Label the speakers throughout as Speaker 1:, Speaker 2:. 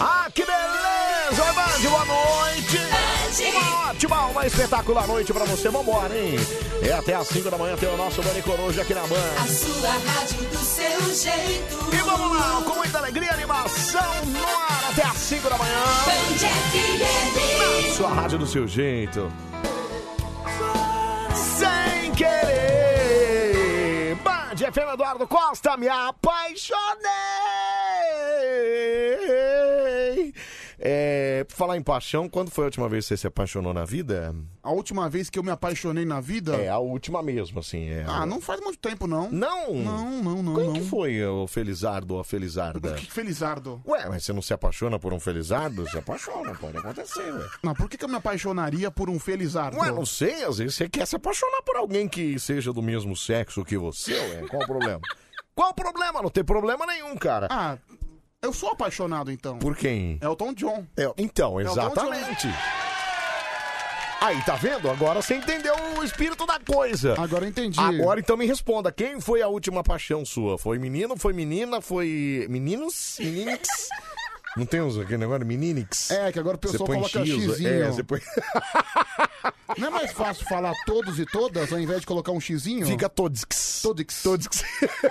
Speaker 1: Ah, Ótima, uma espetacular noite pra você. Vambora, hein? É até às 5 da manhã tem o nosso Bani Coruja aqui na
Speaker 2: A
Speaker 1: Band.
Speaker 2: sua rádio do seu jeito.
Speaker 1: E vamos lá, com muita alegria e animação no ar até às 5 da manhã.
Speaker 2: Band FM.
Speaker 1: Sua rádio do seu jeito. Sem querer. Band FM Eduardo Costa, me apaixonei. É, pra falar em paixão, quando foi a última vez que você se apaixonou na vida?
Speaker 3: A última vez que eu me apaixonei na vida.
Speaker 1: É, a última mesmo, assim. É.
Speaker 3: Ah, não faz muito tempo, não.
Speaker 1: Não?
Speaker 3: Não, não, não.
Speaker 1: Quem
Speaker 3: não.
Speaker 1: que foi o Felizardo ou a Felizarda?
Speaker 3: Que felizardo.
Speaker 1: Ué, mas você não se apaixona por um Felizardo? Se apaixona, pode acontecer, ué.
Speaker 3: Não, por que, que eu me apaixonaria por um felizardo?
Speaker 1: Ué, não sei, às vezes você quer se apaixonar por alguém que seja do mesmo sexo que você, ué. Qual o problema? Qual o problema? Não tem problema nenhum, cara.
Speaker 3: Ah, eu sou apaixonado então.
Speaker 1: Por quem?
Speaker 3: Elton John.
Speaker 1: É, então,
Speaker 3: Elton
Speaker 1: exatamente. Aí, tá vendo? Agora você entendeu o espírito da coisa.
Speaker 3: Agora eu entendi.
Speaker 1: Agora então me responda, quem foi a última paixão sua? Foi menino, foi menina, foi meninos, meninix? Não tem uns- aquele negócio de meninix?
Speaker 3: É, que agora o
Speaker 1: Você
Speaker 3: pessoal
Speaker 1: põe
Speaker 3: coloca
Speaker 1: X,
Speaker 3: xizinho.
Speaker 1: É, você põe...
Speaker 3: Não é mais fácil falar todos e todas ao invés de colocar um xizinho?
Speaker 1: Fica todix.
Speaker 3: Todix.
Speaker 1: Todix.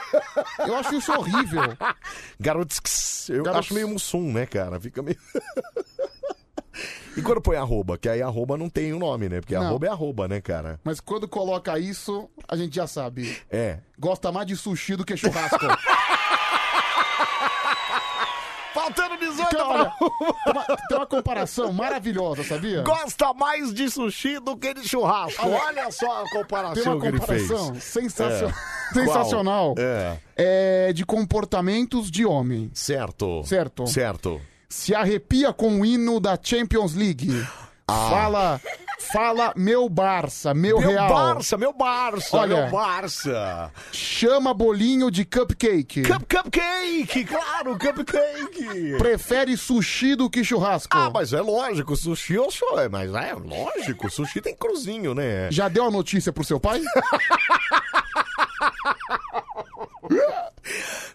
Speaker 3: Eu acho isso horrível.
Speaker 1: Garotix. Eu
Speaker 3: Garotos.
Speaker 1: acho meio mussum, né, cara? Fica meio... e quando põe arroba? Que aí arroba não tem o nome, né? Porque
Speaker 3: Não.
Speaker 1: arroba é arroba, né, cara?
Speaker 3: Mas quando coloca isso, a gente já sabe.
Speaker 1: É.
Speaker 3: Gosta mais de sushi do que churrasco.
Speaker 1: Faltando 18
Speaker 3: Então,
Speaker 1: horas.
Speaker 3: olha, tem uma, tem uma comparação maravilhosa, sabia?
Speaker 1: Gosta mais de sushi do que de churrasco.
Speaker 3: Olha-
Speaker 1: Olha só a
Speaker 3: Tem uma
Speaker 1: comparação que ele fez.
Speaker 3: comparação sensacional.
Speaker 1: É.
Speaker 3: sensacional.
Speaker 1: Qual? É.
Speaker 3: É, de comportamentos de homem.
Speaker 1: Certo.
Speaker 3: Certo.
Speaker 1: Certo.
Speaker 3: Se arrepia com o hino da Champions League. Fala, fala meu Barça, meu,
Speaker 1: Ah. Meu
Speaker 3: Real.
Speaker 1: Barça, meu Barça,
Speaker 3: Olha.
Speaker 1: meu Barça.
Speaker 3: Chama bolinho de cupcake.
Speaker 1: Cup, cupcake, claro, cupcake.
Speaker 3: Prefere sushi do que churrasco.
Speaker 1: Ah, mas é lógico, sushi eu sou, é, mas é lógico, sushi tem cruzinho, né?
Speaker 3: Já deu a notícia é pro seu pai?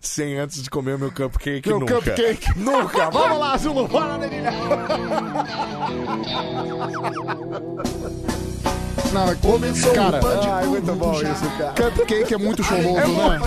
Speaker 1: Sem antes de comer o meu cupcake
Speaker 3: Meu
Speaker 1: nunca.
Speaker 3: cupcake.
Speaker 1: Nunca, vamos lá, Zulu, bora, neguinha.
Speaker 3: Não, é- cara,
Speaker 1: Ai, muito bom isso, cara.
Speaker 3: cupcake é muito choroso, né?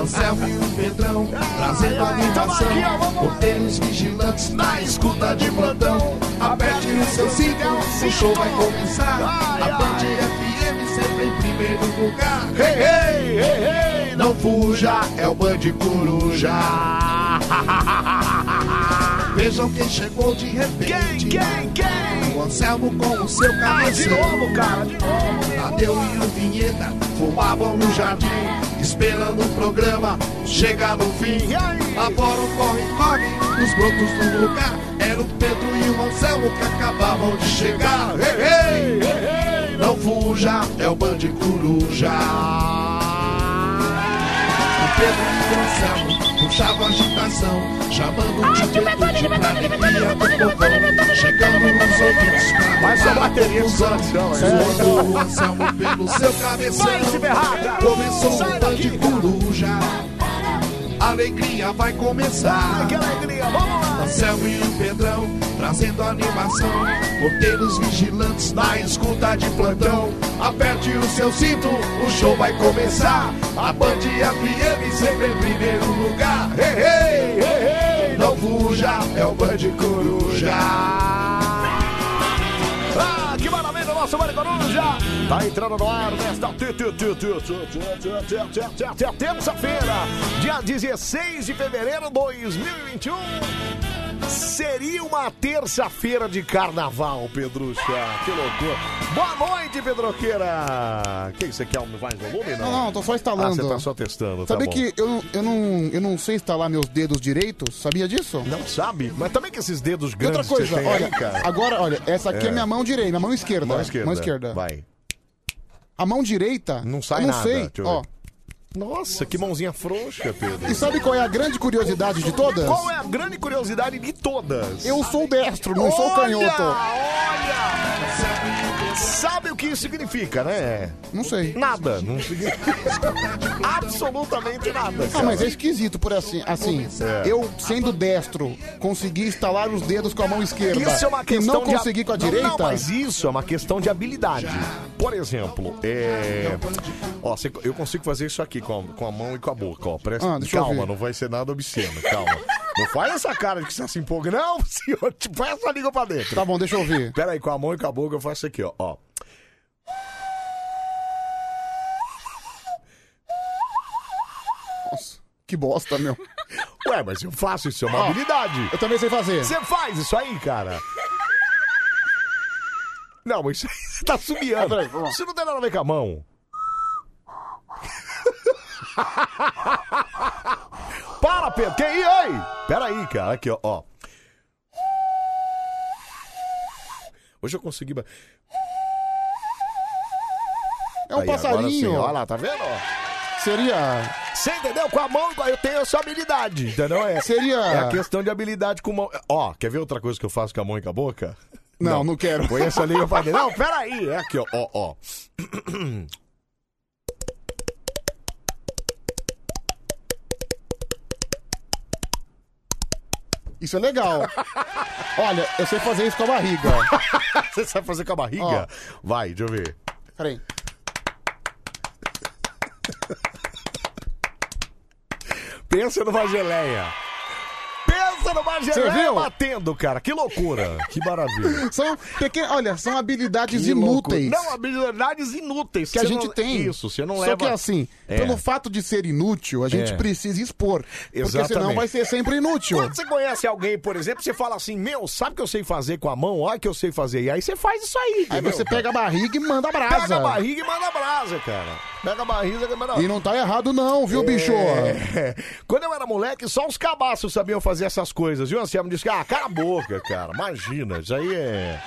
Speaker 4: Anselmo e o Pedrão,
Speaker 1: Então
Speaker 4: trazendo animação. Porteiros vigilantes na escuta de plantão. Aperte o seu cinto, o show vai começar.
Speaker 1: Ai,
Speaker 4: A Band
Speaker 1: ai.
Speaker 4: FM sempre em primeiro lugar.
Speaker 1: Ei, ei, ei, ei,
Speaker 4: Não fuja, é o Band Coruja. Vejam quem chegou de
Speaker 1: Quem,
Speaker 4: repente.
Speaker 1: quem, quem?
Speaker 4: O Anselmo com o seu
Speaker 1: Ah, de
Speaker 4: cabeceiro.
Speaker 1: novo, cara, de novo.
Speaker 4: Tadeu e o Vinheta fumavam no jardim, esperando o programa chegar no fim.
Speaker 1: E aí?
Speaker 4: Agora o corre-corre, os brotos no lugar. Era o Pedro e o Anselmo que acabavam de chegar. Ei, ei,
Speaker 1: Ei, ei,
Speaker 4: não fuja, é o Band Coruja. O Pedro e o Anselmo puxavam agitação, chamando de Pedro de Maria do Povão, chegando nos ouvidos pra
Speaker 1: Mas só
Speaker 4: arrumar a
Speaker 1: bateria de
Speaker 4: confusão.
Speaker 1: coração, é.
Speaker 4: Zoando o Anselmo pelo seu cabeção.
Speaker 1: Vai se ferrar, cara.
Speaker 4: Começou
Speaker 1: Sai
Speaker 4: o Band
Speaker 1: daqui, cara.
Speaker 4: Coruja. A alegria vai começar.
Speaker 1: que alegria, vamos lá.
Speaker 4: Anselmo e o Pedrão trazendo animação. Porteiros vigilantes na escuta de plantão. Aperte o seu cinto, o show vai começar. A Band FM sempre em primeiro lugar. Ei, ei, ei, ei, não fuja, é o Band Coruja.
Speaker 1: Ah, que maravilha, nosso Mário Coruja! Tá entrando no ar nesta te- te- te- te- te- te- te- te- te- terça-feira, dia 16 de fevereiro de 2021. Seria uma terça-feira de carnaval, Pedrucha. Que loucura. Boa noite, Pedroqueira. Que você quer? um Mais volume? Não,
Speaker 3: Não, não, tô só
Speaker 1: Ah, você
Speaker 3: instalando.
Speaker 1: tá só testando, tá
Speaker 3: Sabia
Speaker 1: bom.
Speaker 3: que eu, eu, não, eu não sei instalar meus dedos direitos? Sabia disso?
Speaker 1: Não sabe? Mas também que esses dedos
Speaker 3: E
Speaker 1: grandes
Speaker 3: outra coisa,
Speaker 1: que você tem
Speaker 3: olha,
Speaker 1: aí, cara.
Speaker 3: agora, olha, essa aqui é. minha mão direita, minha mão esquerda.
Speaker 1: Mão esquerda.
Speaker 3: Mão esquerda.
Speaker 1: Vai.
Speaker 3: A mão direita.
Speaker 1: Não sai
Speaker 3: eu não
Speaker 1: nada,
Speaker 3: sei.
Speaker 1: deixa eu
Speaker 3: Ó,
Speaker 1: ver. Nossa, que mãozinha frouxa, Pedro.
Speaker 3: e sabe qual é a grande curiosidade de todas?
Speaker 1: Qual é a grande curiosidade de todas?
Speaker 3: Eu sou destro, não sou canhoto.
Speaker 1: Olha!
Speaker 4: Anselmo e o
Speaker 1: Sabe o que isso significa, né?
Speaker 3: Não sei.
Speaker 1: Nada. Não significa. Absolutamente nada.
Speaker 3: Ah, mas é
Speaker 1: cara.
Speaker 3: esquisito por assim, assim.
Speaker 1: É.
Speaker 3: Eu, sendo destro, consegui instalar os dedos com a mão esquerda.
Speaker 1: Isso é uma questão
Speaker 3: e não
Speaker 1: de-
Speaker 3: consegui com a
Speaker 1: Não,
Speaker 3: direita.
Speaker 1: Não, mas isso é uma questão de habilidade. Por exemplo, é... ó, você- eu consigo fazer isso aqui com a, com a mão e com a boca, ó. Presta...
Speaker 3: Ah, deixa eu
Speaker 1: calma,
Speaker 3: ver.
Speaker 1: não vai ser nada obsceno, calma. Não faz essa cara de que você tá se empolga. Não, senhor, te põe essa língua pra dentro.
Speaker 3: Tá bom, deixa eu ver.
Speaker 1: Pera aí, com a mão e com a boca eu faço aqui, ó. ó.
Speaker 3: Nossa, que bosta, meu.
Speaker 1: Ué, mas eu faço isso, é uma habilidade.
Speaker 3: Eu também sei fazer.
Speaker 1: Você faz isso aí, cara? Não, mas isso aí você tá
Speaker 3: É,
Speaker 1: subiando. Isso não tem nada a ver com a mão. Para, Pedro. Que aí, aí? Pera aí, cara. Aqui, ó, ó. Hoje eu consegui... ba-
Speaker 3: É um
Speaker 1: Aí, agora sim,
Speaker 3: passarinho.
Speaker 1: Olha lá, tá vendo? ó?
Speaker 3: Seria.
Speaker 1: Você entendeu? Com a mão, eu tenho essa habilidade, entendeu? É,
Speaker 3: Seria-
Speaker 1: É a questão de habilidade com mão. Ó, quer ver outra coisa que eu faço com a mão e com a boca?
Speaker 3: Não, não, quero.
Speaker 1: Põe essa língua pra dentro. Não, peraí. É aqui, ó, ó, ó.
Speaker 3: Isso é legal. Olha, eu sei fazer isso com a barriga.
Speaker 1: Você sabe fazer com a barriga?
Speaker 3: Ó.
Speaker 1: Vai, deixa eu ver.
Speaker 3: Peraí.
Speaker 1: Pensa numa geleia. Pensa numa
Speaker 3: Você
Speaker 1: geleia
Speaker 3: viu?
Speaker 1: batendo, cara. Que loucura. Que maravilha.
Speaker 3: São pequenas. Olha, são habilidades
Speaker 1: Que loucura.
Speaker 3: inúteis.
Speaker 1: Não, habilidades inúteis.
Speaker 3: que a
Speaker 1: Você
Speaker 3: gente
Speaker 1: não-
Speaker 3: tem.
Speaker 1: Isso, você não
Speaker 3: Só
Speaker 1: leva...
Speaker 3: que assim,
Speaker 1: É.
Speaker 3: pelo fato de ser inútil, a gente
Speaker 1: É.
Speaker 3: precisa expor. Porque senão
Speaker 1: Exatamente.
Speaker 3: vai ser sempre inútil.
Speaker 1: Quando você conhece alguém, por exemplo, você fala assim, meu, sabe o que eu sei fazer com a mão? Olha o que eu sei fazer. E aí você faz isso aí,
Speaker 3: Aí
Speaker 1: entendeu,
Speaker 3: você
Speaker 1: cara?
Speaker 3: pega a barriga e manda brasa.
Speaker 1: Pega a barriga e manda brasa, cara. Pega a barriga e manda
Speaker 3: E não tá errado, não, viu, bicho?
Speaker 1: É. Quando eu era moleque, só os cabaços sabiam fazer essas coisas, viu, Anselmo? Disse que, ah, cala a boca, cara, imagina, isso aí é...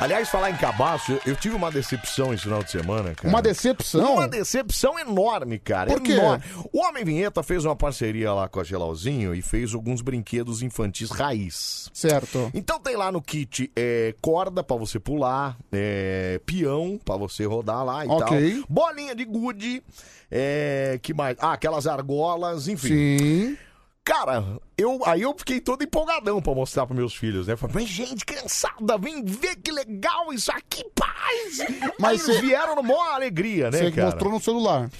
Speaker 1: Aliás, falar em cabaço, eu- eu tive uma decepção esse final de semana, cara.
Speaker 3: Uma decepção.
Speaker 1: Uma decepção enorme, cara.
Speaker 3: Por quê?
Speaker 1: Enorme. O Homem Vinheta fez uma parceria lá com a Gelauzinho e fez alguns brinquedos infantis raiz.
Speaker 3: Certo.
Speaker 1: Então tem lá no kit é, corda pra você pular, é, peão pra você rodar lá e
Speaker 3: Ok.
Speaker 1: tal. Bolinha de gude, é, que mais? Ah, aquelas argolas, enfim.
Speaker 3: Sim.
Speaker 1: Cara, eu, aí eu fiquei todo empolgadão pra mostrar pros meus filhos, né? Falei, mas gente, criançada, vem ver que legal isso aqui, paz! Mas
Speaker 3: Mas
Speaker 1: eles
Speaker 3: cê-
Speaker 1: vieram numa maior alegria, né,
Speaker 3: Você
Speaker 1: cara?
Speaker 3: mostrou no celular.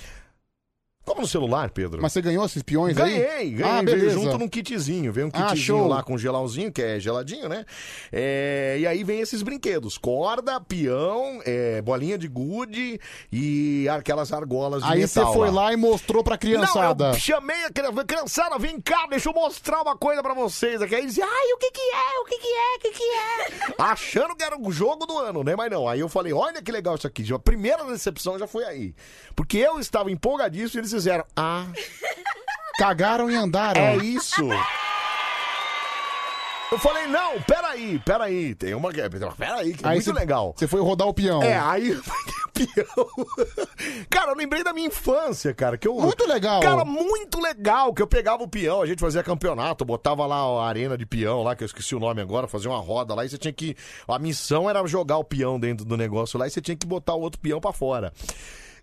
Speaker 1: Como no celular, Pedro?
Speaker 3: Mas você ganhou esses peões
Speaker 1: Ganhei,
Speaker 3: aí?
Speaker 1: ganhei.
Speaker 3: Ah,
Speaker 1: veio
Speaker 3: beleza.
Speaker 1: junto num kitzinho. Veio um
Speaker 3: Ah,
Speaker 1: kitzinho
Speaker 3: show.
Speaker 1: lá com gelauzinho, que é geladinho, né? É, e aí vem esses brinquedos: corda, peão, é, bolinha de gude e aquelas argolas de
Speaker 3: Aí você
Speaker 1: metal.
Speaker 3: foi lá e mostrou pra criançada.
Speaker 1: Não, eu chamei a criança, criançada, vem cá, deixa eu mostrar uma coisa pra vocês aqui. Aí eles ai, o que que é, o que que é, o que que é? Achando que era o jogo do ano, né? Mas não, aí eu falei, olha que legal isso aqui. A primeira decepção já foi aí. Porque eu estava empolgadíssimo e eles fizeram, ah,
Speaker 3: Cagaram e andaram.
Speaker 1: é isso. Eu falei, não, peraí, peraí, tem uma... Peraí, que é
Speaker 3: Aí
Speaker 1: muito
Speaker 3: cê-
Speaker 1: legal.
Speaker 3: Você foi rodar o peão.
Speaker 1: É, aí eu fiquei peão. Cara, eu lembrei da minha infância, cara. Que eu...
Speaker 3: Muito legal.
Speaker 1: Cara, muito legal. Que eu pegava o peão, a gente fazia campeonato, botava lá a arena de peão lá, que eu esqueci o nome agora, fazia uma roda lá e você tinha que. A missão era jogar o peão dentro do negócio lá e você tinha que botar o outro peão pra fora.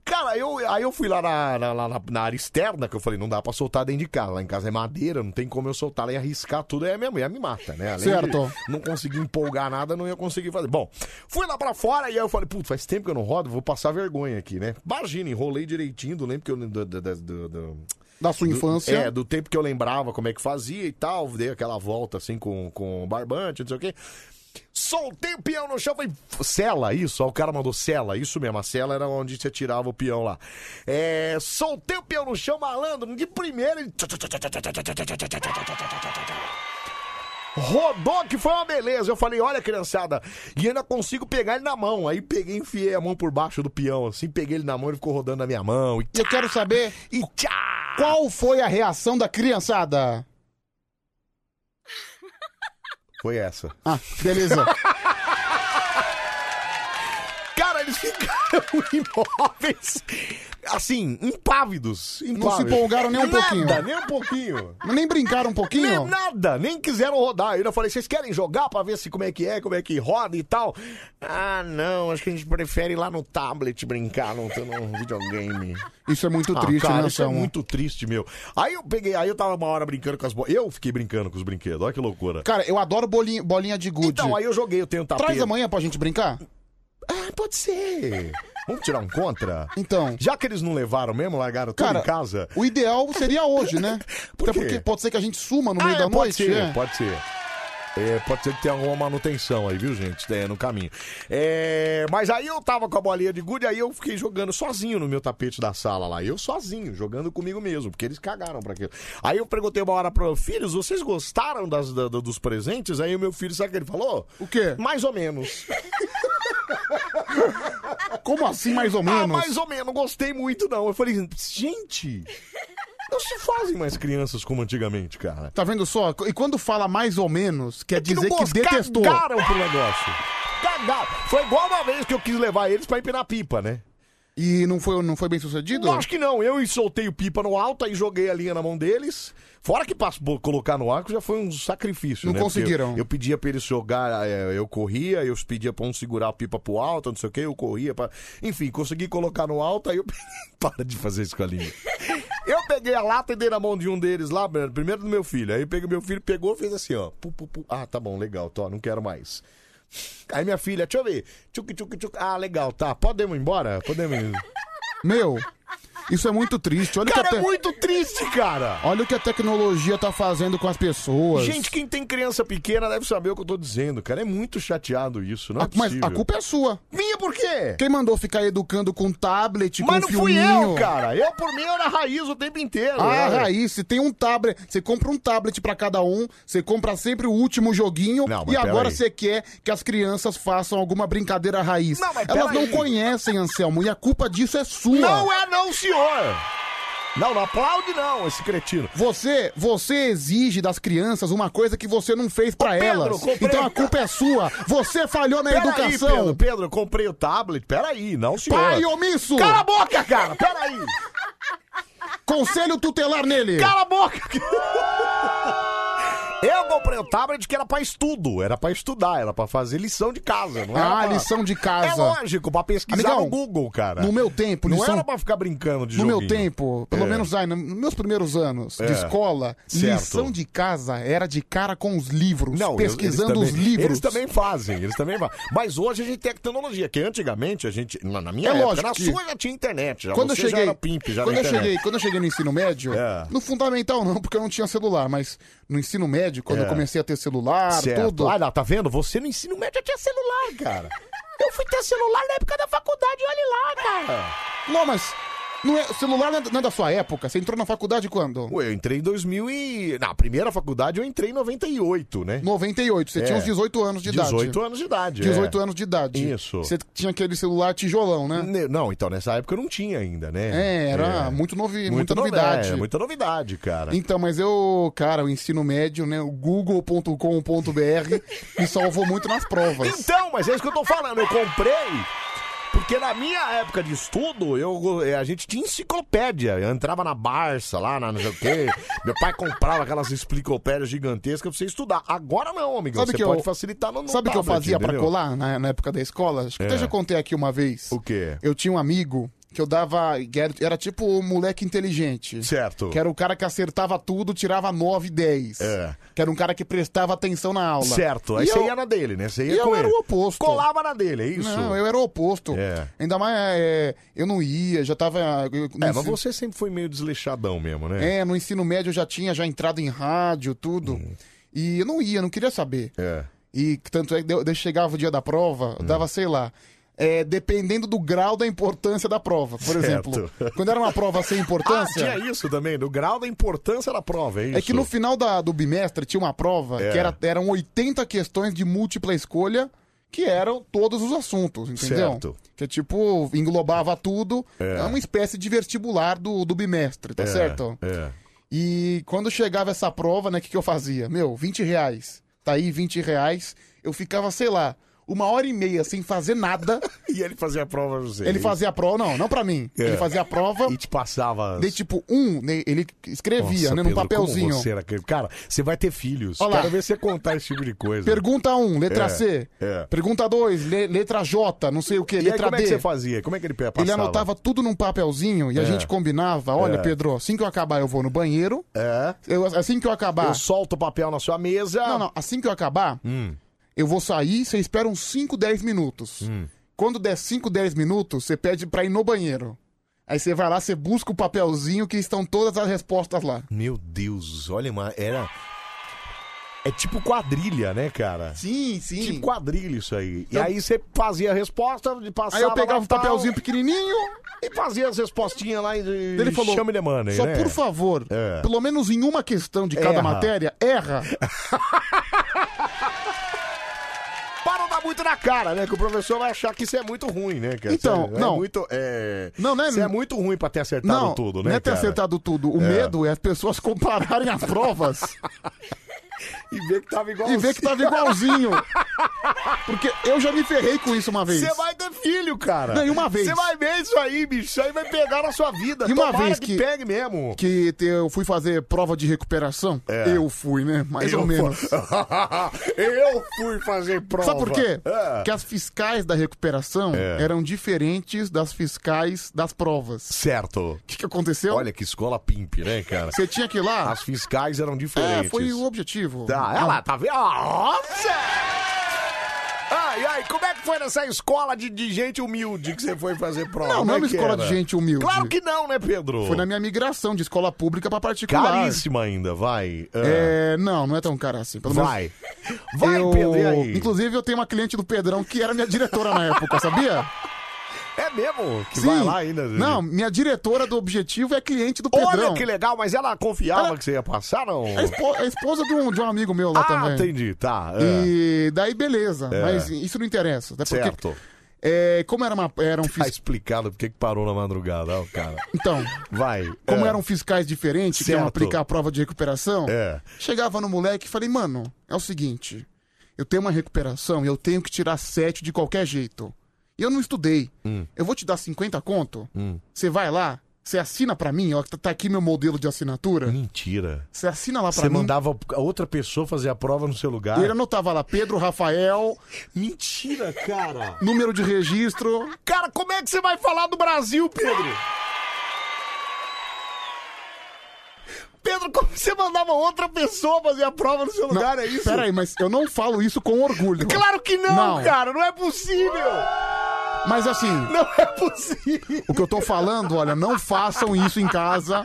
Speaker 1: Cara, eu, aí eu fui lá na, na, na- na- na área externa, que eu falei, não dá pra soltar dentro de casa. Lá em casa é madeira, não tem como eu soltar lá e arriscar tudo. Aí a minha mulher me mata, né? Além de-
Speaker 3: Certo.
Speaker 1: não consegui empolgar nada, não ia conseguir fazer. Bom, fui lá pra fora e aí eu falei, putz, faz tempo que eu não rodo, vou passar vergonha aqui, né? Imagina, enrolei direitinho, do lembro que eu. Do, do, do- do- do-
Speaker 3: Da sua infância.
Speaker 1: é, do tempo que eu lembrava como é que fazia e tal, dei aquela volta assim com, com barbante, não sei o quê. Soltei o peão no chão, falei, cela isso, ó, o cara mandou cela, isso mesmo, a cela era onde você tirava o peão lá. É, soltei o peão no chão, malandro, de primeira ele... Rodou que foi uma beleza. Eu falei, olha, criançada, e ainda consigo pegar ele na mão. Aí peguei, enfiei a mão por baixo do peão, assim, peguei ele na mão, ele ficou rodando na minha mão e,
Speaker 3: E eu quero saber
Speaker 1: e tchá!
Speaker 3: qual foi a reação da criançada.
Speaker 1: Foi essa.
Speaker 3: Ah, beleza.
Speaker 1: Cara, eles ficaram imóveis. assim, impávidos. impávidos.
Speaker 3: se empolgaram nem um
Speaker 1: Nada,
Speaker 3: pouquinho.
Speaker 1: Nem um pouquinho.
Speaker 3: Mas nem brincaram um pouquinho?
Speaker 1: Nem nada, nem quiseram rodar. Eu ainda falei, vocês querem jogar pra ver se como é que é, como é que roda e tal? Ah, não, acho que a gente prefere ir lá no tablet brincar, não ter no videogame.
Speaker 3: Isso é muito
Speaker 1: Ah,
Speaker 3: triste,
Speaker 1: cara,
Speaker 3: né,
Speaker 1: isso é
Speaker 3: Samu?
Speaker 1: muito triste, meu. Aí eu peguei, aí eu tava uma hora brincando com as bolas. Eu fiquei brincando com os brinquedos, olha que loucura.
Speaker 3: Cara, eu adoro bolinha, bolinha de gude.
Speaker 1: Então, aí eu joguei, eu tenho um tapete.
Speaker 3: Traz amanhã pra gente brincar?
Speaker 1: Ah, pode ser. Vamos tirar um contra?
Speaker 3: Então.
Speaker 1: Já que eles não levaram mesmo, largaram tudo
Speaker 3: Cara,
Speaker 1: em casa.
Speaker 3: O ideal seria hoje, né? Até porque pode ser que a gente suma no meio
Speaker 1: Ah,
Speaker 3: da
Speaker 1: é, pode
Speaker 3: noite.
Speaker 1: Ser,
Speaker 3: é.
Speaker 1: Pode ser. É, pode ser que tenha alguma manutenção aí, viu, gente? É, no caminho. É, mas aí eu tava com a bolinha de gude, aí eu fiquei jogando sozinho no meu tapete da sala lá. Eu sozinho, jogando comigo mesmo, porque eles cagaram pra aquilo. Aí eu perguntei uma hora pro filhos, vocês gostaram das, da- da- dos presentes? Aí o meu filho, sabe o que ele falou? O
Speaker 3: quê?
Speaker 1: Mais ou menos.
Speaker 3: Como assim, mais ou menos?
Speaker 1: Ah, mais ou menos, não gostei muito não. Eu falei, gente, não se fazem mais crianças como antigamente, cara.
Speaker 3: Tá vendo só? E quando fala mais ou menos, quer dizer
Speaker 1: É não
Speaker 3: que
Speaker 1: gost-
Speaker 3: detestou.
Speaker 1: Cagaram pro negócio. Cagaram. Foi igual uma vez que eu quis levar eles pra empinar pipa, né?
Speaker 3: E não foi, não foi bem sucedido?
Speaker 1: Eu acho que não. Eu soltei o pipa no alto e joguei a linha na mão deles. Fora que passou colocar no arco já foi um sacrifício,
Speaker 3: Não
Speaker 1: né? Porque
Speaker 3: conseguiram.
Speaker 1: Eu, eu pedia pra eles jogar, é, eu corria, eu pedia pra um segurar a pipa pro alto, não sei o que, eu corria pra... Enfim, consegui colocar no alto, aí eu... Para de fazer isso com a linha. Eu peguei a lata e dei na mão de um deles lá, Bernardo, primeiro do meu filho. Aí eu peguei meu filho, pegou, fez assim, ó. Pu, pu, pu. Ah, tá bom, legal, tô, não quero mais. Aí minha filha, deixa eu ver. Tchuc, tchuc, tchuc. Ah, legal, tá. Podemos ir embora? Podemos ir.
Speaker 3: É Meu, isso é muito triste. Olha o
Speaker 1: Cara,
Speaker 3: que a
Speaker 1: é
Speaker 3: te-
Speaker 1: muito triste, cara.
Speaker 3: Olha o que a tecnologia tá fazendo com as pessoas.
Speaker 1: Gente, quem tem criança pequena deve saber o que eu tô dizendo, cara. É muito chateado isso, não é
Speaker 3: A- mas
Speaker 1: possível.
Speaker 3: a culpa é sua.
Speaker 1: minha por quê?
Speaker 3: Quem mandou ficar educando com tablet,
Speaker 1: é. Mas
Speaker 3: com
Speaker 1: não fui
Speaker 3: filminho?
Speaker 1: eu, cara. Eu, por mim, era raiz o tempo inteiro.
Speaker 3: Ah,
Speaker 1: né?
Speaker 3: Raiz, se tem um tablet, você compra um tablet pra cada um, você compra sempre o último joguinho
Speaker 1: Não, mas
Speaker 3: e agora
Speaker 1: peraí.
Speaker 3: você quer que as crianças façam alguma brincadeira raiz.
Speaker 1: Não, mas
Speaker 3: Elas não
Speaker 1: peraí.
Speaker 3: conhecem, Anselmo, e a culpa disso é sua.
Speaker 1: Não é não, senhor. Não, não aplaude não, esse cretino.
Speaker 3: Você, você exige das crianças uma coisa que você não fez pra
Speaker 1: Pedro,
Speaker 3: elas.
Speaker 1: comprei- um
Speaker 3: Então a culpa é sua. Você falhou Tá na
Speaker 1: Peraí,
Speaker 3: educação.
Speaker 1: Pedro, Pedro, eu comprei o tablet. Peraí, não, senhor.
Speaker 3: Pai omisso.
Speaker 1: Cala a boca, cara. Peraí.
Speaker 3: Conselho tutelar nele.
Speaker 1: Cala a boca. Eu comprei o tablet que era pra estudo, era pra estudar, era pra fazer lição de casa, não era
Speaker 3: Ah,
Speaker 1: pra-
Speaker 3: lição de
Speaker 1: É
Speaker 3: casa.
Speaker 1: lógico, pra pesquisar
Speaker 3: Amigão,
Speaker 1: no Google, cara.
Speaker 3: no meu tempo,
Speaker 1: não
Speaker 3: lição-
Speaker 1: era pra ficar brincando de
Speaker 3: No meu
Speaker 1: joguinho.
Speaker 3: tempo, pelo
Speaker 1: É.
Speaker 3: menos aí, nos meus primeiros anos de
Speaker 1: É.
Speaker 3: escola,
Speaker 1: Certo.
Speaker 3: lição de casa era de cara com os livros,
Speaker 1: Não, eles-
Speaker 3: pesquisando
Speaker 1: eles
Speaker 3: os
Speaker 1: também-
Speaker 3: livros.
Speaker 1: Eles também fazem, eles também fazem. Mas hoje a gente tem a tecnologia, que antigamente a gente. Na, na minha
Speaker 3: É
Speaker 1: época,
Speaker 3: lógico
Speaker 1: na
Speaker 3: que-
Speaker 1: sua já tinha internet. Já,
Speaker 3: Quando eu
Speaker 1: você
Speaker 3: cheguei,
Speaker 1: já era pimp, já
Speaker 3: quando
Speaker 1: na
Speaker 3: eu
Speaker 1: internet.
Speaker 3: cheguei, quando eu cheguei no ensino médio,
Speaker 1: É.
Speaker 3: no fundamental não, porque eu não tinha celular, mas no ensino médio, quando
Speaker 1: É.
Speaker 3: eu comecei a ter celular,
Speaker 1: Certo.
Speaker 3: tudo,
Speaker 1: Ah, não, tá vendo? Você no ensino médio já tinha celular, cara. Eu fui ter celular na época da faculdade, olha lá, cara.
Speaker 3: Não, mas não é, celular não é, da- não é da sua época. Você entrou na faculdade quando?
Speaker 1: Ué, eu entrei em 2000 e... Na primeira faculdade eu entrei em 98, né?
Speaker 3: 98. Você
Speaker 1: É.
Speaker 3: tinha uns 18 anos de idade.
Speaker 1: 18 anos de idade,
Speaker 3: 18
Speaker 1: é.
Speaker 3: anos de idade.
Speaker 1: Isso.
Speaker 3: Você tinha aquele celular tijolão, né?
Speaker 1: Ne- Não, então nessa época eu não tinha ainda, né?
Speaker 3: É, era muito novi, muita
Speaker 1: no-
Speaker 3: novidade.
Speaker 1: é, muita novidade, cara.
Speaker 3: Então, mas eu, cara, o ensino médio, né? O google.com.br me salvou muito nas provas.
Speaker 1: Então, mas é isso que eu tô falando, eu comprei. Porque na minha época de estudo, eu, eh, a gente tinha enciclopédia. Eu entrava na Barça, lá na não sei o quê. Meu pai comprava aquelas enciclopédias gigantescas pra você estudar. Agora não, amigão.
Speaker 3: Sabe
Speaker 1: você
Speaker 3: que eu-
Speaker 1: pode facilitar no, no
Speaker 3: Sabe o que eu
Speaker 1: tablet,
Speaker 3: fazia pra
Speaker 1: entendeu?
Speaker 3: colar na, na época da escola? Acho que até
Speaker 1: É.
Speaker 3: já contei aqui uma vez.
Speaker 1: O quê?
Speaker 3: Eu tinha um amigo que eu dava. que era- Era tipo o moleque inteligente.
Speaker 1: Certo.
Speaker 3: Que era o cara que acertava tudo, tirava 9, 10.
Speaker 1: É.
Speaker 3: Que era um cara que prestava atenção na aula.
Speaker 1: Certo. Aí
Speaker 3: E
Speaker 1: você
Speaker 3: eu-
Speaker 1: ia na dele, né? Você
Speaker 3: e
Speaker 1: ia
Speaker 3: eu
Speaker 1: com
Speaker 3: era
Speaker 1: ele.
Speaker 3: o oposto.
Speaker 1: Colava na dele, é isso?
Speaker 3: Não, eu era o oposto.
Speaker 1: É.
Speaker 3: Ainda mais, é, eu não ia, já tava... eu- no
Speaker 1: É, mas
Speaker 3: ensino-
Speaker 1: você sempre foi meio desleixadão mesmo, né?
Speaker 3: É, no ensino médio eu já tinha já entrado em rádio, tudo. E eu não ia, não queria saber.
Speaker 1: Hum. É. Hum.
Speaker 3: E tanto é que eu, chegava o dia da prova, eu dava, sei lá. é, dependendo do grau da importância da prova. Por exemplo, quando era uma prova sem
Speaker 1: Ah,
Speaker 3: importância.
Speaker 1: tinha isso também, do grau da importância da prova, é isso?
Speaker 3: É que no final da- do bimestre tinha uma prova
Speaker 1: É.
Speaker 3: que era, eram 80 questões de múltipla escolha que eram todos os assuntos, entendeu?
Speaker 1: Certo.
Speaker 3: Que é tipo, englobava tudo. É, uma espécie de vertibular do, do bimestre, tá
Speaker 1: É,
Speaker 3: certo?
Speaker 1: É.
Speaker 3: E quando chegava essa prova, né, o que, que eu fazia? Meu, 20 reais. Tá aí 20 reais. Eu ficava, sei lá, uma hora e meia sem fazer nada.
Speaker 1: E ele fazia a prova, não sei.
Speaker 3: Ele fazia a prova, não, não pra mim.
Speaker 1: É.
Speaker 3: Ele fazia a prova.
Speaker 1: E te passava.
Speaker 3: De tipo, um, né, ele escrevia,
Speaker 1: Nossa,
Speaker 3: né, num
Speaker 1: Pedro,
Speaker 3: papelzinho.
Speaker 1: como você era aquele- Cara, você vai ter filhos.
Speaker 3: Olha lá.
Speaker 1: Quero ver você contar esse tipo de coisa.
Speaker 3: Pergunta 1, um, letra
Speaker 1: É,
Speaker 3: C.
Speaker 1: é.
Speaker 3: Pergunta 2, letra J, não sei o quê,
Speaker 1: E aí,
Speaker 3: letra
Speaker 1: como
Speaker 3: D.
Speaker 1: é que você fazia? Como é que ele passava?
Speaker 3: Ele anotava tudo num papelzinho e a
Speaker 1: É.
Speaker 3: gente combinava, olha,
Speaker 1: É.
Speaker 3: Pedro, assim que eu acabar eu vou no banheiro.
Speaker 1: É.
Speaker 3: Eu- assim que eu acabar.
Speaker 1: Eu solto o papel na sua mesa. Hum.
Speaker 3: Não, não, assim que eu acabar, eu vou sair, você espera uns 5, 10 minutos.
Speaker 1: Hum.
Speaker 3: Quando der 5, 10 minutos, você pede pra ir no banheiro. Aí você vai lá, você busca o papelzinho que estão todas as respostas lá.
Speaker 1: Meu Deus, olha, mas era. É tipo quadrilha, né, cara?
Speaker 3: Sim, sim.
Speaker 1: Tipo quadrilha isso aí. E
Speaker 3: Eu-
Speaker 1: aí você fazia a resposta, passava.
Speaker 3: Aí eu pegava
Speaker 1: lá,
Speaker 3: o papelzinho
Speaker 1: tal,
Speaker 3: pequenininho.
Speaker 1: e fazia as respostinhas lá e.
Speaker 3: Ele falou,
Speaker 1: Chama de money,
Speaker 3: só
Speaker 1: né?
Speaker 3: por favor,
Speaker 1: É.
Speaker 3: pelo menos em uma questão de cada
Speaker 1: Erra.
Speaker 3: matéria, erra.
Speaker 1: Para não dar muito na cara, né? Que o professor vai achar que isso é muito ruim, né, cara?
Speaker 3: Então,
Speaker 1: Isso é,
Speaker 3: não.
Speaker 1: É muito, é...
Speaker 3: Não, não é-
Speaker 1: Isso é muito ruim pra ter acertado
Speaker 3: Não,
Speaker 1: tudo, né,
Speaker 3: não é ter
Speaker 1: cara?
Speaker 3: acertado tudo. O
Speaker 1: É.
Speaker 3: medo é as pessoas compararem as provas
Speaker 1: E ver que tava igual
Speaker 3: e ver que tava igualzinho. Porque eu já me ferrei com isso uma vez.
Speaker 1: Você vai ter filho, cara.
Speaker 3: Não, e uma vez.
Speaker 1: Você vai ver isso aí, bicho. Isso aí vai pegar na sua vida.
Speaker 3: E uma
Speaker 1: Tomara
Speaker 3: vez
Speaker 1: que
Speaker 3: que-
Speaker 1: pegue mesmo.
Speaker 3: Que te- eu fui fazer prova de recuperação.
Speaker 1: É.
Speaker 3: Eu fui, né? Mais
Speaker 1: Eu
Speaker 3: ou menos.
Speaker 1: fu- Eu fui fazer prova.
Speaker 3: Sabe por quê?
Speaker 1: É.
Speaker 3: Que as fiscais da recuperação
Speaker 1: É.
Speaker 3: eram diferentes das fiscais das provas.
Speaker 1: Certo.
Speaker 3: O que, que aconteceu?
Speaker 1: Olha que escola pimp, né, cara?
Speaker 3: Você tinha que ir lá.
Speaker 1: As fiscais eram
Speaker 3: É,
Speaker 1: diferentes.
Speaker 3: foi o objetivo.
Speaker 1: Tá, olha lá, tá vendo? Nossa! Ai, ai, como é que foi nessa escola de, de gente humilde que você foi fazer prova?
Speaker 3: Não,
Speaker 1: Como
Speaker 3: não é
Speaker 1: é
Speaker 3: uma
Speaker 1: que
Speaker 3: escola
Speaker 1: era?
Speaker 3: de gente humilde.
Speaker 1: Claro que não, né, Pedro?
Speaker 3: Foi na minha migração de escola pública pra particular.
Speaker 1: Caríssima ainda, vai. Ah,
Speaker 3: É, não, não é tão cara assim. Pelo menos
Speaker 1: Vai. Vai,
Speaker 3: eu-
Speaker 1: Pedro, e aí?
Speaker 3: Inclusive, eu tenho uma cliente do Pedrão que era minha diretora na época, sabia?
Speaker 1: É mesmo? Que vai lá ainda. né? gente.
Speaker 3: Não, minha diretora do objetivo é cliente do Pedrão.
Speaker 1: Olha que legal, mas ela confiava que você ia passar, não?
Speaker 3: É espo- é esposa de um, de um amigo meu lá
Speaker 1: ah,
Speaker 3: também.
Speaker 1: entendi, tá. é.
Speaker 3: E daí, beleza.
Speaker 1: É.
Speaker 3: Mas isso não interessa. Até porque,
Speaker 1: Certo.
Speaker 3: é, como era uma, eram
Speaker 1: Tá
Speaker 3: fis...
Speaker 1: explicado porque que parou na madrugada, ó, cara.
Speaker 3: Então,
Speaker 1: Vai.
Speaker 3: como
Speaker 1: é.
Speaker 3: eram fiscais diferentes que iam
Speaker 1: Certo.
Speaker 3: aplicar a prova de recuperação,
Speaker 1: É.
Speaker 3: chegava no moleque e falei, mano, é o seguinte, eu tenho uma recuperação e eu tenho que tirar sete de qualquer jeito. E eu não estudei. Eu vou te dar 50 conto,
Speaker 1: É. Hum,
Speaker 3: você vai lá, você assina pra mim, ó, tá- tá aqui meu modelo de assinatura,
Speaker 1: Mentira.
Speaker 3: você assina lá pra
Speaker 1: Você
Speaker 3: mim.
Speaker 1: mandava a outra pessoa fazer a prova no seu lugar?
Speaker 3: E ele anotava lá, Pedro, Rafael,
Speaker 1: Mentira, cara.
Speaker 3: número de registro.
Speaker 1: Cara, como é que você vai falar do Brasil, Pedro? Pedro, como você mandava outra pessoa fazer a prova no seu
Speaker 3: Não,
Speaker 1: lugar? é isso?
Speaker 3: Peraí, mas eu não falo isso com orgulho.
Speaker 1: Claro que não,
Speaker 3: Não.
Speaker 1: cara. Não é possível.
Speaker 3: Mas assim,
Speaker 1: Não é possível.
Speaker 3: o que eu tô falando, olha, não façam isso em casa.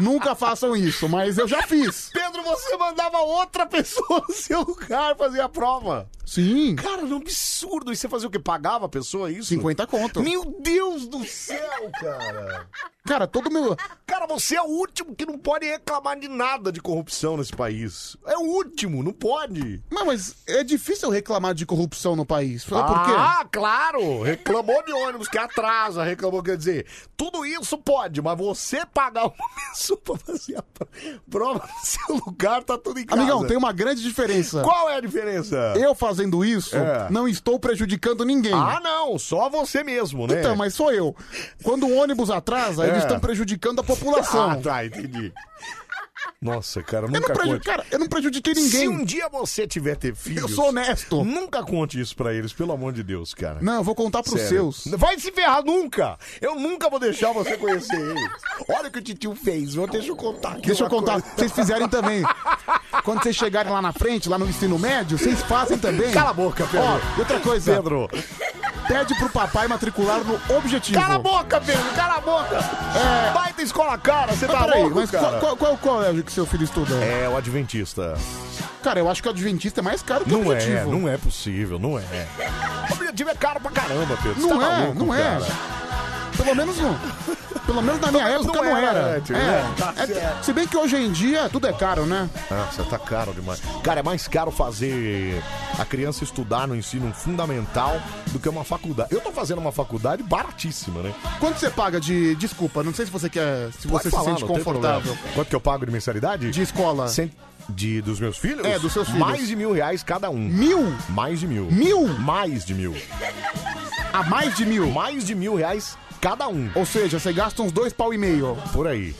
Speaker 3: Nunca façam isso, mas eu já fiz.
Speaker 1: Pedro, você mandava outra pessoa no seu lugar fazer a prova.
Speaker 3: Sim,
Speaker 1: Cara, é um absurdo. E você fazia o quê? Pagava a pessoa é isso?
Speaker 3: 50 conto.
Speaker 1: Meu Deus do céu, cara.
Speaker 3: Cara, todo meu.
Speaker 1: Cara, você é o último que não pode reclamar de nada de corrupção nesse país. É o último, não pode.
Speaker 3: Mas, mas é difícil reclamar de corrupção no país. Sabe por quê?
Speaker 1: Ah, claro! Reclamou de ônibus que atrasa, reclamou, quer dizer, tudo isso pode, mas você pagar uma pessoa pra fazer a pro- prova no seu lugar, tá tudo em casa.
Speaker 3: Amigão, tem uma grande diferença.
Speaker 1: Qual é a diferença?
Speaker 3: Eu fazendo isso,
Speaker 1: É.
Speaker 3: não estou prejudicando ninguém.
Speaker 1: Ah, não, só você mesmo, né?
Speaker 3: Então, mas sou eu. Quando o ônibus atrasa, eles
Speaker 1: É.
Speaker 3: estão prejudicando a
Speaker 1: Ah,
Speaker 3: população.
Speaker 1: tá, entendi. Nossa, cara,
Speaker 3: Eu
Speaker 1: nunca
Speaker 3: não preju...
Speaker 1: conte.
Speaker 3: Cara, eu não prejudiquei
Speaker 1: Se
Speaker 3: ninguém.
Speaker 1: um dia você tiver ter filhos...
Speaker 3: Eu sou honesto.
Speaker 1: Nunca conte isso pra eles, pelo amor de Deus, cara.
Speaker 3: Não, eu vou contar pros
Speaker 1: Sério.
Speaker 3: seus.
Speaker 1: Vai se ferrar nunca! Eu nunca vou deixar você conhecer ele. Olha o que o titio fez, vou deixa eu contar aqui.
Speaker 3: Deixa eu
Speaker 1: uma
Speaker 3: contar,
Speaker 1: coisa.
Speaker 3: vocês fizerem também. Quando vocês chegarem lá na frente, lá no ensino médio, vocês fazem também.
Speaker 1: Cala a boca, Pedro.
Speaker 3: Ó, e outra coisa,
Speaker 1: Pedro.
Speaker 3: pede pro papai matricular no objetivo.
Speaker 1: Cala a boca, Pedro, cala a boca! É... Baita escola cara, você
Speaker 3: Mas
Speaker 1: tá
Speaker 3: peraí,
Speaker 1: louco,
Speaker 3: mas
Speaker 1: cara?
Speaker 3: qual, qual, qual, qual é o que seu filho estuda?
Speaker 1: É o Adventista.
Speaker 3: Cara, eu acho que o Adventista é mais caro que o
Speaker 1: Não
Speaker 3: objetivo.
Speaker 1: é, não é possível, não é. O objetivo é caro pra caramba, Pedro. Você
Speaker 3: Não
Speaker 1: tá
Speaker 3: é,
Speaker 1: maluco,
Speaker 3: não é.
Speaker 1: cara.
Speaker 3: Pelo menos não. Pelo menos na minha
Speaker 1: menos
Speaker 3: época
Speaker 1: não
Speaker 3: não
Speaker 1: era
Speaker 3: era.
Speaker 1: antes,
Speaker 3: É.
Speaker 1: né? Tá
Speaker 3: É,
Speaker 1: certo.
Speaker 3: se bem que hoje em dia tudo é caro, né?
Speaker 1: Nossa, tá caro demais. Cara, é mais caro fazer a criança estudar no ensino fundamental do que uma faculdade. Eu tô fazendo uma faculdade baratíssima, né?
Speaker 3: Quanto você paga de desculpa? Não sei se você quer, se
Speaker 1: Pode
Speaker 3: você
Speaker 1: falar,
Speaker 3: se sente
Speaker 1: não tem
Speaker 3: confortável
Speaker 1: problema. Quanto que eu pago de mensalidade?
Speaker 3: de escola.
Speaker 1: Cem- De, dos meus filhos?
Speaker 3: É, dos seus filhos.
Speaker 1: Mais de mil reais cada um.
Speaker 3: Mil?
Speaker 1: Mais de mil.
Speaker 3: Mil?
Speaker 1: Mais de mil.
Speaker 3: A mais de mil?
Speaker 1: Mais de mil reais cada um.
Speaker 3: Ou seja, você gasta uns dois pau e meio.
Speaker 1: Por aí.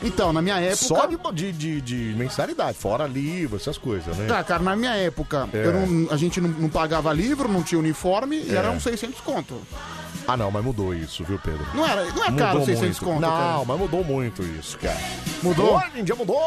Speaker 3: Então, na minha época.
Speaker 1: Só de, de, de, de mensalidade, fora livro, essas coisas, né?
Speaker 3: Tá, cara, na minha época,
Speaker 1: É.
Speaker 3: eu não- a gente não, não pagava livro, não tinha uniforme e
Speaker 1: É.
Speaker 3: era uns 600 conto.
Speaker 1: Ah, não, mas mudou isso, viu, Pedro?
Speaker 3: Não era- não é
Speaker 1: Mudou
Speaker 3: caro 600
Speaker 1: muito.
Speaker 3: conto,
Speaker 1: Não,
Speaker 3: cara.
Speaker 1: mas mudou muito isso, cara.
Speaker 3: Mudou?
Speaker 1: Hoje em dia mudou.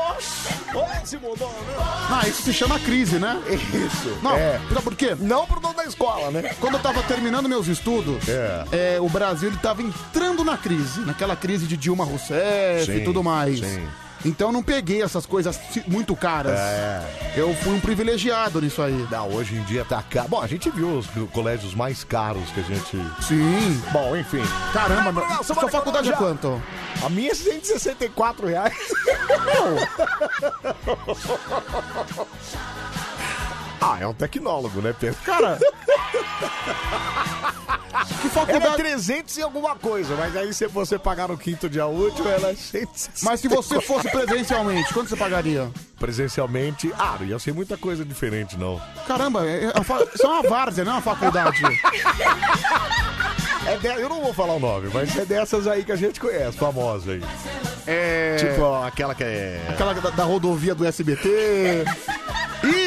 Speaker 1: Hoje mudou, né?
Speaker 3: Ah, isso se chama crise, né?
Speaker 1: Isso.
Speaker 3: Não,
Speaker 1: É.
Speaker 3: sabe por quê?
Speaker 1: Não pro dono da escola, né?
Speaker 3: Quando eu tava terminando meus estudos,
Speaker 1: É.
Speaker 3: é, o Brasil ele tava entrando na crise, naquela crise de Dilma Rousseff
Speaker 1: Sim,
Speaker 3: e tudo mais.
Speaker 1: sim.
Speaker 3: Então eu não peguei essas coisas ci- muito caras.
Speaker 1: É.
Speaker 3: Eu fui um privilegiado nisso aí.
Speaker 1: Não, hoje em dia tá caro. Bom, a gente viu os colégios mais caros que a gente.
Speaker 3: Sim.
Speaker 1: Bom, enfim.
Speaker 3: Caramba,
Speaker 1: Vai, Brunão,
Speaker 3: mas
Speaker 1: semana
Speaker 3: sua
Speaker 1: que
Speaker 3: faculdade é
Speaker 1: vem já.
Speaker 3: quanto?
Speaker 1: A minha é 164 reais. ah, é um tecnólogo, né, Pedro?
Speaker 3: Cara. que
Speaker 1: Ela é
Speaker 3: faculdade.
Speaker 1: 300 e alguma coisa, mas aí se você pagar no quinto dia útil, ela é 160.
Speaker 3: Mas se você fosse presencialmente, quanto você pagaria?
Speaker 1: Presencialmente, ah, não ia ser muita coisa diferente, não.
Speaker 3: Caramba, é- é uma fa- isso é uma várzea, não é uma faculdade.
Speaker 1: É de- Eu não vou falar o nome, mas é dessas aí que a gente conhece, famosa aí.
Speaker 3: É.
Speaker 1: Tipo, ó, aquela que é...
Speaker 3: Aquela da, da rodovia do SBT.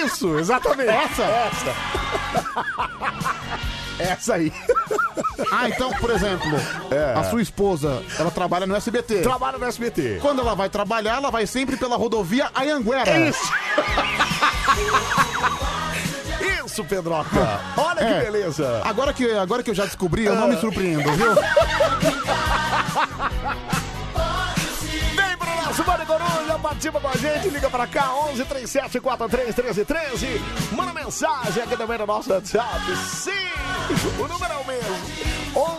Speaker 1: Isso, exatamente.
Speaker 3: Essa?
Speaker 1: Essa. Essa aí.
Speaker 3: Ah, então, por exemplo, a sua esposa, ela trabalha no SBT.
Speaker 1: É. Trabalha no SBT.
Speaker 3: Quando ela vai trabalhar, ela vai sempre pela rodovia Ayanguera.
Speaker 1: É Isso. Isso, Pedroca. Olha
Speaker 3: É.
Speaker 1: que beleza. Ah.
Speaker 3: Agora que, agora que eu já descobri, eu não me surpreendo, viu?
Speaker 1: Vem pro nosso Bande Coruja, participa com a gente, liga pra cá, 11 37 43 13 13. Manda mensagem aqui também no nosso WhatsApp. Sim, o número é o mesmo.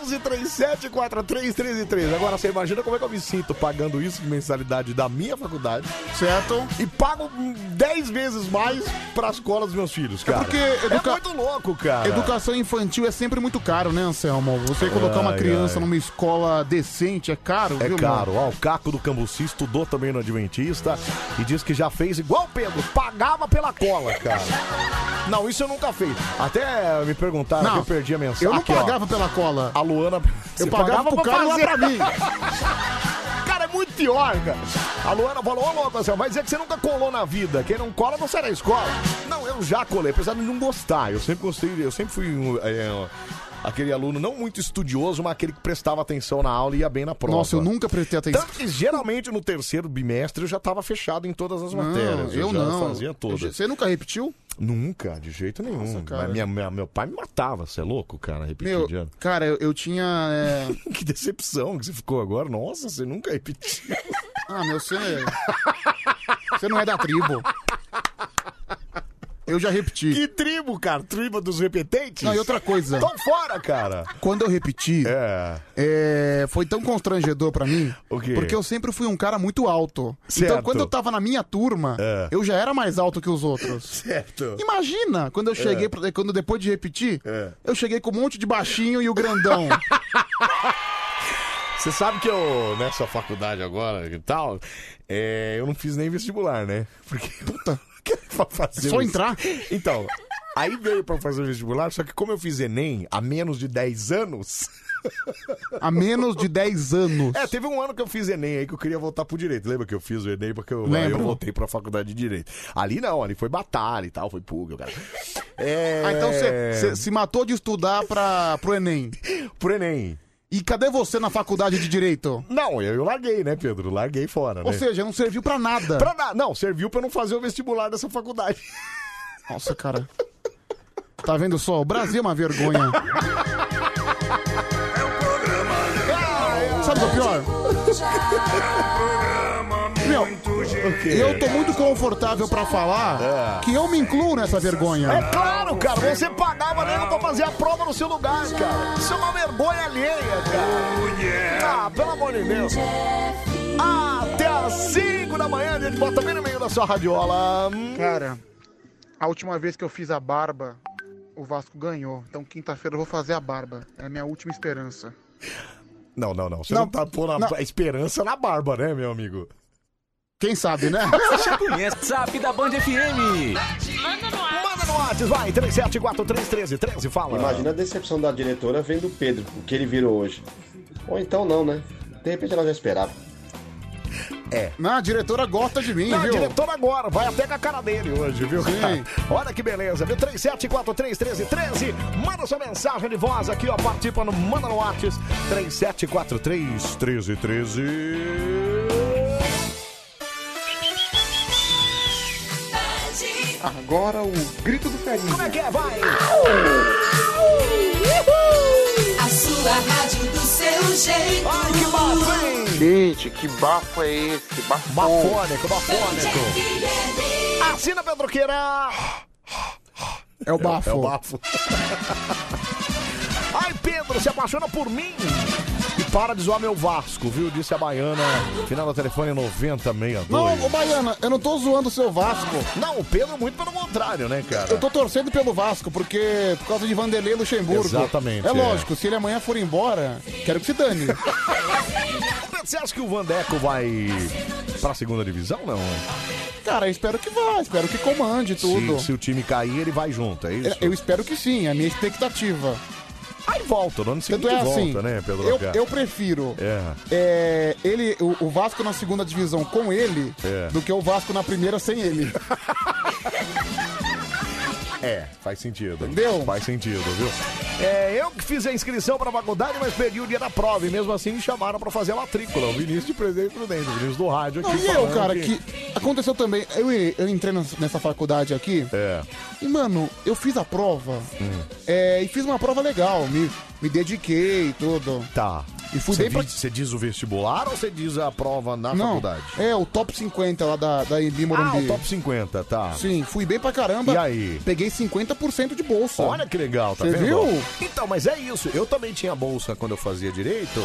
Speaker 1: 11 37 43 13 13. Agora você imagina como é que eu me sinto pagando isso de mensalidade da minha faculdade
Speaker 3: Certo?
Speaker 1: e pago hum, 10 vezes mais pra escola dos meus filhos, cara.
Speaker 3: porque educa-
Speaker 1: é muito louco, cara.
Speaker 3: Educação infantil é sempre muito caro, né, Anselmo? Você colocar uma
Speaker 1: Ai,
Speaker 3: criança
Speaker 1: ai.
Speaker 3: numa escola decente é caro,
Speaker 1: É
Speaker 3: viu,
Speaker 1: caro,
Speaker 3: mano?
Speaker 1: ó, o Caco do Cambuci estudou também no Adventista e diz que já fez igual o Pedro, pagava pela cola, cara. Não, isso eu nunca fiz. Até me perguntaram
Speaker 3: Não,
Speaker 1: que eu perdi a mensagem.
Speaker 3: Eu não
Speaker 1: Aqui, ó,
Speaker 3: pagava pela cola.
Speaker 1: a Luana. Você
Speaker 3: Eu pagava, pro cara lá
Speaker 1: é fazer.
Speaker 3: pra mim.
Speaker 1: Cara, é muito pior, cara. A Luana falou, ô louco, Anselmo, vai dizer que você nunca colou na vida. Quem não cola não sai da escola. Não, eu já colei, apesar de não gostar. Eu sempre gostei, eu sempre fui um, é, um, aquele aluno não muito estudioso, mas aquele que prestava atenção na aula e ia bem na prova. Tá.
Speaker 3: Nossa, eu nunca prestei atenção.
Speaker 1: Tanto que geralmente no terceiro bimestre eu já tava fechado em todas as matérias.
Speaker 3: Não, eu
Speaker 1: já
Speaker 3: não.
Speaker 1: fazia todas.
Speaker 3: Você nunca repetiu?
Speaker 1: Nunca, de jeito nenhum.
Speaker 3: cara.
Speaker 1: Mas minha- minha- meu pai me matava, você é louco, cara, repetir
Speaker 3: Meu,
Speaker 1: de ano.
Speaker 3: cara, eu, eu tinha. é,
Speaker 1: Que decepção que você ficou agora. Nossa, você nunca repetiu.
Speaker 3: Ah, meu, você. Você não é da tribo. Eu já repeti.
Speaker 1: que tribo, cara? Tribo dos repetentes?
Speaker 3: Não, e outra coisa.
Speaker 1: Tão fora, cara.
Speaker 3: Quando eu repeti,
Speaker 1: É.
Speaker 3: é, foi tão constrangedor pra mim.
Speaker 1: O quê?
Speaker 3: Porque eu sempre fui um cara muito alto.
Speaker 1: Certo.
Speaker 3: Então, quando eu tava na minha turma,
Speaker 1: É.
Speaker 3: eu já era mais alto que os outros.
Speaker 1: Certo.
Speaker 3: Imagina, quando eu cheguei, pra- quando depois de repetir,
Speaker 1: É.
Speaker 3: eu cheguei com um monte de baixinho e o grandão.
Speaker 1: Você sabe que eu, nessa faculdade agora e tal, é, eu não fiz nem vestibular, né? Porque. Puta! pra fazer
Speaker 3: Só
Speaker 1: o-
Speaker 3: entrar?
Speaker 1: Então, aí veio pra fazer o vestibular, só que como eu fiz Enem há menos de 10 anos.
Speaker 3: Há menos de 10 anos.
Speaker 1: É, teve um ano que eu fiz Enem aí que eu queria voltar pro direito. Lembra que eu fiz o Enem porque eu, aí eu
Speaker 3: Lembro.
Speaker 1: voltei pra faculdade de direito? Ali não, ali foi batalha e tal, foi pulga, cara. É.
Speaker 3: Ah, então você se matou de estudar pra, pro Enem.
Speaker 1: Pro Enem.
Speaker 3: E cadê você na faculdade de Direito?
Speaker 1: Não, eu, eu larguei, né, Pedro? Larguei fora,
Speaker 3: Ou
Speaker 1: né?
Speaker 3: seja, não serviu pra nada.
Speaker 1: Pra na- Não, serviu pra eu não fazer o vestibular dessa faculdade.
Speaker 3: Nossa, cara. Tá vendo só? O Brasil é uma vergonha. Sabe o que é o pior? Meu, eu tô muito confortável pra falar que eu me incluo nessa
Speaker 1: É
Speaker 3: vergonha.
Speaker 1: claro, cara, você pagava né? mesmo pra fazer a prova no seu lugar, cara. Isso é uma vergonha alheia, cara. Ah, pelo amor de Deus. Até às 5 da manhã, a gente bota bem no meio da sua radiola. Hum,
Speaker 3: Cara, a última vez que eu fiz a barba, o Vasco ganhou. Então quinta-feira eu vou fazer a barba. É a minha última esperança.
Speaker 1: Não, não, não. Você não,
Speaker 3: Não,
Speaker 1: tá pondo a,
Speaker 3: não.
Speaker 1: a esperança na barba, né, meu amigo?
Speaker 3: Quem sabe, né?
Speaker 5: Você já conhece o Zap da Band FM.
Speaker 1: Manda no WhatsApp, vai, 37431313, fala.
Speaker 6: Imagina a decepção da diretora vendo o Pedro, o que ele virou hoje. Ou então não, né? De repente ela já esperava.
Speaker 1: É,
Speaker 3: Não, a diretora gosta de mim,
Speaker 1: Não,
Speaker 3: viu?
Speaker 1: diretor agora, vai até com a cara dele hoje, viu?
Speaker 3: Sim.
Speaker 1: Olha que beleza, viu? 37431313, manda sua mensagem de voz aqui, ó, participa no Manda no Artes, 37431313.
Speaker 6: Agora o grito do Ferinho.
Speaker 1: Como é que é? Vai!
Speaker 2: A sua rádio do seu jeito.
Speaker 1: Ai, que bafo, hein?
Speaker 6: Gente, que bafo é esse? Que bafo.
Speaker 1: Bafônico,
Speaker 2: Band
Speaker 1: bafônico.
Speaker 2: FM.
Speaker 1: Assina, Pedroqueira!
Speaker 3: É o bafo.
Speaker 1: É o bafo. Ai, Pedro, se apaixona por mim? E para de zoar meu Vasco, viu? Disse a Baiana. Final do telefone 9062.
Speaker 3: Não, ô Baiana, eu não tô zoando o seu Vasco.
Speaker 1: Não, o Pedro muito pelo contrário, né, cara?
Speaker 3: Eu tô torcendo pelo Vasco, porque por causa de Vanderlei Luxemburgo.
Speaker 1: Exatamente,
Speaker 3: É,
Speaker 1: é.
Speaker 3: lógico, se ele amanhã for embora, quero que se dane.
Speaker 1: Você acha que o Vandeco vai pra segunda divisão, não?
Speaker 3: Cara, eu espero que vá, espero que comande tudo.
Speaker 1: Se, se o time cair, ele vai junto, é isso?
Speaker 3: É, Eu espero que sim, é a minha expectativa.
Speaker 1: Aí volta, no ano seguinte
Speaker 3: Tanto é
Speaker 1: volta,
Speaker 3: assim,
Speaker 1: né, Pedro?
Speaker 3: eu, eu prefiro
Speaker 1: É.
Speaker 3: é, ele, o, o Vasco na segunda divisão com ele
Speaker 1: É.
Speaker 3: do que o Vasco na primeira sem ele.
Speaker 1: É, faz sentido.
Speaker 3: Entendeu?
Speaker 1: Faz sentido, viu? É, eu que fiz a inscrição pra faculdade, mas perdi o dia da prova. E mesmo assim me chamaram pra fazer a matrícula. O Vinícius de Presidente Prudente, o Vinícius do rádio aqui.
Speaker 3: Não, e eu,
Speaker 1: falando
Speaker 3: cara, que aconteceu também. Eu, eu entrei nas- nessa faculdade aqui
Speaker 1: É. Hum.
Speaker 3: e, mano, eu fiz a prova. É, e fiz uma prova legal, me, me dediquei e tudo.
Speaker 1: Tá.
Speaker 3: E fui
Speaker 1: Você
Speaker 3: bem pra-
Speaker 1: diz, você diz o vestibular ou você diz a prova na
Speaker 3: Não,
Speaker 1: faculdade?
Speaker 3: é o top 50 lá da, da Embi
Speaker 1: Ah, o
Speaker 3: Morumbi.
Speaker 1: top 50, tá.
Speaker 3: Sim, fui bem pra caramba.
Speaker 1: E aí?
Speaker 3: Peguei 50% de bolsa.
Speaker 1: Olha que legal, tá
Speaker 3: Você
Speaker 1: vendo?
Speaker 3: viu?
Speaker 1: Então, mas é isso. Eu também tinha bolsa quando eu fazia direito,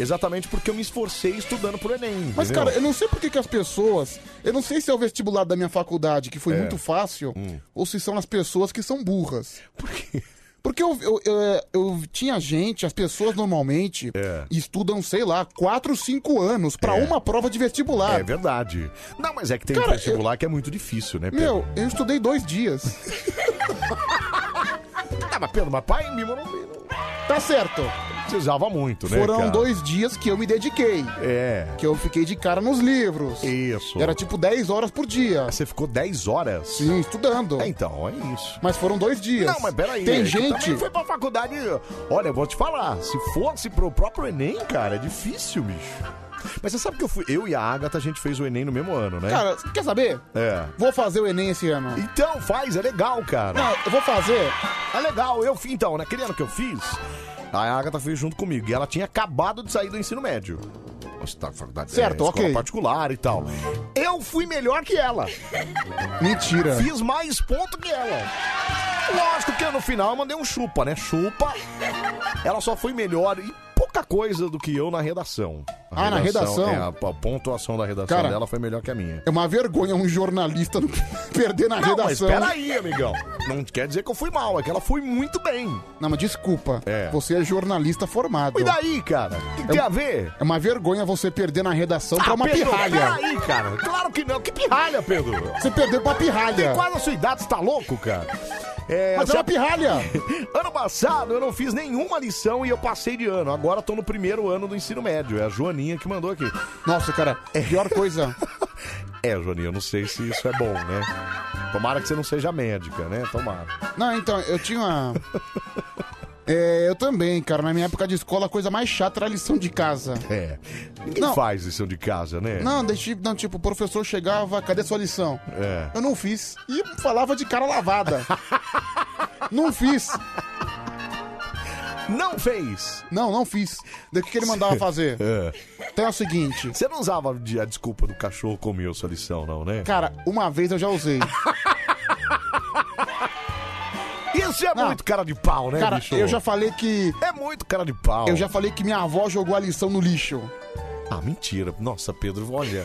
Speaker 1: exatamente porque eu me esforcei estudando pro Enem.
Speaker 3: Mas,
Speaker 1: entendeu?
Speaker 3: cara, eu não sei por que, que as pessoas. Eu não sei se é o vestibular da minha faculdade, que foi
Speaker 1: É.
Speaker 3: muito fácil,
Speaker 1: Hum,
Speaker 3: ou se são as pessoas que são burras.
Speaker 1: Por quê?
Speaker 3: Porque eu, eu, eu, eu tinha gente, as pessoas normalmente
Speaker 1: É.
Speaker 3: estudam, sei lá, 4, 5 anos pra uma prova de vestibular.
Speaker 1: É verdade. Não, mas é que tem
Speaker 3: Ah. Cara,
Speaker 1: vestibular que é muito difícil, né, Pedro?
Speaker 3: Meu, eu estudei dois dias.
Speaker 1: Ah, mas Pedro, mas pai mimo não- não
Speaker 3: Tá certo.
Speaker 1: precisava muito, né,
Speaker 3: Foram
Speaker 1: cara?
Speaker 3: dois dias que eu me dediquei.
Speaker 1: É,
Speaker 3: Que eu fiquei de cara nos livros.
Speaker 1: isso.
Speaker 3: Era tipo 10 horas por dia.
Speaker 1: Você ficou 10 horas?
Speaker 3: Sim, estudando.
Speaker 1: É, então, é isso.
Speaker 3: Mas foram dois dias.
Speaker 1: Não, mas peraí. é
Speaker 3: Tem
Speaker 1: que
Speaker 3: gente.
Speaker 1: Também foi pra faculdade. Olha, eu vou te falar. Se fosse pro próprio Enem, cara, é difícil, bicho. Mas você sabe que eu fui. Eu e a Agatha, a gente fez o Enem no mesmo ano, né?
Speaker 3: Cara, quer saber?
Speaker 1: É.
Speaker 3: Vou fazer o Enem esse ano.
Speaker 1: Então, faz, é legal, cara.
Speaker 3: Não, eu vou fazer.
Speaker 1: É legal. Eu fi- então, naquele ano que eu fiz, a Agatha fez junto comigo. E ela tinha acabado de sair do ensino médio. Você tá na faculdade é,
Speaker 3: Certo,
Speaker 1: escola
Speaker 3: ok.
Speaker 1: particular e tal. Eu fui melhor que ela.
Speaker 3: Mentira.
Speaker 1: Fiz mais ponto que ela. Lógico que no final eu mandei um chupa, né? Chupa. Ela só foi melhor e pouca coisa do que eu na redação. A
Speaker 3: Ah, na redação?
Speaker 1: É, a p- a pontuação da redação
Speaker 3: Cara,
Speaker 1: dela foi melhor que a minha.
Speaker 3: É uma vergonha um jornalista não perder na
Speaker 1: Não, mas
Speaker 3: redação.
Speaker 1: peraí, amigão. Não quer dizer que eu fui mal, é que ela foi muito bem.
Speaker 3: Não, mas desculpa.
Speaker 1: É.
Speaker 3: Você é jornalista formado.
Speaker 1: E daí, cara? O que tem a ver? Ah,
Speaker 3: É uma vergonha você perder na redação pra Então tá uma
Speaker 1: Pedro,
Speaker 3: pirralha.
Speaker 1: Peraí, cara. Claro que não. Que pirralha, Pedro?
Speaker 3: Você perdeu pra pirralha.
Speaker 1: Quase a sua idade, você tá louco, cara? É,
Speaker 3: Mas é
Speaker 1: você-
Speaker 3: uma pirralha.
Speaker 1: Ano passado eu não fiz nenhuma lição e eu passei de ano. Agora tô no primeiro ano do ensino médio. É a Joaninha que mandou aqui.
Speaker 3: Nossa, cara, pior coisa.
Speaker 1: É, Joaninha, eu não sei se isso é bom, né? Tomara que você não seja médica, né? Tomara.
Speaker 3: Não, então, eu tinha uma... É, eu também, cara. Na minha época de escola, a coisa mais chata era a lição de casa.
Speaker 1: É. Ninguém
Speaker 3: Não.
Speaker 1: faz lição de casa, né?
Speaker 3: Não, deixa, não, tipo, o professor chegava, cadê sua lição?
Speaker 1: É.
Speaker 3: Eu não fiz. E falava de cara lavada. não fiz.
Speaker 1: Não fez.
Speaker 3: Não, não fiz. Daí o que, que ele mandava fazer?
Speaker 1: É.
Speaker 3: Então é o seguinte.
Speaker 1: Você não usava de- a desculpa do cachorro comeu sua lição, não, né?
Speaker 3: Cara, uma vez eu já usei.
Speaker 1: Isso é
Speaker 3: Não.
Speaker 1: muito cara de pau, né,
Speaker 3: Cara,
Speaker 1: bicho?
Speaker 3: eu já falei que.
Speaker 1: É muito cara de pau.
Speaker 3: Eu já falei que minha avó jogou a lição no lixo.
Speaker 1: Ah, mentira. Nossa, Pedro, olha.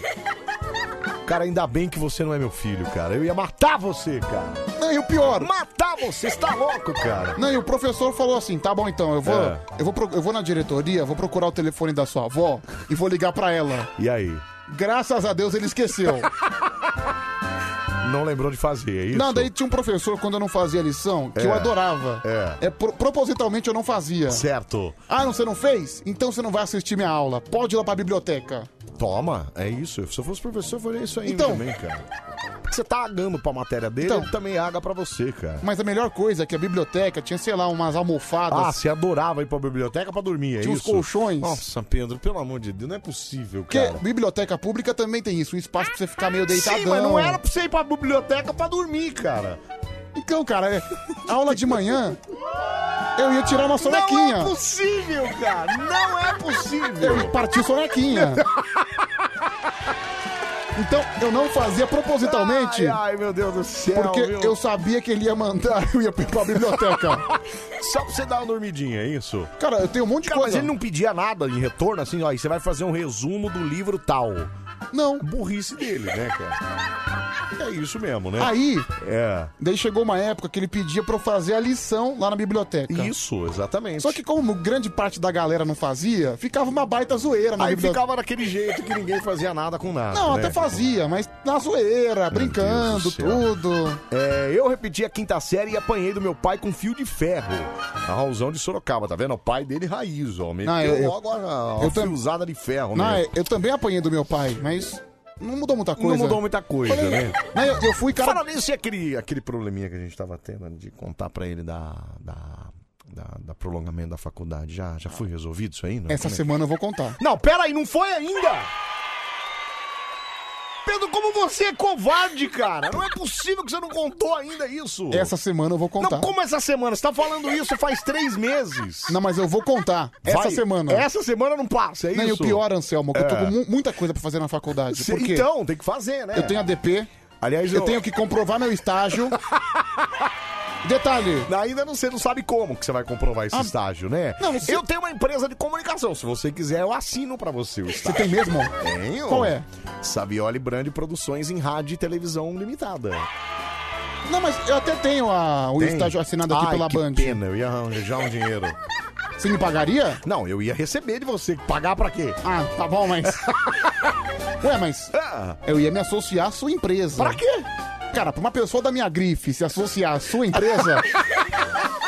Speaker 1: Cara, ainda bem que você não é meu filho, cara. Eu ia matar você, cara.
Speaker 3: Não, e o pior.
Speaker 1: matar você, você tá louco, cara.
Speaker 3: Não, e o professor falou assim: tá bom então, eu vou,
Speaker 1: É.
Speaker 3: eu vou, pro- eu vou na diretoria, vou procurar o telefone da sua avó e vou ligar pra ela.
Speaker 1: E aí?
Speaker 3: Graças a Deus ele esqueceu.
Speaker 1: Não lembrou de fazer, é isso?
Speaker 3: Não, daí tinha um professor, quando eu não fazia lição, que
Speaker 1: É.
Speaker 3: eu adorava.
Speaker 1: É.
Speaker 3: É, pro- propositalmente eu não fazia.
Speaker 1: Certo.
Speaker 3: Ah, não, você não fez? Então você não vai assistir minha aula. Pode ir lá pra biblioteca.
Speaker 1: Toma, é isso. Se eu fosse professor, eu faria isso aí
Speaker 3: Então.
Speaker 1: também, cara. Porque você tá agando pra matéria dele,
Speaker 3: Então.
Speaker 1: ele também aga pra você, cara.
Speaker 3: Mas a melhor coisa é que a biblioteca tinha, sei lá, umas almofadas.
Speaker 1: Ah, você adorava ir pra biblioteca pra dormir, é
Speaker 3: Tinha uns
Speaker 1: isso?
Speaker 3: colchões.
Speaker 1: Nossa, Pedro, pelo amor de Deus, não é possível,
Speaker 3: Porque
Speaker 1: cara.
Speaker 3: biblioteca pública também tem isso, um espaço pra você ficar meio deitadão.
Speaker 1: Sim, mas não era pra você ir pra biblioteca pra dormir, cara.
Speaker 3: Então, cara, é- aula de manhã, eu ia tirar uma sonequinha.
Speaker 1: Não é possível, cara. Não é possível.
Speaker 3: Eu ia partir sonequinha. Então, eu não fazia propositalmente.
Speaker 1: Ai, ai, meu Deus do céu.
Speaker 3: Porque
Speaker 1: viu?
Speaker 3: eu sabia que ele ia mandar, eu ia pra biblioteca.
Speaker 1: Só pra você dar uma dormidinha, é isso?
Speaker 3: Cara, eu tenho um monte de
Speaker 1: Cara, mas
Speaker 3: coisa.
Speaker 1: ele não pedia nada em retorno, assim, ó, e você vai fazer um resumo do livro tal.
Speaker 3: Não.
Speaker 1: Burrice dele, né, cara? É isso mesmo, né?
Speaker 3: Aí,
Speaker 1: É.
Speaker 3: daí chegou uma época que ele pedia pra eu fazer a lição lá na biblioteca.
Speaker 1: Isso, exatamente.
Speaker 3: Só que como grande parte da galera não fazia, ficava uma baita zoeira na
Speaker 1: Aí
Speaker 3: biblioteca.
Speaker 1: ficava daquele jeito que ninguém fazia nada com nada.
Speaker 3: Não,
Speaker 1: né?
Speaker 3: até fazia, mas na zoeira, brincando,
Speaker 1: Deus do céu.
Speaker 3: tudo.
Speaker 1: É, eu repeti a quinta série e apanhei do meu pai com fio de ferro. A Raulzão de Sorocaba, tá vendo? O pai dele raiz, ó. Meteu
Speaker 3: Não, eu-
Speaker 1: logo a, a
Speaker 3: eu tam-
Speaker 1: fiozada de ferro,
Speaker 3: Não, é-
Speaker 1: né?
Speaker 3: eu também apanhei do meu pai, mas não mudou muita coisa.
Speaker 1: Não mudou muita coisa,
Speaker 3: Falei,
Speaker 1: né?
Speaker 3: né, eu, eu fui, cara.
Speaker 1: Fala nisso, e aquele, aquele probleminha que a gente tava tendo de contar pra ele da, da, da, da prolongamento da faculdade. Já, já foi resolvido isso aí? Não?
Speaker 3: Essa
Speaker 1: Como é?
Speaker 3: semana eu vou contar.
Speaker 1: Não, pera aí, não foi ainda! Pedro, como você é covarde, cara! Não é possível que você não contou ainda isso!
Speaker 3: Essa semana eu vou contar.
Speaker 1: Não,
Speaker 3: Não,
Speaker 1: como essa semana? Você tá falando isso faz três meses.
Speaker 3: mas eu vou contar. Essa
Speaker 1: Vai.
Speaker 3: semana.
Speaker 1: Essa semana não passa, é isso?
Speaker 3: Não, Né, e o pior, Anselmo, que eu tô
Speaker 1: É.
Speaker 3: com mu- muita coisa pra fazer na faculdade.
Speaker 1: Cê-
Speaker 3: porque
Speaker 1: Então, tem que fazer, né?
Speaker 3: eu tenho a DP,
Speaker 1: Aliás, eu,
Speaker 3: eu tenho que comprovar meu estágio. Detalhe, Ah,
Speaker 1: Ainda não, você não sabe como que você vai comprovar esse estágio, né?
Speaker 3: Não, você-
Speaker 1: Eu tenho uma empresa de comunicação. Se você quiser, eu assino pra você o
Speaker 3: você
Speaker 1: estágio.
Speaker 3: tem mesmo?
Speaker 1: Tenho.
Speaker 3: Qual é?
Speaker 1: Savioli Brand Produções em Rádio e Televisão Limitada.
Speaker 3: Não, mas eu até tenho a- o
Speaker 1: Tem?
Speaker 3: estágio assinado aqui
Speaker 1: Ai,
Speaker 3: pela
Speaker 1: que
Speaker 3: Band.
Speaker 1: pena, eu ia arranjar um dinheiro.
Speaker 3: Você me pagaria?
Speaker 1: Não, eu ia receber de você. Pagar pra quê?
Speaker 3: Ah, tá bom, mas. Ué, mas
Speaker 1: Ah,
Speaker 3: eu ia me associar à sua empresa.
Speaker 1: pra quê?
Speaker 3: Cara, pra uma pessoa da minha grife se associar à sua empresa,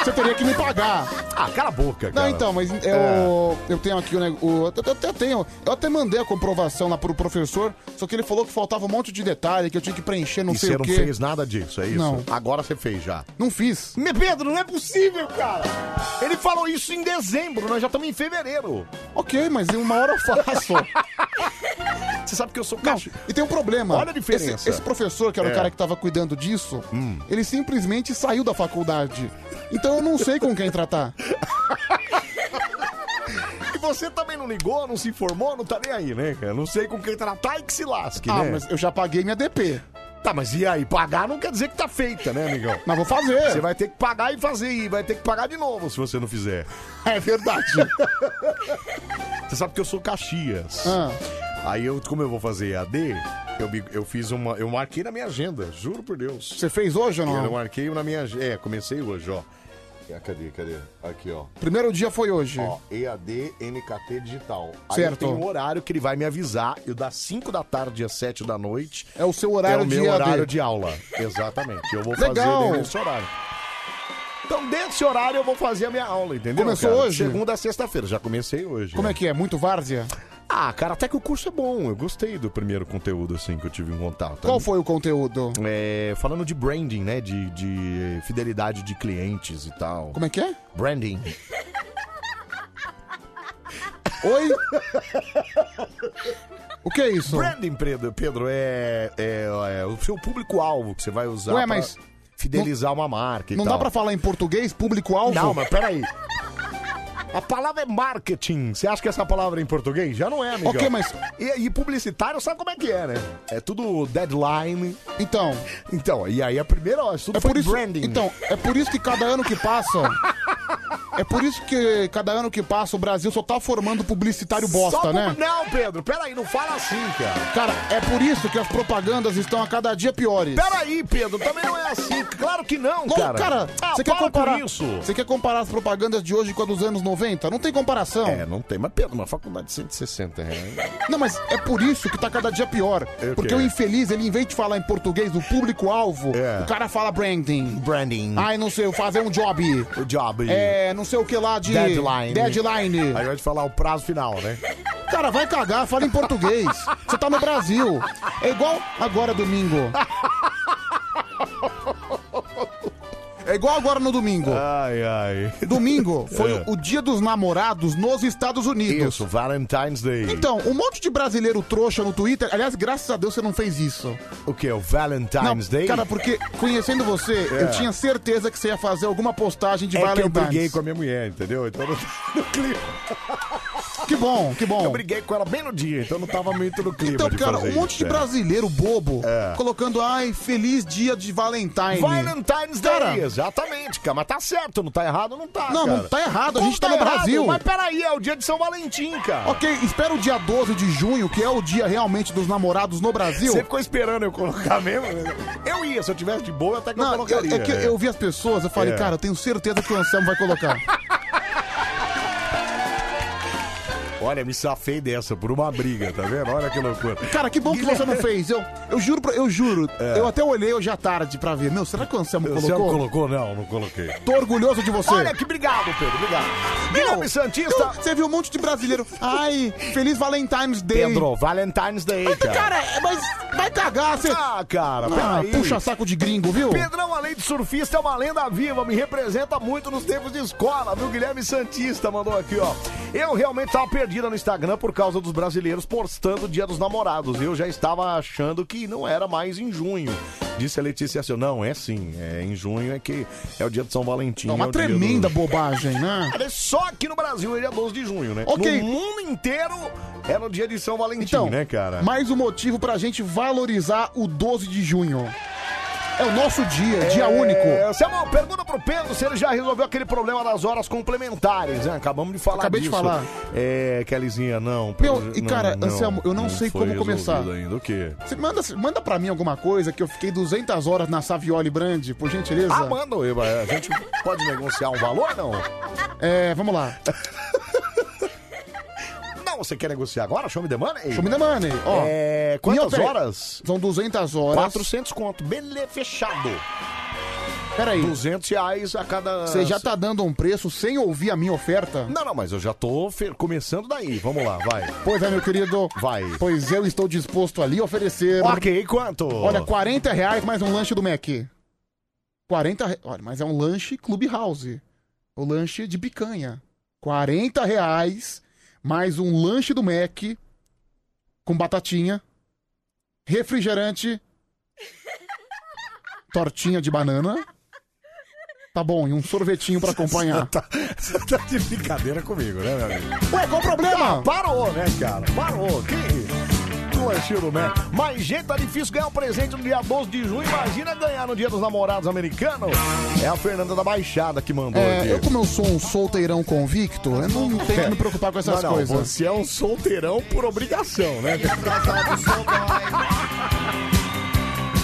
Speaker 3: você teria que me pagar.
Speaker 1: Ah, cala a boca,
Speaker 3: Não,
Speaker 1: cara.
Speaker 3: então, mas eu,
Speaker 1: É.
Speaker 3: eu tenho aqui o negócio. Eu até tenho. Eu até mandei a comprovação lá pro professor, só que ele falou que faltava um monte de detalhe, que eu tinha que preencher, não
Speaker 1: E
Speaker 3: sei
Speaker 1: você
Speaker 3: o
Speaker 1: não
Speaker 3: quê.
Speaker 1: fez nada disso, é isso?
Speaker 3: Não.
Speaker 1: Agora você fez já.
Speaker 3: Não fiz.
Speaker 1: Me Pedro, não é possível, cara. Ele falou isso em dezembro, nós já estamos em fevereiro.
Speaker 3: Ok, mas em uma hora eu faço.
Speaker 1: Você sabe que eu sou
Speaker 3: Não,
Speaker 1: caixa.
Speaker 3: e tem um problema.
Speaker 1: Olha a diferença.
Speaker 3: Esse, esse professor, que era
Speaker 1: É. Hum.
Speaker 3: o cara que tava cuidando disso, ele simplesmente saiu da faculdade. Então eu não sei com quem tratar.
Speaker 1: E você também não ligou, não se informou, não tá nem aí, né, cara? Não sei com quem tratar e que se lasque,
Speaker 3: ah,
Speaker 1: né?
Speaker 3: mas eu já paguei minha DP.
Speaker 1: Tá, mas e aí? Pagar não quer dizer que tá feita, né, amigão?
Speaker 3: Mas vou
Speaker 1: Você
Speaker 3: fazer.
Speaker 1: vai ter que pagar e fazer, e vai ter que pagar de novo se você não fizer.
Speaker 3: É verdade.
Speaker 1: Você sabe que eu sou Caxias.
Speaker 3: Ah,
Speaker 1: Aí eu, como eu vou fazer EAD, eu, me- eu fiz uma. Eu marquei na minha agenda, juro por Deus.
Speaker 3: você fez hoje ou
Speaker 1: Eu
Speaker 3: não?
Speaker 1: marquei na minha agenda. É, comecei hoje, ó. Ah, Cadê, cadê? Aqui, ó.
Speaker 3: Primeiro dia foi hoje.
Speaker 1: Ó, EAD NKT Digital.
Speaker 3: Certo.
Speaker 1: Aí tem um horário que ele vai me avisar. Eu das 5 da tarde às 7 da noite.
Speaker 3: É o seu horário
Speaker 1: é o
Speaker 3: de
Speaker 1: meu
Speaker 3: EAD.
Speaker 1: horário de aula. Exatamente. Eu vou
Speaker 3: Legal.
Speaker 1: fazer nesse horário. Então, desse horário eu vou fazer a minha aula, entendeu?
Speaker 3: Começou
Speaker 1: cara?
Speaker 3: hoje?
Speaker 1: Segunda a sexta-feira, já comecei hoje.
Speaker 3: Como é que é? Muito várzea?
Speaker 1: Ah, cara, até que o curso é bom. Eu gostei do primeiro conteúdo, assim, que eu tive em contato.
Speaker 3: Qual foi o conteúdo?
Speaker 1: É, falando de branding, né? De, de fidelidade de clientes e tal.
Speaker 3: Como é que é?
Speaker 1: Branding.
Speaker 3: Oi? o que é isso?
Speaker 1: Branding, Pedro, Pedro é, é- é o seu público-alvo que você vai usar
Speaker 3: Ué,
Speaker 1: pra
Speaker 3: mas
Speaker 1: fidelizar uma marca e
Speaker 3: Não dá
Speaker 1: tal.
Speaker 3: pra falar em português, público-alvo?
Speaker 1: Não, mas peraí. A palavra é marketing. Você acha que essa palavra é em português? Já não é, amigo.
Speaker 3: Ok, mas-
Speaker 1: E, e publicitário sabe como é que é, né? É tudo deadline.
Speaker 3: Então,
Speaker 1: Então, e aí a primeira, ó, isso tudo
Speaker 3: é
Speaker 1: foi
Speaker 3: por isso.
Speaker 1: branding.
Speaker 3: Então, é por isso que cada ano que passa. É por isso que cada ano que passa o Brasil só tá formando publicitário bosta,
Speaker 1: Só
Speaker 3: né?
Speaker 1: por- Não, Pedro, peraí, não fala assim, cara.
Speaker 3: Cara, é por isso que as propagandas estão a cada dia piores.
Speaker 1: Peraí, Pedro, também não é assim. Claro que não,
Speaker 3: Não,
Speaker 1: cara.
Speaker 3: cara,
Speaker 1: Ah,
Speaker 3: você quer
Speaker 1: para com
Speaker 3: comparar
Speaker 1: isso?
Speaker 3: Você quer comparar as propagandas de hoje com a dos anos 90? Não tem comparação.
Speaker 1: É, não tem. Mas, Pedro, uma faculdade de 160 reais.
Speaker 3: Não, mas é por isso que tá cada dia pior.
Speaker 1: É o
Speaker 3: Porque
Speaker 1: quê?
Speaker 3: o infeliz, ele em vez de falar em português do público-alvo,
Speaker 1: É.
Speaker 3: o cara fala branding.
Speaker 1: Branding.
Speaker 3: Ai, não sei, fazer um job.
Speaker 1: O job.
Speaker 3: É, não sei o que lá de.
Speaker 1: Deadline.
Speaker 3: Deadline.
Speaker 1: Aí vai te falar o prazo final, né?
Speaker 3: Cara, vai cagar, fala em é português. Você tá no Brasil. É igual agora domingo. É igual agora no domingo.
Speaker 1: Ai, ai.
Speaker 3: Domingo foi
Speaker 1: É.
Speaker 3: o dia dos namorados nos Estados Unidos.
Speaker 1: Isso, Valentine's Day.
Speaker 3: Então, um monte de brasileiro trouxa no Twitter. Aliás, graças a Deus você não fez isso.
Speaker 1: O que? O Valentine's Day?
Speaker 3: Cara, porque conhecendo você,
Speaker 1: É.
Speaker 3: eu tinha certeza que você ia fazer alguma postagem de
Speaker 1: é que eu briguei
Speaker 3: Valentine's.
Speaker 1: com a minha mulher, entendeu? Então eu não tava no clima.
Speaker 3: Que bom, que bom.
Speaker 1: Eu briguei com ela bem no dia, então eu não tava muito no clima.
Speaker 3: Então,
Speaker 1: de
Speaker 3: cara,
Speaker 1: fazer
Speaker 3: um monte
Speaker 1: isso,
Speaker 3: de
Speaker 1: é.
Speaker 3: brasileiro bobo
Speaker 1: É.
Speaker 3: colocando, ai, feliz dia de Valentine.
Speaker 1: Valentine's Day,
Speaker 3: Cara.
Speaker 1: exatamente, cara. Mas tá certo, não tá errado, não tá.
Speaker 3: Não,
Speaker 1: cara.
Speaker 3: não tá errado, a
Speaker 1: Não
Speaker 3: gente tá no
Speaker 1: errado,
Speaker 3: Brasil.
Speaker 1: Mas peraí, é o dia de São Valentim, cara.
Speaker 3: Ok, espera o dia 12 de junho, que é o dia realmente dos namorados no Brasil.
Speaker 1: Você ficou esperando eu colocar Tá mesmo? Eu ia, se eu tivesse de boa, até que eu
Speaker 3: Não, eu,
Speaker 1: colocaria.
Speaker 3: é que eu vi as pessoas, eu falei,
Speaker 1: É.
Speaker 3: cara, eu tenho certeza que o Anselmo vai colocar.
Speaker 1: Olha, me safei dessa por uma briga, tá vendo? Olha que loucura.
Speaker 3: Cara, que bom que você não fez. Eu, eu juro, pra- eu juro. Eu até olhei hoje à tarde pra ver. Meu, será que o Anselmo
Speaker 1: Você
Speaker 3: colocou?
Speaker 1: não É. colocou? Não, não coloquei.
Speaker 3: Tô orgulhoso de você.
Speaker 1: Olha que obrigado, Pedro, obrigado. Guilherme Santista.
Speaker 3: Eu- Você viu um monte de brasileiro. Ai, feliz Valentine's Day.
Speaker 1: Pedro, Valentine's Day,
Speaker 3: Mas,
Speaker 1: cara.
Speaker 3: cara, é- mas vai cagar, você.
Speaker 1: Ah, cara,
Speaker 3: Ah,
Speaker 1: peraí.
Speaker 3: puxa saco de gringo, viu?
Speaker 1: Pedrão, além de surfista, é uma lenda viva, me representa muito nos tempos de escola, viu? Guilherme Santista mandou aqui, ó. Eu realmente tava perdida no Instagram por causa dos brasileiros postando o Dia dos Namorados. Eu já estava achando que não era mais em junho. Disse a Letícia assim, não, é sim, é em junho é que é o dia de São Valentim.
Speaker 3: É
Speaker 1: é
Speaker 3: uma
Speaker 1: o dia do-
Speaker 3: tremenda bobagem, né?
Speaker 1: Cara, é Só aqui no Brasil é dia 12 de junho, né?
Speaker 3: Ok.
Speaker 1: No mundo inteiro é no dia de São Valentim,
Speaker 3: Então,
Speaker 1: né, cara?
Speaker 3: mais um motivo pra gente valorizar o 12 de junho. É o nosso dia, dia único.
Speaker 1: É, Samuel, pergunta pro Pedro se ele já resolveu aquele problema das horas complementares, né? Acabamos de falar
Speaker 3: Acabei de
Speaker 1: disso.
Speaker 3: falar.
Speaker 1: É, Kellyzinha, não.
Speaker 3: Meu,
Speaker 1: pelo-
Speaker 3: e cara, Anselmo, eu não sei
Speaker 1: foi
Speaker 3: como começar.
Speaker 1: resolvido Ainda. O quê?
Speaker 3: Você manda, manda pra mim alguma coisa que eu fiquei 200 horas na Savioli Brand, por gentileza?
Speaker 1: Ah, manda, Eva. A gente pode negociar um valor, não?
Speaker 3: É, vamos lá.
Speaker 1: Não, você quer negociar agora? Show me the money?
Speaker 3: Show me the money. Ó,
Speaker 1: É, quantas
Speaker 3: minha-
Speaker 1: horas?
Speaker 3: São 200 horas.
Speaker 1: 400 conto. Beleza, fechado.
Speaker 3: Peraí,
Speaker 1: 200 reais a cada...
Speaker 3: você já tá dando um preço sem ouvir a minha oferta?
Speaker 1: Não, não, mas eu já tô fe- começando daí. Vamos lá, vai.
Speaker 3: Pois é, meu querido.
Speaker 1: Vai.
Speaker 3: Pois eu estou disposto ali a oferecer.
Speaker 1: Ok, quanto?
Speaker 3: Olha, 40 reais mais um lanche do Mac. 40 re... Olha, mas é um lanche Clubhouse. O lanche de picanha. 40 reais mais um lanche do Mac com batatinha, refrigerante, tortinha de banana. Tá bom, e um sorvetinho pra acompanhar.
Speaker 1: Tá, você tá de brincadeira comigo, né, meu amigo?
Speaker 3: Ué, qual o problema?
Speaker 1: Parou, né, cara? Parou. Que lanchinho, né? Mas, gente, tá difícil ganhar um presente no dia 12 de junho. Imagina ganhar no dia dos namorados americanos. É a Fernanda da Baixada que mandou
Speaker 3: É,
Speaker 1: aqui. É.
Speaker 3: eu, como eu sou um solteirão convicto, eu não tenho que me preocupar com essas
Speaker 1: Não, não,
Speaker 3: coisas.
Speaker 1: Você é um solteirão por obrigação, né?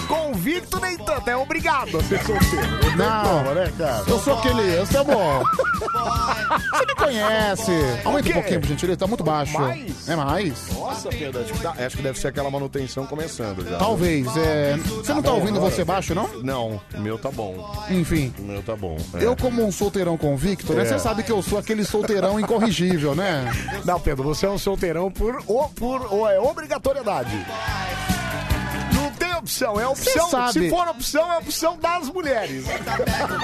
Speaker 1: Convicto nem tanto, é obrigado a ser solteiro.
Speaker 3: Não.
Speaker 1: Toma, né, cara?
Speaker 3: Eu sou aquele, eu sou bom. Você me conhece. Aumenta um pouquinho, por gentileza, tá muito baixo.
Speaker 1: Mais?
Speaker 3: É mais?
Speaker 1: Nossa, Pedro, acho que, dá- acho que deve ser aquela manutenção começando já.
Speaker 3: Talvez. É... Você não tá
Speaker 1: bom,
Speaker 3: ouvindo
Speaker 1: agora.
Speaker 3: você baixo, não?
Speaker 1: Não, o meu tá bom.
Speaker 3: Enfim.
Speaker 1: O meu tá bom. é.
Speaker 3: Eu, como um solteirão convicto, né?
Speaker 1: É.
Speaker 3: Você sabe que eu sou aquele solteirão incorrigível, né?
Speaker 1: Não, Pedro, você é um solteirão por, ou, por ou é obrigatoriedade. Não tem opção, é opção.
Speaker 3: Cê sabe.
Speaker 1: Se for opção, é opção das mulheres.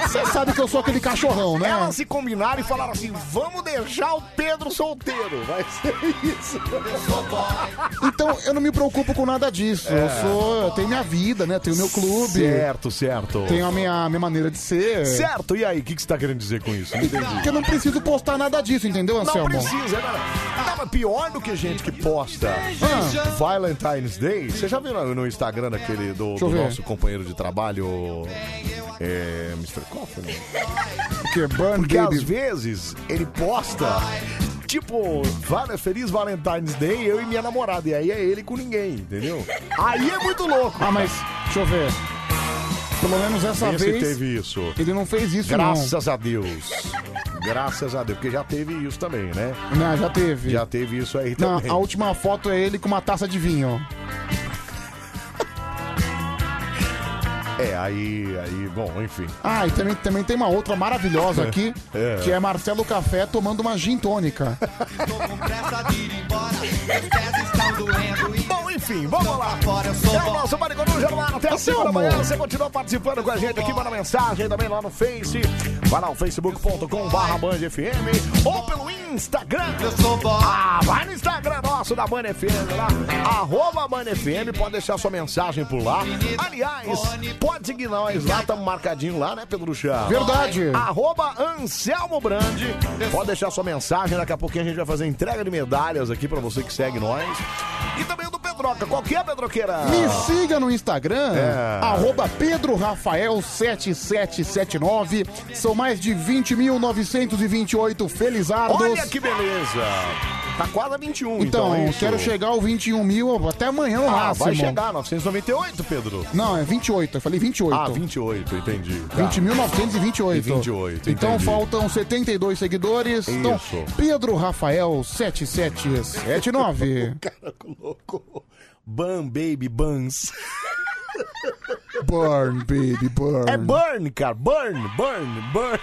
Speaker 3: Você sabe que eu sou aquele cachorrão, né?
Speaker 1: Elas se combinaram e falaram assim: vamos deixar o Pedro solteiro. Vai ser isso.
Speaker 3: Então eu não me preocupo com nada disso. Eu sou. Eu tenho minha vida, né? Eu Tenho meu clube.
Speaker 1: É. Certo, certo.
Speaker 3: Tenho a minha, minha maneira de ser.
Speaker 1: Certo, e aí, o que, que você tá querendo dizer com isso? Não entendi.
Speaker 3: Que eu não preciso postar nada disso, entendeu,
Speaker 1: Não
Speaker 3: Anselmo?
Speaker 1: precisa, é Ah. cara. Tava pior do que gente que posta
Speaker 3: Ah.
Speaker 1: Valentine's Day. Você já viu no no Instagram aquele do,
Speaker 3: Deixa eu
Speaker 1: do
Speaker 3: ver.
Speaker 1: nosso companheiro de trabalho, É. Mr. Coffin.
Speaker 3: Que burn,
Speaker 1: Porque
Speaker 3: baby.
Speaker 1: às vezes ele posta, tipo, vale, Feliz Valentine's Day, eu e minha namorada. E aí é ele com ninguém, entendeu? Aí é muito louco.
Speaker 3: Ah, mas, deixa eu ver. Pelo menos essa
Speaker 1: Vê se
Speaker 3: vez.
Speaker 1: teve isso.
Speaker 3: Ele não fez isso,
Speaker 1: Graças a Deus. Graças a Deus, porque já teve isso também, né?
Speaker 3: não. Não, já teve.
Speaker 1: Já teve isso aí
Speaker 3: Não,
Speaker 1: também.
Speaker 3: a última foto é ele com uma taça de vinho.
Speaker 1: É, aí, aí, bom, enfim.
Speaker 3: Ah, e também, também tem uma outra maravilhosa aqui,
Speaker 1: É.
Speaker 3: que é Marcelo Café tomando uma gin tônica.
Speaker 1: Bom, enfim, vamos lá. É o nosso Mário Coruja no ar até as 5 da manhã. Você continua participando com a gente aqui, manda mensagem também lá no Face. Vai lá no facebook.com.br BandFM ou pelo Instagram. Ah, vai no Instagram nosso da Band FM lá. Arroba Band FM, pode deixar sua mensagem por lá. Aliás, pode seguir nós lá, estamos marcadinho lá, né, Pedro Chá?
Speaker 3: Verdade.
Speaker 1: Arroba Anselmo Brandi. Pode deixar sua mensagem, daqui a pouquinho a gente vai fazer entrega de medalhas aqui pra você que segue nós. E também o do Pedroca. Qual que é, Pedroqueira?
Speaker 3: Me siga no Instagram,
Speaker 1: É.
Speaker 3: arroba PedroRafael7779. São mais de 20.928 felizardos.
Speaker 1: Olha que beleza! Tá quase a 21, então.
Speaker 3: Então,
Speaker 1: é isso.
Speaker 3: quero chegar ao 21 mil até amanhã no
Speaker 1: Ah,
Speaker 3: máximo.
Speaker 1: vai chegar 998, Pedro.
Speaker 3: Não, é 28, eu falei 28.
Speaker 1: Ah, 28, entendi. Tá.
Speaker 3: 20.928.
Speaker 1: 28,
Speaker 3: Então
Speaker 1: entendi.
Speaker 3: faltam 72 seguidores. Então,
Speaker 1: Isso.
Speaker 3: Pedro Rafael 7779.
Speaker 1: cara colocou Ban Baby Buns.
Speaker 3: burn, baby, burn.
Speaker 1: É burn, cara. Burn, burn, burn.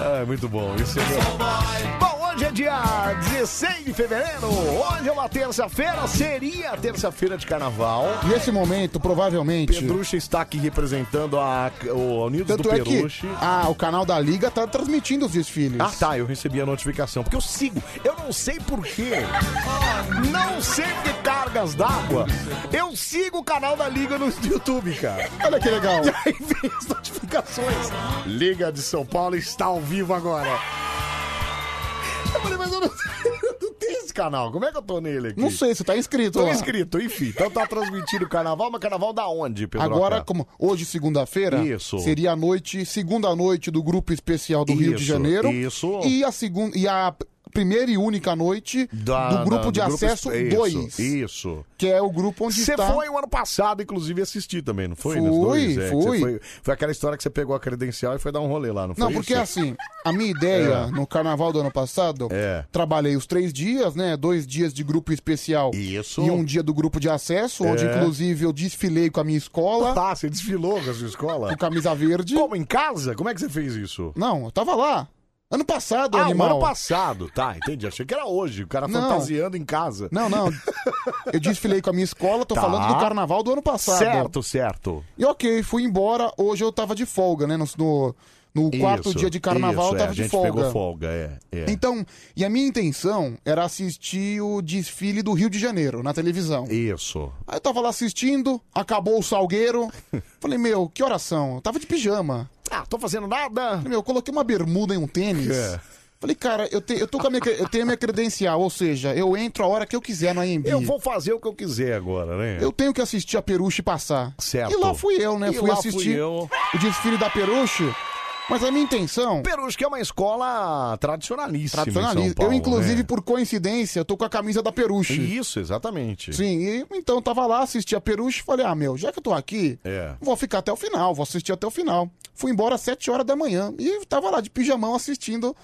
Speaker 1: Ah, muito bom. Isso é bom. Bom, hoje é dia 16 de fevereiro. Hoje é uma terça-feira. Seria a terça-feira de carnaval.
Speaker 3: Nesse momento, provavelmente.
Speaker 1: Pedrucha está aqui representando a, o Unidos
Speaker 3: Tanto
Speaker 1: do
Speaker 3: é que
Speaker 1: Peruche.
Speaker 3: ah, o canal da Liga tá transmitindo os desfiles.
Speaker 1: Ah, tá, eu recebi a notificação. Porque eu sigo, eu não sei porquê. Não sei que cargas d'água. Eu sigo o canal da Liga no YouTube, cara.
Speaker 3: Olha que legal.
Speaker 1: E aí vem as notificações. Liga de São Paulo está ao vivo agora. Eu falei, mas eu não, não tenho esse canal. Como é que eu tô nele aqui?
Speaker 3: Não sei, você tá inscrito.
Speaker 1: Tô
Speaker 3: lá.
Speaker 1: inscrito, enfim. Então tá transmitindo o carnaval, mas carnaval da onde, Pedro?
Speaker 3: Agora, como hoje, segunda-feira,
Speaker 1: Isso.
Speaker 3: seria a noite, segunda noite do grupo especial do Rio de
Speaker 1: Isso,
Speaker 3: Janeiro.
Speaker 1: isso.
Speaker 3: E a segunda e a primeira e única noite do grupo de acesso
Speaker 1: Isso,
Speaker 3: 2,
Speaker 1: Isso.
Speaker 3: que é o grupo onde
Speaker 1: Você
Speaker 3: está
Speaker 1: foi o ano passado, inclusive, assistir também, não foi?
Speaker 3: Fui,
Speaker 1: dois, é, que
Speaker 3: fui.
Speaker 1: você Foi, foi aquela história que você pegou a credencial e foi dar um rolê lá, não foi
Speaker 3: Não, porque
Speaker 1: isso?
Speaker 3: assim, a minha
Speaker 1: É.
Speaker 3: ideia no carnaval do ano passado,
Speaker 1: É.
Speaker 3: trabalhei os três dias, né? Dois dias de grupo especial
Speaker 1: Isso.
Speaker 3: e um dia do grupo de acesso, onde
Speaker 1: É.
Speaker 3: inclusive eu desfilei com a minha escola,
Speaker 1: Tá, você desfilou com a sua escola?
Speaker 3: com camisa verde.
Speaker 1: Como, em casa? Como é que você fez isso?
Speaker 3: Não, eu tava lá. Ano passado,
Speaker 1: Ah,
Speaker 3: animal.
Speaker 1: o ano passado. Tá, entendi. Achei que era hoje. O cara
Speaker 3: Não.
Speaker 1: fantasiando em casa.
Speaker 3: Não, não. Eu desfilei com a minha escola, tô
Speaker 1: Tá.
Speaker 3: falando do carnaval do ano passado.
Speaker 1: Certo, certo.
Speaker 3: E ok, fui embora. Hoje eu tava de folga, né? No, no, no quarto
Speaker 1: Isso,
Speaker 3: dia de carnaval
Speaker 1: isso,
Speaker 3: eu tava
Speaker 1: é, a
Speaker 3: de
Speaker 1: gente
Speaker 3: folga.
Speaker 1: pegou folga, é. é.
Speaker 3: Então, e a minha intenção era assistir o desfile do Rio de Janeiro na televisão.
Speaker 1: Isso.
Speaker 3: Aí eu tava lá assistindo, acabou o salgueiro. Falei, meu, que oração? Eu tava de pijama.
Speaker 1: Ah, tô fazendo nada.
Speaker 3: Falei, meu, eu coloquei uma bermuda e um tênis.
Speaker 1: É.
Speaker 3: Falei, cara, eu, te- eu, tô com a minha, cre- eu tenho a minha credencial, ou seja, eu entro a hora que eu quiser no AMB.
Speaker 1: Eu vou fazer o que eu quiser agora, né?
Speaker 3: Eu tenho que assistir a Peruche passar.
Speaker 1: Certo.
Speaker 3: E lá fui eu, né?
Speaker 1: E
Speaker 3: fui
Speaker 1: lá fui
Speaker 3: assistir
Speaker 1: eu.
Speaker 3: o desfile da Peruche. Mas a minha intenção.
Speaker 1: Perus, que é uma escola tradicionalíssima em São
Speaker 3: Tradicionalista.
Speaker 1: Paulo,
Speaker 3: eu, inclusive,
Speaker 1: né?
Speaker 3: por coincidência, eu tô com a camisa da Peruche.
Speaker 1: Isso, exatamente.
Speaker 3: Sim, e, então tava lá, assisti a Peruche, falei, ah, meu, já que eu tô aqui,
Speaker 1: É.
Speaker 3: vou ficar até o final, vou assistir até o final. Fui embora às 7 horas da manhã e tava lá de pijamão assistindo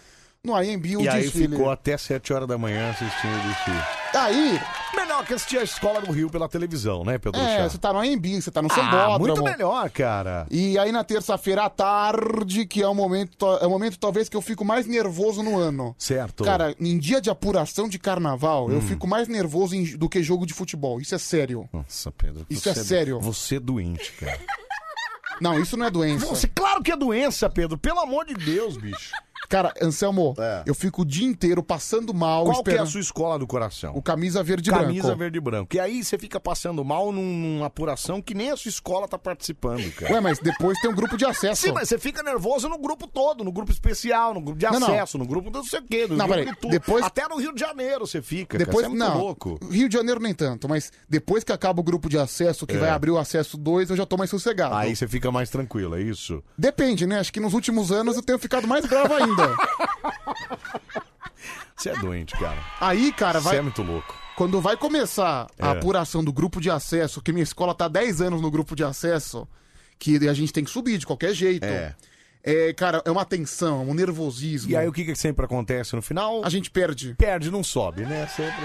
Speaker 3: no IMB o
Speaker 1: E aí
Speaker 3: desfile.
Speaker 1: ficou até 7 horas da manhã assistindo o desfile.
Speaker 3: Aí,
Speaker 1: Melhor que assistir a escola do Rio pela televisão, né, Pedro?
Speaker 3: é,
Speaker 1: Chá?
Speaker 3: você tá no IMB, você tá no
Speaker 1: ah,
Speaker 3: Sambódromo.
Speaker 1: muito melhor, cara.
Speaker 3: E aí na terça-feira à tarde, que é o momento, é o momento talvez que eu fico mais nervoso no ano.
Speaker 1: Certo.
Speaker 3: Cara, em dia de apuração de carnaval,
Speaker 1: Hum.
Speaker 3: eu fico mais nervoso em- do que jogo de futebol. Isso é sério.
Speaker 1: Nossa, Pedro.
Speaker 3: Isso
Speaker 1: você
Speaker 3: é sério.
Speaker 1: Você é doente, cara.
Speaker 3: Não, isso não é doença.
Speaker 1: Você, claro que é doença, Pedro. Pelo amor de Deus, bicho. É.
Speaker 3: Cara, Anselmo, eu fico o dia inteiro passando mal
Speaker 1: Qual que é a
Speaker 3: esperando
Speaker 1: sua escola do coração?
Speaker 3: o camisa verde e
Speaker 1: Camisa
Speaker 3: branco.
Speaker 1: verde e branco. E aí você fica passando mal num- numa apuração que nem a sua escola tá participando, cara.
Speaker 3: Ué, mas depois tem um grupo de acesso.
Speaker 1: Sim, mas você fica nervoso no grupo todo, no grupo especial, no grupo de
Speaker 3: Não, não.
Speaker 1: acesso, no grupo do não sei o quê, no
Speaker 3: Não,
Speaker 1: grupo
Speaker 3: peraí,
Speaker 1: de tudo.
Speaker 3: depois-
Speaker 1: Até no Rio de Janeiro você fica,
Speaker 3: Depois,
Speaker 1: cara. Você é muito
Speaker 3: não,
Speaker 1: louco.
Speaker 3: Rio de Janeiro nem tanto, mas depois que acaba o grupo de acesso, que
Speaker 1: É.
Speaker 3: vai abrir o acesso 2, eu já tô mais sossegado.
Speaker 1: Aí você fica mais tranquilo, é isso?
Speaker 3: Depende, né? Acho que nos últimos anos eu tenho ficado mais bravo ainda.
Speaker 1: Você é doente, cara.
Speaker 3: Aí, cara,
Speaker 1: Você
Speaker 3: vai.
Speaker 1: é muito louco.
Speaker 3: Quando vai começar a
Speaker 1: É.
Speaker 3: apuração do grupo de acesso, que minha escola tá 10 anos no grupo de acesso, que a gente tem que subir de qualquer jeito.
Speaker 1: É.
Speaker 3: É, cara, é uma tensão, é um nervosismo.
Speaker 1: E aí o que, que sempre acontece no final?
Speaker 3: A gente perde.
Speaker 1: Perde, não sobe, né? Sempre.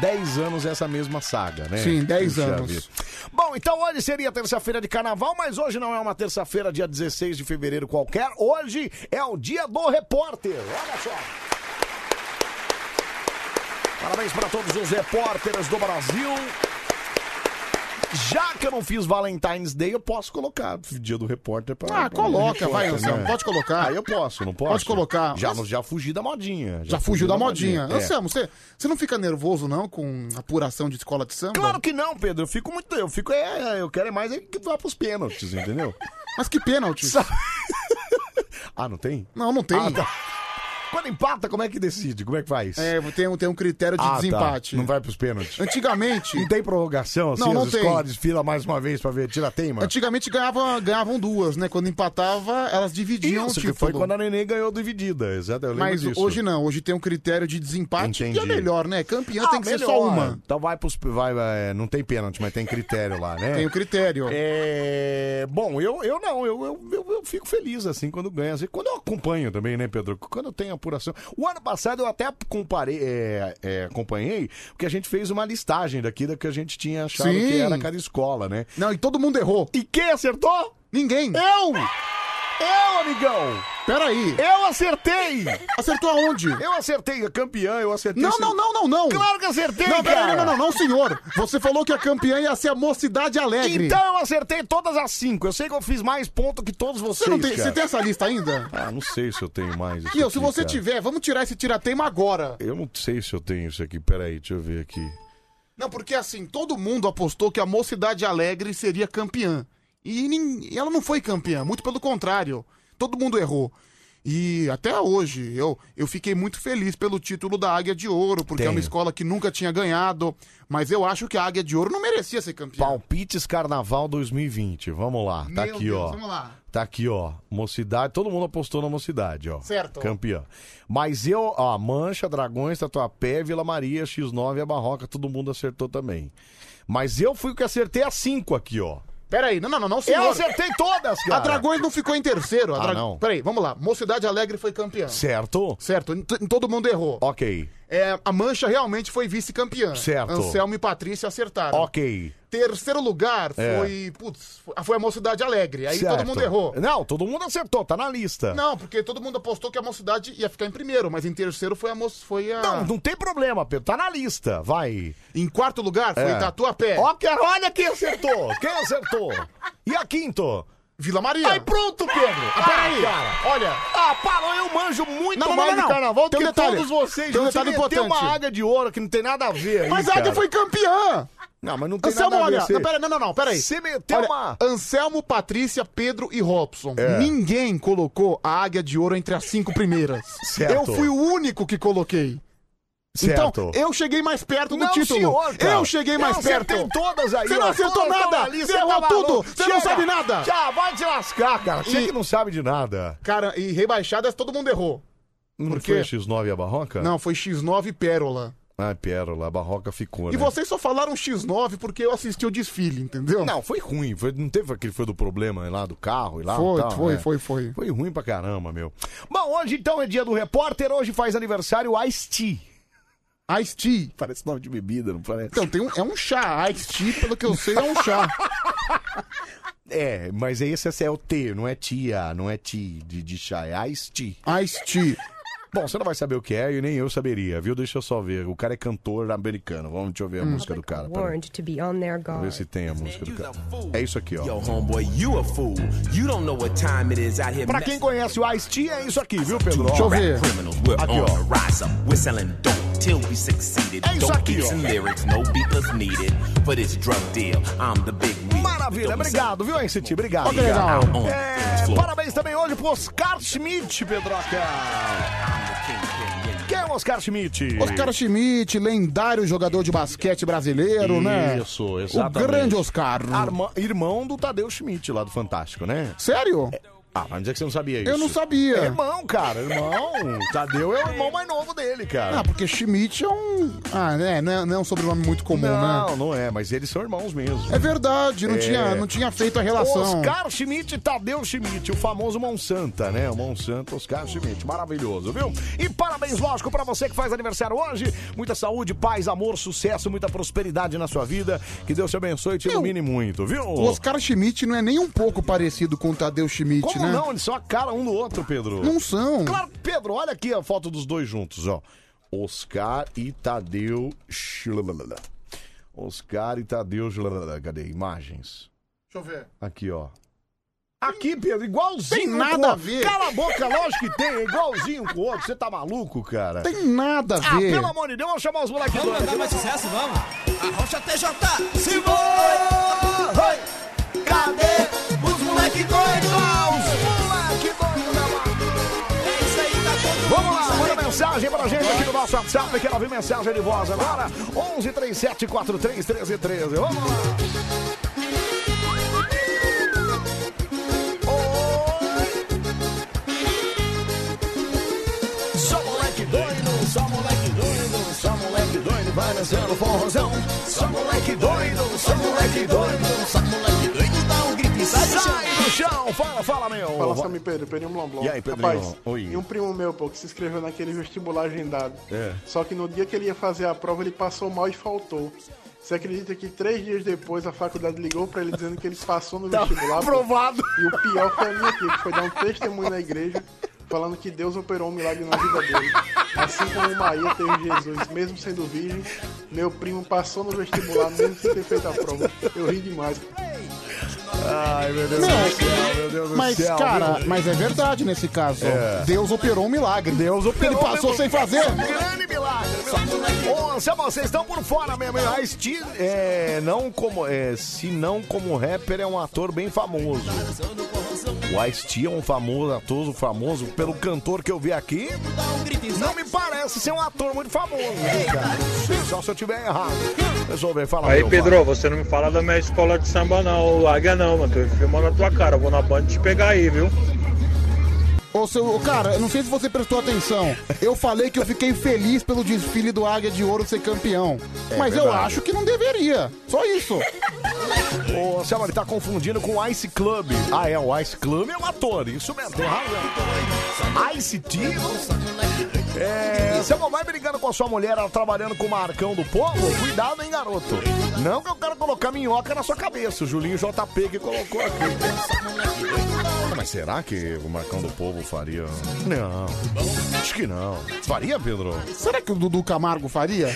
Speaker 1: 10 anos é essa mesma saga, né?
Speaker 3: Sim, 10
Speaker 1: Puxa
Speaker 3: anos.
Speaker 1: vida. Bom, então hoje seria terça-feira de carnaval, mas hoje não é uma terça-feira, dia 16 de fevereiro qualquer. Hoje é o dia do repórter. Olha só. Parabéns para todos os repórteres do Brasil. Já que eu não fiz Valentine's Day, eu posso colocar o dia do repórter para.
Speaker 3: Ah, coloca, vai, Anselmo, pode colocar.
Speaker 1: Ah, eu posso, não posso?
Speaker 3: Pode colocar.
Speaker 1: Já,
Speaker 3: Mas-
Speaker 1: já fugi da modinha.
Speaker 3: Já fugiu da modinha.
Speaker 1: É.
Speaker 3: Anselmo, você, você não fica nervoso, não, com apuração de escola de samba?
Speaker 1: Claro que não, Pedro. Eu fico muito. Eu fico. É, eu quero é mais é que vá pros pênaltis, entendeu?
Speaker 3: Mas que pênalti.
Speaker 1: Ah, não tem?
Speaker 3: Não, não tem.
Speaker 1: Ah, tá. Quando empata, como é que decide? Como é que faz?
Speaker 3: É, tem, um- tem um critério de
Speaker 1: Ah, tá.
Speaker 3: desempate.
Speaker 1: Não vai pros pênaltis.
Speaker 3: Antigamente,
Speaker 1: Não tem prorrogação, assim,
Speaker 3: Não, não
Speaker 1: as
Speaker 3: tem.
Speaker 1: escolas desfilam mais uma vez pra ver tira teima.
Speaker 3: antigamente ganhava, ganhavam duas, né? Quando empatava, elas dividiam
Speaker 1: Isso,
Speaker 3: o
Speaker 1: que
Speaker 3: um
Speaker 1: foi
Speaker 3: título.
Speaker 1: quando a Nenê ganhou dividida, exato, eu lembro
Speaker 3: Mas
Speaker 1: disso.
Speaker 3: hoje não, hoje tem um critério de desempate que é
Speaker 1: Entendi.
Speaker 3: melhor, né? Campeã
Speaker 1: Ah,
Speaker 3: tem que ser só
Speaker 1: melhor.
Speaker 3: uma.
Speaker 1: Então vai pros... Vai, vai, não tem pênalti, mas tem critério lá, né?
Speaker 3: Tem o critério.
Speaker 1: É, bom, eu, eu não, eu, eu, eu, eu fico feliz assim quando ganha. Assim, quando eu acompanho também, né, Pedro? Quando eu tenho apuração. O ano passado eu até comparei, é, é, acompanhei, porque a gente fez uma listagem daqui da que a gente tinha achado
Speaker 3: Sim.
Speaker 1: que era cada escola, né?
Speaker 3: Não, e todo mundo errou.
Speaker 1: E quem acertou?
Speaker 3: Ninguém.
Speaker 1: Eu! Eu, amigão!
Speaker 3: Peraí.
Speaker 1: Eu acertei!
Speaker 3: Acertou aonde?
Speaker 1: Eu acertei a campeã, eu acertei.
Speaker 3: Não,
Speaker 1: esse-
Speaker 3: não, não, não, não.
Speaker 1: Claro que acertei,
Speaker 3: Não, peraí,
Speaker 1: cara!
Speaker 3: não, não, não, não, senhor. Você falou que é a campeã ia ser a Mocidade Alegre.
Speaker 1: Então eu acertei todas as cinco. Eu sei que eu fiz mais ponto que todos vocês.
Speaker 3: você, não tem,
Speaker 1: cara.
Speaker 3: você tem essa lista ainda?
Speaker 1: Ah, não sei se eu tenho mais. isso
Speaker 3: Meu, se
Speaker 1: aqui,
Speaker 3: você
Speaker 1: cara.
Speaker 3: tiver, vamos tirar esse tiratema agora.
Speaker 1: Eu não sei se eu tenho isso aqui. Peraí, deixa eu ver aqui.
Speaker 3: Não, porque assim, todo mundo apostou que a Mocidade Alegre seria campeã. E nin- ela não foi campeã, muito pelo contrário. Todo mundo errou. E até hoje, eu, eu fiquei muito feliz pelo título da Águia de Ouro, porque é uma
Speaker 1: Tenho.
Speaker 3: escola que nunca tinha ganhado. Mas eu acho que a Águia de Ouro não merecia ser campeã.
Speaker 1: Palpites Carnaval 2020. Vamos lá. Tá
Speaker 3: Meu
Speaker 1: aqui,
Speaker 3: Deus,
Speaker 1: ó.
Speaker 3: vamos lá.
Speaker 1: Tá aqui, ó. Mocidade. Todo mundo apostou na mocidade, ó.
Speaker 3: Certo.
Speaker 1: Campeã. Mas eu, ó, Mancha, Dragões, Tatuapé, Vila Maria, X9 e a Barroca, todo mundo acertou também. Mas eu fui o que acertei as cinco aqui, ó.
Speaker 3: Peraí, não, não, não, não,
Speaker 1: Eu
Speaker 3: senhor.
Speaker 1: acertei todas, cara.
Speaker 3: A Dragões não ficou em terceiro. A
Speaker 1: Ah,
Speaker 3: Dra-
Speaker 1: não.
Speaker 3: Peraí, vamos lá. Mocidade Alegre foi campeã.
Speaker 1: Certo?
Speaker 3: Certo, n- t- todo mundo errou.
Speaker 1: Ok.
Speaker 3: É, a Mancha realmente foi vice-campeã.
Speaker 1: Certo.
Speaker 3: Anselmo e Patrícia acertaram.
Speaker 1: Ok.
Speaker 3: Terceiro lugar
Speaker 1: É.
Speaker 3: foi. Putz, foi a Mocidade Alegre. Aí
Speaker 1: Certo.
Speaker 3: todo mundo errou.
Speaker 1: Não, todo mundo acertou, tá na lista.
Speaker 3: Não, porque todo mundo apostou que a Mocidade ia ficar em primeiro, mas em terceiro foi a Moc... foi a.
Speaker 1: Não, não tem problema, Pedro. Tá na lista. Vai.
Speaker 3: Em quarto lugar foi
Speaker 1: É.
Speaker 3: Tatuapé.
Speaker 1: Ó, que- olha quem acertou. Quem acertou? E a quinto?
Speaker 3: Vila Maria.
Speaker 1: Aí pronto, Pedro.
Speaker 3: Ah, peraí.
Speaker 1: cara.
Speaker 3: Olha.
Speaker 1: Ah, parou, eu manjo muito
Speaker 3: Não, não,
Speaker 1: mais
Speaker 3: não, não.
Speaker 1: de carnaval do
Speaker 3: Tem um
Speaker 1: que
Speaker 3: detalhe.
Speaker 1: todos vocês.
Speaker 3: Tem um
Speaker 1: Você
Speaker 3: detalhe
Speaker 1: meteu
Speaker 3: importante.
Speaker 1: uma águia de ouro que não tem nada a ver aí,
Speaker 3: Mas a Águia
Speaker 1: cara.
Speaker 3: foi campeã!
Speaker 1: Não, mas não tem
Speaker 3: Anselmo,
Speaker 1: nada a ver.
Speaker 3: olha.
Speaker 1: Você-
Speaker 3: Não, pera, não, não, não, peraí.
Speaker 1: Você meteu
Speaker 3: Olha,
Speaker 1: uma...
Speaker 3: Anselmo, Patrícia, Pedro e Robson.
Speaker 1: É.
Speaker 3: Ninguém colocou a Águia de Ouro entre as cinco primeiras.
Speaker 1: Certo.
Speaker 3: Eu fui o único que coloquei. Então, eu cheguei mais perto do
Speaker 1: Não,
Speaker 3: título.
Speaker 1: senhor, cara.
Speaker 3: eu cheguei mais
Speaker 1: eu
Speaker 3: perto.
Speaker 1: acertei todas aí.
Speaker 3: Você não
Speaker 1: ó.
Speaker 3: acertou
Speaker 1: Todas
Speaker 3: nada.
Speaker 1: estão na lista,
Speaker 3: Você errou
Speaker 1: tá
Speaker 3: tudo.
Speaker 1: maluco.
Speaker 3: Você não
Speaker 1: Chega.
Speaker 3: sabe nada.
Speaker 1: Já, vai te lascar, Ah, cara. Você
Speaker 3: E-
Speaker 1: que não sabe de nada.
Speaker 3: Cara, e rebaixadas todo mundo errou.
Speaker 1: Não
Speaker 3: quê?
Speaker 1: foi X9 a barroca?
Speaker 3: Não, foi X9 e Pérola.
Speaker 1: Ah, pérola, a barroca ficou,
Speaker 3: E
Speaker 1: né?
Speaker 3: vocês só falaram X9 porque eu assisti o desfile, entendeu?
Speaker 1: Não, foi ruim. Foi, não teve aquele foi do problema né, lá do carro e lá.
Speaker 3: Foi,
Speaker 1: e tal,
Speaker 3: foi,
Speaker 1: né?
Speaker 3: foi, foi.
Speaker 1: Foi ruim pra caramba, meu. Bom, hoje então é dia do repórter. Hoje faz aniversário o Ice-T.
Speaker 3: Ice-T.
Speaker 1: Parece nome de bebida, não parece?
Speaker 3: Então, tem um, é um chá. Ice-T, pelo que eu sei, é um chá.
Speaker 1: É, mas esse é o T, não é tia, não é ti de, de chá, é Ice-T.
Speaker 3: Ice-T.
Speaker 1: Bom, você não vai saber o que é e nem eu saberia, viu? Deixa eu só ver. O cara é cantor americano. Vamos, deixa eu ver a música do cara. Peraí.
Speaker 7: warned to be on their
Speaker 1: Vamos ver
Speaker 7: guard.
Speaker 1: se tem a música do cara. É isso aqui, ó.
Speaker 8: Yo, homeboy, you a fool. You don't know what time it is out here.
Speaker 1: Pra quem conhece o Ice-T, é isso aqui, viu, Pedro?
Speaker 3: Deixa eu
Speaker 1: Ó,
Speaker 3: ver.
Speaker 8: criminals, we're
Speaker 1: Aqui,
Speaker 8: on
Speaker 1: ó.
Speaker 8: the rise up. We're selling dope till we succeeded.
Speaker 1: É isso
Speaker 8: Dope
Speaker 1: aqui,
Speaker 8: beats
Speaker 1: ó.
Speaker 8: and lyrics, no beaters needed. For this drug deal, I'm the big wheel.
Speaker 1: Maravilha, obrigado, viu, Ice-T? Obrigado.
Speaker 3: Ó,
Speaker 8: uh,
Speaker 3: que legal.
Speaker 8: I'm on the dance
Speaker 1: É,
Speaker 8: floor.
Speaker 1: parabéns também hoje pro Oscar Schmidt,
Speaker 8: I'm
Speaker 1: Pedroca.
Speaker 8: the kingpin, yeah.
Speaker 1: Quem é o Oscar Schmidt?
Speaker 3: Oscar Schmidt, lendário jogador de basquete brasileiro, né?
Speaker 1: Isso,
Speaker 3: O
Speaker 1: exatamente.
Speaker 3: grande Oscar.
Speaker 1: Arma- irmão do Tadeu Schmidt, lá do Fantástico, né?
Speaker 3: Sério?
Speaker 1: Ah, vai dizer que você não sabia isso.
Speaker 3: Eu não sabia.
Speaker 1: É irmão, cara, irmão. Tadeu é o irmão mais novo dele, cara.
Speaker 3: Ah, porque Schmidt é um. Ah, né? Não é, não é um sobrenome muito comum, né?
Speaker 1: não, não é, mas eles são irmãos mesmo.
Speaker 3: É verdade, não,
Speaker 1: É.
Speaker 3: Tinha, não tinha feito a relação.
Speaker 1: Oscar Schmidt e Tadeu Schmidt, o famoso Monsanta, né? O Monsanto Oscar Schmidt, maravilhoso, viu? E parabéns, lógico, pra você que faz aniversário hoje. Muita saúde, paz, amor, sucesso, muita prosperidade na sua vida. Que Deus te abençoe e te
Speaker 3: Meu,
Speaker 1: ilumine muito, viu?
Speaker 3: O Oscar Schmidt não é nem um pouco parecido com o Tadeu Schmidt,
Speaker 1: Como
Speaker 3: né?
Speaker 1: não? Eles são a cara um do outro, Pedro.
Speaker 3: Não são.
Speaker 1: Claro, que, Pedro, olha aqui a foto dos dois juntos, ó. Oscar e Tadeu. Schlalala. Oscar e Tadeu. Schlalala. Cadê? Imagens.
Speaker 3: Deixa eu ver.
Speaker 1: Aqui, ó. Aqui, Pedro, igualzinho.
Speaker 3: Tem
Speaker 1: um
Speaker 3: nada
Speaker 1: com o
Speaker 3: a
Speaker 1: outro.
Speaker 3: ver.
Speaker 1: Cala a boca, lógico que tem. é Igualzinho com o outro. Você tá maluco, cara?
Speaker 3: Tem nada a
Speaker 1: Ah,
Speaker 3: ver.
Speaker 1: pelo amor de Deus, vamos chamar os moleques doidos.
Speaker 5: mais sucesso, vamos. Arrocha TJ.
Speaker 1: Se foi! Cadê os moleque doidos? Os moleque doidos É da tá Vamos lá, manda mensagem pra gente aqui no nosso WhatsApp. Quero ouvir mensagem de voz agora. 11 37 43 13 13. Vamos lá. Oi. Só moleque doido, só moleque doido, só moleque doido, vai dançando forrozão. Só moleque doido, só moleque doido, só moleque doido, dá um grito e sai do chão. Fala, fala, meu.
Speaker 9: Fala, Sammy Pedro, Pedrinho Blom Blom.
Speaker 1: E aí, Pedrinho?
Speaker 9: Rapaz,
Speaker 1: Oi.
Speaker 9: E um primo meu, pô, que se inscreveu naquele vestibular agendado.
Speaker 1: É.
Speaker 9: Só que no dia que ele ia fazer a prova, ele passou mal e faltou. Você acredita que três dias depois a faculdade ligou pra ele dizendo que ele passou no vestibular? pô?
Speaker 1: Tá aprovado.
Speaker 9: E o pior foi a minha tia, que foi dar um testemunho na igreja falando que Deus operou um milagre na vida dele. Assim como Maria teve Jesus, mesmo sendo virgem, meu primo passou no vestibular mesmo sem ter feito a prova. Eu ri demais.
Speaker 1: Ai, meu Deus
Speaker 3: Meu,
Speaker 1: do céu, meu Deus do
Speaker 3: Mas,
Speaker 1: céu. É.
Speaker 3: cara, mas é verdade nesse caso. Deus operou um milagre. Deus
Speaker 1: operou
Speaker 3: Ele passou
Speaker 1: mesmo.
Speaker 3: sem fazer.
Speaker 1: Grande milagre, meu. Ô, Anselmo, vocês estão por fora mesmo. hein? A Steve, é, não como, é, se não como rapper, é um ator bem famoso. O Ice-T é um famoso ator, famoso pelo cantor que eu vi aqui. Não me parece ser um ator muito famoso, né, cara? Só se eu tiver errado. Resolver falar.
Speaker 10: Aí,
Speaker 1: meu,
Speaker 10: Pedro, você não me fala da minha escola de samba, não, Águia, não, mano. Tô filmando a tua cara. Eu vou na banda te pegar aí, viu?
Speaker 3: Ô, seu, ô, cara, eu não sei se você prestou atenção. Eu falei que eu fiquei feliz pelo desfile do Águia de Ouro ser campeão.
Speaker 10: É
Speaker 3: mas eu
Speaker 1: É verdade.
Speaker 3: acho que não deveria. Só isso.
Speaker 1: Ô, Anselmo, ele tá confundindo com o Ice Club. Ah, é, o Ice Club é um ator, isso mesmo, tem razão. Ice T. É, Anselmo, vai brigando com a sua mulher, ela trabalhando com o Marcão do Povo? Cuidado, hein, garoto. Não que eu quero colocar minhoca na sua cabeça, o Julinho JP que colocou aqui. Ah, Mas será que o Marcão do Povo faria? Não, acho que não. Faria, Pedro?
Speaker 3: Será que o Dudu Camargo faria?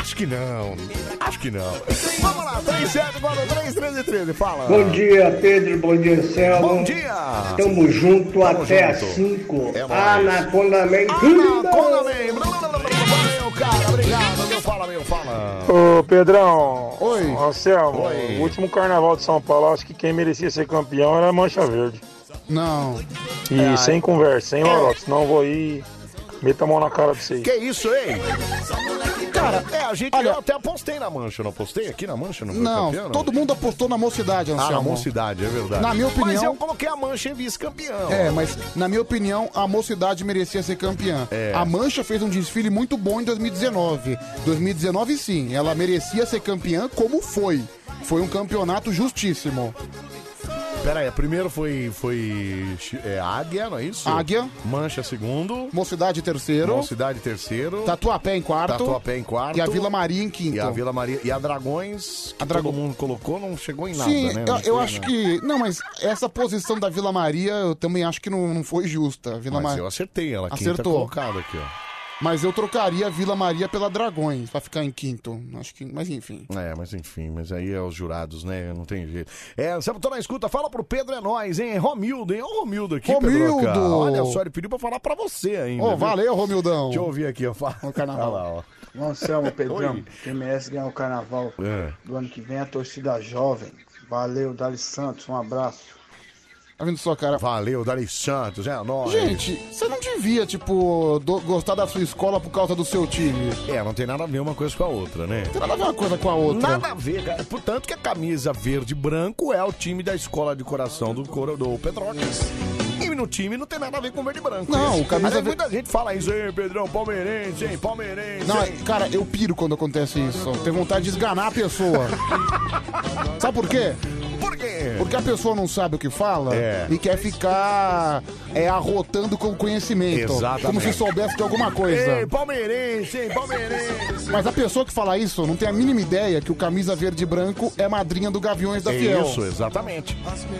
Speaker 1: Acho que não, acho que não. Vamos lá, 374313, fala.
Speaker 11: Bom dia, Pedro. Bom dia, Anselmo.
Speaker 1: Bom dia!
Speaker 11: Tamo junto até
Speaker 1: junto.
Speaker 11: às Ah, 5.
Speaker 12: Ah,
Speaker 1: É Ah, nóis.
Speaker 11: Anaconda Man.
Speaker 1: Anaconda Man! Valeu, cara, obrigado, meu fala, meu fala.
Speaker 10: Ô, Pedrão.
Speaker 3: Oi.
Speaker 10: Anselmo,
Speaker 1: Oi.
Speaker 10: o último carnaval de São Paulo, acho que quem merecia ser campeão era a Mancha Verde.
Speaker 3: Não.
Speaker 10: E
Speaker 1: É.
Speaker 10: sem conversa, sem lorote, senão eu vou aí... Meta a mão na cara de vocês.
Speaker 1: Que isso, hein? Cara, é, a gente,
Speaker 3: Olha-
Speaker 1: eu até apostei na mancha, não apostei aqui na mancha? Não, foi campeão,
Speaker 3: Não, todo mundo apostou na mocidade,
Speaker 1: Ah, na
Speaker 3: Anselmo.
Speaker 1: mocidade, é verdade.
Speaker 3: Na minha
Speaker 1: Mas
Speaker 3: opinião-
Speaker 1: eu coloquei a mancha em vice-campeão.
Speaker 3: É, mas na minha opinião, a mocidade merecia ser campeã.
Speaker 1: É.
Speaker 3: A Mancha fez um desfile muito bom em 2019. 2019, sim, ela merecia ser campeã como foi. Foi um campeonato justíssimo.
Speaker 1: Pera aí, primeiro foi, foi é, Águia, não é isso?
Speaker 3: Águia.
Speaker 1: Mancha segundo.
Speaker 3: Mocidade terceiro.
Speaker 1: Mocidade terceiro.
Speaker 3: Tatuapé em quarto.
Speaker 1: Tatuapé em quarto.
Speaker 3: E a Vila Maria em quinto.
Speaker 1: E a Vila Maria. E a Dragões, que todo mundo colocou, não chegou em nada,
Speaker 3: Sim,
Speaker 1: né?
Speaker 3: eu-
Speaker 1: Não
Speaker 3: eu,
Speaker 1: sei,
Speaker 3: acho
Speaker 1: né?
Speaker 3: que. Não, mas essa posição da Vila Maria eu também acho que não, não foi justa. A Vila
Speaker 1: Mas
Speaker 3: Maria.
Speaker 1: eu acertei ela, quinta
Speaker 3: Acertou.
Speaker 1: colocada aqui, ó.
Speaker 3: Mas eu trocaria a Vila Maria pela Dragões, pra ficar em quinto. Acho que. Mas enfim.
Speaker 1: É, mas enfim, mas aí é os jurados, né? Não tem jeito. É, você tá na escuta, fala pro Pedro é nós, hein? Romildo, hein? Ô, Romildo aqui, Pedroca.
Speaker 3: Romildo!
Speaker 1: Olha só, ele pediu pra falar pra você ainda.
Speaker 3: Ô,
Speaker 1: viu?
Speaker 3: valeu, Romildão.
Speaker 1: Deixa eu ouvir aqui, ó. Fala.
Speaker 3: carnaval. é um
Speaker 1: Olha lá,
Speaker 7: Anselmo, Pedrão,
Speaker 1: Oi.
Speaker 7: quem merece ganhar o carnaval
Speaker 1: ó. É.
Speaker 7: do ano que vem é a torcida jovem. Valeu, Dali Santos, um abraço.
Speaker 3: Tá vendo só, cara?
Speaker 1: É. Valeu, Dali Santos, é nóis.
Speaker 3: Gente, você não devia, tipo, do- gostar da sua escola por causa do seu time.
Speaker 1: É, não tem nada a ver uma coisa com a outra, né?
Speaker 3: Tem nada a ver uma coisa com a outra.
Speaker 1: Nada a ver, cara. Portanto que a camisa verde e branco é o time da escola de coração do, Coro- do Petrocas. E no time não tem nada a ver com verde e branco. É
Speaker 3: Não,
Speaker 1: Isso.
Speaker 3: o camisa
Speaker 1: Aliás,
Speaker 3: ver-
Speaker 1: Muita gente fala isso, hein, Pedrão, palmeirense, hein, palmeirense.
Speaker 3: Não,
Speaker 1: hein.
Speaker 3: cara, eu piro quando acontece isso. Tem vontade de esganar a pessoa. Sabe por quê?
Speaker 1: Por quê?
Speaker 3: Porque a pessoa não sabe o que fala
Speaker 1: É.
Speaker 3: e quer ficar é, arrotando com conhecimento.
Speaker 1: Exatamente.
Speaker 3: Como se soubesse de alguma
Speaker 1: Ei,
Speaker 3: coisa.
Speaker 1: palmeirense, hein, palmeirense.
Speaker 3: Mas a pessoa que fala isso não tem a mínima ideia que o camisa verde e branco é madrinha do Gaviões da
Speaker 1: É
Speaker 3: Fiel.
Speaker 1: isso, exatamente.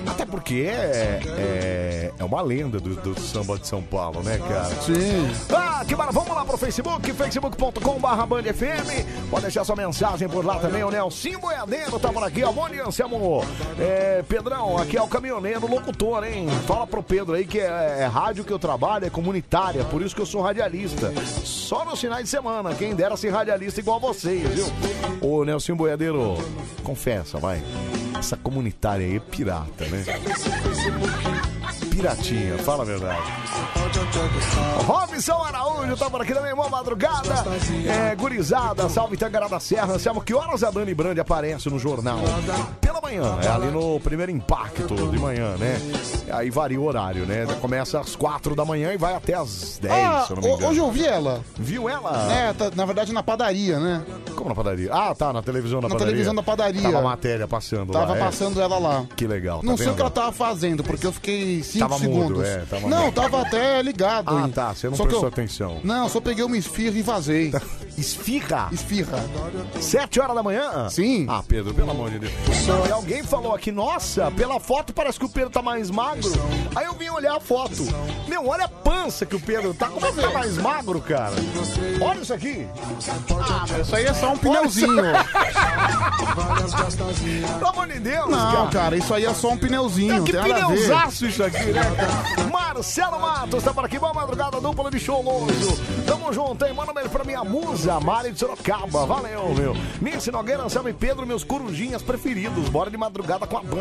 Speaker 1: Até porque é, é, é uma lenda do, do samba de São Paulo, né, cara?
Speaker 3: Sim.
Speaker 1: Ah, que maravilha. Vamos lá pro Facebook, facebook.com.br BandFM. Pode deixar sua mensagem por lá também. O Nelson Boiadeiro tá por aqui. ó. Bom dia, Anselmo. É, Pedrão, aqui é o caminhoneiro, locutor, hein? Fala pro Pedro aí que é, é rádio que eu trabalho, é comunitária, por isso que eu sou radialista. Só nos finais de semana. Quem dera ser radialista igual vocês, viu? Ô, Nelson Boiadeiro, confessa, vai. Essa comunitária aí é pirata, né? Piratinha, fala a verdade. Robson Araújo tá por aqui também, boa madrugada. É, gurizada, salve Tangará da Serra. Anselmo, que horas a Dani Brandi aparece no jornal? Pela manhã, é ali no primeiro impacto de manhã, né? Aí varia o horário, né? Começa às quatro da manhã e vai até às dez,
Speaker 3: Ah,
Speaker 1: se eu não me
Speaker 3: ho-
Speaker 1: engano.
Speaker 3: hoje eu vi ela.
Speaker 1: Viu ela?
Speaker 3: É, tá- na verdade na padaria, né?
Speaker 1: Como na padaria? Ah, tá, na televisão da
Speaker 3: Na
Speaker 1: padaria.
Speaker 3: televisão da padaria.
Speaker 1: Tava a matéria passando lá.
Speaker 3: Tava
Speaker 1: é.
Speaker 3: passando ela lá.
Speaker 1: Que legal, tá
Speaker 3: não sei o
Speaker 1: vendo?
Speaker 3: que ela tava fazendo, porque eu fiquei 5
Speaker 1: Tava mudo,
Speaker 3: segundos.
Speaker 1: é, tava
Speaker 3: não,
Speaker 1: mudo.
Speaker 3: tava até ligado.
Speaker 1: Ah,
Speaker 3: hein?
Speaker 1: tá, você não
Speaker 3: Só que
Speaker 1: prestou
Speaker 3: eu-
Speaker 1: atenção.
Speaker 3: Não, só peguei uma esfirra e vazei.
Speaker 1: Esfirra?
Speaker 3: Esfirra.
Speaker 1: Sete horas da manhã?
Speaker 3: Sim.
Speaker 1: Ah, Pedro, pelo amor de Deus. Não, e alguém falou aqui, nossa, pela foto parece que o Pedro tá mais magro. Aí eu vim olhar a foto. Meu, olha a pança que o Pedro tá. Como é que tá mais magro, cara? Olha isso aqui.
Speaker 3: Ah, isso aí é só um pneuzinho.
Speaker 1: Pelo amor de Deus,
Speaker 3: Não, cara, isso aí é só um pneuzinho.
Speaker 1: Que
Speaker 3: tem nada a ver.
Speaker 1: pneuzaço isso aqui, né? cara? Marcelo Matos tá por aqui, boa madrugada, dupla de show longe. Tamo junto, hein? Manda um beijo pra minha musa, Mari de Sorocaba. Valeu, meu. Nice Nogueira, Anselmo e Pedro, meus corujinhas preferidos. Bora de madrugada com a Band.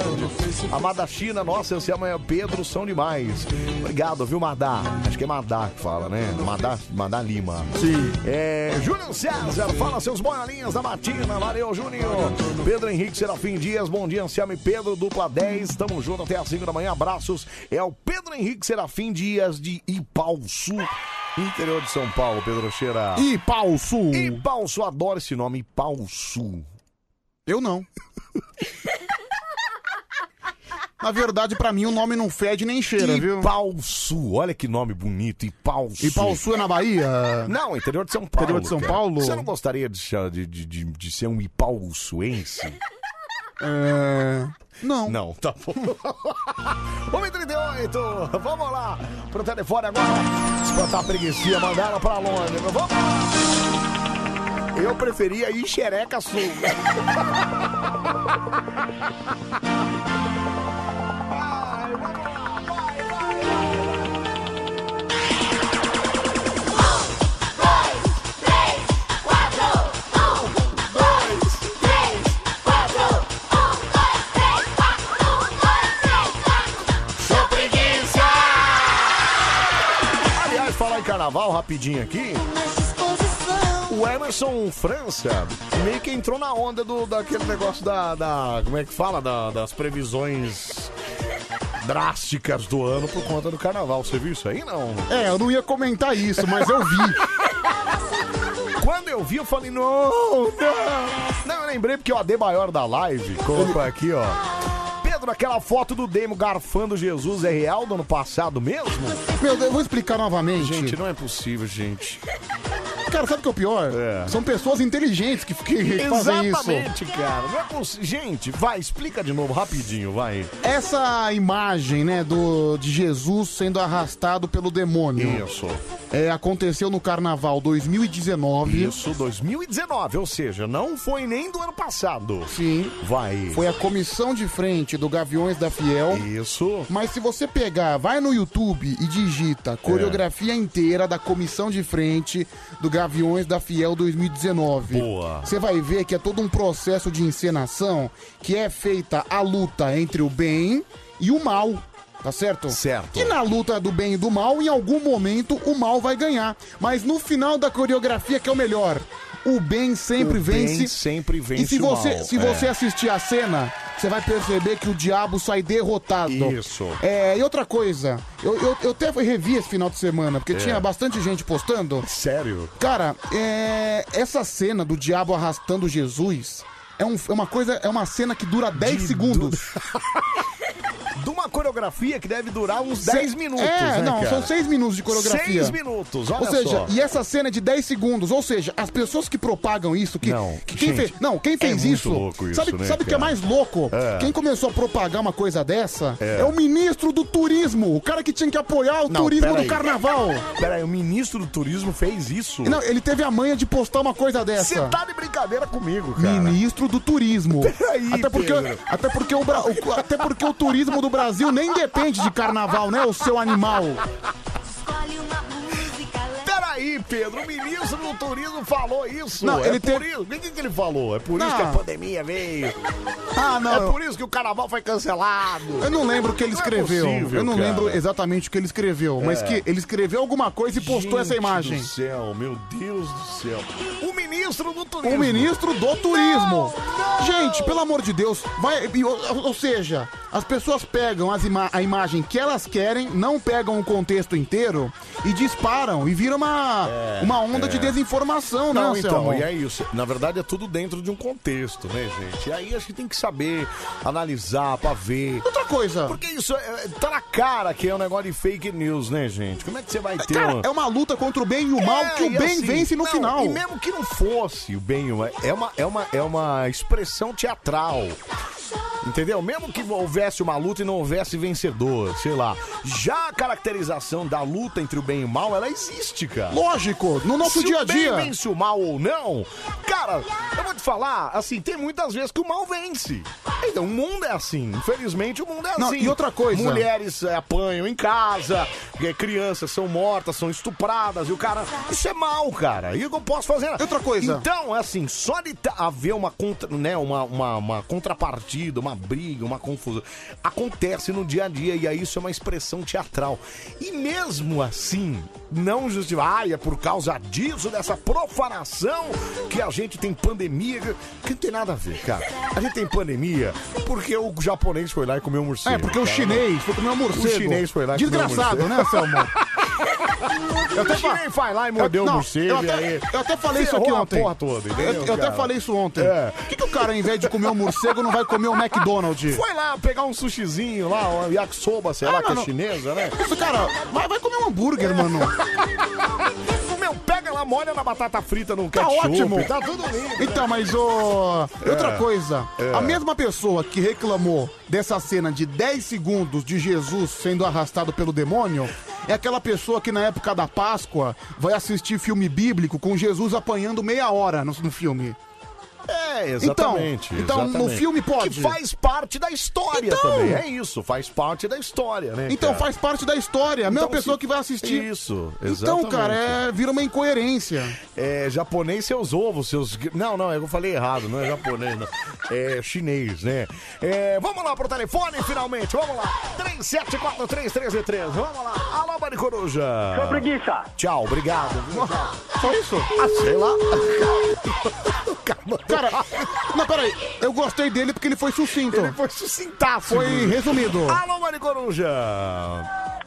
Speaker 1: Amada China, nossa, Anselmo e Pedro são demais. Obrigado, viu, Madá? Acho que é Madá que fala, né? Madá, Madá Lima.
Speaker 3: Sim.
Speaker 1: É, Júlio César, fala seus boiolinhas da matina. Valeu, Júnior. Pedro Henrique Serafim Dias, bom dia, Anselmo e Pedro, dupla 10. Tamo junto até às 5 da manhã. Abraços. É o Pedro Henrique Serafim Dias de Ipauçu, interior de São Paulo, Pedro Cheira.
Speaker 3: E pau sul.
Speaker 1: Ipauçu, adoro esse nome, Ipauçu.
Speaker 3: Eu não. Na verdade, pra mim, o nome não fede nem cheira, viu?
Speaker 1: Ipauçu, olha que nome bonito, Ipauçu.
Speaker 3: E pau sul é na Bahia?
Speaker 1: Não, interior de São Paulo.
Speaker 3: Interior de São
Speaker 1: cara.
Speaker 3: Paulo?
Speaker 1: Você não gostaria de, cha- de, de, de- de ser um ipauçuense?
Speaker 3: É... Não.
Speaker 1: Não, tá bom. 1h38, vamos lá pro telefone agora. Espantar a preguiça, mandar ela pra longe. Vamos lá. Eu preferia ir xereca sul. um.
Speaker 2: Sou preguiça!
Speaker 1: Aliás, falar em carnaval rapidinho aqui. O Emerson França meio que entrou na onda do, daquele negócio da, da- Como é que fala? Da- das previsões drásticas do ano por conta do carnaval. Você viu isso aí? Não.
Speaker 3: É, eu não ia comentar isso, mas eu vi.
Speaker 1: Quando eu vi, eu falei, não, não. Não, eu lembrei porque o AD maior da live colocou aqui, ó. Pedro, quadro, aquela foto do Demo garfando Jesus é real do ano passado mesmo?
Speaker 3: Meu Deus, eu vou explicar novamente.
Speaker 1: Gente, não é possível, gente.
Speaker 3: Cara, sabe o que é o pior? São pessoas inteligentes que, que fazem isso.
Speaker 1: Exatamente, cara. Não é poss- Gente, vai, explica de novo, rapidinho, vai.
Speaker 3: Essa imagem, né, do, de Jesus sendo arrastado pelo demônio.
Speaker 1: Isso.
Speaker 3: É, aconteceu no carnaval 2019.
Speaker 1: Isso, 2019, ou seja, não foi nem do ano passado.
Speaker 3: Sim.
Speaker 1: Vai.
Speaker 3: Foi a comissão de frente do Gaviões da Fiel.
Speaker 1: Isso. É.
Speaker 3: Mas se você pegar, vai no YouTube e digita coreografia inteira da comissão de frente do Gaviões da Fiel 2019.
Speaker 1: Boa.
Speaker 3: Você vai ver que é todo um processo de encenação que é feita a luta entre o bem e o mal. Tá certo?
Speaker 1: Certo.
Speaker 3: E na luta do bem e do mal, em algum momento o mal vai ganhar. Mas no final da coreografia que é o melhor. O bem sempre
Speaker 1: O bem
Speaker 3: vence.
Speaker 1: sempre vence
Speaker 3: E se
Speaker 1: o
Speaker 3: você,
Speaker 1: mal,
Speaker 3: se
Speaker 1: é.
Speaker 3: você assistir a cena, você vai perceber que o diabo sai derrotado.
Speaker 1: Isso.
Speaker 3: É, e outra coisa, eu, eu, eu até revi esse final de semana, porque
Speaker 1: É.
Speaker 3: tinha bastante gente postando.
Speaker 1: Sério?
Speaker 3: Cara, é, essa cena do diabo arrastando Jesus é, um- é uma coisa, é uma cena que dura 10 segundos.
Speaker 1: De uma coreografia que deve durar uns
Speaker 3: Se-
Speaker 1: 10 minutos.
Speaker 3: É,
Speaker 1: né,
Speaker 3: não,
Speaker 1: cara?
Speaker 3: são 6 minutos de coreografia.
Speaker 1: 6 minutos, olha
Speaker 3: Ou seja,
Speaker 1: só.
Speaker 3: e essa cena é de 10 segundos. Ou seja, as pessoas que propagam isso, que,
Speaker 1: Não,
Speaker 3: que quem
Speaker 1: gente,
Speaker 3: fez, não, quem
Speaker 1: é
Speaker 3: fez
Speaker 1: muito
Speaker 3: isso,
Speaker 1: louco isso,
Speaker 3: sabe,
Speaker 1: né,
Speaker 3: sabe o que é
Speaker 1: cara?
Speaker 3: mais louco?
Speaker 1: É.
Speaker 3: Quem começou a propagar uma coisa dessa é, o ministro do turismo, o cara que tinha que apoiar o
Speaker 1: Não,
Speaker 3: turismo do
Speaker 1: peraí.
Speaker 3: carnaval.
Speaker 1: Peraí, o ministro do turismo fez isso?
Speaker 3: Não, ele teve a manha de postar uma coisa dessa.
Speaker 1: Você tá de brincadeira comigo, cara.
Speaker 3: Ministro do turismo.
Speaker 1: Peraí,
Speaker 3: até porque,
Speaker 1: Pedro.
Speaker 3: até porque o, Bra- o- até porque o turismo do Brasil nem depende de carnaval, né, o seu animal.
Speaker 1: Peraí, Pedro, o ministro do turismo falou isso.
Speaker 3: Não,
Speaker 1: é
Speaker 3: ele
Speaker 1: por
Speaker 3: teve-
Speaker 1: isso. O que, que ele falou? É por
Speaker 3: Não.
Speaker 1: isso que a pandemia veio.
Speaker 3: Ah, não.
Speaker 1: É por isso que o carnaval foi cancelado.
Speaker 3: Eu não lembro o que ele
Speaker 1: Não é
Speaker 3: escreveu.
Speaker 1: possível,
Speaker 3: eu não
Speaker 1: cara.
Speaker 3: lembro exatamente o que ele escreveu, mas
Speaker 1: É.
Speaker 3: que ele escreveu alguma coisa e postou essa
Speaker 1: Gente
Speaker 3: imagem.
Speaker 1: do céu, meu Deus do céu. O ministro do turismo.
Speaker 3: O ministro do turismo. Gente, pelo amor de Deus, vai, e- ou, ou seja, as pessoas pegam as ima- a imagem que elas querem, não pegam o contexto inteiro e disparam e vira uma, uma onda
Speaker 1: é.
Speaker 3: de desinformação, né,
Speaker 1: Não, então,
Speaker 3: Anselmo?
Speaker 1: e é isso. Na verdade, é tudo dentro de um contexto, né, gente? E aí a gente tem que saber analisar pra ver.
Speaker 3: Outra coisa.
Speaker 1: Porque isso é, tá na cara que é um negócio de fake news, né, gente? Como é que você vai ter
Speaker 3: Cara,
Speaker 1: uma-
Speaker 3: é uma luta contra o bem e o mal
Speaker 1: É,
Speaker 3: que o
Speaker 1: e
Speaker 3: bem
Speaker 1: assim,
Speaker 3: vence no
Speaker 1: não,
Speaker 3: final.
Speaker 1: E mesmo que não fosse o bem, o mal, é uma, é uma, é uma expressão teatral. Entendeu? Mesmo que houvesse uma luta e não houvesse vencedor, sei lá. Já a caracterização da luta entre o bem e o mal, ela existe, cara.
Speaker 3: Lógico, no nosso
Speaker 1: Se
Speaker 3: dia a
Speaker 1: o
Speaker 3: dia.
Speaker 1: bem vence o mal ou não, cara, eu vou te falar, assim, tem muitas vezes que o mal vence. Então, o mundo é assim. Infelizmente, o mundo é
Speaker 3: Não,
Speaker 1: assim.
Speaker 3: e outra coisa.
Speaker 1: Mulheres eh, apanham em casa, eh, crianças são mortas, são estupradas, e o cara. Isso é mal, cara. E eu não posso fazer nada.
Speaker 3: outra coisa.
Speaker 1: Então, é assim, só de ta- haver uma, contra, né, uma, uma, uma contrapartida, uma briga, uma confusão, acontece no dia a dia e aí isso é uma expressão teatral. E mesmo assim, não justifica, ah, é por causa disso, dessa profanação, que a gente tem pandemia, que não tem nada a ver, cara. A gente tem pandemia porque o japonês foi lá e comeu um morcego.
Speaker 3: É, porque o
Speaker 1: cara.
Speaker 3: chinês foi comer um morcego.
Speaker 1: O chinês foi lá e comeu um
Speaker 3: Desgraçado, né,
Speaker 1: morcego.
Speaker 3: Anselmo? Eu
Speaker 1: O chinês vai lá e mordeu o
Speaker 3: Não,
Speaker 1: morcego
Speaker 3: eu
Speaker 1: e aí
Speaker 3: até, eu
Speaker 1: tá
Speaker 3: até falei isso aqui
Speaker 1: ferrou a
Speaker 3: ontem.
Speaker 1: porra toda, entendeu,
Speaker 3: eu eu até
Speaker 1: cara?
Speaker 3: falei isso ontem.
Speaker 1: É.
Speaker 3: Por que, que o cara, ao invés de comer um morcego, não vai comer um McDonald's?
Speaker 1: Foi lá pegar um sushizinho lá, um yakisoba, sei lá, que é chinesa, né?
Speaker 3: Ah, Isso, cara, vai, vai comer um hambúrguer, mano.
Speaker 1: Meu, pega lá, molha na batata frita no
Speaker 3: Tá
Speaker 1: ketchup.
Speaker 3: ótimo.
Speaker 1: Tá tudo lindo.
Speaker 3: Então, mas ô. Outra
Speaker 1: É.
Speaker 3: coisa.
Speaker 1: É.
Speaker 3: A mesma pessoa que reclamou dessa cena de 10 segundos de Jesus sendo arrastado pelo demônio é aquela pessoa que na época da Páscoa vai assistir filme bíblico com Jesus apanhando meia hora no, no filme.
Speaker 1: É, exatamente.
Speaker 3: Então, então, no
Speaker 1: exatamente.
Speaker 3: filme pode.
Speaker 1: Que faz parte da história
Speaker 3: Então.
Speaker 1: também. É isso, faz parte da história, né?
Speaker 3: Então
Speaker 1: cara?
Speaker 3: faz parte da história, a mesma
Speaker 1: Então,
Speaker 3: pessoa
Speaker 1: se-
Speaker 3: que vai assistir.
Speaker 1: Isso,
Speaker 3: Então,
Speaker 1: exatamente.
Speaker 3: cara, é, vira uma incoerência.
Speaker 1: É, japonês seus ovos, seus. Não, não, eu falei errado, não é japonês, não. É chinês, né? É, vamos lá pro telefone, finalmente, vamos lá. 374333, vamos lá. Alô, Mari Coruja.
Speaker 11: preguiça.
Speaker 1: Tchau, obrigado.
Speaker 3: Só isso?
Speaker 1: Ah, sei lá.
Speaker 3: Cara, não, peraí, eu gostei dele porque ele foi sucinto.
Speaker 1: Ele foi sucintaço.
Speaker 3: Foi resumido.
Speaker 1: Alô, Mari Coruja.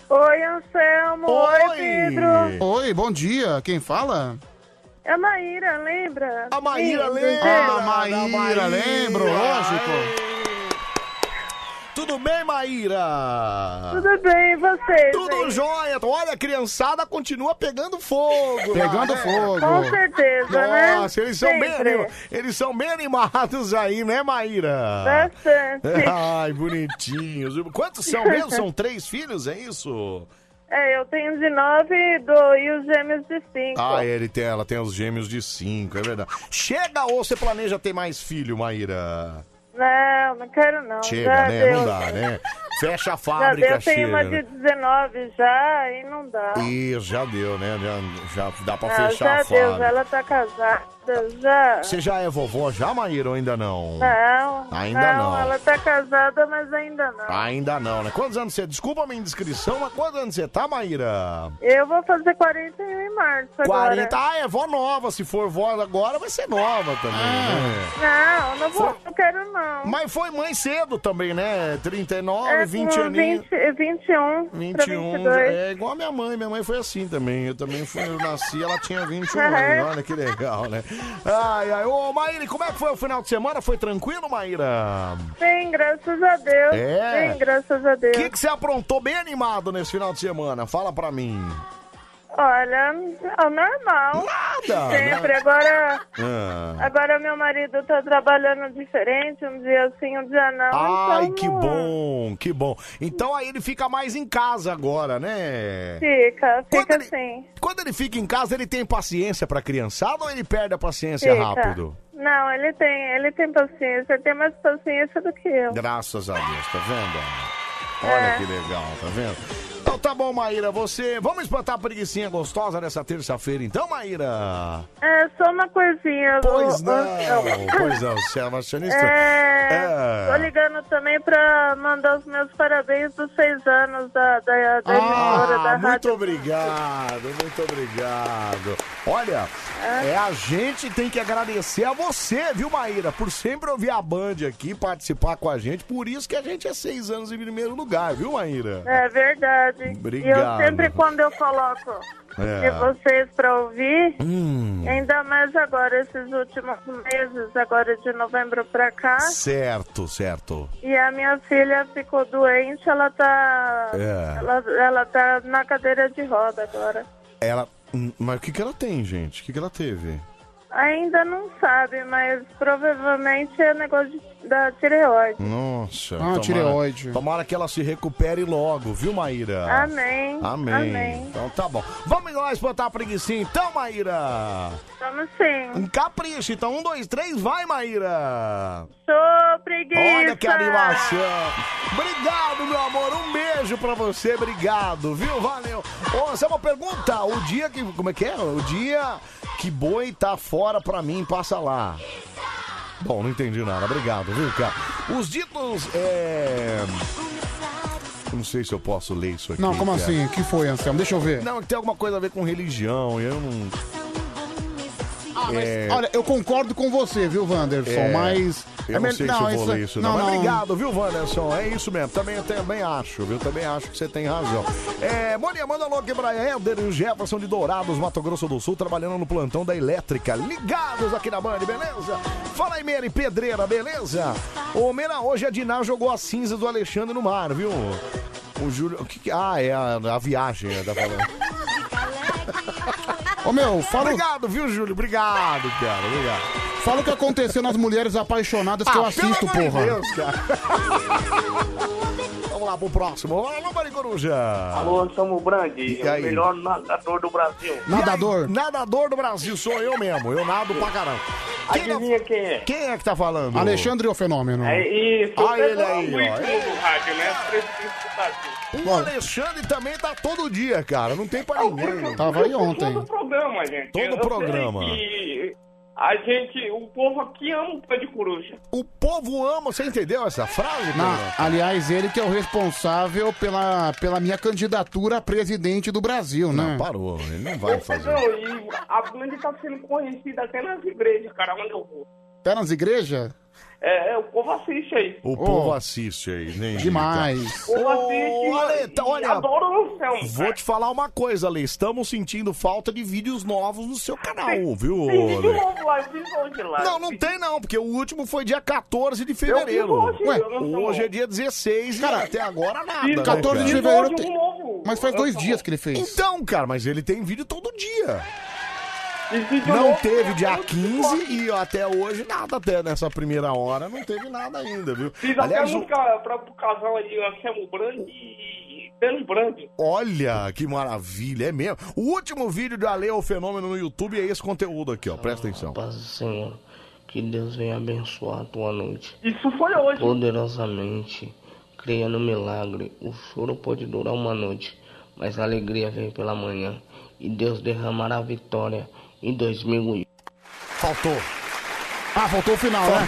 Speaker 13: Oi, Anselmo. Oi, Pedro.
Speaker 3: Oi, bom dia. Quem fala?
Speaker 13: É a Maíra, lembra?
Speaker 1: A Maíra
Speaker 13: Sim, É.
Speaker 1: lembra.
Speaker 13: gente.
Speaker 3: Ah, Maíra, lembro, lógico.
Speaker 1: Tudo bem, Maíra?
Speaker 13: Tudo bem, e você?
Speaker 1: Tudo jóia. Olha, a criançada continua pegando fogo. lá,
Speaker 3: Pegando
Speaker 1: né?
Speaker 3: fogo.
Speaker 13: Com certeza, né?
Speaker 1: Nossa, eles são, bem,
Speaker 13: Sempre.
Speaker 1: anim- eles são bem animados aí, né, Maíra?
Speaker 13: Bastante.
Speaker 1: Ai, bonitinhos. Quantos são mesmo? São três filhos, é isso?
Speaker 13: É, eu tenho de nove e, do, e os gêmeos de cinco.
Speaker 1: Ah, ele tem, ela tem os gêmeos de cinco, é verdade. Chega ou você planeja ter mais filho, Maíra?
Speaker 13: Não, não quero não.
Speaker 1: Chega,
Speaker 13: já
Speaker 1: né?
Speaker 13: deu,
Speaker 1: Não dá, né? Fecha a
Speaker 13: Já deu,
Speaker 1: fábrica,
Speaker 13: eu tenho
Speaker 1: chega.
Speaker 13: uma de 19 já e não dá.
Speaker 1: Ih, já deu, né? Já, já dá pra
Speaker 13: Ah,
Speaker 1: fechar
Speaker 13: já
Speaker 1: a
Speaker 13: deu,
Speaker 1: fábrica.
Speaker 13: ela tá casada, já.
Speaker 1: Você já é vovó já, Maíra, ou ainda não?
Speaker 13: É. Não,
Speaker 1: Ainda não.
Speaker 13: Ela tá casada, mas ainda não.
Speaker 1: Ainda não, né? Quantos anos você... Desculpa a minha indiscrição, mas quantos anos você tá, Maíra?
Speaker 13: Eu vou fazer 41 em março agora.
Speaker 1: 40. Ah, é vó nova. Se for vó agora, vai ser nova também,
Speaker 13: Ah.
Speaker 1: né?
Speaker 13: Não, não vou, não quero não.
Speaker 1: Mas foi mãe cedo também, né? 39,
Speaker 13: É,
Speaker 1: 20
Speaker 13: com
Speaker 1: aninhos.
Speaker 13: 20, 21,
Speaker 1: 21,
Speaker 13: 21 pra 22.
Speaker 1: é igual a minha mãe, minha mãe foi assim também. Eu também fui, eu nasci, ela tinha 21
Speaker 13: Aham.
Speaker 1: anos, olha que legal, né? Ai, ai, ô Maíra, e como é que foi o final de semana? Foi tranquilo, Maíra?
Speaker 13: Bem, graças a Deus.
Speaker 1: É.
Speaker 13: Bem, graças a
Speaker 1: O
Speaker 13: Deus.
Speaker 1: que, que você aprontou bem animado nesse final de semana? Fala pra mim.
Speaker 13: Olha, é normal.
Speaker 1: Nada,
Speaker 13: Sempre.
Speaker 1: né?
Speaker 13: Agora,
Speaker 1: Ah.
Speaker 13: agora meu marido tá trabalhando diferente, um dia sim, um dia não.
Speaker 1: Ai,
Speaker 13: então,
Speaker 1: que bom, que bom. Então aí ele fica mais em casa agora, né?
Speaker 13: Fica, fica assim.
Speaker 1: Quando ele fica em casa, ele tem paciência pra criançada ou ele perde a paciência
Speaker 13: Fica.
Speaker 1: rápido?
Speaker 13: Não, ele tem, ele tem paciência, ele tem mais paciência do que eu.
Speaker 1: Graças a Deus, tá vendo? Olha
Speaker 13: É.
Speaker 1: que legal, tá vendo? Então tá bom, Maíra, você... Vamos espantar a preguiçinha gostosa nessa terça-feira, então, Maíra?
Speaker 13: É só uma coisinha.
Speaker 1: Pois
Speaker 13: o-
Speaker 1: não,
Speaker 13: o-
Speaker 1: pois não, você é abaixonista.
Speaker 13: É,
Speaker 1: É.
Speaker 13: Tô ligando também pra mandar os meus parabéns dos seis anos da, da, da emissora, da
Speaker 1: Ah,
Speaker 13: rádio.
Speaker 1: muito obrigado, muito obrigado. Olha, é a gente tem que agradecer a você, viu, Maíra, por sempre ouvir a Band aqui, participar com a gente. Por isso que a gente é seis anos em primeiro lugar, viu, Maíra?
Speaker 13: É verdade.
Speaker 1: Obrigado.
Speaker 13: E eu sempre, quando eu coloco
Speaker 1: É.
Speaker 13: de vocês pra ouvir,
Speaker 1: Hum.
Speaker 13: ainda mais agora, esses últimos meses, agora de novembro pra cá,
Speaker 1: Certo, certo.
Speaker 13: e a minha filha ficou doente, ela tá,
Speaker 1: É.
Speaker 13: ela, ela tá na cadeira de roda agora.
Speaker 1: Ela. hum, Mas o que, que ela tem, gente? O que, que ela teve?
Speaker 13: Ainda não sabe, mas provavelmente é negócio de- da tireoide.
Speaker 1: Nossa.
Speaker 3: Ah, tireoide.
Speaker 1: Tomara que ela se recupere logo, viu, Maíra?
Speaker 13: Amém.
Speaker 1: Amém.
Speaker 13: Amém.
Speaker 1: Então tá bom. Vamos lá espantar a preguiçinha então, Maíra.
Speaker 13: Vamos sim.
Speaker 1: Um capricho. Então, um, dois, três, vai, Maíra.
Speaker 13: Sou preguiça.
Speaker 1: Olha que animação. Obrigado, meu amor. Um beijo pra você. Obrigado, viu? Valeu. Ô, essa é uma pergunta. O dia que... Como é que é? O dia que boi tá fora pra mim, passa lá. Bom, não entendi nada. Obrigado, viu, cara? Os ditos, é... Não sei se eu posso ler isso aqui.
Speaker 3: Não, como
Speaker 1: cara.
Speaker 3: assim? O que foi, Anselmo? Deixa eu ver.
Speaker 1: Não, tem alguma coisa a ver com religião. Eu não... É.
Speaker 3: Ah, Olha, eu concordo com você, viu, Wanderson?
Speaker 1: É,
Speaker 3: mas.
Speaker 1: Eu
Speaker 3: é
Speaker 1: não
Speaker 3: me-
Speaker 1: sei se eu vou
Speaker 3: isso-
Speaker 1: ler isso, não. Mas obrigado, viu, Wanderson? É isso mesmo. Também, eu também acho, viu? Também acho que você tem razão. É, Monia, manda logo que Brian Helder e o Jefferson de Dourados, Mato Grosso do Sul, trabalhando no plantão da elétrica. Ligados aqui na Band, beleza? Fala aí, Mary Pedreira, beleza? Ô, Mera, hoje a Diná jogou as cinzas do Alexandre no mar, viu? O Júlio. O que que- Ah, é a, a viagem, né? Tá falando.
Speaker 3: Ô, meu, fala,
Speaker 1: Obrigado, viu, Júlio? Obrigado, cara. Obrigado.
Speaker 3: fala o que aconteceu nas mulheres apaixonadas que
Speaker 1: Ah,
Speaker 3: eu assisto,
Speaker 1: pelo amor
Speaker 3: porra.
Speaker 1: de Deus, cara. Vamos lá pro próximo. Alô, Mari Coruja.
Speaker 14: Alô, Anselmo Brandi,
Speaker 1: E aí?
Speaker 14: o melhor nadador do Brasil.
Speaker 1: Nadador? nadador do Brasil, sou eu mesmo. Eu nado pra caramba. Quem
Speaker 14: Adivinha quem é?
Speaker 1: Quem é que tá falando?
Speaker 3: Alexandre é o fenômeno.
Speaker 14: É isso.
Speaker 1: Olha
Speaker 14: eu
Speaker 1: Ah, ele aí,
Speaker 14: muito
Speaker 1: ó.
Speaker 14: no rádio, né? Preciso escutar
Speaker 1: O Alexandre também tá todo dia, cara. Não tem pra ninguém.
Speaker 3: Tava aí ontem.
Speaker 14: Todo programa, gente.
Speaker 1: Todo
Speaker 14: Eu sei
Speaker 1: programa.
Speaker 14: que A gente, o povo aqui ama o pé de coruja.
Speaker 1: O povo ama, você entendeu essa frase,
Speaker 3: Não,
Speaker 1: cara?
Speaker 3: aliás, ele que é o responsável pela, pela minha candidatura a presidente do Brasil, né?
Speaker 1: parou, ele não vai
Speaker 14: Não, e a Band tá sendo conhecida até nas igrejas, cara, onde eu vou.
Speaker 3: Até nas igrejas?
Speaker 12: É, é, o povo assiste aí.
Speaker 1: O povo assiste aí, nem
Speaker 12: O povo assiste
Speaker 1: Olha,
Speaker 12: e
Speaker 1: olha,
Speaker 12: adora o Anselmo.
Speaker 1: Vou te falar uma coisa, Ale. Estamos sentindo falta de vídeos novos no seu canal, viu,
Speaker 12: Tem vídeo
Speaker 1: Ale?
Speaker 12: novo lá, vídeo novo de lá.
Speaker 1: Não, não tem não, porque o último foi dia 14 de
Speaker 12: Eu
Speaker 1: fevereiro.
Speaker 12: vi hoje,
Speaker 1: Ué,
Speaker 12: eu não
Speaker 1: hoje
Speaker 12: sei.
Speaker 1: é dia 16 cara, e até agora nada.
Speaker 12: Fiz
Speaker 1: né,
Speaker 3: 14 de
Speaker 1: cara? um
Speaker 3: fevereiro tem- Mas
Speaker 1: É
Speaker 3: faz dois dias que ele fez.
Speaker 1: Então, cara, mas ele tem vídeo todo dia.
Speaker 12: vídeo
Speaker 1: Não
Speaker 12: novo,
Speaker 1: teve dia 15 e até hoje nada, até nessa primeira hora né? não teve nada ainda, viu?
Speaker 12: Fiz
Speaker 1: Aliás,
Speaker 12: até
Speaker 1: o-
Speaker 12: música pra, pro casal ali, Anselmo Brand e Dano Brand.
Speaker 1: Olha que maravilha, é mesmo. O último vídeo de Ale o Fenômeno no YouTube é esse conteúdo aqui, ó. Presta atenção.
Speaker 15: Senhor, que Deus venha abençoar a tua noite.
Speaker 12: Isso foi hoje.
Speaker 15: Poderosamente, creia no milagre. O choro pode durar uma noite, mas a alegria vem pela manhã. E Deus derramará a vitória em 2001.
Speaker 1: Faltou.
Speaker 3: Ah, faltou o final,
Speaker 1: né?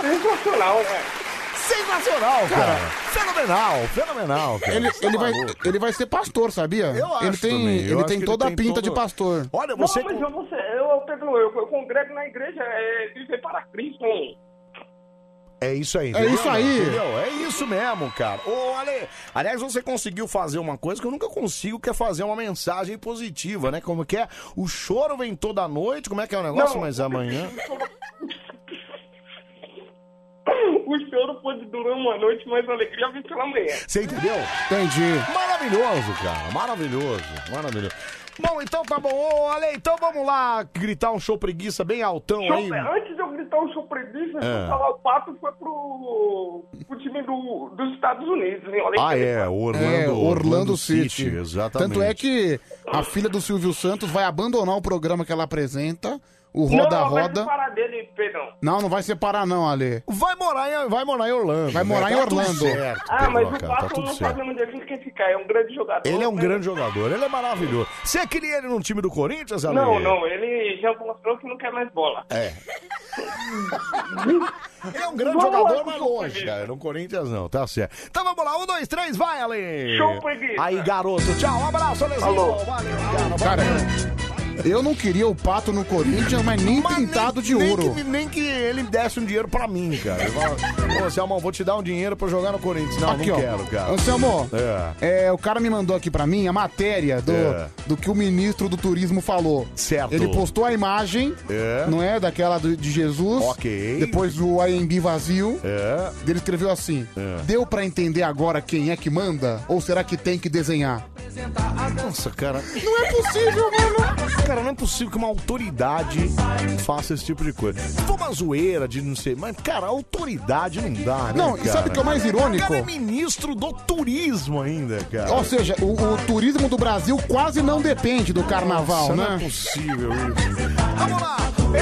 Speaker 12: Sensacional, né?
Speaker 1: Sensacional, cara. Fenomenal, fenomenal, cara.
Speaker 3: Ele,
Speaker 1: Você é
Speaker 3: ele, vai,
Speaker 1: maluco.
Speaker 3: ele vai ser pastor, sabia?
Speaker 1: Eu acho
Speaker 3: ele tem,
Speaker 1: também, eu
Speaker 3: ele
Speaker 1: acho
Speaker 3: tem
Speaker 1: que ele
Speaker 3: toda
Speaker 1: tem
Speaker 3: a pinta
Speaker 1: todo-
Speaker 3: de pastor.
Speaker 1: Olha,
Speaker 12: não, mas eu, vou ser- eu, Pedro, eu, eu congrego na igreja, é viver para Cristo, hein?
Speaker 1: É isso aí,
Speaker 12: É
Speaker 1: entendeu?
Speaker 12: isso aí.
Speaker 1: Entendeu? É isso mesmo, cara. Ô, Ale, aliás, você conseguiu fazer uma coisa que eu nunca consigo, que é fazer uma mensagem positiva, né? Como que é? O choro vem toda noite, como é que é o negócio? Mas amanhã.
Speaker 12: O choro pode durar uma noite, mas a alegria vem pela manhã.
Speaker 1: Você entendeu?
Speaker 3: Entendi.
Speaker 1: Maravilhoso, cara. Maravilhoso. Maravilhoso. Bom, então tá bom. Ô, Ale, então vamos lá gritar um show preguiça bem altão
Speaker 12: Show-
Speaker 1: aí.
Speaker 12: antes de eu gritar o show preguiça,
Speaker 1: É.
Speaker 12: o Salau Pato foi pro, pro time do, dos Estados Unidos, hein? Olha
Speaker 1: Ah,
Speaker 12: que-
Speaker 1: é, Orlando,
Speaker 3: É,
Speaker 1: Orlando,
Speaker 3: Orlando
Speaker 1: City.
Speaker 3: City.
Speaker 1: Exatamente.
Speaker 3: Tanto é que a filha do Silvio Santos vai abandonar o programa que ela apresenta, o Roda
Speaker 12: não, vai
Speaker 3: Roda.
Speaker 12: separar dele, Pedrão.
Speaker 3: Não, não vai separar não, Ale.
Speaker 1: Vai morar em, vai morar em Orlando.
Speaker 3: Vai
Speaker 1: né?
Speaker 3: morar em
Speaker 1: Tá tudo
Speaker 3: Orlando.
Speaker 1: certo,
Speaker 12: Ah, mas
Speaker 1: Pedro,
Speaker 12: o
Speaker 1: cara, tá
Speaker 12: Pato
Speaker 1: tudo
Speaker 12: não
Speaker 1: certo.
Speaker 12: sabe onde ele quer ficar, é um grande jogador.
Speaker 1: Ele é um
Speaker 12: né?
Speaker 1: grande jogador, ele é maravilhoso. Você queria ele num time do Corinthians, Ale?
Speaker 12: Não, não, ele já mostrou que não quer mais bola.
Speaker 1: É. Ele é um grande jogador, mas longe, cara. No Corinthians não, tá certo. Então vamos lá, um, dois, três, vai, Ale!
Speaker 3: Show, preguiça.
Speaker 1: Aí, garoto, tchau, um abraço, Alezinho.
Speaker 3: Falou.
Speaker 1: Valeu,
Speaker 3: Cara, eu não queria o Pato no Corinthians, mas nem pintado de
Speaker 1: nem
Speaker 3: ouro.
Speaker 1: Que, nem que ele desse um dinheiro pra mim, cara. Ele fala, Pô, Selmão, vou te dar um dinheiro pra eu jogar no Corinthians. Não,
Speaker 3: Aqui,
Speaker 1: não
Speaker 3: ó.
Speaker 1: quero, cara.
Speaker 3: Anselmo,
Speaker 1: É.
Speaker 3: É, o cara me mandou aqui pra mim a matéria do,
Speaker 1: É.
Speaker 3: do que o ministro do turismo falou.
Speaker 1: Certo.
Speaker 3: Ele postou a imagem,
Speaker 1: É.
Speaker 3: não é? Daquela do- de Jesus.
Speaker 1: Ok.
Speaker 3: Depois o AMB vazio.
Speaker 1: É.
Speaker 3: Ele escreveu assim: Deu pra entender agora quem é que manda? Ou será que tem que desenhar?
Speaker 1: Nossa, cara.
Speaker 3: Não é possível, mano.
Speaker 1: Cara, não é possível que uma autoridade faça esse tipo de coisa. Se for uma zoeira de não sei, mas, cara, autoridade não dá, né,
Speaker 3: Não, e
Speaker 1: cara?
Speaker 3: sabe o que é o mais irônico?
Speaker 1: O cara é ministro do turismo ainda, cara.
Speaker 3: Ou seja, o, o turismo do Brasil quase não depende do
Speaker 1: Nossa,
Speaker 3: carnaval, né?
Speaker 1: Não é possível isso. Vamos lá!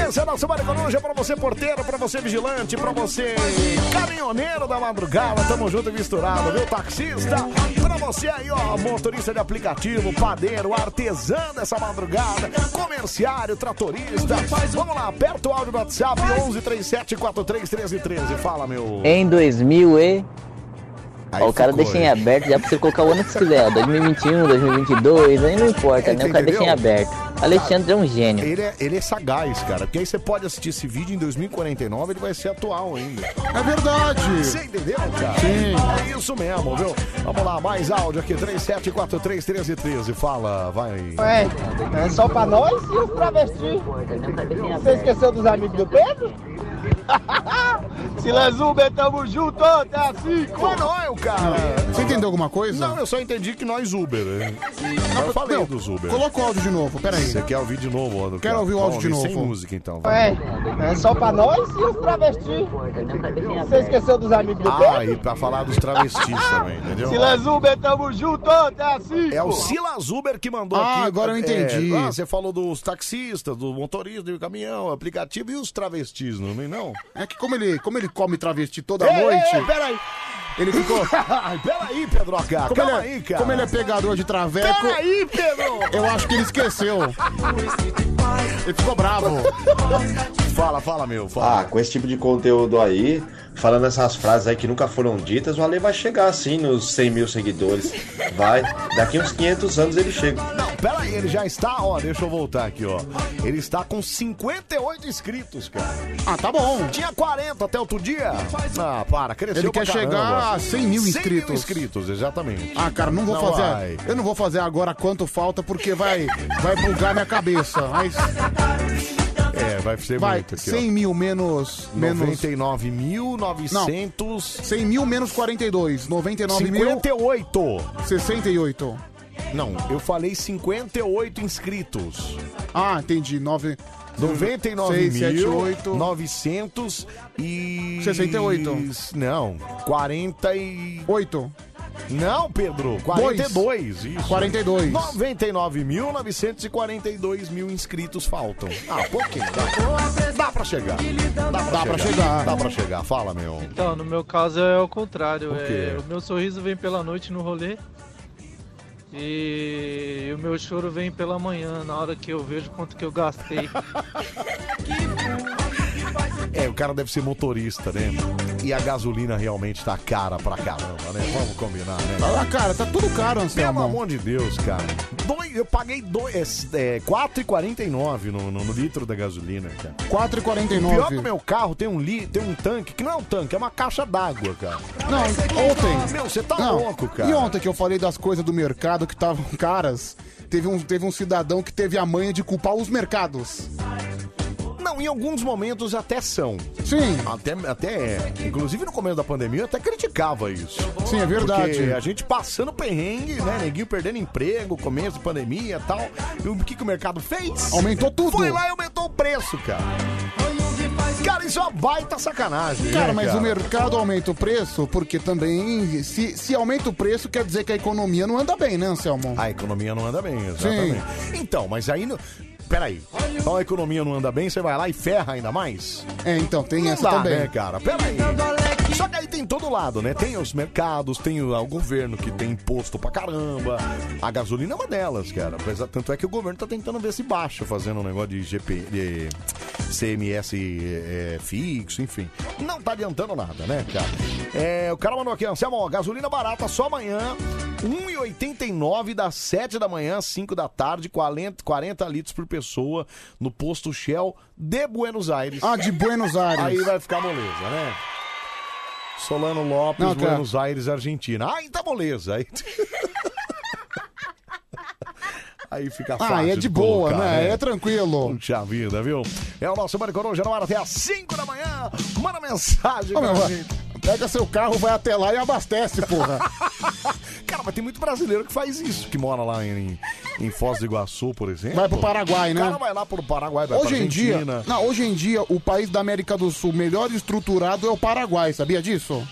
Speaker 1: Esse é o nosso Mário Coruja pra você, porteiro, pra você, vigilante, pra você, caminhoneiro da madrugada. Tamo junto e misturado, viu, taxista? Pra você aí, ó, motorista de aplicativo, padeiro, artesã dessa madrugada, comerciário, tratorista. Vamos lá, aperta o áudio do WhatsApp 1137431313. Fala, meu.
Speaker 16: Em 2000 e... Ó, o cara
Speaker 1: ficou,
Speaker 16: deixa em
Speaker 1: hein?
Speaker 16: aberto, já pra você colocar o ano que você quiser, ó, 2021, 2022, aí não importa, né? O cara deixa em aberto. Alexandre é um gênio.
Speaker 1: Ele é, ele é sagaz, cara. Porque aí você pode assistir esse vídeo em 2049, ele vai ser atual ainda.
Speaker 3: É verdade.
Speaker 1: Você entendeu, cara?
Speaker 3: Sim.
Speaker 1: É isso mesmo, viu? Vamos lá, mais áudio aqui, 37431313. Fala, vai.
Speaker 4: Ué, é só pra nós e os travestis. Você esqueceu dos amigos do Pedro?
Speaker 1: Silas Uber, tamo junto, até a 5. É nóis, cara.
Speaker 3: Você entendeu alguma coisa?
Speaker 1: Não, eu só entendi que nós Uber. né? eu falei dos Uber.
Speaker 3: Coloca o áudio de novo, peraí.
Speaker 1: Você quer ouvir de novo, Aldo?
Speaker 3: Quero ouvir o
Speaker 1: Vamos
Speaker 3: áudio de
Speaker 1: ouvir Sem
Speaker 3: novo.
Speaker 1: música, então. vai.
Speaker 4: Ué, é só pra nós e os travestis. Você esqueceu dos
Speaker 16: É,
Speaker 4: amigos do
Speaker 1: Ah,
Speaker 4: Pedro?
Speaker 1: e pra falar dos travestis também, entendeu?
Speaker 4: Silas Uber, tamo junto, até a 5.
Speaker 1: É o Silas Uber que mandou
Speaker 3: tá assim, Ah,
Speaker 1: aqui.
Speaker 3: agora eu entendi.
Speaker 1: É, ah, você falou dos taxistas, do motorista, do caminhão, aplicativo e os travestis, não vem não?
Speaker 3: É que como ele, como ele come travesti toda
Speaker 1: Ei,
Speaker 3: noite.
Speaker 1: ei, peraí.
Speaker 3: Ele ficou.
Speaker 1: peraí, Pedro H.
Speaker 3: Como,
Speaker 1: Calma
Speaker 3: ele é,
Speaker 1: aí, cara.
Speaker 3: como ele é pegador de traveco.
Speaker 1: Peraí, Pedro!
Speaker 3: Eu acho que ele esqueceu. Ele ficou bravo.
Speaker 1: Fala, fala, meu.
Speaker 6: Ah, com esse tipo de conteúdo aí, falando essas frases aí que nunca foram ditas, o Ale vai chegar assim nos 100 mil seguidores. Vai, daqui uns 500 anos ele chega.
Speaker 1: Não, pera aí, ele já está, ó, deixa eu voltar aqui, ó. Ele está com 58 inscritos, cara.
Speaker 3: Ah, tá bom.
Speaker 1: Tinha 40 até outro dia. Ah, para, cresceu
Speaker 3: Ele quer
Speaker 1: pra caramba.
Speaker 3: chegar a 100 mil
Speaker 1: 100 mil
Speaker 3: inscritos.
Speaker 1: inscritos, exatamente.
Speaker 3: Ah, cara, não vou fazer.
Speaker 1: vai.
Speaker 3: Eu não vou fazer agora quanto falta, porque vai, vai bugar minha cabeça. Mas
Speaker 1: É, vai ser
Speaker 3: vai,
Speaker 1: muito aqui,
Speaker 3: 100 mil menos.
Speaker 1: ó.
Speaker 3: menos
Speaker 1: 99.900...
Speaker 3: Não, 100 mil menos 42. 99 mil. 68.
Speaker 1: Não, eu falei 58 inscritos.
Speaker 3: Ah, entendi. 9. 6, 7, 8.
Speaker 1: 99.900 e...
Speaker 3: 68.
Speaker 1: Não, 48. Não, Pedro, 42. Isso.
Speaker 3: 42.
Speaker 1: 99.942 mil inscritos faltam. Ah, pouquinho. Dá, dá pra chegar. Dá pra,
Speaker 3: Dá pra chegar.
Speaker 1: Dá pra chegar. Fala, meu.
Speaker 17: Então, no meu caso é o contrário.
Speaker 1: Por quê?
Speaker 17: é, o meu sorriso vem pela noite no rolê e o meu choro vem pela manhã, na hora que eu vejo quanto que eu gastei.
Speaker 1: É, o cara deve ser motorista, né? E a gasolina realmente tá cara pra caramba, né? Vamos combinar, né?
Speaker 3: Ah, cara, tá tudo caro, Anselmo.
Speaker 1: Pelo amor de Deus, cara. Dois, eu paguei dois, é, é, 4,49 no, no, no litro da gasolina, cara.
Speaker 3: 4,49.
Speaker 1: O pior que o meu carro tem um, li, tem um tanque, que não é um tanque, é uma caixa d'água, cara.
Speaker 3: Não, ontem.
Speaker 1: Meu, você tá
Speaker 3: Não,
Speaker 1: louco, cara.
Speaker 3: E ontem que eu falei das coisas do mercado que estavam caras, teve um, teve um cidadão que teve a manha de culpar os mercados.
Speaker 1: Não, em alguns momentos até são.
Speaker 3: Sim.
Speaker 1: Até, até é. Inclusive no começo da pandemia eu até criticava isso.
Speaker 3: Sim, é verdade.
Speaker 1: Porque a gente passando perrengue, né? Neguinho perdendo emprego, começo da pandemia e tal. E o que, que o mercado fez?
Speaker 3: Aumentou tudo.
Speaker 1: Foi lá e aumentou o preço, cara. Cara, isso é uma baita sacanagem.
Speaker 3: Cara,
Speaker 1: né,
Speaker 3: mas o mercado aumenta o preço porque também, se, se aumenta o preço, quer dizer que a economia não anda bem, né, Anselmo?
Speaker 1: A economia não anda bem, exatamente. Então, mas aí. no- Peraí. Então a economia não anda bem, você vai lá e ferra ainda mais?
Speaker 3: É, então, tem
Speaker 1: não
Speaker 3: essa
Speaker 1: dá,
Speaker 3: também.
Speaker 1: né, cara? Peraí. Só que aí tem todo lado, né? Tem os mercados, tem o, o governo que tem imposto pra caramba. A gasolina é uma delas, cara. Apesar- Tanto é que o governo tá tentando ver se baixa, fazendo um negócio de GP, de CMS é, fixo, enfim. Não tá adiantando nada, né, cara? É, o cara mandou aqui, Anselmo, ó, gasolina barata só amanhã, 1,89 das 7 da manhã às 5 da tarde, 40, 40 litros por pessoa no posto Shell de Buenos Aires.
Speaker 3: Ah, de Buenos Aires.
Speaker 1: Aí vai ficar moleza, né? Solano Lopes,
Speaker 3: Não, tá. cara.
Speaker 1: Buenos Aires, Argentina. Aí tá moleza. Aí, aí fica fácil.
Speaker 3: Ah, é de boa,
Speaker 1: colocar,
Speaker 3: né? É tranquilo.
Speaker 1: Puxa vida, viu? É o nosso Mário Coruja no ar até às 5 da manhã. Manda mensagem
Speaker 3: Ô,
Speaker 1: pra
Speaker 3: meu,
Speaker 1: gente.
Speaker 3: pega seu carro, vai até lá e abastece, porra.
Speaker 1: Cara, mas tem muito brasileiro que faz isso, que mora lá em, em Foz do Iguaçu, por exemplo.
Speaker 3: Vai pro Paraguai, né?
Speaker 1: O cara vai lá pro Paraguai, vai
Speaker 3: hoje
Speaker 1: pra
Speaker 3: em dia,
Speaker 1: Argentina.
Speaker 3: não, hoje em dia, o país da América do Sul melhor estruturado é o Paraguai, sabia disso?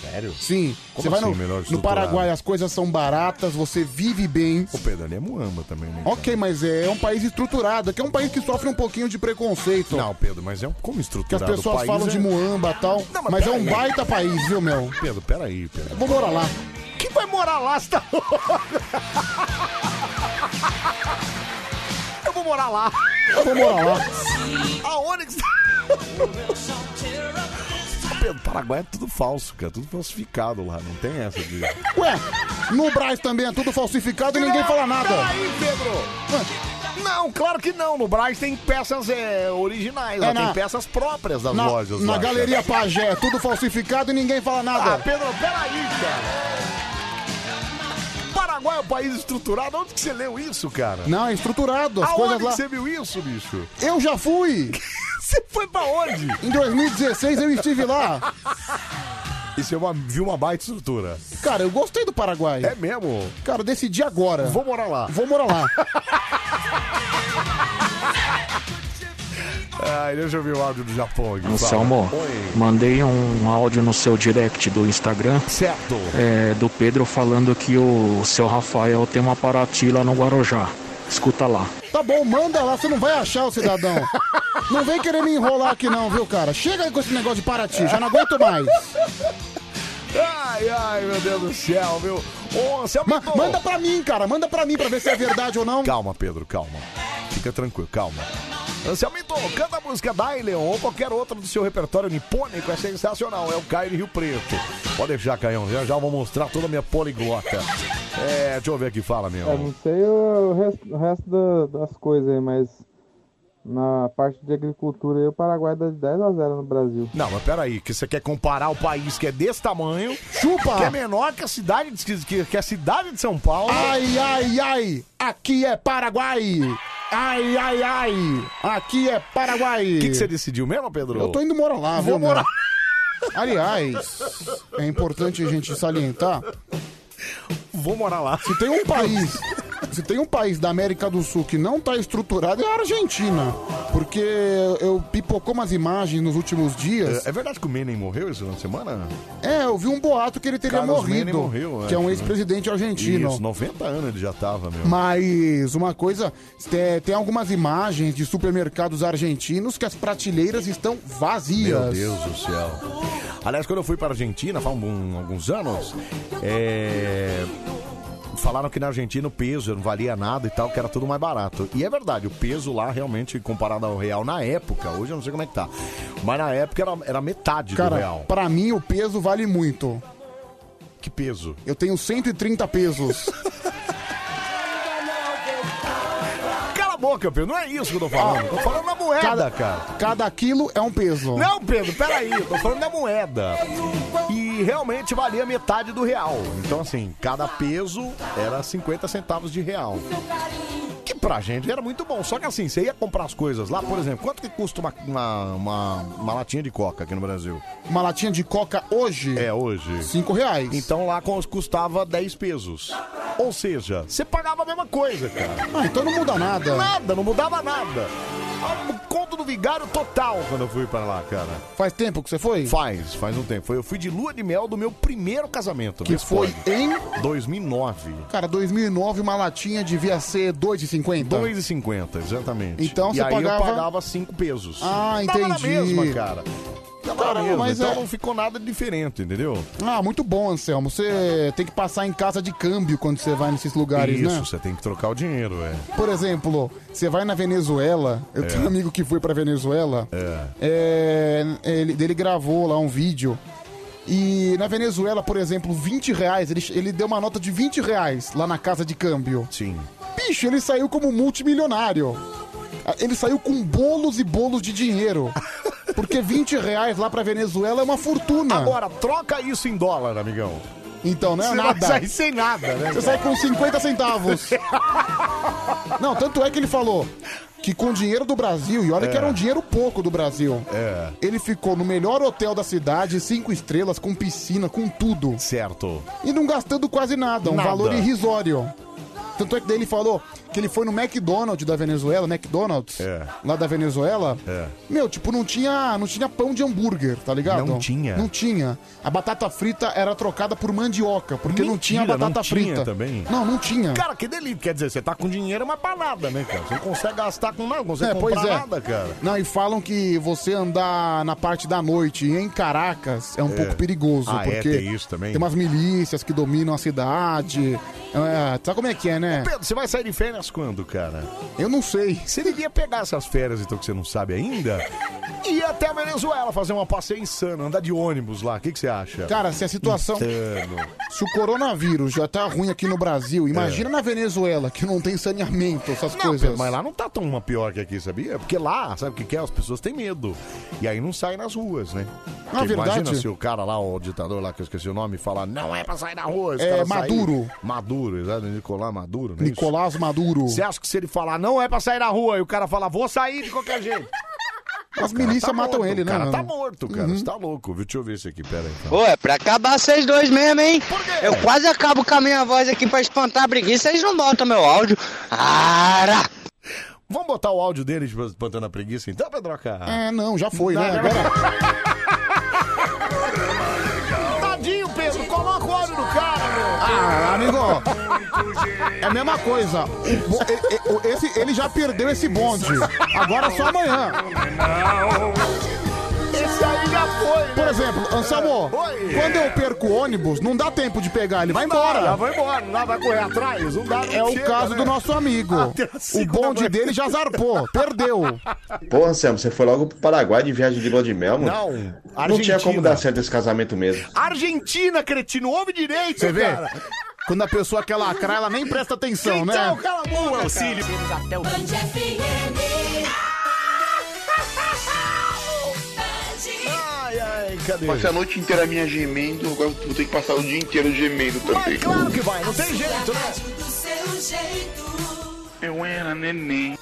Speaker 1: Sério?
Speaker 3: Sim.
Speaker 1: Como
Speaker 3: você vai
Speaker 1: assim,
Speaker 3: no,
Speaker 1: melhor
Speaker 3: no
Speaker 1: estruturado?
Speaker 3: Paraguai, as coisas são baratas, você vive bem.
Speaker 1: O Pedro ali é muamba também, né?
Speaker 3: Ok, mas é, um país estruturado, que é um país que sofre um pouquinho de preconceito.
Speaker 1: Não, Pedro, mas é um como
Speaker 3: Que as
Speaker 1: estruturado. o
Speaker 3: pessoas
Speaker 1: país
Speaker 3: falam
Speaker 1: é-
Speaker 3: de Muamba e tal, mas, é um
Speaker 1: peraí.
Speaker 3: baita país, viu, meu?
Speaker 1: Pedro, peraí, Pedro.
Speaker 3: Eu vou morar lá.
Speaker 1: Quem vai morar lá, você tá louco? Eu vou morar lá.
Speaker 3: Eu vou morar lá.
Speaker 1: A Onix. Pedro, Paraguai é tudo falso, cara. Tudo falsificado lá. Não tem essa de.
Speaker 3: Ué, no Brás também é tudo falsificado e ninguém fala nada.
Speaker 1: Peraí, Pedro. Não, claro que não. No Braz tem peças é, originais,
Speaker 3: É,
Speaker 1: lá,
Speaker 3: na-
Speaker 1: tem peças próprias das
Speaker 3: na,
Speaker 1: lojas.
Speaker 3: Na
Speaker 1: lá, cara.
Speaker 3: galeria Pajé, é tudo falsificado e ninguém fala nada.
Speaker 1: Ah, Pedro, peraí, cara. Paraguai é um país estruturado. Onde que você leu isso, cara?
Speaker 3: Não, é estruturado, as
Speaker 1: Aonde
Speaker 3: coisas
Speaker 1: que
Speaker 3: lá.
Speaker 1: você viu isso, bicho?
Speaker 3: Eu já fui!
Speaker 1: Você foi pra onde?
Speaker 3: Em 2016 eu estive lá.
Speaker 1: E você é uma- viu uma baita estrutura.
Speaker 3: Cara, eu gostei do Paraguai.
Speaker 1: É mesmo?
Speaker 3: Cara, eu decidi agora.
Speaker 1: Vou morar lá.
Speaker 3: Vou morar lá.
Speaker 1: Ai, deixa eu ver o áudio do Japão aqui.
Speaker 18: Anselmo,
Speaker 1: fala. Oi.
Speaker 18: mandei um áudio no seu direct do Instagram.
Speaker 1: Certo.
Speaker 18: É, do Pedro falando que o seu Rafael tem uma Paraty lá no Guarujá. Escuta lá.
Speaker 3: Tá bom, manda lá, você não vai achar o cidadão. Não vem querer me enrolar aqui não, viu, cara? Chega aí com esse negócio de Paraty, já não aguento mais.
Speaker 1: Ai, ai, meu Deus do céu, meu. Ô, você
Speaker 3: Ma- manda pra mim, cara, manda pra mim pra ver se é verdade ou não.
Speaker 1: Calma, Pedro, calma. Fica tranquilo, calma. Anselmito, canta a música Daileon ou qualquer outra do seu repertório nipônico, é sensacional. É o Caio de Rio Preto. Pode deixar, Caião, já já vou mostrar toda a minha poliglota. É, deixa eu ver aqui, fala, meu.
Speaker 19: É, não sei o resto, o resto da- das coisas aí, mas na parte de agricultura aí, o Paraguai dá de 10 a 0 no Brasil.
Speaker 1: Não, mas peraí, que você quer comparar o país que é desse tamanho, chupa, que é menor que a cidade de, que, que a cidade de São Paulo.
Speaker 3: Ai, ai, ai, aqui é Paraguai. Ai, ai, ai, aqui é Paraguai.
Speaker 1: O que, que você decidiu mesmo, Pedro?
Speaker 3: Eu tô indo morar lá,
Speaker 1: Vou
Speaker 3: viu, meu?
Speaker 1: morar.
Speaker 3: Aliás, é importante a gente salientar.
Speaker 1: Vou morar lá.
Speaker 3: Se tem um país, se tem um país da América do Sul que não tá estruturado é a Argentina, porque eu pipocou umas imagens nos últimos dias.
Speaker 1: É, é verdade que o Menem morreu esse final de semana?
Speaker 3: É, eu vi um boato que ele teria
Speaker 1: Carlos
Speaker 3: morrido,
Speaker 1: Menem morreu,
Speaker 3: que é um
Speaker 1: acho, né?
Speaker 3: ex-presidente argentino.
Speaker 1: Isso, 90 anos ele já tava, meu.
Speaker 3: Mas uma coisa, te- tem algumas imagens de supermercados argentinos que as prateleiras estão vazias.
Speaker 1: Meu Deus do céu. Aliás, quando eu fui para a Argentina, faz algum- alguns anos, é, falaram que na Argentina o peso não valia nada e tal, que era tudo mais barato. E é verdade, o peso lá realmente, comparado ao real na época, hoje eu não sei como é que tá, mas na época era, era metade do
Speaker 3: Cara,
Speaker 1: real.
Speaker 3: pra mim o peso vale muito.
Speaker 1: Que peso?
Speaker 3: Eu tenho 130 pesos.
Speaker 1: Cala a boca, Pedro, não é isso que eu tô falando. Tô falando da moeda,
Speaker 3: Cada-
Speaker 1: cara.
Speaker 3: Cada quilo é um peso.
Speaker 1: Não, Pedro, peraí, eu tô falando da moeda. E realmente valia metade do real. Então, assim, cada peso era 50 centavos de real. Que pra gente era muito bom. Só que assim, você ia comprar as coisas lá, por exemplo, quanto que custa uma, uma, uma- uma latinha de coca aqui no Brasil?
Speaker 3: Uma latinha de coca hoje?
Speaker 1: É, hoje.
Speaker 3: 5 reais.
Speaker 1: Então lá cus- custava 10 pesos. Ou seja, você pagava a mesma coisa, cara.
Speaker 3: Ah, então não muda nada.
Speaker 1: Nada, não mudava nada. O conto do vigário total quando eu fui pra lá, cara.
Speaker 3: Faz tempo que você foi?
Speaker 1: Faz, faz um tempo. Foi- Eu fui de lua de mel do meu primeiro casamento.
Speaker 3: Que
Speaker 1: vê se
Speaker 3: foi
Speaker 1: pode.
Speaker 3: em?
Speaker 1: 2009.
Speaker 3: Cara, 2009 uma latinha devia ser 2,50.
Speaker 1: 2,50, exatamente.
Speaker 3: Então
Speaker 1: e
Speaker 3: você
Speaker 1: aí
Speaker 3: pagava-
Speaker 1: eu pagava 5 pesos.
Speaker 3: Ah,
Speaker 1: Tava na
Speaker 3: entendi.
Speaker 1: mesma, cara. Tava na
Speaker 3: Cara,
Speaker 1: mesma,
Speaker 3: mas
Speaker 1: então
Speaker 3: é-
Speaker 1: não ficou nada diferente, entendeu?
Speaker 3: Ah, muito bom, Anselmo. Você tem que passar em casa de câmbio quando você vai nesses lugares,
Speaker 1: É. Isso,
Speaker 3: né?
Speaker 1: você tem que trocar o dinheiro, é.
Speaker 3: Por exemplo, você vai na Venezuela, eu
Speaker 1: É.
Speaker 3: tenho um amigo que foi pra Venezuela,
Speaker 1: É.
Speaker 3: é, ele, ele gravou lá um vídeo. E na Venezuela, por exemplo, 20 reais, ele, ele deu uma nota de 20 reais lá na casa de câmbio.
Speaker 1: Sim.
Speaker 3: Bicho, ele saiu como multimilionário. Ah, Ele saiu com bolos e bolos de dinheiro. Porque 20 reais lá pra Venezuela é uma fortuna.
Speaker 1: Agora, troca isso em dólar, amigão.
Speaker 3: Então, não é
Speaker 1: Você vai
Speaker 3: nada.
Speaker 1: sair sem nada, né,
Speaker 3: Você
Speaker 1: cara?
Speaker 3: sai com 50 centavos. não, tanto é que ele falou que com o dinheiro do Brasil, e olha
Speaker 1: É.
Speaker 3: que era um dinheiro pouco do Brasil,
Speaker 1: É.
Speaker 3: ele ficou no melhor hotel da cidade, cinco estrelas, com piscina, com tudo.
Speaker 1: Certo.
Speaker 3: E não gastando quase nada, um
Speaker 1: Nada.
Speaker 3: valor irrisório. Tanto é que daí ele falou que ele foi no McDonald's da Venezuela, McDonald's,
Speaker 1: É.
Speaker 3: lá da Venezuela. Meu, tipo, não tinha, não tinha pão de hambúrguer, tá ligado?
Speaker 1: Não tinha.
Speaker 3: Não tinha. A batata frita era trocada por mandioca, porque não tinha
Speaker 1: Mentira,
Speaker 3: batata
Speaker 1: não
Speaker 3: frita.
Speaker 1: tinha também?
Speaker 3: Não, não tinha.
Speaker 1: Cara, que delírio. Quer dizer, você tá com dinheiro, mas pra nada, né, cara? Você não consegue gastar com nada, não consegue
Speaker 3: É,
Speaker 1: comprar
Speaker 3: pois é.
Speaker 1: nada, cara.
Speaker 3: Não, e falam que você andar na parte da noite em Caracas é um
Speaker 1: É.
Speaker 3: pouco perigoso,
Speaker 1: Ah, é,
Speaker 3: porque
Speaker 1: tem isso também.
Speaker 3: tem umas milícias que dominam a cidade. É, sabe como é que é, né?
Speaker 1: Pedro, você vai sair de férias quando, cara?
Speaker 3: Eu não sei.
Speaker 1: Você devia pegar essas férias, então, que você não sabe ainda, e ir até a Venezuela fazer uma passeia insana, andar de ônibus lá. O que, que você acha?
Speaker 3: Cara, se a situação-
Speaker 1: Insano.
Speaker 3: Se o coronavírus já tá ruim aqui no Brasil, imagina na Venezuela, que não tem saneamento, essas
Speaker 1: É. Não,
Speaker 3: coisas.
Speaker 1: Pedro, mas lá não tá tão uma pior que aqui, sabia? Porque lá, sabe o que, que é? As pessoas têm medo. E aí não saem nas ruas, né?
Speaker 3: Na
Speaker 1: Porque Imagina
Speaker 3: verdade-
Speaker 1: se o cara lá, o ditador lá, que eu esqueci o nome, falar, não é pra sair na rua. esse
Speaker 3: É,
Speaker 1: cara sair."
Speaker 3: Maduro.
Speaker 1: Maduro, exato, Nicolás Maduro, né?
Speaker 3: Nicolás Maduro.
Speaker 1: Você acha que se ele falar, não é pra sair na rua, e o cara falar, vou sair de qualquer jeito?
Speaker 3: As
Speaker 1: O cara
Speaker 3: milícias
Speaker 1: tá
Speaker 3: matam
Speaker 1: morto,
Speaker 3: ele,
Speaker 1: O
Speaker 3: né?
Speaker 1: cara tá
Speaker 3: mano?
Speaker 1: morto, cara. Você tá louco. viu? Deixa eu ver esse aqui, pera aí. então.
Speaker 20: Pô, é pra acabar vocês dois mesmo, hein? Eu quase acabo com a minha voz aqui pra espantar a preguiça, vocês não botam meu áudio. Ara!
Speaker 1: Vamos botar o áudio dele tipo, espantando a preguiça então, Pedroca?
Speaker 3: É, não, já foi, né? Agora...
Speaker 1: Tá Tadinho, Pedro, coloca o áudio do cara, meu.
Speaker 3: Ah, amigo, é a mesma coisa. O bo- e- e- o- Esse, ele já perdeu esse bonde. Agora é só amanhã.
Speaker 1: Esse Esse aí já foi, né?
Speaker 3: Por exemplo, Anselmo,
Speaker 1: É. Oi.
Speaker 3: quando eu perco o ônibus, não dá tempo de pegar, ele vai
Speaker 1: Não dá,
Speaker 3: embora.
Speaker 1: já vai embora, não dá, vai correr atrás, não dá,
Speaker 3: É o
Speaker 1: chega,
Speaker 3: caso
Speaker 1: né?
Speaker 3: do nosso amigo.
Speaker 1: Até a
Speaker 3: O
Speaker 1: segunda
Speaker 3: bonde
Speaker 1: vez.
Speaker 3: dele já zarpou, perdeu.
Speaker 6: Porra, Anselmo, você foi logo pro Paraguai de viagem de lua de mel, mano?
Speaker 1: Não,
Speaker 6: Não tinha
Speaker 1: Argentina.
Speaker 6: como dar certo esse casamento mesmo.
Speaker 1: Argentina, cretino, ouve direito,
Speaker 3: Você vê?
Speaker 1: cara.
Speaker 3: Quando a pessoa quer lacrar, ela nem presta atenção, né?
Speaker 1: Então, cala a boca,
Speaker 2: auxílio.
Speaker 1: Até
Speaker 2: Band FM.
Speaker 1: Ai, ai, cadê?
Speaker 21: Passei a noite inteira minha gemendo, agora vou ter que passar o dia inteiro gemendo também.
Speaker 1: Claro que vai, não tem jeito, né?
Speaker 2: Do seu jeito.
Speaker 21: Eu era neném.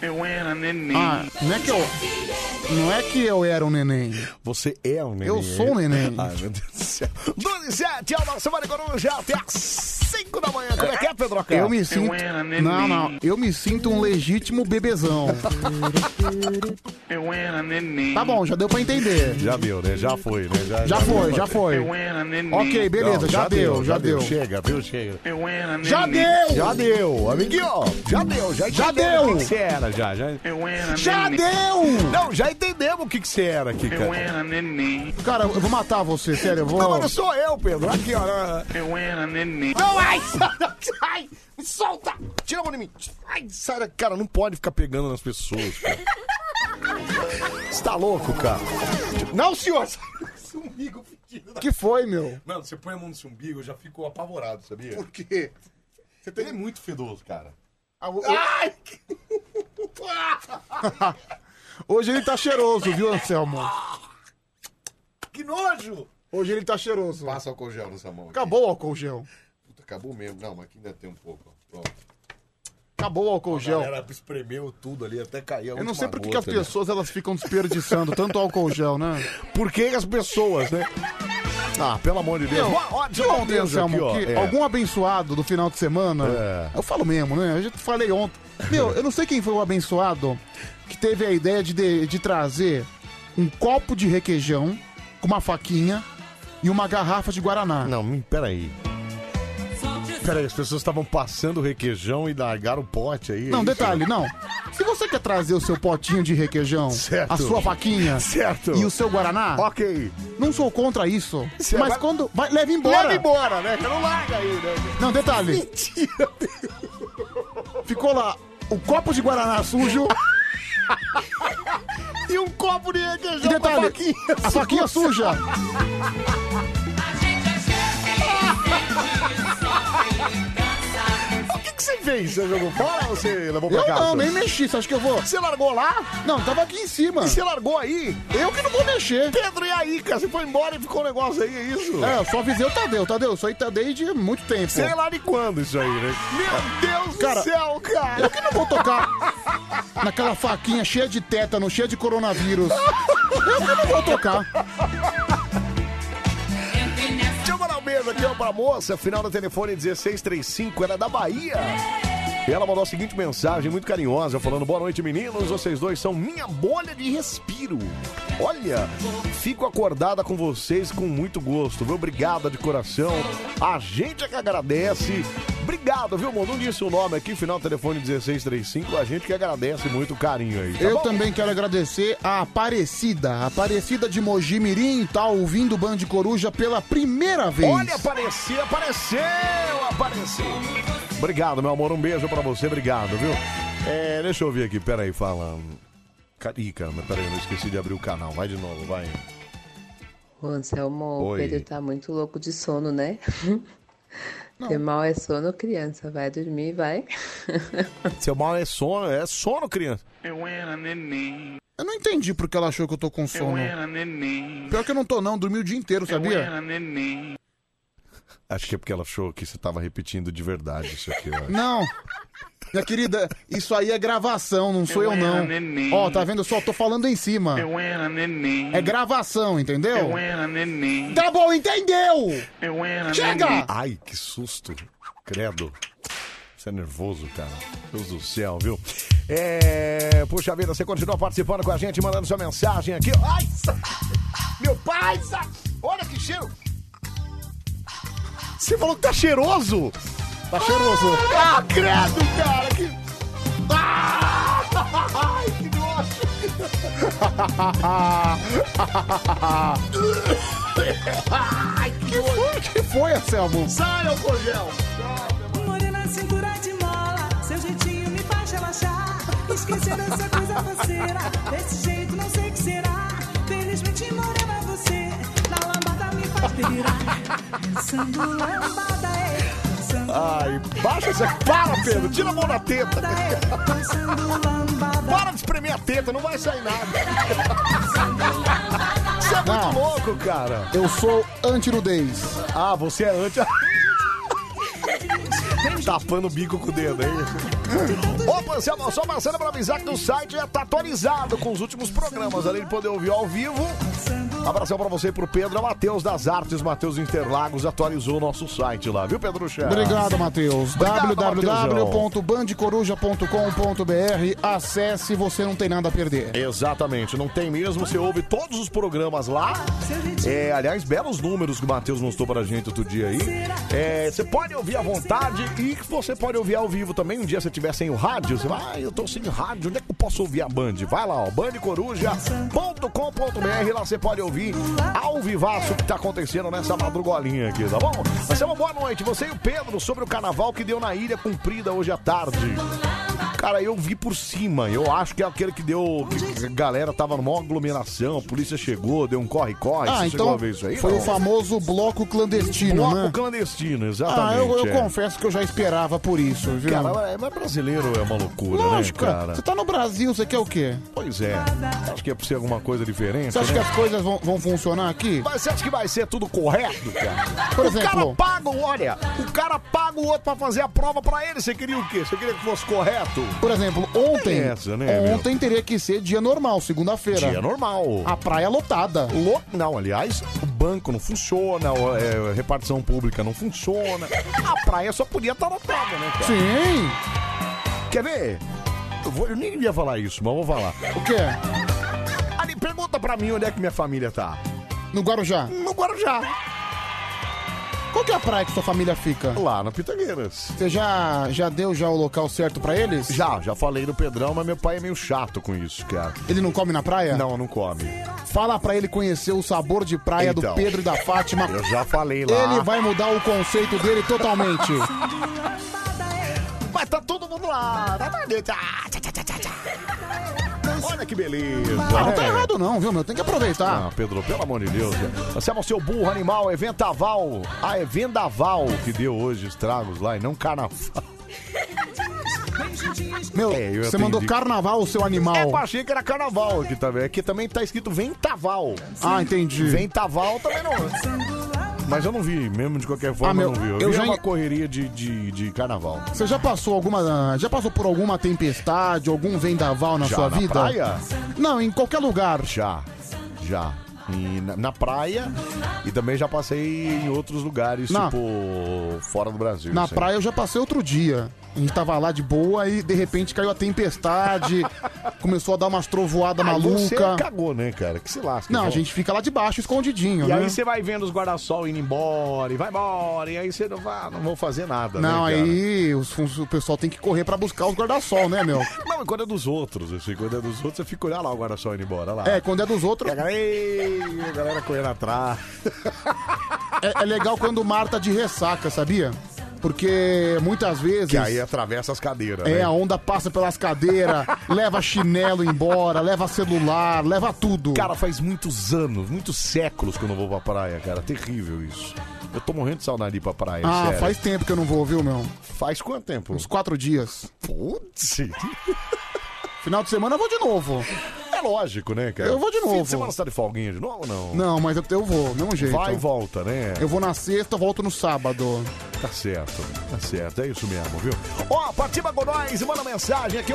Speaker 21: Eu era neném.
Speaker 3: Ah, não é que eu. Não é que eu era um neném.
Speaker 1: Você é um neném.
Speaker 3: Eu sou um neném.
Speaker 1: Ai, meu Deus do céu. 12 e 7 é o nosso Mário Coruja até as 5 da manhã. Como é que é, Pedro Acá?
Speaker 3: Eu me sinto. Não, não. Eu me sinto um legítimo bebezão.
Speaker 21: Eu era neném.
Speaker 3: Tá bom, já deu pra entender.
Speaker 1: Já viu, né? Já foi, né? Já,
Speaker 3: Já foi, já foi.
Speaker 21: Eu era neném.
Speaker 3: Ok, beleza,
Speaker 1: Não,
Speaker 3: já, deu, já deu.
Speaker 1: Chega, viu? Chega.
Speaker 21: Eu era neném.
Speaker 1: Já deu! Já deu, amiguinho! Já deu, já
Speaker 3: Já
Speaker 1: entendemos
Speaker 3: deu!
Speaker 1: O que que você era, já, já.
Speaker 21: Eu era
Speaker 1: Já
Speaker 21: neném.
Speaker 1: deu! Não, já entendemos o que que você era aqui,
Speaker 21: Eu
Speaker 1: cara.
Speaker 21: era neném.
Speaker 3: Cara, eu vou matar você, sério, eu vou.
Speaker 1: Não, mas não sou eu, Pedro. Aqui, ó.
Speaker 21: Eu era neném.
Speaker 1: Não, ai! Ai! Me solta! Tira a mão de mim! Ai, sai daqui, cara, não pode ficar pegando nas pessoas, cara. Você tá louco, cara? Não, senhor! Umbigo fedido da-
Speaker 3: Que foi, meu?
Speaker 1: Mano, você põe a mão no seu umbigo, eu já fico apavorado, sabia?
Speaker 3: Por quê?
Speaker 1: Você tem... Ele é muito fedoso, cara. Ah, é
Speaker 3: Ai! Hoje ele tá cheiroso, viu, Anselmo?
Speaker 1: Que nojo!
Speaker 3: Hoje ele tá cheiroso.
Speaker 4: Passa álcool gel nessa mão.
Speaker 3: Acabou o álcool gel.
Speaker 4: Puta, acabou mesmo. Não, mas aqui ainda tem um pouco. ó. Pronto.
Speaker 3: Acabou o álcool
Speaker 1: A
Speaker 3: gel.
Speaker 1: galera espremeu tudo ali até cair. a
Speaker 3: Eu não
Speaker 1: última
Speaker 3: sei por que que as
Speaker 1: gota, né?
Speaker 3: pessoas elas ficam desperdiçando tanto álcool gel, né?
Speaker 1: Por que as pessoas, né? Ah, pelo amor de Deus.
Speaker 3: Meu,
Speaker 1: Ó, ó,
Speaker 3: e
Speaker 1: deixa eu dar um
Speaker 3: ontem,
Speaker 1: Deus
Speaker 3: Anselmo,
Speaker 1: aqui, ó.
Speaker 3: que
Speaker 1: É.
Speaker 3: algum abençoado do final de semana,
Speaker 1: É.
Speaker 3: eu falo mesmo, né? Eu já falei ontem. Meu, eu não sei quem foi o abençoado que teve a ideia de, de, de trazer um copo de requeijão com uma faquinha e uma garrafa de Guaraná.
Speaker 1: Não, me- peraí. Peraí, as pessoas estavam passando requeijão e largaram o pote aí. é
Speaker 3: Não,
Speaker 1: isso?
Speaker 3: detalhe, não. Se você quer trazer o seu potinho de requeijão,
Speaker 1: Certo.
Speaker 3: a sua faquinha
Speaker 1: Certo.
Speaker 3: e o seu Guaraná,
Speaker 1: Ok.
Speaker 3: não sou contra isso.
Speaker 1: Você
Speaker 3: mas
Speaker 1: vai-
Speaker 3: quando. Vai, leve embora.
Speaker 1: Leva embora, né? Que não larga aí, né?
Speaker 3: Não, detalhe. Ficou lá o copo de Guaraná sujo.
Speaker 1: E um copo de requeijão
Speaker 3: E detalhe,
Speaker 1: com a faquinha.
Speaker 3: a faquinha suja. é
Speaker 1: O que, que você fez? Você jogou fora ou você levou pra
Speaker 3: Eu
Speaker 1: casa?
Speaker 3: não, nem mexi. Você acha que eu vou?
Speaker 1: Você largou lá?
Speaker 3: Não, tava aqui em cima.
Speaker 1: E você largou aí?
Speaker 3: Eu que não vou mexer.
Speaker 1: Pedro, e aí, cara? Você foi embora e ficou o negócio aí, é isso?
Speaker 3: É, eu só avisei o Tadeu. Tadeu, isso aí tá desde muito tempo.
Speaker 1: Sei lá de quando isso aí, né? Meu Deus
Speaker 3: Cara,
Speaker 1: do céu, cara!
Speaker 3: Eu que não vou tocar naquela faquinha cheia de tétano, cheia de coronavírus. Eu que não vou tocar.
Speaker 1: Deixa eu mandar um beijo aqui ó, pra moça, final do telefone 1635, ela é da Bahia. E Ela mandou a seguinte mensagem muito carinhosa, falando: Boa noite, meninos. Vocês dois são minha bolha de respiro. Olha, fico acordada com vocês com muito gosto, viu? Obrigada de coração. A gente é que agradece. Obrigado, viu, mundo? Não disse o nome aqui, final do telefone 1635. A gente que agradece muito o carinho aí. tá
Speaker 3: Eu
Speaker 1: bom?
Speaker 3: também quero agradecer a Aparecida, a Aparecida de Mogi Mirim, tá ouvindo o Band Coruja pela primeira vez.
Speaker 1: Olha, apareci, apareceu, apareceu. Obrigado, meu amor. Um beijo pra você, obrigado, viu? É, deixa eu ver aqui, peraí, fala. Ca- Ih, caramba, peraí, eu esqueci de abrir o canal. Vai de novo, vai.
Speaker 12: Ô, Anselmo, o
Speaker 1: Oi.
Speaker 12: Pedro tá muito louco de sono, né? Ter mal é sono, criança. Vai dormir, vai.
Speaker 1: Seu mal é sono, é sono, criança.
Speaker 21: Eu era neném.
Speaker 3: Eu não entendi porque ela achou que eu tô com
Speaker 21: Eu
Speaker 3: sono.
Speaker 21: era neném.
Speaker 3: Pior que eu não tô, não. Dormi o dia inteiro,
Speaker 21: Eu
Speaker 3: sabia?
Speaker 21: era neném.
Speaker 1: Acho que é porque ela achou que você tava repetindo de verdade isso aqui, ó.
Speaker 3: Não. Minha querida, isso aí é gravação, não sou eu,
Speaker 21: Eu era
Speaker 3: não.
Speaker 21: neném.
Speaker 3: Ó, tá vendo? Eu só tô falando em cima.
Speaker 21: Eu era neném.
Speaker 3: É gravação, entendeu?
Speaker 21: Eu era neném.
Speaker 3: Tá bom, entendeu?
Speaker 21: Eu era neném.
Speaker 3: Chega!
Speaker 1: Ai, que susto. Credo. Você é nervoso, cara. Deus do céu, viu? É. Puxa vida, você continua participando com a gente, mandando sua mensagem aqui. Ai, sa- meu pai, sa- olha que cheiro. Você falou que tá cheiroso.
Speaker 3: Tá cheiroso.
Speaker 1: É Ah, credo, cara. Que... Ah! Ai, que nojo.
Speaker 3: Ah.
Speaker 1: Ai, que foi?
Speaker 3: que foi, Anselmo?
Speaker 1: Sai, ô congel!
Speaker 5: Morena cintura de mola, seu jeitinho me faz relaxar. Esquecer dessa coisa faceira, desse jeito não sei o que será. Felizmente morena você, na lambada me faz delirar. Dançando lambada, é, dançando
Speaker 1: Ai, baixa essa. Para, Pedro! Tira a mão da teta! Para de espremer a teta, não vai sair nada! Você é muito
Speaker 3: Não.
Speaker 1: louco, cara!
Speaker 3: Eu sou anti-nudez.
Speaker 1: Ah, você é anti. Tapando o bico com o dedo, hein? Opa, Anselmo, só passando pra avisar que o site já tá atualizado com os últimos programas, além de poder ouvir ao vivo. Abração pra você e pro Pedro, é o Matheus das Artes, Matheus Interlagos, atualizou o nosso site lá, viu, Pedro Chá?
Speaker 3: Obrigado, Matheus.
Speaker 1: Obrigado, Matheusão.
Speaker 3: www.bandecoruja.com.br Acesse, você não tem nada a perder.
Speaker 1: Exatamente, não tem mesmo, você ouve todos os programas lá. É, aliás, belos números que o Matheus mostrou pra gente outro dia aí. É, você pode ouvir à vontade e você pode ouvir ao vivo também. Um dia você tiver sem o rádio, você vai, ah, eu tô sem rádio, onde é que eu posso ouvir a Band? Vai lá, ó, bandecoruja.com.br, lá você pode ouvir ao vivaço o que tá acontecendo nessa madrugolinha aqui, tá bom? Mas é uma boa noite, você e o Pedro, sobre o carnaval que deu na Ilha Cumprida hoje à tarde. Cara, eu vi por cima. Eu acho que é aquele que deu. Que a galera tava numa aglomeração, a polícia chegou, deu um corre-corre.
Speaker 3: Ah,
Speaker 1: você chegou
Speaker 3: então
Speaker 1: a ver isso aí?
Speaker 3: foi
Speaker 1: Não.
Speaker 3: o famoso bloco clandestino,
Speaker 1: Bloco
Speaker 3: né?
Speaker 1: clandestino,
Speaker 3: Ah,
Speaker 1: exatamente.
Speaker 3: eu, eu
Speaker 1: é.
Speaker 3: confesso que eu já esperava por isso, viu?
Speaker 1: Cara, mas- mas brasileiro é uma loucura,
Speaker 3: Lógico,
Speaker 1: né, cara?
Speaker 3: Você tá no Brasil, você quer o quê?
Speaker 1: Pois é. Acho que é pra ser alguma coisa diferente.
Speaker 3: Você acha que
Speaker 1: né?
Speaker 3: as coisas vão, vão funcionar aqui?
Speaker 1: Mas você acha que vai ser tudo correto, cara?
Speaker 3: Por
Speaker 1: O cara
Speaker 3: exemplo-
Speaker 1: paga, o- olha, o cara paga o outro pra fazer a prova pra ele. Você queria o quê? Você queria que fosse correto?
Speaker 3: Por exemplo,
Speaker 1: Tem
Speaker 3: ontem.
Speaker 1: essa, né, meu?
Speaker 3: ontem teria que ser dia normal, segunda-feira.
Speaker 1: Dia normal.
Speaker 3: A praia lotada.
Speaker 1: Lo- Não, aliás, o banco não funciona, o- é, a repartição pública não funciona. A praia só podia estar lotada, né, cara?
Speaker 3: Sim.
Speaker 1: Quer ver? Eu, vou- eu nem ia falar isso, mas vou falar.
Speaker 3: O quê?
Speaker 1: Ali, pergunta pra mim onde é que minha família tá.
Speaker 3: No Guarujá.
Speaker 1: No Guarujá.
Speaker 3: Qual que é a praia que sua família fica?
Speaker 1: Lá na Pitangueiras.
Speaker 3: Você já, já deu já o local certo pra eles?
Speaker 1: Já, já falei do Pedrão, mas meu pai é meio chato com isso, cara.
Speaker 3: Ele não come na praia?
Speaker 1: Não, não come.
Speaker 3: Fala pra ele conhecer o sabor de praia
Speaker 1: Então.
Speaker 3: do Pedro e da Fátima.
Speaker 1: Eu já falei lá.
Speaker 3: Ele vai mudar o conceito dele totalmente.
Speaker 1: Mas tá todo mundo lá. Tá valendo. Ah, tchá, tchá, tchá, tchá, tchá. Olha que beleza.
Speaker 3: Ah, não tá
Speaker 1: né?
Speaker 3: errado não, viu, meu? Tem que aproveitar.
Speaker 1: Ah, Pedro, pelo amor de Deus. Você é o seu burro animal, é ventaval. Ah, é vendaval que deu hoje estragos lá e não carnaval.
Speaker 3: Meu,
Speaker 1: É, eu
Speaker 3: você
Speaker 1: atendi.
Speaker 3: mandou carnaval, seu animal.
Speaker 1: É, eu achei que era carnaval aqui também. Aqui também tá escrito ventaval.
Speaker 3: Ah, entendi.
Speaker 1: Ventaval também não. Mas eu não vi, mesmo de qualquer forma,
Speaker 3: Ah, meu,
Speaker 1: eu não vi. Eu,
Speaker 3: eu
Speaker 1: vi
Speaker 3: já
Speaker 1: uma
Speaker 3: en-
Speaker 1: correria de, de, de carnaval.
Speaker 3: Você já passou alguma. Já passou por alguma tempestade, algum vendaval na
Speaker 1: Já
Speaker 3: sua
Speaker 1: na
Speaker 3: vida?
Speaker 1: praia?
Speaker 3: Não, em qualquer lugar.
Speaker 1: Já, já. E na, na praia e também já passei em outros lugares,
Speaker 3: Na-
Speaker 1: tipo, fora do Brasil.
Speaker 3: Na
Speaker 1: assim.
Speaker 3: praia eu já passei outro dia. A gente tava lá de boa e de repente caiu a tempestade, começou a dar umas trovoadas
Speaker 1: Aí Você
Speaker 3: maluca.
Speaker 1: cagou, né, cara? Que se lasca.
Speaker 3: Não, a
Speaker 1: Bom.
Speaker 3: gente fica lá de baixo, escondidinho,
Speaker 1: E
Speaker 3: né?
Speaker 1: aí você vai vendo os guarda-sol indo embora, e vai embora, e aí você não vai, não vou fazer nada,
Speaker 3: Não,
Speaker 1: né, cara?
Speaker 3: aí os fun- o pessoal tem que correr pra buscar os guarda-sol, né, meu?
Speaker 1: Não, e quando é dos outros, assim, quando é dos outros, você fica olhando lá o guarda-sol indo embora, lá.
Speaker 3: É, quando é dos outros.
Speaker 1: Ah. Ei, a galera correndo atrás.
Speaker 3: É, é legal quando o mar tá de ressaca, sabia? Porque muitas vezes.
Speaker 1: Que aí é atravessa as cadeiras,
Speaker 3: É,
Speaker 1: né?
Speaker 3: a onda passa pelas cadeiras, leva chinelo embora, leva celular, leva tudo.
Speaker 1: Cara, faz muitos anos, muitos séculos que eu não vou pra praia, cara. Terrível isso. Eu tô morrendo de saudade de ir pra praia,
Speaker 3: ah,
Speaker 1: sério.
Speaker 3: faz tempo que eu não vou, viu, meu?
Speaker 1: Faz quanto tempo?
Speaker 3: Uns quatro dias.
Speaker 1: Putz!
Speaker 3: Final de semana eu vou de novo.
Speaker 1: É lógico, né, cara?
Speaker 3: Eu vou de
Speaker 1: Fim
Speaker 3: novo.
Speaker 1: de semana você tá de folguinha de novo ou não?
Speaker 3: Não, mas eu, eu vou, mesmo jeito.
Speaker 1: Vai e volta, né?
Speaker 3: Eu vou na sexta, volto no sábado.
Speaker 1: Tá certo, tá certo, é isso mesmo, viu? Ó, participa com nós e manda mensagem aqui,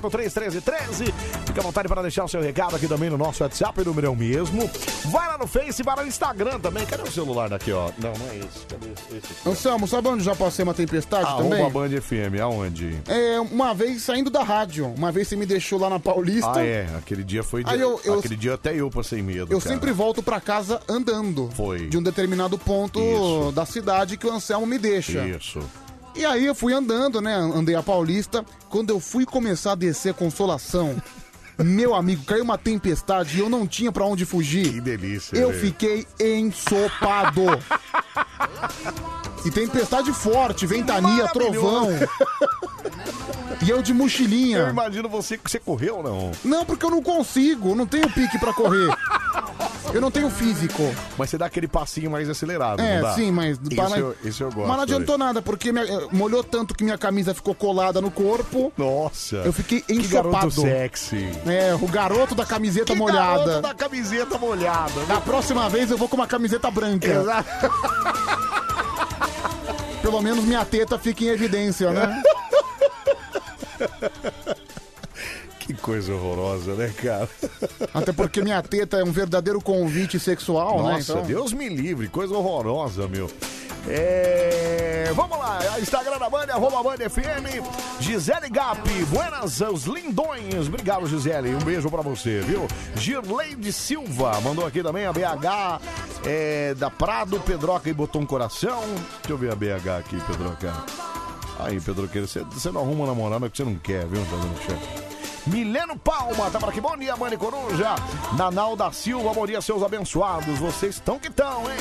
Speaker 1: 1137-431313. Fica à vontade para deixar o seu recado aqui também no nosso WhatsApp, o número é o mesmo. Vai lá no Face, vai lá no Instagram também. Cadê o celular daqui, ó? Não, não é esse. Cadê esse? esse aqui?
Speaker 3: Anselmo, sabe onde já passei uma tempestade também?
Speaker 1: Arroba Band FM, aonde?
Speaker 3: É, uma vez saindo da rádio. Uma vez você me deixou lá na Paulista.
Speaker 1: Ah, é, aquele dia foi...
Speaker 3: Aí eu- eu-
Speaker 1: Aquele dia até eu passei medo,
Speaker 3: Eu
Speaker 1: cara.
Speaker 3: sempre volto pra casa andando.
Speaker 1: Foi.
Speaker 3: De um determinado ponto da cidade que o Anselmo me deixa.
Speaker 1: Isso.
Speaker 3: E aí eu fui andando, né? Andei a Paulista. Quando eu fui começar a descer Consolação, Meu amigo, caiu uma tempestade e eu não tinha pra onde fugir. Que
Speaker 1: delícia.
Speaker 3: Eu
Speaker 1: velho.
Speaker 3: fiquei ensopado. e tempestade forte, ventania, trovão. E eu de mochilinha.
Speaker 1: Eu imagino você que você correu ou não?
Speaker 3: Não, porque eu não consigo, eu não tenho pique pra correr. Eu não tenho físico.
Speaker 1: Mas você dá aquele passinho mais acelerado,
Speaker 3: É,
Speaker 1: não dá?
Speaker 3: sim, mas.
Speaker 1: Isso,
Speaker 3: para-
Speaker 1: eu, isso eu gosto.
Speaker 3: Mas não adiantou nada, porque minha- eh, molhou tanto que minha camisa ficou colada no corpo.
Speaker 1: Nossa.
Speaker 3: Eu fiquei
Speaker 1: Que garoto
Speaker 3: ensopado.
Speaker 1: sexy.
Speaker 3: É, o garoto da camiseta
Speaker 1: Que
Speaker 3: molhada.
Speaker 1: garoto da camiseta molhada.
Speaker 3: Da próxima vez eu vou com uma camiseta branca.
Speaker 1: Exato.
Speaker 3: Pelo menos minha teta fica em evidência, né?
Speaker 1: Que coisa horrorosa, né, cara?
Speaker 3: Até porque minha teta é um verdadeiro convite sexual, né?
Speaker 1: Nossa, Deus me livre, coisa horrorosa, meu. É, vamos lá, Instagram da Band, arroba Band FM, Gisele Gap, buenas, os lindões, obrigado Gisele, um beijo pra você, viu? Girleide Silva, mandou aqui também a BH é, da Prado, Pedroca e botou um coração, deixa eu ver a BH aqui, Pedroca. Aí, Pedroqueiro, você- você não arruma namorada que você não quer, viu? Fazendo chefe. Mileno Palma, tá por aqui. Bom dia, Mani Coruja. Nanal da Silva, bom dia, seus abençoados. Vocês estão que estão, hein?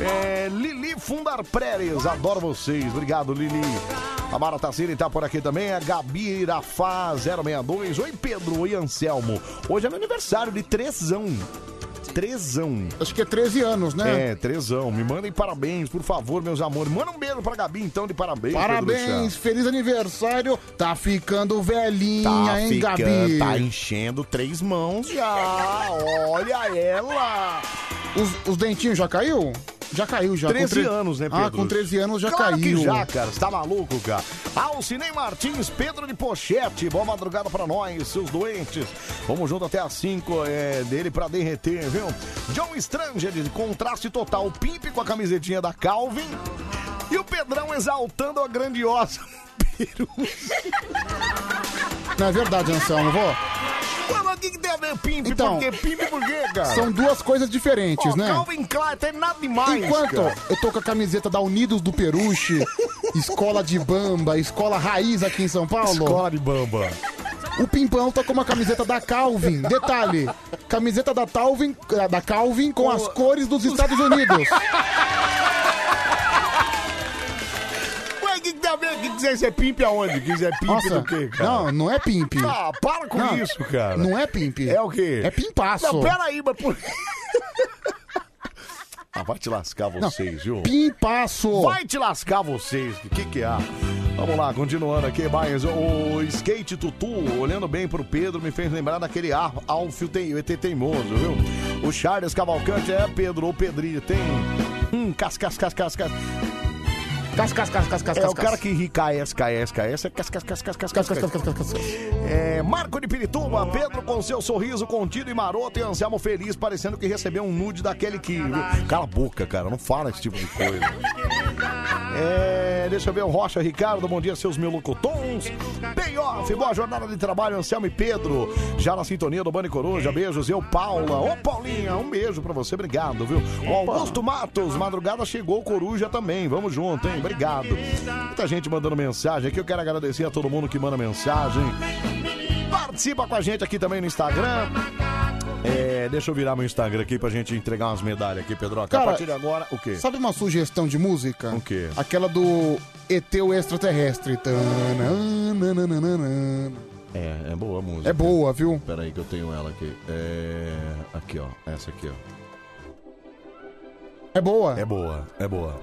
Speaker 1: É, Lili Fundar Pérez, adoro vocês. Obrigado, Lili. A Mara Tassini tá por aqui também. A Gabi Irafá 062. Oi, Pedro. Oi, Anselmo. Hoje é meu aniversário de trezão. Trezão.
Speaker 3: Acho que é 13 anos, né?
Speaker 1: É, trezão. Me mandem parabéns, por favor, meus amores. Manda um beijo pra Gabi, então, de parabéns. Pedro
Speaker 3: Parabéns, feliz aniversário. Tá ficando velhinha,
Speaker 1: Tá
Speaker 3: hein,
Speaker 1: ficando-
Speaker 3: Gabi?
Speaker 1: tá enchendo três mãos já. Olha ela.
Speaker 3: Os, os dentinhos já caiu? Já caiu, já. com
Speaker 1: 13
Speaker 3: tre-
Speaker 1: anos, né, Pedro?
Speaker 3: Ah, com 13 anos já
Speaker 1: claro
Speaker 3: caiu.
Speaker 1: Que já, cara. Você tá maluco, cara? Alcinei Martins, Pedro de Pochete. Boa madrugada pra nós, seus doentes. Vamos junto até as 5 é, dele pra derreter, viu? John Stranger, de contraste total. O Pimpe com a camisetinha da Calvin. E o Pedrão exaltando a grandiosa.
Speaker 3: Não é verdade, Anselmo, vó?
Speaker 1: Ué, mas o que, que tem a ver Pimpe?
Speaker 3: Então,
Speaker 1: por quê? Pimpe por quê, cara?
Speaker 3: São duas coisas diferentes,
Speaker 1: Ó,
Speaker 3: né?
Speaker 1: Calvin Klein, tem nada demais,
Speaker 3: Enquanto
Speaker 1: cara.
Speaker 3: eu tô com a camiseta da Unidos do Peruche, escola de bamba, escola raiz aqui em São Paulo.
Speaker 1: Escola de bamba.
Speaker 3: O Pimpão tá com uma camiseta da Calvin. Detalhe, camiseta da Calvin, da Calvin com as cores dos Estados Unidos.
Speaker 1: Ué, o que, que tem a ver? Que é, quiser ser pimp aonde? Quiser pimp
Speaker 3: Nossa,
Speaker 1: do quê, cara?
Speaker 3: não, não é pimp.
Speaker 1: Ah, para com
Speaker 3: Não,
Speaker 1: isso, cara.
Speaker 3: Não é pimp.
Speaker 1: É o quê?
Speaker 3: É pimpaço.
Speaker 1: Não, peraí, mas por... Ah, vai te lascar vocês, viu?
Speaker 3: Pimpaço.
Speaker 1: Vai te lascar vocês, o que que há? Vamos lá, continuando aqui mais. O skate tutu, olhando bem pro Pedro, me fez lembrar daquele ar ao fio tem, ET teimoso, viu? O Charles Cavalcante é Pedro ou Pedrinho, tem... Hum, cas, cas, cas, cas, cas.
Speaker 3: Cas, cas, cas, cas, cas,
Speaker 1: É
Speaker 3: cas,
Speaker 1: o
Speaker 3: cas.
Speaker 1: cara que ri KS, KS, KS, é cas, cas, cas, cas, cas, cas, cas, É, Marco de Pirituba, Pedro com seu sorriso contido e maroto e Anselmo feliz, parecendo que recebeu um nude daquele que... viu? Cala a boca, cara, não fala esse tipo de coisa. É, deixa eu ver o Rocha Ricardo, bom dia, seus melocotons. Payoff, boa jornada de trabalho, Anselmo e Pedro. Já na sintonia do Bani Coruja, beijos. Eu, Paula. Ô, Paulinha, um beijo pra você, obrigado, viu? O Augusto Matos, madrugada chegou, Coruja também. Vamos junto, hein? Obrigado. Muita gente mandando mensagem aqui, eu quero agradecer a todo mundo que manda mensagem. Participa com a gente aqui também no Instagram. É, deixa eu virar meu Instagram aqui pra gente entregar umas medalhas aqui, Pedro. a
Speaker 3: Cara,
Speaker 1: partir de agora, o quê?
Speaker 3: Sabe uma sugestão de música?
Speaker 1: O quê?
Speaker 3: Aquela do ET o extraterrestre. Tananana.
Speaker 1: É, é boa a música.
Speaker 3: É boa, viu?
Speaker 1: Peraí que eu tenho ela aqui. É. Aqui, ó. Essa aqui, ó.
Speaker 3: É boa?
Speaker 1: É boa, é boa.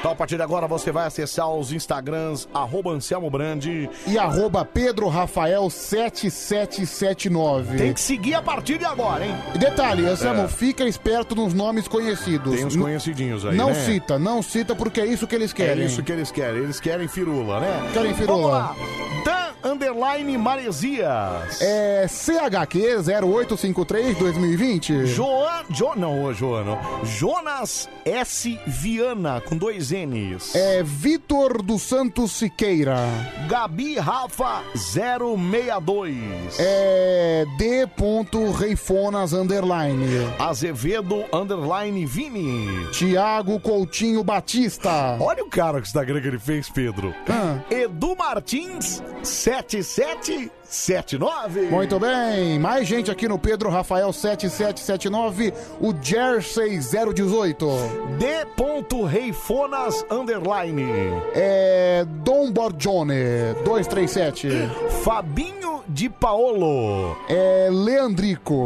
Speaker 1: Então, a partir de agora, você vai acessar os Instagrams, arroba Anselmo Brandi.
Speaker 3: E arroba Pedro Rafael 7779.
Speaker 1: Tem que seguir a partir de agora, hein?
Speaker 3: E Detalhe, Anselmo,
Speaker 1: É.
Speaker 3: fica esperto nos nomes conhecidos.
Speaker 1: Tem uns
Speaker 3: N-
Speaker 1: conhecidinhos aí,
Speaker 3: Não
Speaker 1: né?
Speaker 3: cita, não cita, porque é isso que eles querem.
Speaker 1: É isso que eles querem. Eles querem firula, né?
Speaker 3: Querem firula.
Speaker 1: Vamos lá. Dan Underline Maresias.
Speaker 3: É CHQ 0853 2020.
Speaker 1: Joan, jo, não, ô, Joan, não. Jonas S. Viana, com dois N's.
Speaker 3: É Vitor dos Santos Siqueira.
Speaker 1: Gabi Rafa 062.
Speaker 3: É D. Reifonas Underline.
Speaker 1: Azevedo Underline Vini.
Speaker 3: Tiago Coutinho Batista.
Speaker 1: Olha o cara que Instagram que ele fez, Pedro. Edu Martins 7779.
Speaker 3: Muito bem, mais gente aqui no Pedro Rafael 7779, o Jersey 018.
Speaker 1: D. Reifonas underline.
Speaker 3: É Dom Borgione 237.
Speaker 1: Fabinho de Paolo. Oh,
Speaker 3: É Leandrico.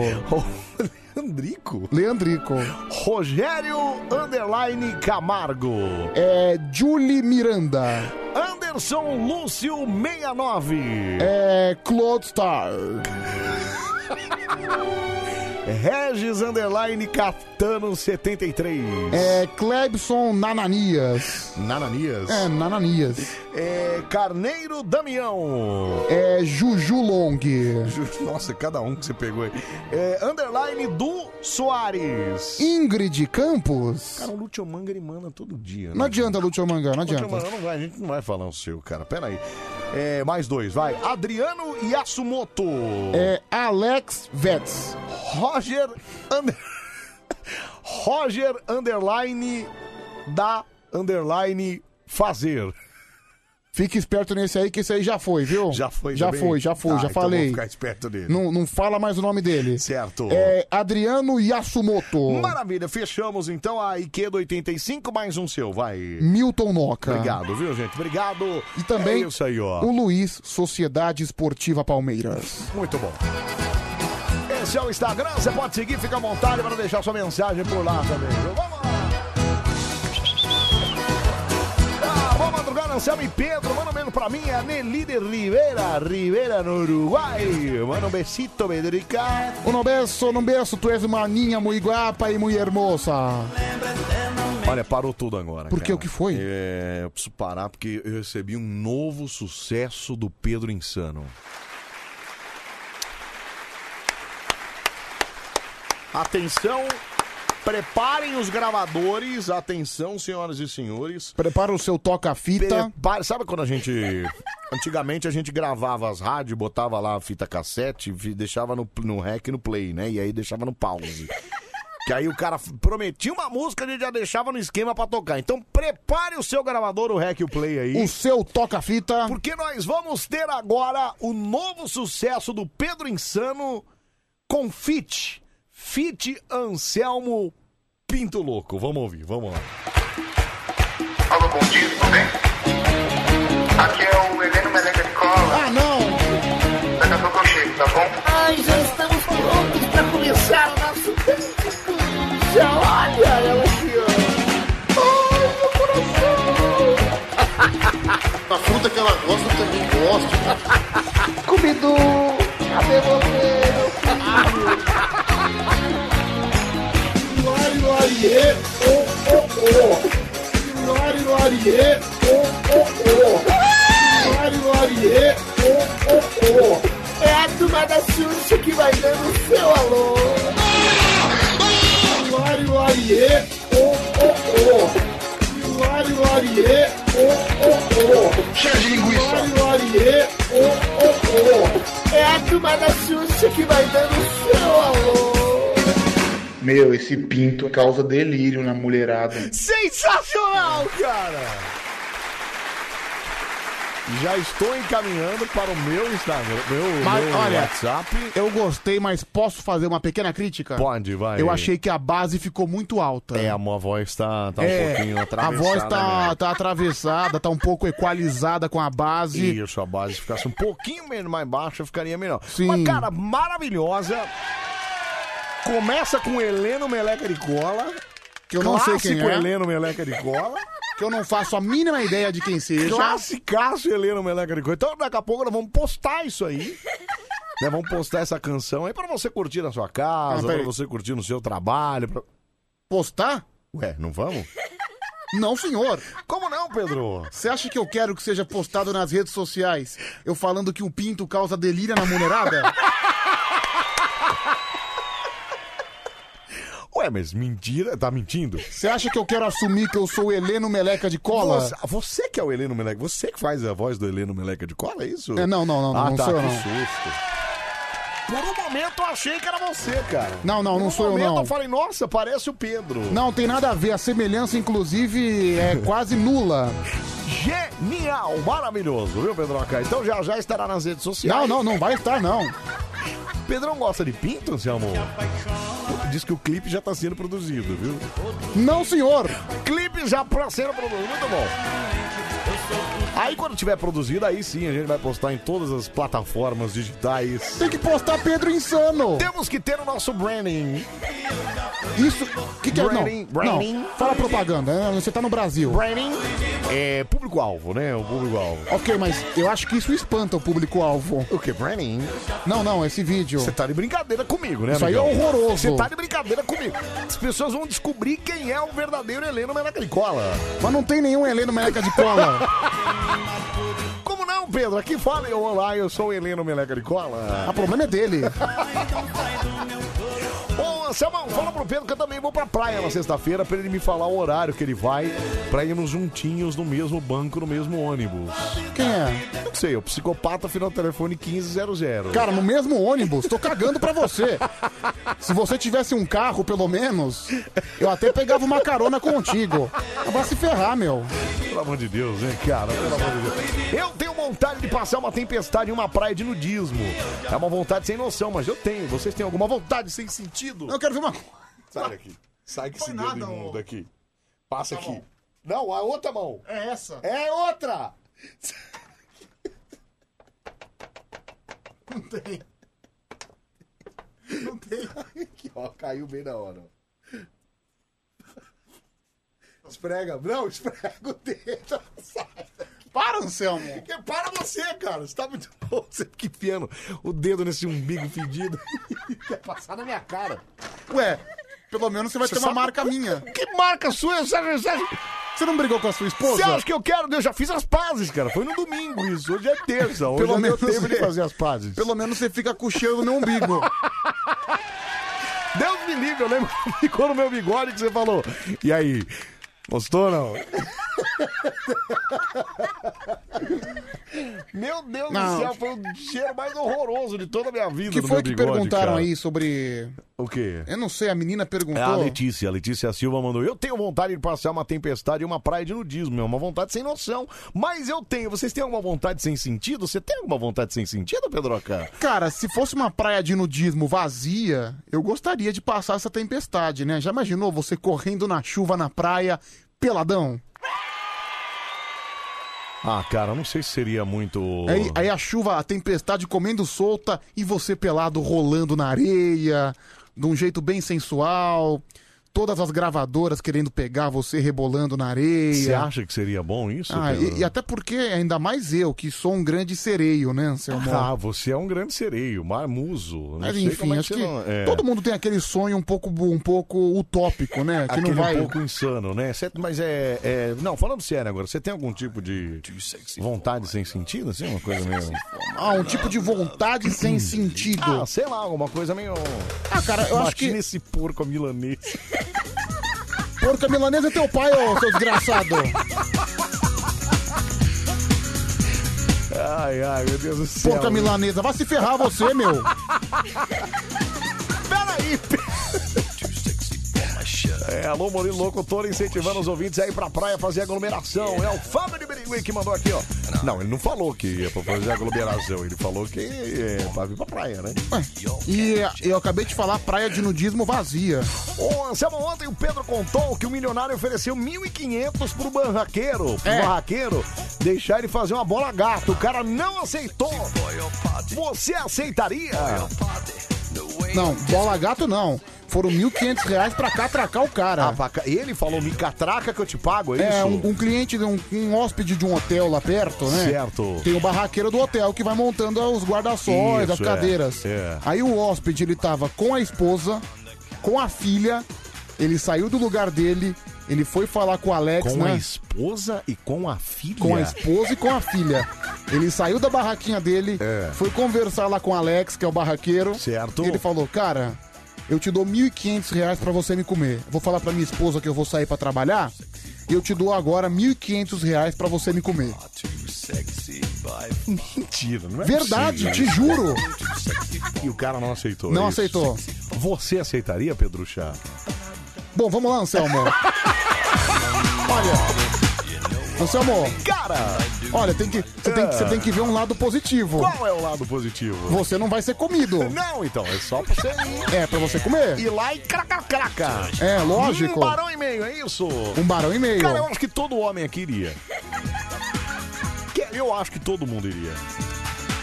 Speaker 1: Leandrico?
Speaker 3: Leandrico.
Speaker 1: Rogério Underline Camargo.
Speaker 3: É Julie Miranda.
Speaker 1: Anderson Lúcio 69.
Speaker 3: É Claude Star.
Speaker 1: Regis Underline Catano 73.
Speaker 3: É Clebson Nananias.
Speaker 1: Nananias?
Speaker 3: É, Nananias.
Speaker 1: É Carneiro Damião.
Speaker 3: É Juju Long.
Speaker 1: Ju- Nossa, cada um que você pegou aí. É, underline do Soares.
Speaker 3: Ingrid Campos.
Speaker 1: Cara, o Lúcio Um Manga ele manda todo dia. né?
Speaker 3: Não adianta, Lúcio Manga, não
Speaker 1: Lúcio Manga,
Speaker 3: adianta.
Speaker 1: não vai, a gente não vai falar o seu, cara. Pera aí. É, mais dois, vai. Adriano Yasumoto.
Speaker 3: É Alex Vets.
Speaker 1: Roger under... Roger underline da underline fazer.
Speaker 3: Fique esperto nesse aí, que esse aí já foi, viu?
Speaker 1: Já foi,
Speaker 3: Já
Speaker 1: também?
Speaker 3: foi, já foi,
Speaker 1: Tá,
Speaker 3: já
Speaker 1: então
Speaker 3: falei.
Speaker 1: vou ficar esperto dele.
Speaker 3: Não, não fala mais o nome dele.
Speaker 1: Certo.
Speaker 3: É Adriano Yasumoto.
Speaker 1: Maravilha, fechamos então a Ikeda 85, mais um seu, vai.
Speaker 3: Milton Noca.
Speaker 1: Obrigado, viu, gente? Obrigado.
Speaker 3: E também
Speaker 1: É isso aí, ó.
Speaker 3: o Luiz, Sociedade Esportiva Palmeiras.
Speaker 1: Muito bom. Esse é o Instagram, você pode seguir, fica à vontade para deixar sua mensagem por lá também. viu? Vamos lá! Ah, boa madrugada, Anselmo e Pedro. Manda um beijo pra mim, a Nelly de Rivera, Rivera no Uruguai. Manda um besito, Pedrica.
Speaker 3: Um beijo, um beijo, tu és uma ninha muito guapa e muito hermosa.
Speaker 1: Olha, parou tudo agora.
Speaker 3: Por quê?
Speaker 1: cara.
Speaker 3: O que foi?
Speaker 1: É, eu preciso parar porque eu recebi um novo sucesso do Pedro Insano. Atenção, preparem os gravadores. Atenção, senhoras e senhores.
Speaker 3: Prepara o seu toca-fita.
Speaker 1: Prepare- Sabe quando a gente. Antigamente a gente gravava as rádios, botava lá a fita cassete, vi- deixava no, no rec e no play, né? E aí deixava no pause. Que aí o cara f- prometia uma música, a gente já deixava no esquema pra tocar. Então prepare o seu gravador, o rec e o play aí.
Speaker 3: O seu toca-fita.
Speaker 1: Porque nós vamos ter agora o novo sucesso do Pedro Insano com Fit. Fit Anselmo Pinto Louco. Vamos ouvir, vamos lá.
Speaker 4: Alô, bom dia, tudo bem? Aqui é o Heleno Meleca de Cola.
Speaker 3: Ah, não!
Speaker 4: Daqui a pouco eu chego, tá bom? Ai, já estamos prontos pra começar o nosso cântico. Já olha ela aqui, ó. Ai, meu coração. a fruta que ela gosta, eu também gosto. Comido, cabeloteiro, filho. Lari, lariê, oh, oh, oh. Lari, lariê, oh, oh, oh. Lariê, oh, oh, oh. É a turma da Xuxa que vai dando o seu alô. Lari, lariê, oh, oh, oh. Lari, lariê, oh, oh, oh. Cheia de linguiça. Lari, lariê, oh, oh, oh. É a turma da Xuxa que vai dando o seu alô. Meu, esse pinto causa delírio na mulherada.
Speaker 1: Sensacional, cara! Já estou encaminhando para o meu Instagram, meu,
Speaker 3: Mas,
Speaker 1: meu
Speaker 3: olha,
Speaker 1: WhatsApp.
Speaker 3: Eu gostei, mas posso fazer uma pequena crítica?
Speaker 1: Pode, vai.
Speaker 3: Eu achei que a base ficou muito alta. É,
Speaker 1: É, a minha voz tá, tá um pouquinho
Speaker 3: a
Speaker 1: atravessada. né?
Speaker 3: voz tá,
Speaker 1: mesmo.
Speaker 3: tá atravessada, tá um pouco equalizada com a base.
Speaker 1: Isso, a base ficasse um pouquinho men- mais baixa, ficaria melhor.
Speaker 3: Sim.
Speaker 1: Mas, cara, maravilhosa. Começa com Heleno Meleca de Cola.
Speaker 3: Que eu não sei quem
Speaker 1: Clássico
Speaker 3: é.
Speaker 1: Heleno Meleca de Cola.
Speaker 3: Que eu não faço a mínima ideia de quem seja.
Speaker 1: Classicaço Heleno Meleca de Cola. Então, daqui a pouco nós vamos postar isso aí. Né, vamos postar essa canção aí pra você curtir na sua
Speaker 3: Ah,
Speaker 1: casa,
Speaker 3: peraí.
Speaker 1: pra você curtir no seu trabalho. pra-
Speaker 3: Postar?
Speaker 1: Ué, não vamos?
Speaker 3: Não, senhor.
Speaker 1: Como não, Pedro?
Speaker 3: Você acha que eu quero que seja postado nas redes sociais eu falando que o pinto causa delírio na mulherada?
Speaker 1: Ué, mas mentira, tá mentindo?
Speaker 3: Você acha que eu quero assumir que eu sou o Heleno Meleca de Cola?
Speaker 1: Você, você que é o Heleno Meleca, você que faz a voz do Heleno Meleca de cola, é isso?
Speaker 3: É, não, não, não,
Speaker 1: ah,
Speaker 3: não
Speaker 1: tá,
Speaker 3: sou eu,
Speaker 1: que
Speaker 3: não.
Speaker 1: susto. Por um momento eu achei que era você, cara.
Speaker 3: Não, não,
Speaker 1: Por
Speaker 3: não
Speaker 1: um
Speaker 3: sou eu,
Speaker 1: momento
Speaker 3: não.
Speaker 1: eu falei, nossa, parece o Pedro.
Speaker 3: Não, tem nada a ver. A semelhança, inclusive, é quase nula.
Speaker 1: Genial, maravilhoso, viu, Pedroca? Então já já estará nas redes sociais.
Speaker 3: Não, não, não vai estar, não.
Speaker 1: Pedrão gosta de pinto, seu amor? Diz que o clipe já está sendo produzido, viu?
Speaker 3: Não, senhor!
Speaker 1: Clipe já pra sendo produzido, muito bom. Aí quando tiver produzido, aí sim a gente vai postar em todas as plataformas digitais.
Speaker 3: Tem que postar Pedro Insano.
Speaker 1: Temos que ter o nosso branding.
Speaker 3: Isso. O que, que é?
Speaker 1: Branding,
Speaker 3: Não,
Speaker 1: branding.
Speaker 3: não. Fala propaganda. né? Você tá no Brasil.
Speaker 1: Branding é público-alvo, né? O público-alvo.
Speaker 3: Ok, mas eu acho que isso espanta o público-alvo.
Speaker 1: O que, branding?
Speaker 3: Não, não, esse vídeo.
Speaker 1: Você tá de brincadeira comigo, né?
Speaker 3: Isso aí é
Speaker 1: amigão?
Speaker 3: horroroso.
Speaker 1: Você tá de brincadeira comigo. As pessoas vão descobrir quem é o verdadeiro Heleno Meneca de Cola.
Speaker 3: Mas não tem nenhum Heleno Meleca de Cola.
Speaker 1: Como não, Pedro? Aqui fala eu, olá, eu sou o Heleno Meleca de Cola.
Speaker 3: O problema é dele.
Speaker 1: Ô, Anselmão, fala pro Pedro que eu também vou pra praia na sexta-feira pra ele me falar o horário que ele vai pra irmos juntinhos no mesmo banco, no mesmo ônibus.
Speaker 3: Quem é?
Speaker 1: Não sei, o psicopata final do telefone 1500.
Speaker 3: Cara, no mesmo ônibus, tô cagando pra você. Se você tivesse um carro, pelo menos, eu até pegava uma carona contigo. Mas Vai se ferrar, meu.
Speaker 1: Pelo amor de Deus, hein, cara? Pelo amor de Deus. Eu tenho vontade de passar uma tempestade em uma praia de nudismo. É uma vontade sem noção, mas eu tenho. Vocês têm alguma vontade sem sentido?
Speaker 3: Eu quero ver uma.
Speaker 1: Sai daqui. Sai que esse
Speaker 3: nada,
Speaker 1: dedo imundo
Speaker 3: ô.
Speaker 1: aqui. Passa
Speaker 3: Tá
Speaker 1: aqui.
Speaker 3: bom.
Speaker 1: Não, a outra mão.
Speaker 3: É essa.
Speaker 1: É outra!
Speaker 3: Não tem. Não tem.
Speaker 1: Aqui, ó, caiu bem na hora. ó. Esprega, não, esprega o dedo.
Speaker 3: Para, Anselmo.
Speaker 1: Que para você, cara. Você tá muito louco. Você fica enfiando o dedo nesse umbigo fedido. Quer passar na minha cara.
Speaker 3: Ué, pelo menos você vai
Speaker 1: Você
Speaker 3: ter uma
Speaker 1: sabe-
Speaker 3: marca minha.
Speaker 1: Que marca sua? Você você-
Speaker 3: Você não brigou com a sua
Speaker 1: você
Speaker 3: esposa?
Speaker 1: acha que eu quero? Eu já fiz as pazes, cara. Foi no domingo isso. Hoje é terça. Hoje
Speaker 3: Pelo
Speaker 1: é meu
Speaker 3: menos
Speaker 1: tempo de
Speaker 3: é.
Speaker 1: fazer as pazes.
Speaker 3: Pelo menos você fica cochilando no meu umbigo.
Speaker 1: Deus me livre, eu lembro que ficou no meu bigode que você falou. E aí, gostou ou não? Meu Deus
Speaker 3: Não.
Speaker 1: do céu, foi o cheiro mais horroroso de toda a minha vida.
Speaker 3: O que
Speaker 1: do
Speaker 3: foi
Speaker 1: meu
Speaker 3: que
Speaker 1: bigode,
Speaker 3: perguntaram
Speaker 1: cara.
Speaker 3: aí sobre.
Speaker 1: O quê?
Speaker 3: Eu não sei, a menina perguntou.
Speaker 1: É a Letícia, a Letícia Silva mandou. Eu tenho vontade de passar uma tempestade em uma praia de nudismo, é uma vontade sem noção. Mas eu tenho. Vocês têm alguma vontade sem sentido? Você tem alguma vontade sem sentido, Pedroca?
Speaker 3: Cara, se fosse uma praia de nudismo vazia, eu gostaria de passar essa tempestade, né? Já imaginou você correndo na chuva na praia, peladão?
Speaker 1: Ah, cara, não sei se seria muito.
Speaker 3: Aí, aí a chuva, a tempestade comendo solta e você pelado rolando na areia, de um jeito bem sensual. Todas as gravadoras querendo pegar você rebolando na areia.
Speaker 1: Você acha que seria bom isso?
Speaker 3: é. Ah,
Speaker 1: Pedro?
Speaker 3: e, e até porque, ainda mais eu, que sou um grande sereio, né, Anselmo?
Speaker 1: Ah, você é um grande sereio, marmuso. Não
Speaker 3: Mas
Speaker 1: sei
Speaker 3: enfim,
Speaker 1: como é
Speaker 3: acho que
Speaker 1: você não- é.
Speaker 3: todo mundo tem aquele sonho um pouco, um pouco utópico, né? Que
Speaker 1: Aquele
Speaker 3: não vai.
Speaker 1: um pouco insano, né? Cê- mas é, é- Não, falando sério agora, você tem algum tipo de vontade sem sentido, assim? Uma coisa meio.
Speaker 3: Ah, um tipo de vontade sem sentido.
Speaker 1: Ah, um sei lá, alguma coisa meio.
Speaker 3: Ah, cara, eu acho que.
Speaker 1: Imagina esse porco milanês.
Speaker 3: Porca milanesa é teu pai, ô seu desgraçado.
Speaker 1: Ai, ai, meu Deus do céu.
Speaker 3: Porca milanesa, vai se ferrar você, meu.
Speaker 1: Peraí, É, alô, Murilo Locutor, incentivando os ouvintes a ir pra praia fazer aglomeração. É o Fábio de Berigui que mandou aqui, ó. Não, ele não falou que ia pra fazer aglomeração, ele falou que é pra vir pra praia, né?
Speaker 3: E eh, eu acabei de falar praia de nudismo vazia.
Speaker 1: Ô, Anselmo, ontem o Pedro contou que o milionário ofereceu 1.500 pro barraqueiro, pro
Speaker 4: É.
Speaker 1: barraqueiro deixar ele fazer uma bola gato. O cara não aceitou. Você aceitaria?
Speaker 3: Não, bola gato não. Foram 1.500 reais pra catracar o cara.
Speaker 1: Ah, pra ca- ele falou, me catraca que eu te pago, é,
Speaker 3: É,
Speaker 1: isso?
Speaker 3: um, um cliente, um, um hóspede de um hotel lá perto, né?
Speaker 1: Certo.
Speaker 3: Tem o barraqueiro do hotel que vai montando os guarda-sóis, as
Speaker 1: Isso, é,
Speaker 3: cadeiras.
Speaker 1: é.
Speaker 3: Aí o hóspede, ele tava com a esposa, com a filha, ele saiu do lugar dele, ele foi falar com o Alex,
Speaker 1: Com a
Speaker 3: né?
Speaker 1: esposa e com a filha.
Speaker 3: Com a esposa e com a filha. Ele saiu da barraquinha dele, foi conversar lá com o Alex, que é o barraqueiro.
Speaker 1: É. Certo.
Speaker 3: E ele falou, cara, eu te dou 1.500 reais pra você me comer. Vou falar pra minha esposa que eu vou sair pra trabalhar. E eu te dou agora 1.500 reais pra você me comer.
Speaker 1: Mentira, não é
Speaker 3: Verdade,
Speaker 1: possível.
Speaker 3: te juro.
Speaker 1: E o cara não aceitou.
Speaker 3: Não
Speaker 1: é isso?
Speaker 3: aceitou.
Speaker 1: Você aceitaria, Pedro Chá?
Speaker 3: Bom, vamos lá, Anselmo. Olha, Anselmo,
Speaker 1: Cara, É.
Speaker 3: olha, tem que, você, tem que, você tem que ver um lado positivo.
Speaker 1: qual é o lado positivo?
Speaker 3: Você não vai ser comido.
Speaker 1: Não, então, é só pra você ir.
Speaker 3: É, pra você comer.
Speaker 1: Ir lá e cracacraca.
Speaker 3: É, lógico.
Speaker 1: Um barão e meio, é isso?
Speaker 3: Um barão e meio.
Speaker 1: Cara, eu acho que todo homem aqui iria. Que- Eu acho que todo mundo iria.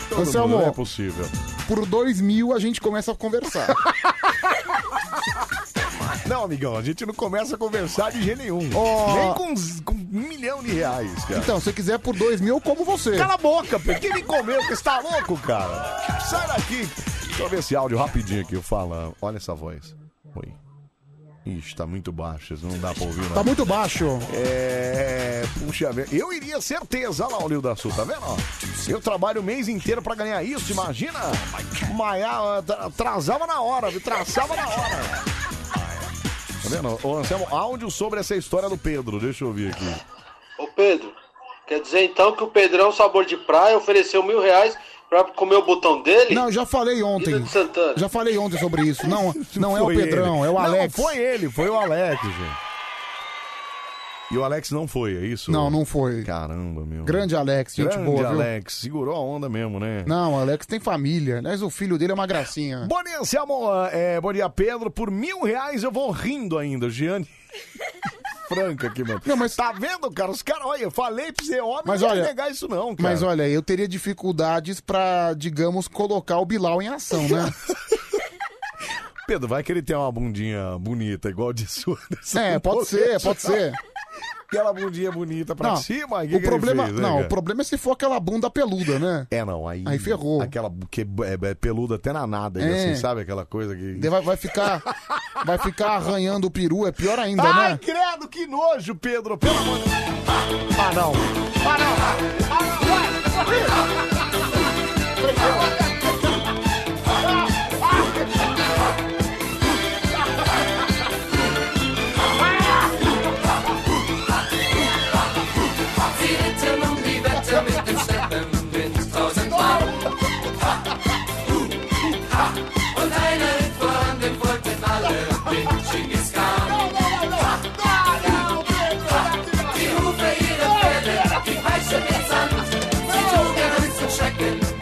Speaker 1: Todo
Speaker 3: Anselmo.
Speaker 1: mundo, não é possível.
Speaker 3: Por dois mil a gente começa a conversar.
Speaker 1: Não, amigão, a gente não começa a conversar de jeito nenhum.
Speaker 3: Ó.
Speaker 1: Nem com, z- com um milhão de reais, cara.
Speaker 3: Então, se você quiser por dois mil, eu como você.
Speaker 1: Cala a boca, pô. Quem me comeu? Você está louco, cara? Sai daqui. Deixa eu ver esse áudio rapidinho aqui, eu falo. Olha essa voz. Oi. Ixi, tá muito baixo, isso não dá pra ouvir, não.
Speaker 3: Tá muito baixo.
Speaker 1: É. Puxa vida. Eu iria certeza. Olha lá o Lio da Sul, tá vendo? ó? Eu trabalho o mês inteiro pra ganhar isso, imagina? Maia tra- atrasava na hora, viu? traçava na hora. Tá vendo? Ô, Anselmo, áudio sobre essa história do Pedro, deixa eu ouvir aqui.
Speaker 7: Ô Pedro, quer dizer então que o Pedrão Sabor de Praia ofereceu mil reais pra comer o botão dele?
Speaker 3: Não, eu já falei ontem. Já falei ontem sobre isso. Não, não é o
Speaker 1: Foi ele.
Speaker 3: Pedrão, é o
Speaker 1: Não,
Speaker 3: Alex.
Speaker 1: foi ele, foi o Alex, gente. E o Alex não foi, é isso?
Speaker 3: Não, não foi.
Speaker 1: Caramba, meu.
Speaker 3: Grande Alex, gente
Speaker 1: Grande
Speaker 3: boa, viu?
Speaker 1: Alex, segurou a onda mesmo, né?
Speaker 3: Não, o Alex tem família. Aliás, o filho dele é uma gracinha.
Speaker 1: Bom dia, Anselmo. É, bom dia, Pedro. Por mil reais eu vou rindo ainda, Gianni. Franca aqui, mano.
Speaker 3: Não, mas...
Speaker 1: Tá vendo, cara? Os caras, olha, eu falei pra você, homem,
Speaker 3: Mas
Speaker 1: não
Speaker 3: olha-
Speaker 1: ia negar isso não, cara.
Speaker 3: Mas olha, eu teria dificuldades pra, digamos, colocar o Bilal em ação, né?
Speaker 1: Pedro, vai que ele tem uma bundinha bonita, igual de sua.
Speaker 3: É, pode ser, pode ser.
Speaker 1: Aquela bundinha bonita pra cima, aí que
Speaker 3: o
Speaker 1: que ele
Speaker 3: problema,
Speaker 1: fez, né,
Speaker 3: não, o
Speaker 1: cara?
Speaker 3: problema é se for aquela bunda peluda, né?
Speaker 1: É, não, aí...
Speaker 3: Aí ferrou.
Speaker 1: Aquela que é, é peluda até na nada,
Speaker 3: É.
Speaker 1: assim, sabe? Aquela coisa que...
Speaker 3: Daí Vai, vai ficar vai ficar arranhando o peru, é pior ainda,
Speaker 1: Ai,
Speaker 3: né?
Speaker 1: credo, que nojo, Pedro, pelo amor de Ah, não. Ah, não. Ah,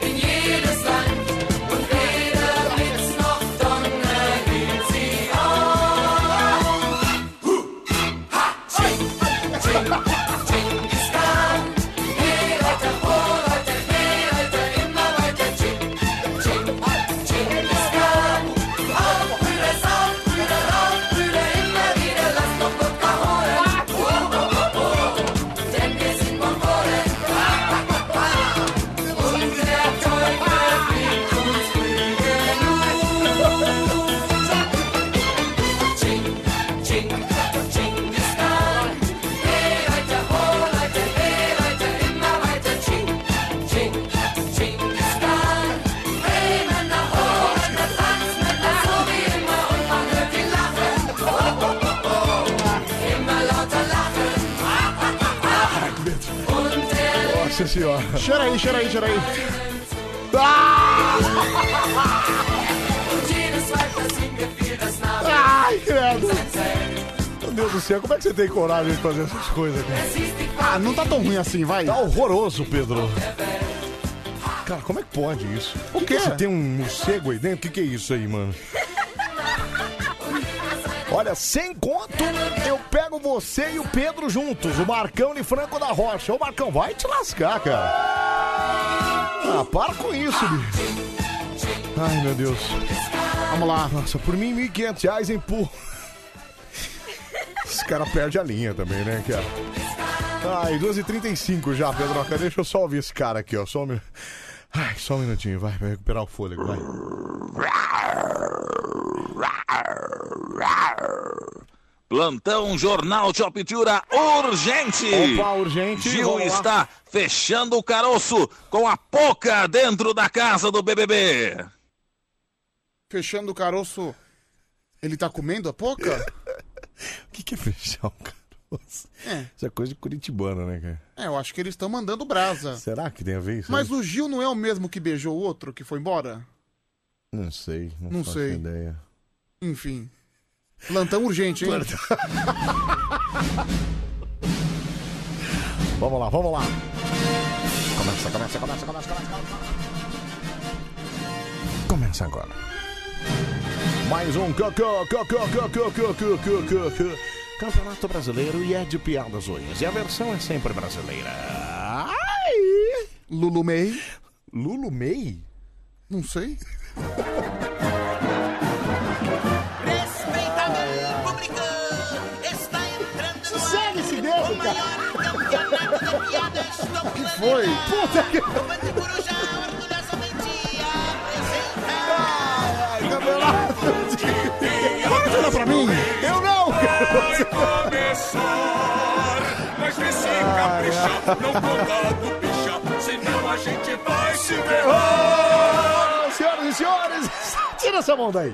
Speaker 4: In jedes Land und weder Blitz noch Donner hielt sie auf.
Speaker 1: Nossa senhora.
Speaker 3: Cheira aí, cheira aí, cheira aí.
Speaker 1: Ai, credo. Meu Deus do céu, como é que você tem coragem de fazer essas coisas, cara?
Speaker 3: Ah, não tá tão ruim assim, vai.
Speaker 1: Tá horroroso, Pedro. Cara, como é que pode isso? O que,
Speaker 3: quê?
Speaker 1: Você tem um morcego aí dentro? O que, que é isso aí, mano? Olha, sem conto, eu pego você e o Pedro juntos, o Marcão e Franco da Rocha. Ô, Marcão, vai te lascar, cara. Ah, para com isso, bicho. Ai, meu Deus.
Speaker 3: Vamos lá.
Speaker 1: Nossa, por mim, 1.500 reais empurro. Esse cara perde a linha também, né, cara? Ai, 2h35 já, Pedroca. Deixa eu só ouvir esse cara aqui, ó. Só um, minu- Ai, só um minutinho, vai, vai recuperar o fôlego, vai.
Speaker 14: Plantão Jornal de Optura urgente.
Speaker 1: Opa, urgente,
Speaker 14: Gil
Speaker 1: vamos lá.
Speaker 14: está fechando o caroço com a pouca dentro da casa do BBB.
Speaker 3: Fechando o caroço. Ele tá comendo a pouca?
Speaker 1: O que, que é fechar o caroço?
Speaker 3: É.
Speaker 1: Isso é coisa de curitibano, né, cara?
Speaker 3: É, eu acho que eles estão mandando brasa.
Speaker 1: Será que tem a ver isso?
Speaker 3: Mas
Speaker 1: aí?
Speaker 3: o Gil não é o mesmo que beijou o outro que foi embora?
Speaker 1: Não sei, não,
Speaker 3: Não
Speaker 1: faço
Speaker 3: sei.
Speaker 1: ideia.
Speaker 3: Enfim. Plantão urgente, hein?
Speaker 1: Vamos lá, vamos lá. Começa, começa, começa, começa, começa. Começa agora. Mais um ca- ca- ca- ca- ca- ca- ca- ca- ca- ca- ca- Campeonato Brasileiro e é de piadas ruins. E a versão é sempre brasileira. Ai!
Speaker 3: Lulu May.
Speaker 1: Lulu May?
Speaker 3: Não sei.
Speaker 2: Respeita meu público, está entrando no
Speaker 21: Segue esse dedo,
Speaker 2: cara. campeonato de piadas do
Speaker 21: Que foi? Puta que.
Speaker 1: Manda pra mim! Eu não!
Speaker 2: Vai começar, mas vem se caprichar, não contado pichar, senão a gente vai se ferrar.
Speaker 1: Senhoras e senhores, tira essa mão daí.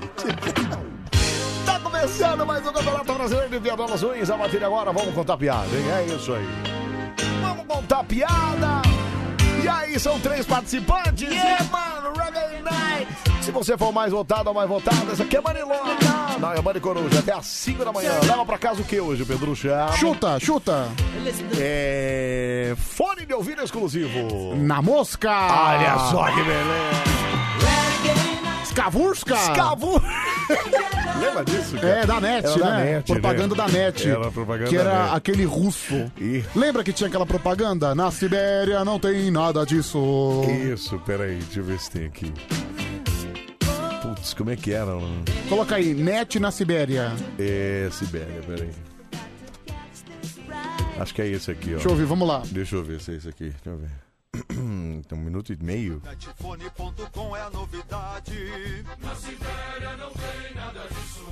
Speaker 1: Tá começando mais um Campeonato Brasileiro de Piadas Ruins. A partir de agora, vamos contar piada, hein? É isso aí. Vamos contar piada. E aí, são três participantes. Yeah, mano, Reggae Night. Se você for mais votado ou mais votada, essa aqui é Marilona. Não, é Maricoruja. Até às 5 da manhã. Leva pra casa o que hoje, Pedrucha?
Speaker 3: Chuta, chuta.
Speaker 1: É... Fone de ouvido exclusivo.
Speaker 3: Na mosca.
Speaker 1: Olha só que beleza.
Speaker 3: Escavurska.
Speaker 1: Escavur... Lembra disso? cara?
Speaker 3: É, da NET,
Speaker 1: Era
Speaker 3: né?
Speaker 1: da NET,
Speaker 3: propaganda
Speaker 1: né?
Speaker 3: da NET.
Speaker 1: Era propaganda
Speaker 3: que era
Speaker 1: da NET.
Speaker 3: aquele russo. Lembra que tinha aquela propaganda? Na Sibéria não tem nada disso.
Speaker 1: Isso, peraí, deixa eu ver se tem aqui. Putz, como é que era? mano?
Speaker 3: Coloca aí, NET na Sibéria.
Speaker 1: É, Sibéria, peraí. Acho que é esse aqui, ó.
Speaker 3: Deixa eu ouvir, vamos lá.
Speaker 1: Deixa eu ver se é esse aqui, deixa eu ver. Tem um minuto e meio.
Speaker 2: Netifone.com é a novidade. Na Sibéria não tem nada disso.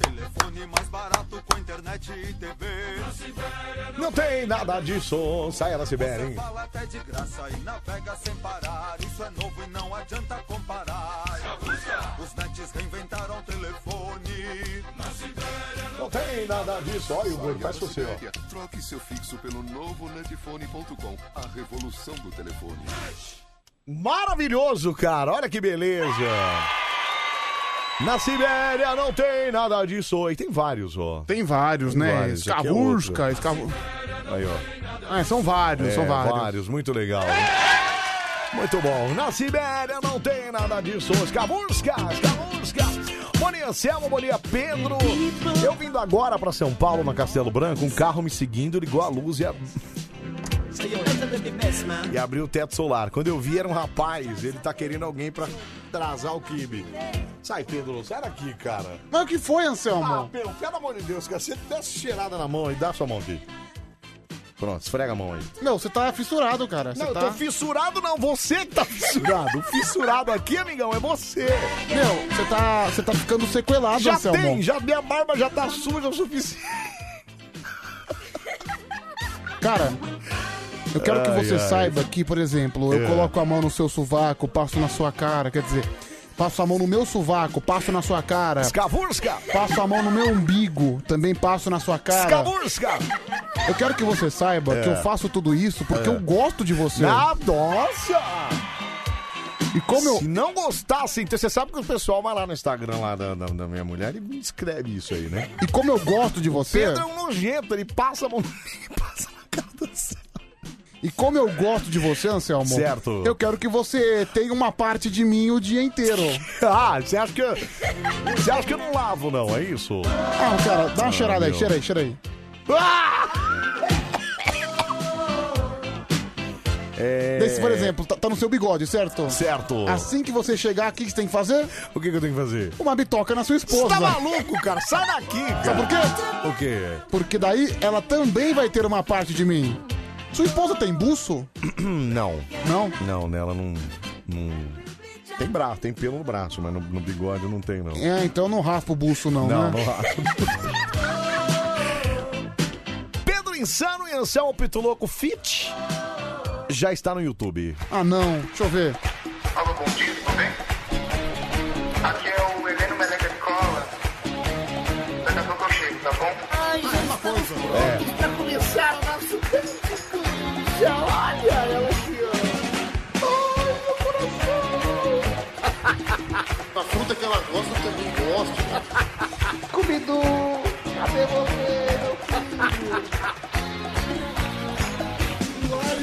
Speaker 2: Telefone mais barato com internet e TV. Na Sibéria
Speaker 1: Não tem nada disso, saia da Sibéria, hein?
Speaker 2: fala até de graça e navega sem parar. Isso é novo e não adianta comparar. Os nets reinventaram o telefone. Na Sibéria
Speaker 1: Não tem nada disso, olha o gordo, faz o seu.
Speaker 7: Troque seu fixo pelo novo netifone.com, a revolução do telefone.
Speaker 1: Maravilhoso, cara, olha que beleza. Na Sibéria não tem nada disso. E tem vários, ó.
Speaker 3: Tem vários,
Speaker 1: Tem
Speaker 3: né?
Speaker 1: vários, aqui é
Speaker 3: Escavurska,
Speaker 1: outro.
Speaker 3: escavu-
Speaker 1: Aí, ó.
Speaker 3: Ah, são vários,
Speaker 1: É,
Speaker 3: são vários. É!
Speaker 1: muito legal. Muito bom. Na Sibéria não tem nada disso. Escabusca, escabusca. Bom dia, Selma, bom dia, Pedro. Eu vindo agora pra São Paulo, na Castelo Branco, um carro me seguindo, ligou a luz e, a- e abriu o teto solar. Quando eu vi, era um rapaz. Ele tá querendo alguém pra atrasar o kibe. Sai, Pedro, sai daqui, cara.
Speaker 3: Mas o que foi, Anselmo?
Speaker 1: Ah, Pedro, pelo amor de Deus, cara. Você dá essa cheirada na mão e dá sua mão aqui. Pronto, esfrega a mão aí.
Speaker 3: Não, você tá fissurado, cara. Você
Speaker 1: Não,
Speaker 3: tá...
Speaker 1: eu tô fissurado, não. Você que tá fissurado. O fissurado aqui, amigão, é você.
Speaker 3: Meu, você tá, você tá ficando sequelado,
Speaker 1: já
Speaker 3: Anselmo.
Speaker 1: tem, já minha barba já tá suja o suficiente.
Speaker 3: Cara, eu quero que
Speaker 1: Ai,
Speaker 3: você
Speaker 1: ai.
Speaker 3: saiba que, por exemplo, eu
Speaker 1: É.
Speaker 3: coloco a mão no seu sovaco, passo na sua cara, quer dizer, passo a mão no meu sovaco, passo na sua cara.
Speaker 1: Escavurska!
Speaker 3: Passo a mão no meu umbigo, também passo na sua cara.
Speaker 1: Escavurska!
Speaker 3: Eu quero que você saiba
Speaker 1: É.
Speaker 3: que eu faço tudo isso porque
Speaker 1: É.
Speaker 3: eu gosto de você.
Speaker 1: Ah, nossa!
Speaker 3: E como eu.
Speaker 1: Se não gostasse, então você sabe que o pessoal vai lá no Instagram lá da, da- da minha mulher e me escreve isso aí, né?
Speaker 3: E como eu gosto de você.
Speaker 1: Pedro é um nojento, ele passa a mão. ele passa na cara do céu.
Speaker 3: E como eu gosto de você, Anselmo.
Speaker 1: Certo.
Speaker 3: Eu quero que você tenha uma parte de mim o dia inteiro.
Speaker 1: ah, você acha que. eu- Você acha que eu não lavo, não? É isso?
Speaker 3: Ah, cara, dá uma
Speaker 1: Ah,
Speaker 3: cheirada aí,
Speaker 1: meu. Ah!
Speaker 3: cheira aí, cheira aí.
Speaker 1: É...
Speaker 3: Desse, por exemplo, tá, tá no seu bigode, certo?
Speaker 1: Certo.
Speaker 3: Assim que você chegar, o que que você tem que fazer?
Speaker 1: O que, que eu tenho que fazer?
Speaker 3: Uma bitoca na sua esposa.
Speaker 1: Tá maluco, cara? Sai daqui, cara.
Speaker 3: Sabe por quê?
Speaker 1: O quê?
Speaker 3: Porque daí ela também vai ter uma parte de mim. Sua esposa tem buço?
Speaker 1: Não.
Speaker 3: Não?
Speaker 1: Não, nela não. não... Tem braço, tem pelo no braço, mas no, no bigode não tem, não.
Speaker 3: É, então não raspa o buço, não,
Speaker 1: Não, não
Speaker 3: né?
Speaker 1: raspa. Pedro Insano e Anselmo Pituloco Fit já está no YouTube.
Speaker 3: Ah, não. Deixa eu ver.
Speaker 2: Alô, bom dia, tudo bem? Aqui é o Heleno Melega de Cola. Daqui a pouco eu chego, tá bom? Ai, uma coisa.
Speaker 1: É.
Speaker 2: Pra começar o nosso Já olha ela aqui, ó. Ai, meu coração.
Speaker 21: A fruta que ela gosta, eu também gosto.
Speaker 2: Cubidu, cadê você, meu filho?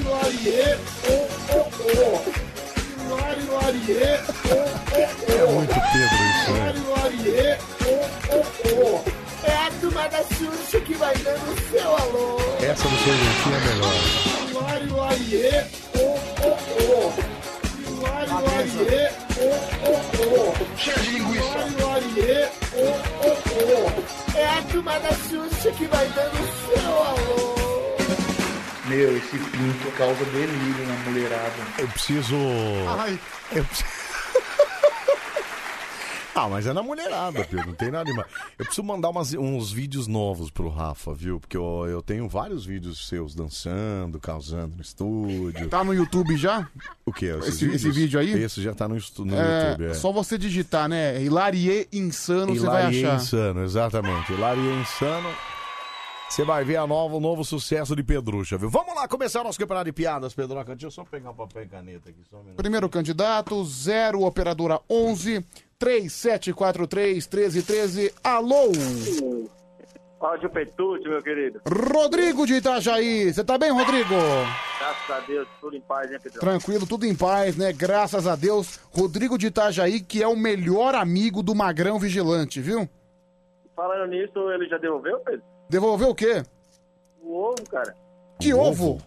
Speaker 21: lariê, ô, ô, ô. Lari, lariê,
Speaker 4: É muito
Speaker 1: né?
Speaker 4: Pedro
Speaker 21: ô, lariê, ô, ô, ô. É a turma da Xuxa que vai dando o seu alô.
Speaker 4: isso, né? Essa do Sorventinho é melhor.
Speaker 21: Lari, lariê, ô, ô, ô. Lari, lariê, ô, ô, ô. Cheio de linguiça. Lari, lariê, ô, ô, ô. É a turma da Xuxa que vai dando o seu alô.
Speaker 10: Meu, esse pinto causa delírio na mulherada.
Speaker 1: Eu preciso.
Speaker 3: Ai.
Speaker 1: Eu preciso... Ah, mas é na mulherada, Pedro, não tem nada demais. Eu preciso mandar umas- uns vídeos novos pro Rafa, viu? Porque eu, eu tenho vários vídeos seus dançando, causando no estúdio.
Speaker 3: Tá no YouTube já?
Speaker 1: O que?
Speaker 3: Esse- esse vídeo aí?
Speaker 1: Esse já tá no, estu- no
Speaker 3: É,
Speaker 1: YouTube, é.
Speaker 3: Só você digitar, né? Hilarie Insano, você
Speaker 1: Hilarie
Speaker 3: vai achar.
Speaker 1: Insano, exatamente. Hilarie Insano. Você vai ver a nova, o novo sucesso de Pedrucha, viu? Vamos lá começar o nosso campeonato de piadas, Pedroca. Deixa eu só pegar papel e caneta aqui, só um minuto.
Speaker 3: Primeiro candidato, 0, operadora 11, 3743 1313. Alô!
Speaker 11: Cláudio Petrucci, meu querido.
Speaker 3: Rodrigo de Itajaí, você tá bem, Rodrigo?
Speaker 11: Graças a Deus, tudo em paz, né, Pedrão?
Speaker 3: Tranquilo, tudo em paz, né? Graças a Deus. Rodrigo de Itajaí, que é o melhor amigo do Magrão Vigilante, viu?
Speaker 11: Falando nisso, ele já devolveu, Pedro?
Speaker 3: Devolveu o quê?
Speaker 11: O ovo, cara.
Speaker 3: Que ovo?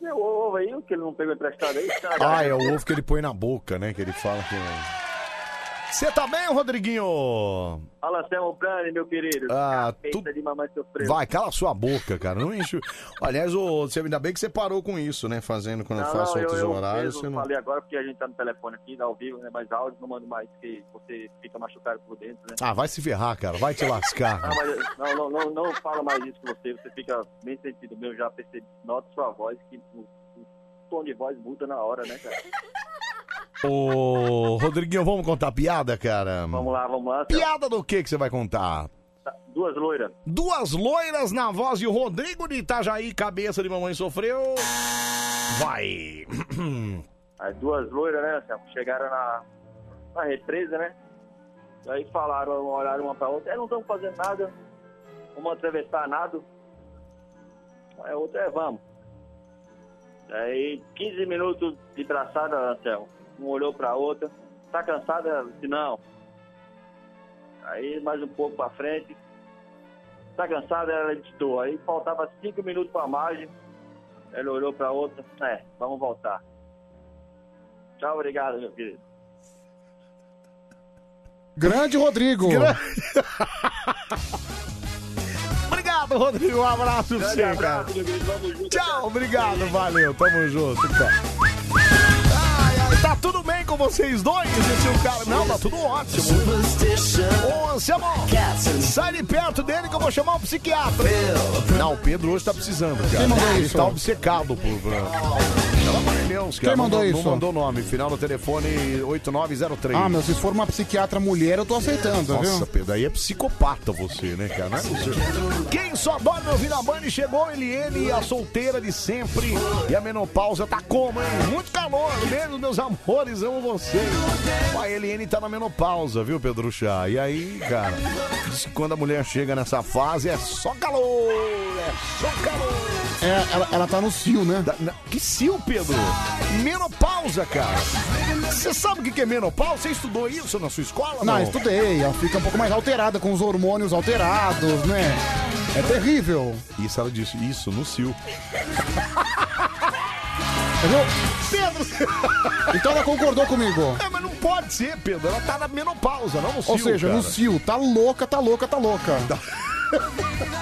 Speaker 11: Meu ovo aí, o que ele não pegou emprestado aí, cara.
Speaker 1: Ah, é o ovo que ele põe na boca, né? Que ele fala que. Você tá bem, Rodriguinho?
Speaker 11: Fala, Selmo Brani, meu querido.
Speaker 1: Ah,
Speaker 11: Cabeça de mamãe sofreu.
Speaker 1: Vai, cala sua boca, cara. Não enche. Aliás, ô, você ainda bem que você parou com isso, né? Fazendo quando eu faço outros horários.
Speaker 11: mesmo
Speaker 1: Você não...
Speaker 11: falei agora porque a gente tá no telefone aqui, dá ao vivo, né? Mais áudio, não mando mais, que você fica machucado por dentro, né?
Speaker 1: Ah, vai se ferrar, cara. Vai te lascar.
Speaker 11: Não, mas, não, não, não, não fala mais isso com você, você fica bem sentido meu, já percebi. Nota sua voz, que o, o tom de voz muda na hora, né, cara?
Speaker 1: Ô, Rodriguinho, vamos contar piada, cara?
Speaker 11: Vamos lá, vamos lá. Selmo.
Speaker 1: Piada do que que você vai contar?
Speaker 11: Duas loiras.
Speaker 1: Duas loiras na voz de Rodrigo de Itajaí, cabeça de mamãe sofreu. Vai.
Speaker 11: As duas loiras, né, Anselmo? Chegaram na, na represa, né? E aí falaram, olharam uma pra outra, é, não estamos fazendo nada, vamos atravessar nada. Aí a outra, é, vamos. Aí 15 minutos de braçada, Anselmo. Um olhou pra outra, tá cansada? Ela disse, não. Aí mais um pouco pra frente, tá cansada? Ela disse, tô. Aí faltava 5 minutos pra margem, ela olhou pra outra, é, vamos voltar. Tchau, obrigado, meu querido.
Speaker 3: Grande Rodrigo!
Speaker 1: Obrigado, Rodrigo. Um abraço pra
Speaker 4: Grande
Speaker 1: você, cara.
Speaker 4: abraço,
Speaker 1: Tchau, obrigado, valeu. Tamo junto, cara. Ai, ai, Tá tudo bem com vocês dois? Esse é o cara. Não, tá tudo ótimo. Ô, Anselmo, sai de perto dele que eu vou chamar um psiquiatra. Não, o Pedro hoje tá precisando, cara.
Speaker 4: Quem mandou
Speaker 1: Ele
Speaker 4: isso?
Speaker 1: tá obcecado por. Pelo amor de Deus, cara.
Speaker 3: Quem mandou
Speaker 1: não,
Speaker 3: isso?
Speaker 1: Não mandou nome. Final do telefone 8903.
Speaker 3: Ah, meu, se for uma psiquiatra mulher,
Speaker 4: É,
Speaker 3: eu tô aceitando,
Speaker 1: Nossa,
Speaker 3: viu?
Speaker 1: Pedro, aí é psicopata você, né, cara? Não é possível. Quem só dorme ouvindo a Band chegou, ele, ele, a solteira de sempre. E a menopausa tá como, hein? Muito calor, né? beijo, meus amores, amo vocês. Ó, A Eliane tá na menopausa, viu, Pedro Chá? E aí, cara, diz que quando a mulher chega nessa fase é só calor, é só calor.
Speaker 3: É, ela, ela tá no cio, né?
Speaker 1: que cio, Pedro? Menopausa, cara. Você sabe o que que é menopausa? Você estudou isso na sua escola?
Speaker 4: tá
Speaker 3: Não, estudei. Ela fica um pouco mais alterada, com os hormônios alterados, né? É terrível.
Speaker 1: Isso, ela disse, isso, no cio. Pedro!
Speaker 3: Então ela concordou comigo.
Speaker 1: É, mas não pode ser, Pedro. Ela tá na menopausa, não no cio,
Speaker 3: Ou seja,
Speaker 1: cara.
Speaker 3: no cio, tá louca, tá louca, tá louca.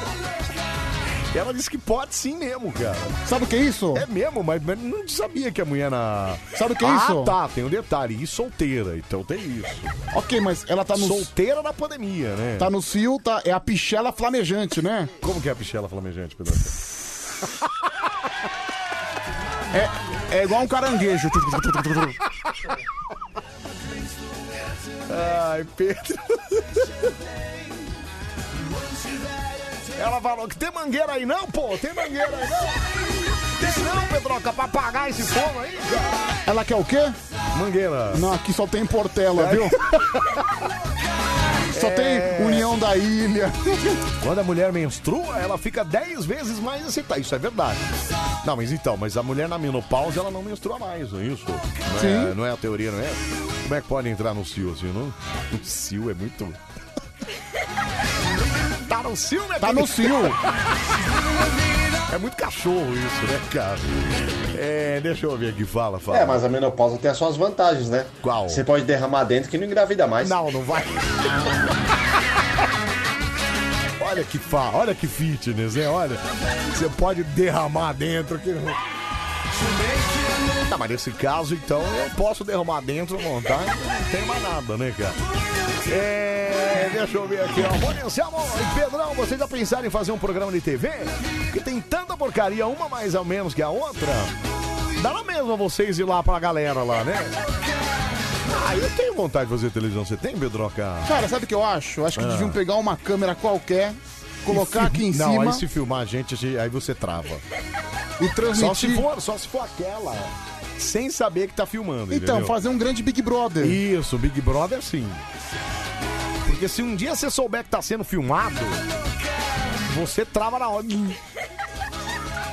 Speaker 1: Ela disse que pode sim mesmo, cara.
Speaker 3: Sabe o que é isso?
Speaker 1: É mesmo, mas, mas não sabia que a mulher na...
Speaker 3: Sabe o que é isso?
Speaker 1: Ah, tá, tem um detalhe. E solteira, então tem isso.
Speaker 3: Ok, mas ela tá no-
Speaker 1: Solteira na pandemia, né?
Speaker 3: Tá no cio, tá... é a pichela flamejante, né?
Speaker 1: Como que é a pichela flamejante, Pedro?
Speaker 3: É, é igual um caranguejo.
Speaker 1: Ai, Pedro. Ela falou que tem mangueira aí não, pô? Tem mangueira aí não? Tem não, Pedroca, pra apagar esse fogo aí?
Speaker 3: Ela quer o quê?
Speaker 1: Mangueira. É.
Speaker 3: Não, aqui só tem Portela, viu? Só tem União
Speaker 1: Capitão da ilha. É. Quando a mulher menstrua, ela fica 10 vezes mais excitada. Isso é verdade. Não, mas então, mas a mulher na menopausa, ela não menstrua mais, não é isso? Não é,
Speaker 4: Sim.
Speaker 1: não é a teoria, não é? Como é que pode entrar no CIO, assim, não? O CIO é muito... Tá no cio, né?
Speaker 4: Tá no cio.
Speaker 1: É muito cachorro isso, né, cara? É, deixa eu ver aqui, fala, fala.
Speaker 6: É, mas a menopausa tem as suas vantagens, né?
Speaker 1: Qual?
Speaker 6: Você pode derramar dentro que não engravida mais.
Speaker 1: Não, não vai. Olha que fa, olha que fitness, né? Olha, você pode derramar dentro aqui. Tá, mas nesse caso, então, eu posso derramar dentro à vontade. Não tem mais nada, né, cara? É, deixa eu ver aqui, ó. Rony Anselmo e Pedrão, vocês já pensaram em fazer um programa de TV? Porque tem tanta porcaria, uma mais ou menos que a outra. Dá na mesma vocês ir lá pra galera lá, né? Ah, eu tenho vontade de fazer televisão. Você tem, Pedroca?
Speaker 3: Cara, sabe o que eu acho? Acho que
Speaker 1: Ah.
Speaker 3: deviam pegar uma câmera qualquer, colocar aqui em
Speaker 1: Não,
Speaker 3: cima
Speaker 1: aí se filmar a gente, aí você trava.
Speaker 3: e transmitir.
Speaker 1: Só se for, só se for aquela. Sem saber que tá filmando.
Speaker 3: Então,
Speaker 1: entendeu?
Speaker 3: fazer um grande Big Brother.
Speaker 1: Isso, Big Brother sim. Porque se um dia você souber que tá sendo filmado, você trava na hora.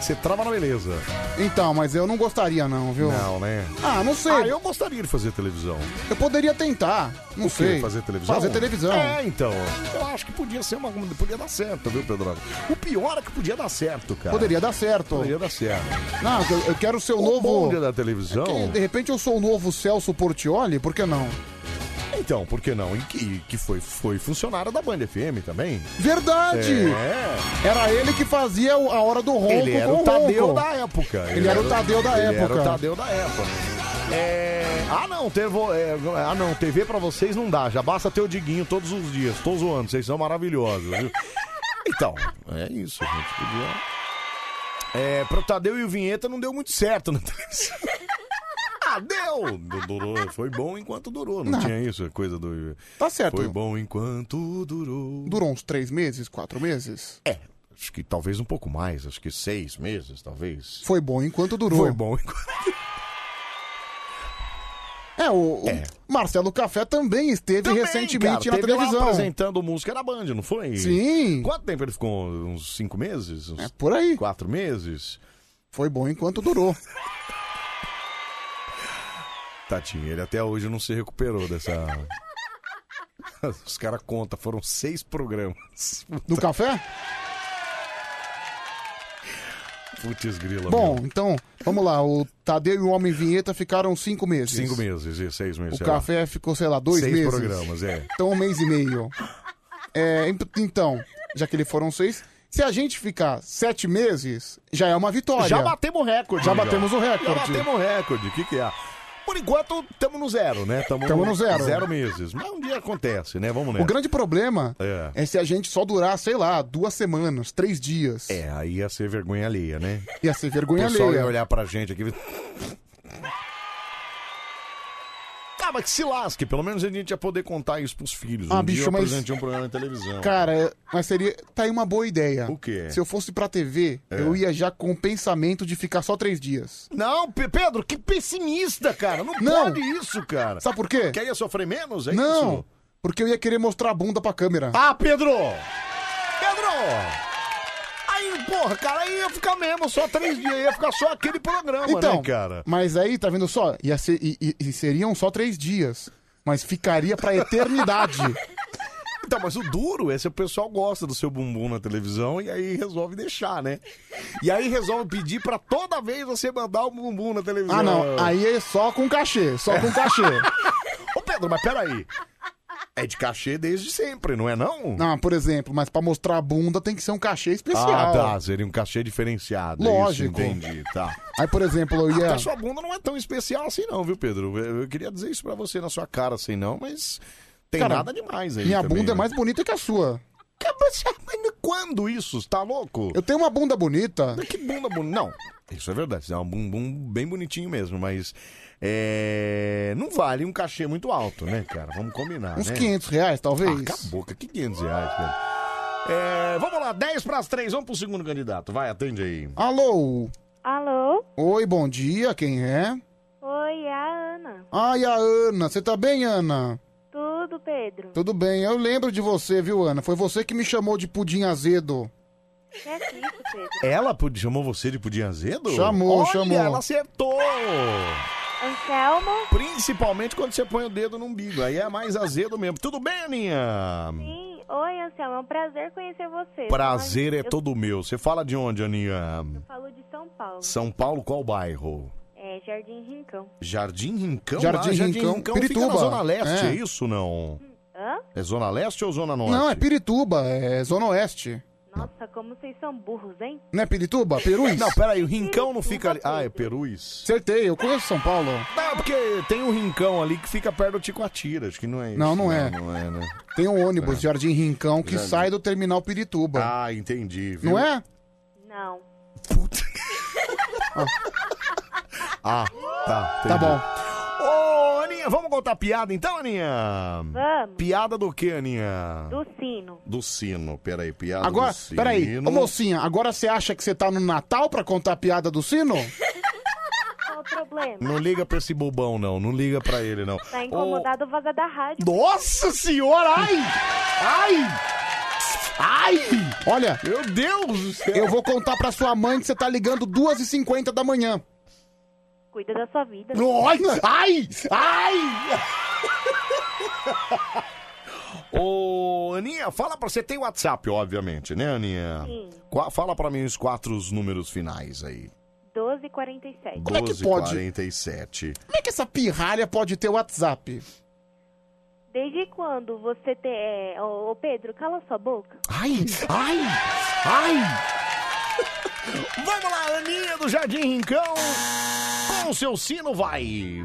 Speaker 1: Você trava na beleza.
Speaker 3: Então, mas eu não gostaria não, viu?
Speaker 1: Não, né?
Speaker 3: Ah, não sei.
Speaker 1: Ah, eu gostaria de fazer televisão.
Speaker 3: Eu poderia tentar, não
Speaker 1: O quê?
Speaker 3: sei.
Speaker 1: Fazer televisão?
Speaker 3: Fazer televisão.
Speaker 1: É, então. Eu acho que podia ser uma. Podia dar certo, viu, Pedro? O pior é que podia dar certo, cara.
Speaker 3: Poderia dar certo.
Speaker 1: Poderia dar certo.
Speaker 3: Não, eu, eu quero ser o,
Speaker 1: O
Speaker 3: novo. É
Speaker 1: bonde da televisão.
Speaker 3: Que, de repente eu sou o novo Celso Portioli, por que não?
Speaker 1: Então, por que não? E que, que foi, foi funcionário da Band FM também.
Speaker 3: Verdade!
Speaker 1: É.
Speaker 3: Era ele que fazia o- a hora do ronco
Speaker 1: Ele era o
Speaker 3: com
Speaker 1: Tadeu
Speaker 3: ronco.
Speaker 1: da época.
Speaker 3: Ele, era o Tadeu da
Speaker 1: ele
Speaker 3: época.
Speaker 1: Era o Tadeu da época. É, Ah não, teve... é, ah não, TV pra vocês não dá, já basta ter o Diguinho todos os dias. Tô zoando, vocês são maravilhosos, viu? Então, é isso, gente. Podia... É, pro Tadeu e o Vinheta não deu muito certo na televisão. Ah, deu! Du- Durou, foi bom enquanto durou, não,
Speaker 3: Não.
Speaker 1: tinha isso, coisa do.
Speaker 3: Tá certo.
Speaker 1: Foi bom enquanto durou.
Speaker 3: Durou uns três meses, quatro meses?
Speaker 1: É. Acho que talvez um pouco mais, acho que seis meses, talvez.
Speaker 3: Foi bom enquanto durou.
Speaker 1: Foi bom enquanto.
Speaker 3: É, o, o Marcelo Café também esteve
Speaker 1: Também,
Speaker 3: recentemente
Speaker 1: cara,
Speaker 3: na
Speaker 1: teve lá
Speaker 3: televisão.
Speaker 1: apresentando música na Band, não foi?
Speaker 3: Sim. É,
Speaker 1: Quanto tempo ele ficou? Uns cinco meses? Uns
Speaker 3: por aí.
Speaker 1: Quatro meses?
Speaker 3: Foi bom enquanto durou.
Speaker 1: Tatinho, ele até hoje não se recuperou dessa. Os caras contam, foram seis programas.
Speaker 3: No café?
Speaker 1: Putz, grila.
Speaker 3: Bom,
Speaker 1: meu.
Speaker 3: então, vamos lá. O Tadeu e o Homem Vinheta ficaram cinco meses.
Speaker 1: cinco meses, e seis meses.
Speaker 3: O
Speaker 1: sei lá.
Speaker 3: café ficou, sei lá, dois
Speaker 1: Seis
Speaker 3: meses.
Speaker 1: programas, é.
Speaker 3: Então, um mês e meio. É, em- então, já que ele foram seis, se a gente ficar sete meses, já é uma vitória.
Speaker 1: Já batemos o recorde.
Speaker 3: Já
Speaker 1: Miguel.
Speaker 3: batemos o recorde.
Speaker 1: Já batemos o recorde. O que, que é? Por enquanto, estamos no zero, né? Estamos
Speaker 3: Tamo no zero.
Speaker 1: Zero meses. Mas um dia acontece, né? Vamos nessa.
Speaker 3: O grande problema
Speaker 1: É.
Speaker 3: é se a gente só durar, sei lá, duas semanas, três dias.
Speaker 1: É, aí ia ser vergonha alheia, né?
Speaker 3: Ia ser vergonha
Speaker 1: O pessoal
Speaker 3: alheia.
Speaker 1: ia olhar pra gente aqui. Tá, mas que se lasque. Pelo menos a gente ia poder contar isso pros filhos.
Speaker 3: Ah,
Speaker 1: um
Speaker 3: bicho,
Speaker 1: dia eu
Speaker 3: mas-
Speaker 1: apresentei um programa de televisão.
Speaker 3: Cara, é- mas seria. Tá aí uma boa ideia.
Speaker 1: O quê?
Speaker 3: Se eu fosse pra TV,
Speaker 1: É.
Speaker 3: eu ia já com o pensamento de ficar só três dias.
Speaker 1: Não, Pe- Pedro, que pessimista, cara. Não,
Speaker 3: Não.
Speaker 1: pode isso, cara.
Speaker 3: Sabe por quê?
Speaker 1: Quer ia sofrer menos? É
Speaker 3: Não!
Speaker 1: isso?
Speaker 3: Porque eu ia querer mostrar a bunda pra câmera. Tá
Speaker 1: Ah, Pedro! Pedro! Aí, porra, cara, aí ia ficar mesmo só três dias, ia ficar só aquele programa,
Speaker 3: então,
Speaker 1: né, cara?
Speaker 3: Mas aí, tá vendo só? Ia ser- e, e- e seriam só três dias. Mas ficaria pra eternidade.
Speaker 1: Então, mas o duro é se o pessoal gosta do seu bumbum na televisão e aí resolve deixar, né? E aí resolve pedir pra toda vez você mandar o bumbum na televisão.
Speaker 3: ah, não. Aí é só com cachê, só com cachê.
Speaker 1: Ô, Pedro, mas peraí. É de cachê desde sempre, não é não?
Speaker 3: Não, por exemplo, mas pra mostrar a bunda tem que ser um cachê especial.
Speaker 1: Ah, tá, seria um cachê diferenciado. Isso,
Speaker 3: Lógico.
Speaker 1: entendi, tá.
Speaker 3: Aí, por exemplo, eu ia.
Speaker 1: Até sua bunda não é tão especial assim, não, viu, Pedro? Eu, eu queria dizer isso pra você na sua cara, assim, não, mas tem
Speaker 3: Cara,
Speaker 1: nada demais aí.
Speaker 3: Minha
Speaker 1: também,
Speaker 3: bunda é
Speaker 1: né?
Speaker 3: mais bonita que a sua.
Speaker 1: Mas mas quando isso? Tá louco?
Speaker 3: Eu tenho uma bunda bonita.
Speaker 1: Que bunda bonita. Não, isso é verdade. Você É um bumbum bem bonitinho mesmo, mas. É... Não vale um cachê muito alto, né, cara? Vamos combinar.
Speaker 3: Uns
Speaker 1: né?
Speaker 3: 500 reais, talvez.
Speaker 1: Ah, acabou, que 500 reais, cara. É, vamos lá, 10 pras 3, vamos pro segundo candidato. Vai, atende aí.
Speaker 3: Alô?
Speaker 13: Alô?
Speaker 3: Oi, bom dia, quem é?
Speaker 13: Oi, é a Ana.
Speaker 3: Ai, a Ana, você tá bem, Ana?
Speaker 13: Tudo, Pedro? Pedro?
Speaker 3: Tudo bem, eu lembro de você, viu, Ana? Foi você que me chamou de pudim azedo.
Speaker 13: Que é isso, Pedro?
Speaker 1: Ela pu- chamou você de pudim azedo?
Speaker 3: Chamou,
Speaker 1: Olha,
Speaker 3: chamou.
Speaker 1: ela acertou!
Speaker 13: Anselmo?
Speaker 1: Principalmente quando você põe o dedo no umbigo, aí é mais azedo mesmo. Tudo bem, Aninha?
Speaker 13: Sim. Oi, Anselmo. É um prazer conhecer você.
Speaker 1: Prazer é
Speaker 13: Eu-
Speaker 1: todo meu. Você fala de onde, Aninha?
Speaker 13: Eu falo de São Paulo.
Speaker 1: São Paulo, qual bairro?
Speaker 13: É, Jardim Rincão.
Speaker 1: Jardim Rincão?
Speaker 3: Jardim
Speaker 1: Ah,
Speaker 3: Rincão,
Speaker 1: fica na
Speaker 3: Pirituba.
Speaker 1: Zona Leste,
Speaker 3: É.
Speaker 1: é, isso não?
Speaker 13: Hã?
Speaker 1: É Zona Leste ou Zona Norte?
Speaker 3: Não, é Pirituba, é Zona Oeste.
Speaker 13: Nossa, como vocês são burros, hein?
Speaker 3: Não é Pirituba? Perus?
Speaker 1: Não, peraí, o Rincão não fica ali. Ah, é Perus.
Speaker 3: Acertei, eu conheço São Paulo.
Speaker 1: Não, porque tem um Rincão ali que fica perto do Ticoatira, acho que não é isso.
Speaker 3: Não, não é.
Speaker 1: Não, não é, né?
Speaker 3: Tem um ônibus Jardim Rincão que
Speaker 1: Jardim.
Speaker 3: sai do terminal Pirituba.
Speaker 1: Ah, entendi. viu?
Speaker 3: Não é?
Speaker 13: Não.
Speaker 1: Ah, tá.
Speaker 3: Tá bom.
Speaker 1: Ô, Aninha, vamos contar piada então, Aninha?
Speaker 13: Vamos.
Speaker 1: Piada do que, Aninha?
Speaker 13: Do sino.
Speaker 1: Do sino, peraí, piada
Speaker 3: Agora,
Speaker 1: do sino.
Speaker 3: peraí, ô mocinha, agora você acha que você tá no Natal pra contar a piada do sino?
Speaker 13: Qual o problema?
Speaker 1: Não liga pra esse bobão, não. Não liga pra ele, não.
Speaker 13: Tá incomodado, vaza da rádio.
Speaker 1: Nossa senhora, ai! Ai! Ai!
Speaker 3: Olha,
Speaker 1: meu Deus do céu.
Speaker 3: Eu vou contar pra sua mãe que você tá ligando 2h50 da manhã.
Speaker 13: Cuida da sua vida.
Speaker 3: Nossa! Ai! Ai!
Speaker 1: Ô, Aninha, fala pra você. Tem WhatsApp, obviamente, né, Aninha?
Speaker 13: Sim.
Speaker 1: Qua- fala pra mim os quatro números finais aí.
Speaker 13: 12h47.
Speaker 3: é
Speaker 1: 47.
Speaker 3: Como é que essa pirralha pode ter WhatsApp?
Speaker 13: Desde quando você tem. é, Ô, ô, Pedro, cala sua boca.
Speaker 3: Ai! Ai! Ai!
Speaker 1: Vamos lá, Aninha do Jardim Rincão. Com o seu sino, vai.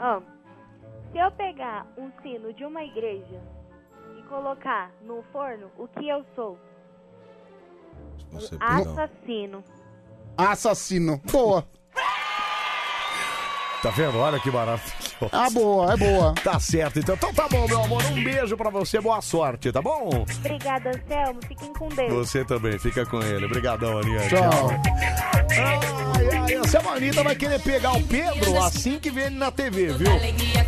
Speaker 13: Ó, se eu pegar um sino de uma igreja e colocar no forno, o que eu sou? Um
Speaker 1: Você
Speaker 13: Assassino.
Speaker 3: Assassino. Boa.
Speaker 1: Tá vendo? Olha que barato.
Speaker 3: Ah, boa, é boa.
Speaker 1: Tá certo, então. Então tá bom, meu amor. Um beijo pra você, boa sorte, tá bom?
Speaker 13: Obrigada, Anselmo. Fiquem com Deus.
Speaker 1: Você também, fica com ele. Obrigadão, Aninha.
Speaker 3: Tchau.
Speaker 1: Ai, ai, essa manita vai querer pegar o Pedro assim que vê ele na TV, viu?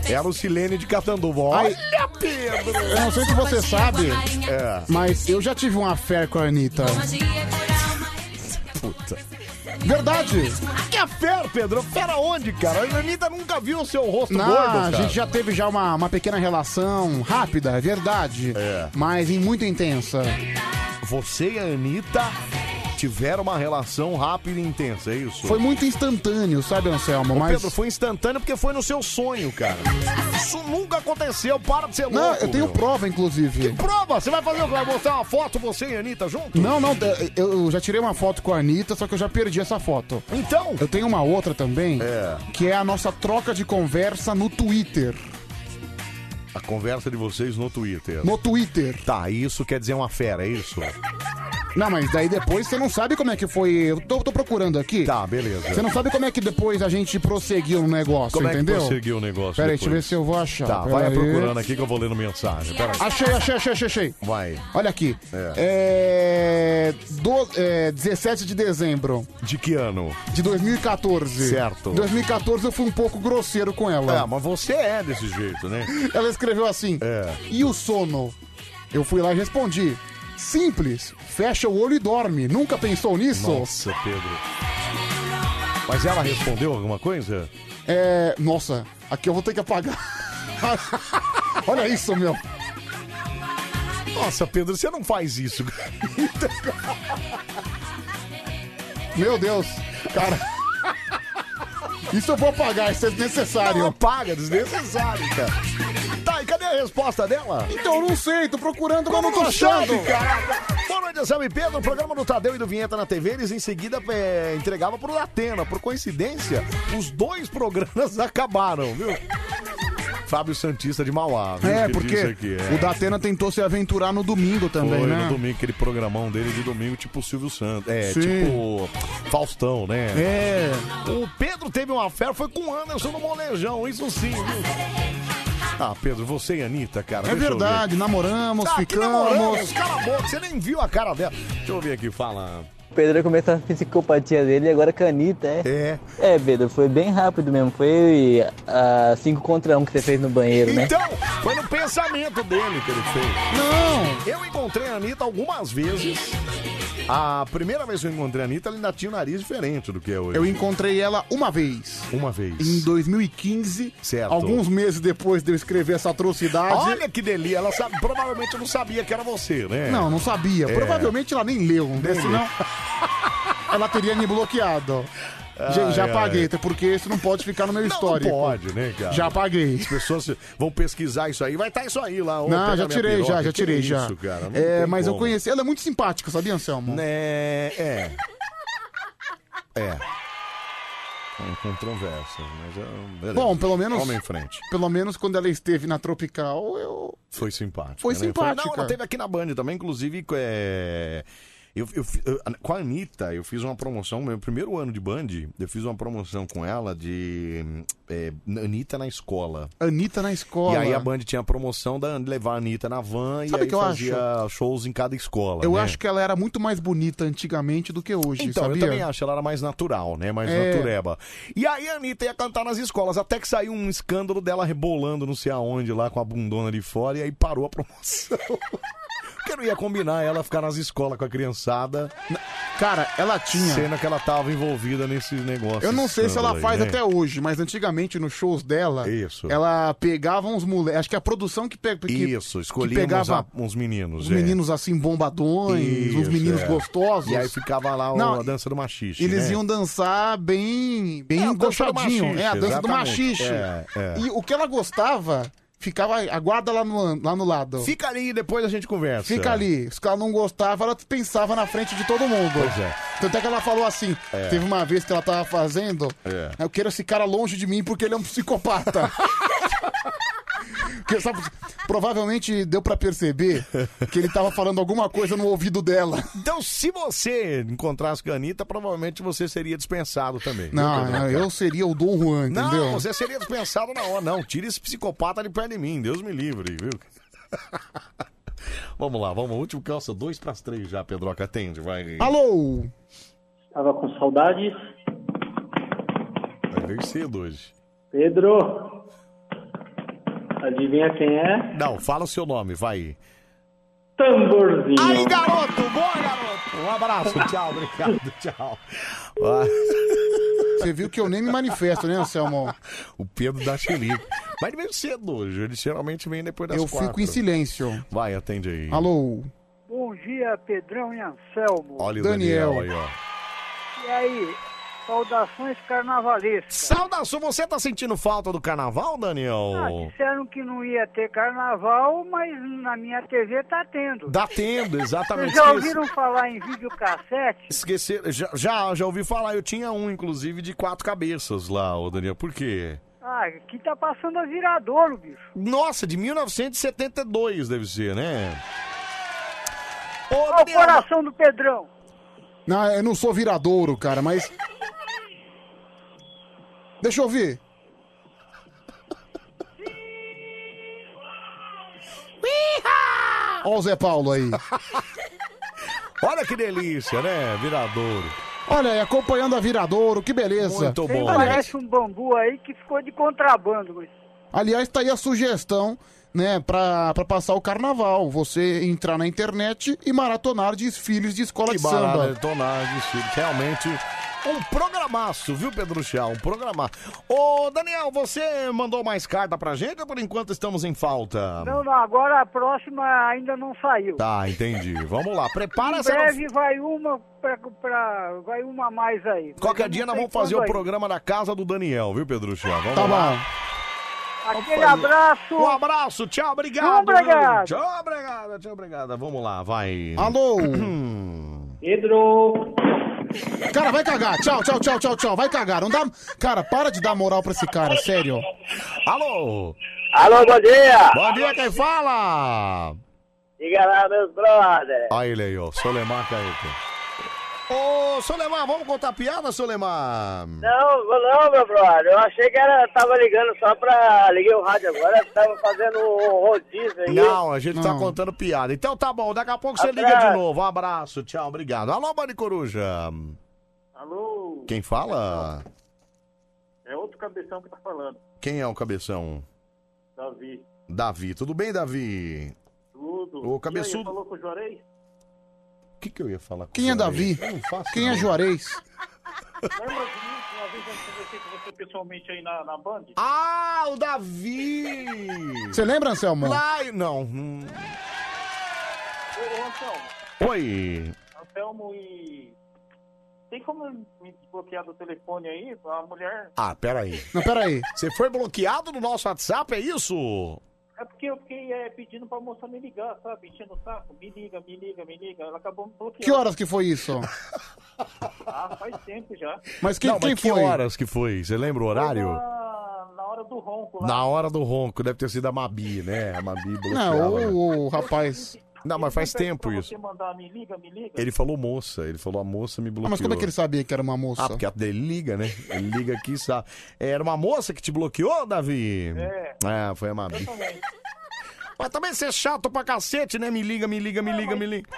Speaker 1: Era o Silene de Catanduva. Olha, Pedro!
Speaker 3: Eu não sei se você sabe,
Speaker 1: É.
Speaker 3: mas eu já tive uma fé com a Anitta.
Speaker 1: Puta.
Speaker 3: Verdade!
Speaker 1: Que é fera, Pedro? Fera onde, cara? A Anitta nunca viu o seu rosto
Speaker 3: Não,
Speaker 1: gordo,
Speaker 3: a
Speaker 1: cara.
Speaker 3: gente já teve já uma, uma pequena relação rápida, é verdade. Mas em muito intensa.
Speaker 1: É. Você e a Anitta tiveram uma relação rápida e intensa, é isso?
Speaker 3: Foi muito instantâneo, sabe, Anselmo?
Speaker 1: Ô,
Speaker 3: Mas...
Speaker 1: Pedro, foi instantâneo porque foi no seu sonho, cara. Isso nunca aconteceu, para de ser louco.
Speaker 3: Não, eu tenho
Speaker 1: meu.
Speaker 3: prova, inclusive.
Speaker 1: Prova, você vai fazer o quê? Vai mostrar uma foto, você e a Anitta junto?
Speaker 3: Não, não, eu já tirei uma foto com a Anitta, só que eu já perdi essa foto.
Speaker 1: Então?
Speaker 3: Eu tenho uma outra também, que é a nossa troca de conversa no Twitter.
Speaker 1: A conversa de vocês no Twitter.
Speaker 3: No Twitter.
Speaker 1: Tá, isso quer dizer uma fera, é isso?
Speaker 3: Não, mas daí depois você não sabe como é que foi. Eu tô, tô procurando aqui.
Speaker 1: Tá, beleza.
Speaker 3: Você não sabe como é que depois a gente prosseguiu no negócio,
Speaker 1: Como é
Speaker 3: entendeu?
Speaker 1: que conseguiu o negócio
Speaker 3: Peraí,
Speaker 1: depois?
Speaker 3: deixa eu ver se eu vou achar.
Speaker 1: Tá,
Speaker 3: Pera
Speaker 1: vai
Speaker 3: aí.
Speaker 1: procurando aqui que eu vou lendo mensagem. Pera aí.
Speaker 3: Achei, achei, achei, achei, achei.
Speaker 1: Vai.
Speaker 3: Olha aqui.
Speaker 1: É.
Speaker 3: É. do- é, 17 de dezembro
Speaker 1: De que ano?
Speaker 3: de 2014.
Speaker 1: Certo.
Speaker 3: 2014 eu fui um pouco grosseiro com ela.
Speaker 1: É, mas você é desse jeito, né?
Speaker 3: Ela escreveu assim:
Speaker 1: É.
Speaker 3: E o sono? Eu fui lá e respondi: Simples, fecha o olho e dorme. Nunca pensou nisso?
Speaker 1: Nossa, Pedro. Mas ela respondeu alguma coisa?
Speaker 3: É. Nossa, aqui eu vou ter que apagar. Olha isso, meu.
Speaker 1: Nossa, Pedro, você não faz isso.
Speaker 3: Meu Deus, cara. Isso eu vou apagar, isso é desnecessário. Não
Speaker 1: apaga, desnecessário, cara. Tá, e cadê a resposta dela?
Speaker 3: Então eu não sei, tô procurando, mas não tô
Speaker 1: Como
Speaker 3: achando.
Speaker 1: sabe, caraca? Boa noite, Anselmo e Pedro. O programa do Tadeu e do Vinheta na TV, eles em seguida é, entregavam pro Datena. Por coincidência, os dois programas acabaram, viu? Fábio Santista de Mauá, viu?
Speaker 3: É,
Speaker 1: que
Speaker 3: porque
Speaker 1: disse aqui, é.
Speaker 3: o Datena tentou se aventurar no domingo também,
Speaker 1: Foi
Speaker 3: né?
Speaker 1: no domingo, aquele programão dele de domingo, tipo o Silvio Santos. É,
Speaker 3: Sim.
Speaker 1: tipo Faustão, né?
Speaker 3: É.
Speaker 1: O Pedro teve uma fera, foi com o Anderson no molejão, isso sim. viu? Ah, Pedro, você e a Anitta, cara.
Speaker 3: É
Speaker 1: deixa eu ver.
Speaker 3: verdade, namoramos,
Speaker 1: Ah, que
Speaker 3: ficamos.
Speaker 1: namoramos, cala a boca, você nem viu a cara dela. Deixa eu ver aqui, fala.
Speaker 22: Pedro começou a psicopatia dele e agora canita, é?
Speaker 1: É.
Speaker 22: É, Pedro, foi bem rápido mesmo. Foi 5 contra 1 um que você fez no banheiro, né?
Speaker 1: Então, foi no pensamento dele que ele fez. Não! Eu encontrei a Anitta algumas vezes. A primeira vez que eu encontrei a Anitta, ela ainda tinha um nariz diferente do que é hoje.
Speaker 3: Eu encontrei ela uma vez.
Speaker 1: Uma vez.
Speaker 3: Em 2015.
Speaker 1: Certo.
Speaker 3: Alguns meses depois de eu escrever essa atrocidade.
Speaker 1: Olha que delícia, ela sabe, provavelmente não sabia que era você, né?
Speaker 3: Não, não sabia.
Speaker 1: É.
Speaker 3: Provavelmente ela nem leu, né? Senão. ela teria me bloqueado. Gente, já
Speaker 1: Ai, ai.
Speaker 3: paguei, até porque isso não pode ficar no meu histórico.
Speaker 1: Não pode, né, cara?
Speaker 3: Já paguei.
Speaker 1: As pessoas vão pesquisar isso aí, vai estar isso aí lá. ô,
Speaker 3: Não,
Speaker 1: pega
Speaker 3: já
Speaker 1: minha
Speaker 3: tirei,
Speaker 1: piroca.
Speaker 3: já, já
Speaker 1: Que
Speaker 3: tirei,
Speaker 1: isso,
Speaker 3: já.
Speaker 1: cara? Não
Speaker 3: é,
Speaker 1: tem
Speaker 3: mas eu
Speaker 1: como.
Speaker 3: conheci. Ela é muito simpática, sabia, Anselmo?
Speaker 1: É, é. É. São Controvérsias, mas. é, beleza.
Speaker 3: Bom, pelo menos.
Speaker 1: Vamos em frente.
Speaker 3: Pelo menos quando ela esteve na Tropical, eu.
Speaker 1: Foi simpática.
Speaker 3: Foi
Speaker 1: né?
Speaker 3: simpática.
Speaker 1: Não, ela teve aqui na Band também, inclusive. É... Eu, eu fi- eu- com a Anitta, eu fiz uma promoção, meu primeiro ano de Band, eu fiz uma promoção com ela de é, Anitta na escola.
Speaker 3: Anitta na escola.
Speaker 1: E aí a Band tinha a promoção da levar a Anitta na van
Speaker 3: Sabe
Speaker 1: e aí
Speaker 3: o que eu
Speaker 1: fazia shows em cada escola.
Speaker 3: Eu
Speaker 1: né?
Speaker 3: acho que ela era muito mais bonita antigamente do que hoje,
Speaker 1: Então,
Speaker 3: sabia?
Speaker 1: eu também acho, ela era mais natural, né? Mais
Speaker 3: É.
Speaker 1: natureba. E aí a Anitta ia cantar nas escolas, até que saiu um escândalo dela rebolando não sei aonde lá com a bundona de fora e aí parou a promoção. Porque não ia combinar ela ficar nas escolas com a criançada.
Speaker 3: Cara, ela tinha.
Speaker 1: Cena que ela tava envolvida nesse negócio.
Speaker 3: Eu não sei se ela
Speaker 1: escândalo aí,
Speaker 3: faz
Speaker 1: né?
Speaker 3: até hoje, mas antigamente nos shows dela,
Speaker 1: Isso.
Speaker 3: ela pegava uns moleques. Acho que a produção que, pe... que,
Speaker 1: Isso,
Speaker 3: que
Speaker 1: escolhia
Speaker 3: pegava
Speaker 1: uns, meninos.
Speaker 3: uns
Speaker 1: é.
Speaker 3: meninos assim bombadões, uns
Speaker 1: Isso,
Speaker 3: meninos
Speaker 1: é.
Speaker 3: gostosos.
Speaker 1: E aí ficava lá o-
Speaker 3: Não,
Speaker 1: a dança do machixe.
Speaker 3: Eles
Speaker 1: né?
Speaker 3: iam dançar bem, bem
Speaker 1: É, a dança do
Speaker 3: gochadinho.
Speaker 1: machixe,
Speaker 3: é, a dança do
Speaker 1: exatamente.
Speaker 3: machixe.
Speaker 1: É, é.
Speaker 3: E o que ela gostava, ficava, aguarda lá no, lá no lado.
Speaker 1: Fica ali, depois a gente conversa.
Speaker 3: Fica ali. Se ela não gostava, ela pensava na frente de todo mundo.
Speaker 1: Pois é.
Speaker 3: Tanto é que ela falou assim:
Speaker 1: É.
Speaker 3: teve uma vez que ela tava fazendo,
Speaker 1: É.
Speaker 3: eu quero esse cara longe de mim porque ele é um psicopata. Porque, sabe, provavelmente deu pra perceber que ele tava falando alguma coisa no ouvido dela.
Speaker 1: Então, se você encontrasse com a Anitta, provavelmente você seria dispensado também. viu,
Speaker 3: Não,
Speaker 1: Pedro?
Speaker 3: não, eu seria o Dom Juan,
Speaker 1: Não,
Speaker 3: entendeu?
Speaker 1: você seria dispensado na hora. Não, tira esse psicopata de perto de mim, Deus me livre, viu? vamos lá, vamos. Último calça, dois pras três já, Pedroca, atende, vai.
Speaker 3: Alô?
Speaker 14: Tava com saudades.
Speaker 1: Vai ver cedo hoje.
Speaker 14: Pedro, adivinha quem é?
Speaker 1: Não, fala o seu nome, vai.
Speaker 14: Tamborzinho.
Speaker 1: Aí, garoto, boa, garoto. Um abraço, tchau, obrigado, tchau. Ó,
Speaker 3: Você viu que eu nem me manifesto, né, Anselmo?
Speaker 1: o Pedro da Chilico. Mas veio cedo hoje, ele geralmente vem depois das
Speaker 3: Eu
Speaker 1: quatro.
Speaker 3: fico em silêncio.
Speaker 1: Vai, atende aí.
Speaker 3: Alô?
Speaker 23: Bom dia, Pedrão e Anselmo.
Speaker 1: Olha o
Speaker 3: Daniel.
Speaker 1: Daniel, aí, ó.
Speaker 23: E aí, saudações carnavalescas.
Speaker 1: Saudação, você tá sentindo falta do carnaval,
Speaker 23: Ah,
Speaker 1: Daniel?
Speaker 23: disseram que não ia ter carnaval, mas na minha TV tá tendo.
Speaker 1: Dá tendo,
Speaker 23: Vocês
Speaker 1: exatamente.
Speaker 23: já ouviram falar em videocassete?
Speaker 1: Esqueci, esqueci- já, já, já ouvi falar, eu tinha um, inclusive, de quatro cabeças lá, ô Daniel. Por quê?
Speaker 23: Ah, aqui tá passando a viradouro, bicho.
Speaker 1: Nossa, de 1972 deve ser, né?
Speaker 23: Olha o coração do Pedrão.
Speaker 3: Não, eu não sou viradouro, cara, mas. Deixa eu ouvir. Ó o Zé Paulo aí.
Speaker 1: Olha que delícia, né? Viradouro.
Speaker 3: Olha aí, acompanhando a Viradouro, que beleza.
Speaker 1: Muito bom.
Speaker 3: Aliás,
Speaker 23: Parece um bambu aí que ficou de contrabando, mas
Speaker 3: aliás, tá aí a sugestão, né, pra, pra passar o carnaval. Você entrar na internet e maratonar desfiles de escola
Speaker 1: Que
Speaker 3: de samba.
Speaker 1: baralho, tonagem, estilo. Realmente um programaço, viu, Pedro Chá? Um programaço. Ô, Daniel, você mandou mais carta pra gente ou por enquanto estamos em falta?
Speaker 23: não, não, agora a próxima ainda não saiu.
Speaker 1: Tá, entendi. Vamos lá, prepara
Speaker 23: em
Speaker 1: essa.
Speaker 23: breve vai uma pra, pra- vai uma a mais aí.
Speaker 1: Qualquer
Speaker 23: Mas eu
Speaker 1: dia
Speaker 23: não
Speaker 1: nós
Speaker 23: sei
Speaker 1: vamos fazer
Speaker 23: quando é.
Speaker 1: o
Speaker 23: ainda.
Speaker 1: programa da casa do Daniel, viu, Pedro Chá? Vamos
Speaker 3: Tá
Speaker 1: lá.
Speaker 3: bom.
Speaker 23: Aquele abraço.
Speaker 1: Um abraço, tchau, obrigado.
Speaker 23: Tchau, obrigado.
Speaker 1: Tchau, obrigado, tchau, obrigado. Vamos lá, vai.
Speaker 3: Alô?
Speaker 14: Pedro!
Speaker 3: Cara, vai cagar. Tchau, tchau, tchau, tchau, tchau. Vai cagar. Não dá... Cara, para de dar moral pra esse cara, sério.
Speaker 1: Alô?
Speaker 14: Alô, bom dia!
Speaker 1: Bom dia, quem fala?
Speaker 14: Diga lá, meus brothers!
Speaker 1: Olha ele aí, ó, Solemar Caeta. Ô, Solemar, vamos contar piada, Solemar?
Speaker 23: Não, vou não, meu brother. Eu achei que era, tava ligando só pra. Liguei o rádio agora, tava fazendo um rodízio aí.
Speaker 1: Não, a gente tá contando piada. Então tá bom, daqui a pouco você liga
Speaker 23: Abraço.
Speaker 1: de novo. Um abraço, tchau, obrigado. Alô, Bani Coruja.
Speaker 11: Alô,
Speaker 1: Quem fala?
Speaker 11: é outro cabeção que tá falando,
Speaker 1: Quem é o cabeção?
Speaker 11: Davi.
Speaker 1: Davi. Tudo bem, Davi?
Speaker 11: Tudo.
Speaker 1: Ô, cabeçudo.
Speaker 11: E aí, falou com o Juarez?
Speaker 1: O que, que eu ia falar com
Speaker 3: Quem é Davi? Quem é Juarez?
Speaker 11: Lembra de mim? Uma vez eu conversei com você pessoalmente aí na, na Band?
Speaker 1: Ah, o Davi!
Speaker 3: Você lembra, Anselmo?
Speaker 1: Lá- não. hum.
Speaker 11: Ô, ô, Anselmo,
Speaker 1: Oi.
Speaker 11: Anselmo e... Tem como me desbloquear do telefone aí? A mulher...
Speaker 1: Ah, peraí.
Speaker 3: Não, peraí.
Speaker 1: Você foi bloqueado no nosso WhatsApp, é isso?
Speaker 11: É porque eu fiquei eh, pedindo pra moça me ligar, sabe? Enchendo o saco. Me liga, me liga, me liga. Ela acabou me bloqueando.
Speaker 3: Que horas que foi isso?
Speaker 11: Ah, faz tempo já.
Speaker 3: Mas quem,
Speaker 1: não,
Speaker 3: quem
Speaker 1: mas que
Speaker 3: foi?
Speaker 1: horas que foi? Você lembra o horário?
Speaker 11: Na, na hora do ronco lá.
Speaker 1: Na hora do ronco, deve ter sido a Mabi, né? A Mabi bloqueava. né?
Speaker 3: Não, o, o rapaz.
Speaker 1: Não, mas faz
Speaker 11: Pede pra
Speaker 1: tempo isso.
Speaker 11: Então Você mandar, me liga, me liga.
Speaker 1: Ele falou moça, ele falou a moça me bloqueou.
Speaker 3: Ah, mas como é que ele sabia que era uma moça?
Speaker 1: Ah, porque a- ele liga, né? Ele liga aqui e sabe. É, Era uma moça que te bloqueou, Davi?
Speaker 11: É.
Speaker 1: Ah, foi a Mabi.
Speaker 11: também.
Speaker 1: Mas também você é chato pra cacete, né? Me liga, me liga, me liga, me liga.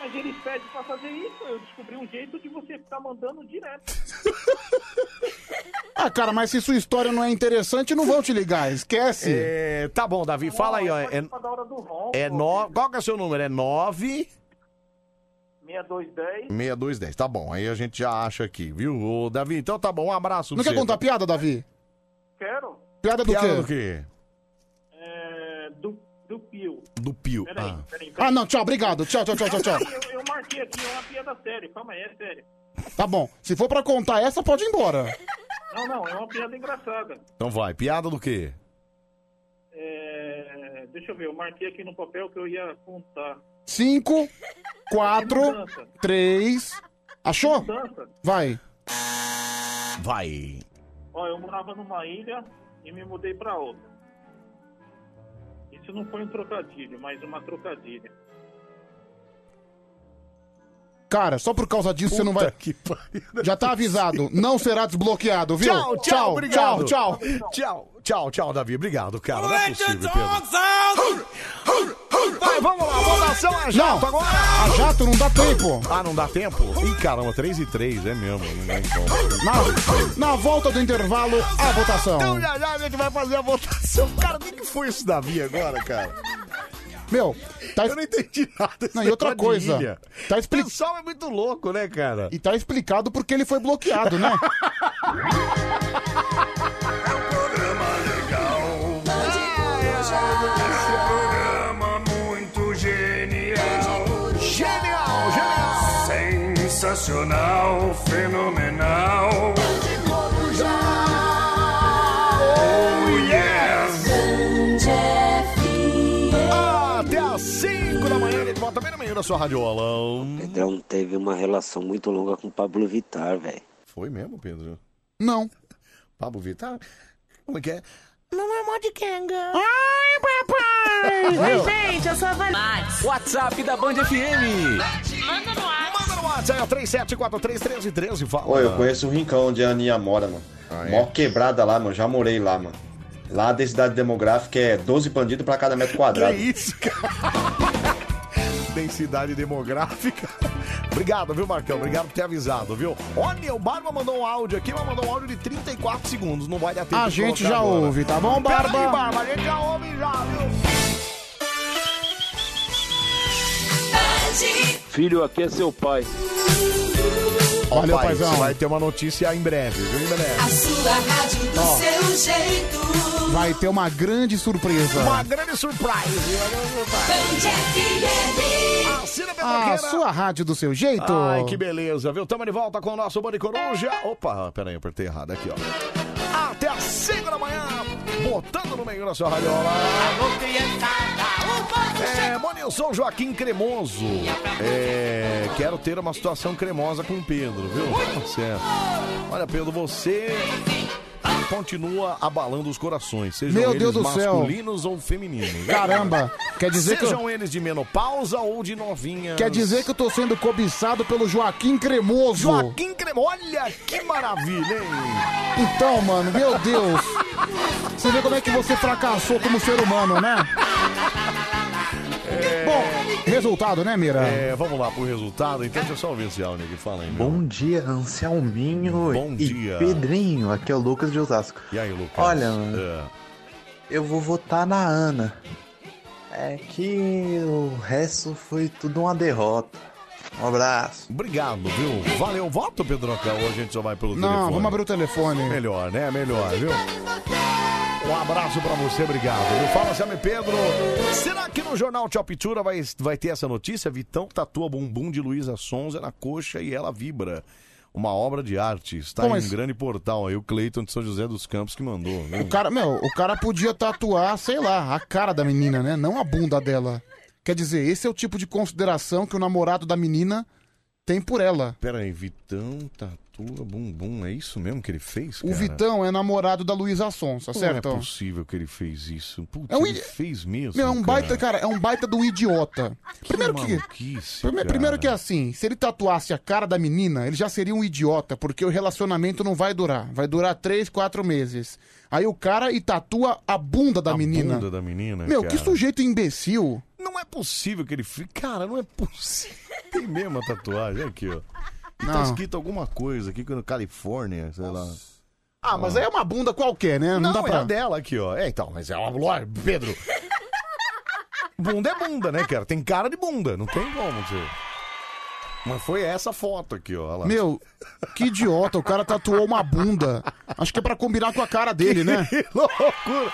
Speaker 11: Mas eles pedem pra fazer isso. Eu descobri um jeito de você ficar mandando direto.
Speaker 3: Ah, cara, mas se sua história não é interessante, não vão te ligar. Esquece.
Speaker 1: É, tá bom, Davi, fala aí, ó. É,
Speaker 11: Da hora do ronco.
Speaker 1: é no... Qual que é o seu número? É 9
Speaker 11: 6210.
Speaker 1: 6210. Tá bom, aí a gente já acha aqui, viu? Ô, Davi, então tá bom, um abraço.
Speaker 3: Não
Speaker 1: pra
Speaker 3: quer
Speaker 1: você.
Speaker 3: contar piada, Davi?
Speaker 11: Quero.
Speaker 3: Piada do
Speaker 1: Piada
Speaker 3: quê?
Speaker 1: do quê?
Speaker 11: É, do, do Pio.
Speaker 1: Do Pio.
Speaker 11: Peraí,
Speaker 1: ah.
Speaker 11: peraí, peraí.
Speaker 3: Ah, não, tchau, obrigado. Tchau, tchau, tchau, tchau, tchau.
Speaker 11: Eu, eu marquei aqui é uma piada séria. Calma aí, é séria.
Speaker 3: Tá bom. Se for pra contar essa, pode ir embora.
Speaker 11: Não, não, é uma piada engraçada.
Speaker 1: Então vai, piada do quê?
Speaker 11: É, deixa eu ver, eu marquei aqui no papel que eu ia contar.
Speaker 3: Cinco, quatro, três. Achou?
Speaker 11: Mudança.
Speaker 3: Vai.
Speaker 1: Vai.
Speaker 11: Ó, eu morava numa ilha e me mudei pra outra. Isso não foi um trocadilho, mas uma trocadilha.
Speaker 3: Cara, só por causa disso você não vai. Já tá avisado. Não será desbloqueado, viu?
Speaker 1: Tchau, tchau, obrigado. tchau.
Speaker 3: Tchau,
Speaker 1: Tchau, tchau, tchau, Davi. Obrigado, cara. Não é possível, Pedro. Vai, vamos lá, votação a jato agora.
Speaker 3: A Ah, jato não dá tempo.
Speaker 1: Ah, não dá tempo? Ih, caramba, 3 e 3, é mesmo. Não tem como.
Speaker 3: Na, na volta do intervalo, a votação.
Speaker 1: Então já já a gente vai fazer a votação. Cara, o que, que foi isso, Davi, agora, cara?
Speaker 3: Meu, tá...
Speaker 1: eu não entendi nada.
Speaker 3: Não, e outra coisa. Tá
Speaker 1: O pessoal é muito louco, né, cara?
Speaker 3: E tá explicado porque ele foi bloqueado, né?
Speaker 4: programa muito genial.
Speaker 1: Genial, genial.
Speaker 4: Sensacional, fenomenal.
Speaker 1: Oh, Até às 5 da manhã, ele volta bem no Tá meio da sua radiola.
Speaker 24: Pedrão teve uma relação muito longa com o Pablo Vittar, velho.
Speaker 1: Foi mesmo, Pedro?
Speaker 3: Não.
Speaker 1: Pablo Vittar? Como é que é?
Speaker 13: Mamãe de Kenga.
Speaker 1: Ai,
Speaker 13: papai! Oi, gente, eu sou a Vanessa.
Speaker 1: WhatsApp da Band FM.
Speaker 13: Manda no ar.
Speaker 1: Manda no WhatsApp, é o 37431313, fala.
Speaker 25: Pô, eu conheço o Rincão onde a Aninha mora, mano.
Speaker 1: Ah, é?
Speaker 25: Mó quebrada lá, mano. Já morei lá, mano. Lá a densidade demográfica é 12 bandidos pra cada metro quadrado.
Speaker 1: Que isso, cara? Densidade demográfica. Obrigado, viu, Marcão? Obrigado por ter avisado, viu? Olha, o Barba mandou um áudio aqui, mas mandou um áudio de 34 segundos. Não vai dar tempo
Speaker 3: A
Speaker 1: de
Speaker 3: gente
Speaker 1: colocar
Speaker 3: já
Speaker 1: agora.
Speaker 3: ouve, tá bom, Barba?
Speaker 1: Peraí, Barba, a gente já ouve já, viu?
Speaker 7: Filho, aqui é seu pai.
Speaker 1: Ó,
Speaker 7: Valeu,
Speaker 1: pai,
Speaker 7: paizão.
Speaker 1: Você vai ter uma notícia né? em breve, viu? Em breve.
Speaker 13: A sua rádio do
Speaker 3: Ó.
Speaker 13: seu jeito.
Speaker 3: Vai ter uma grande surpresa.
Speaker 1: Uma grande surprise. uma grande surprise. Assina a
Speaker 3: A
Speaker 1: Pipoqueira.
Speaker 3: sua rádio do seu jeito.
Speaker 1: Ai, que beleza, viu? Tamo de volta com o nosso Bande Coruja. Opa, peraí, eu apertei errado aqui, ó. Até às 5 da manhã, botando no meio da sua radiola. É, Monilson Joaquim Cremoso. É, quero ter uma situação cremosa com o Pedro, viu? Tá certo. Olha, Pedro, você continua abalando os corações, sejam
Speaker 3: Meu
Speaker 1: eles
Speaker 3: Deus do céu.
Speaker 1: masculinos ou femininos. né?
Speaker 3: Caramba, quer dizer que eu-
Speaker 1: sejam eles de menopausa ou de novinha.
Speaker 3: Quer dizer que eu tô sendo cobiçado pelo Joaquim Cremoso.
Speaker 1: Joaquim Cremo, olha que maravilha, hein?
Speaker 3: Então, mano, meu Deus. Você vê como é que você fracassou como ser humano, né? Bom, resultado, né, Mira?
Speaker 1: É, vamos lá pro resultado. Então, deixa eu só ouvir esse áudio aqui. Fala aí, meu.
Speaker 18: Bom dia, Anselminho
Speaker 1: Bom
Speaker 18: é um e
Speaker 1: dia.
Speaker 18: Pedrinho. Aqui é o Lucas de Osasco.
Speaker 1: E aí, Lucas? É.
Speaker 18: Olha, mano, eu vou votar na Ana. É que o resto foi tudo uma derrota. Um abraço.
Speaker 1: Obrigado, viu? Valeu, voto, Pedroca. Ou a gente só vai pelo
Speaker 3: Não,
Speaker 1: telefone?
Speaker 3: vamos abrir o telefone.
Speaker 1: Melhor, né? Melhor, viu? Um abraço pra você, obrigado. viu? Fala, Sam e Pedro. Será que no jornal Tchoptura vai, vai ter essa notícia? Vitão tatua bumbum de Luísa Sonza na coxa e ela vibra. Uma obra de arte. Está
Speaker 3: Pô,
Speaker 1: em um
Speaker 3: mas-
Speaker 1: grande portal aí, o Cleiton de São José dos Campos que mandou. viu?
Speaker 3: O cara, meu, o cara podia tatuar, sei lá, a cara da menina, né? Não a bunda dela. Quer dizer, esse é o tipo de consideração que o namorado da menina tem por ela.
Speaker 1: Pera aí, Vitão tatua bumbum. É isso mesmo que ele fez?
Speaker 3: O
Speaker 1: cara?
Speaker 3: Vitão é namorado da Luísa Sonsa,
Speaker 1: Não
Speaker 3: Tá certo?
Speaker 1: é possível que ele fez isso. Putz,
Speaker 3: É um
Speaker 1: ele
Speaker 3: idi-
Speaker 1: fez mesmo.
Speaker 3: Meu, é um baita, cara, é um baita do idiota. Primeiro que.
Speaker 1: maluquice,
Speaker 3: Prime-
Speaker 1: cara.
Speaker 3: Primeiro que é assim, se ele tatuasse a cara da menina, ele já seria um idiota, porque o relacionamento não vai durar. Vai durar três, quatro meses. Aí o cara e tatua a bunda da menina.
Speaker 1: Bunda da menina.
Speaker 3: Meu,
Speaker 1: cara.
Speaker 3: que sujeito imbecil.
Speaker 1: Não é possível que ele. fi- Cara, não é possível. Tem mesmo a tatuagem. Olha aqui, ó. E tá
Speaker 3: Não.
Speaker 1: escrito alguma coisa aqui, no Califórnia, sei lá.
Speaker 3: Ah, mas aí é uma bunda qualquer, né? Não,
Speaker 1: Não,
Speaker 3: dá
Speaker 1: é
Speaker 3: pra.
Speaker 1: a dela aqui, ó. É, então, mas é uma. lógico, Pedro. Bunda é bunda, né, cara? Tem cara de bunda, não tem como dizer. Mas foi essa foto aqui, ó. olha lá.
Speaker 3: Meu, que idiota, o cara tatuou uma bunda. Acho que é pra combinar com a cara dele, né?
Speaker 1: Que loucura!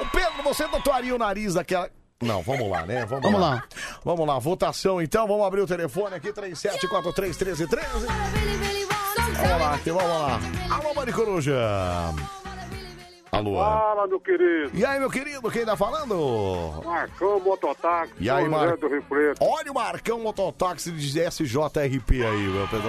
Speaker 1: Ô, Pedro, você tatuaria o nariz daquela. Não, vamos lá, né? Vamos,
Speaker 3: Vamos
Speaker 1: lá. Vamos lá, votação então. Vamos abrir o telefone aqui, 37431313. Vamos lá, vamos lá. Alô, Mari Coruja. Alô.
Speaker 19: Fala, meu querido.
Speaker 1: E aí, meu querido, quem tá falando?
Speaker 19: Marcão Mototáxi.
Speaker 1: E aí,
Speaker 19: São
Speaker 1: Mar-
Speaker 19: José do Rio Preto.
Speaker 1: Olha o Marcão Mototáxi de SJRP aí, meu Pedro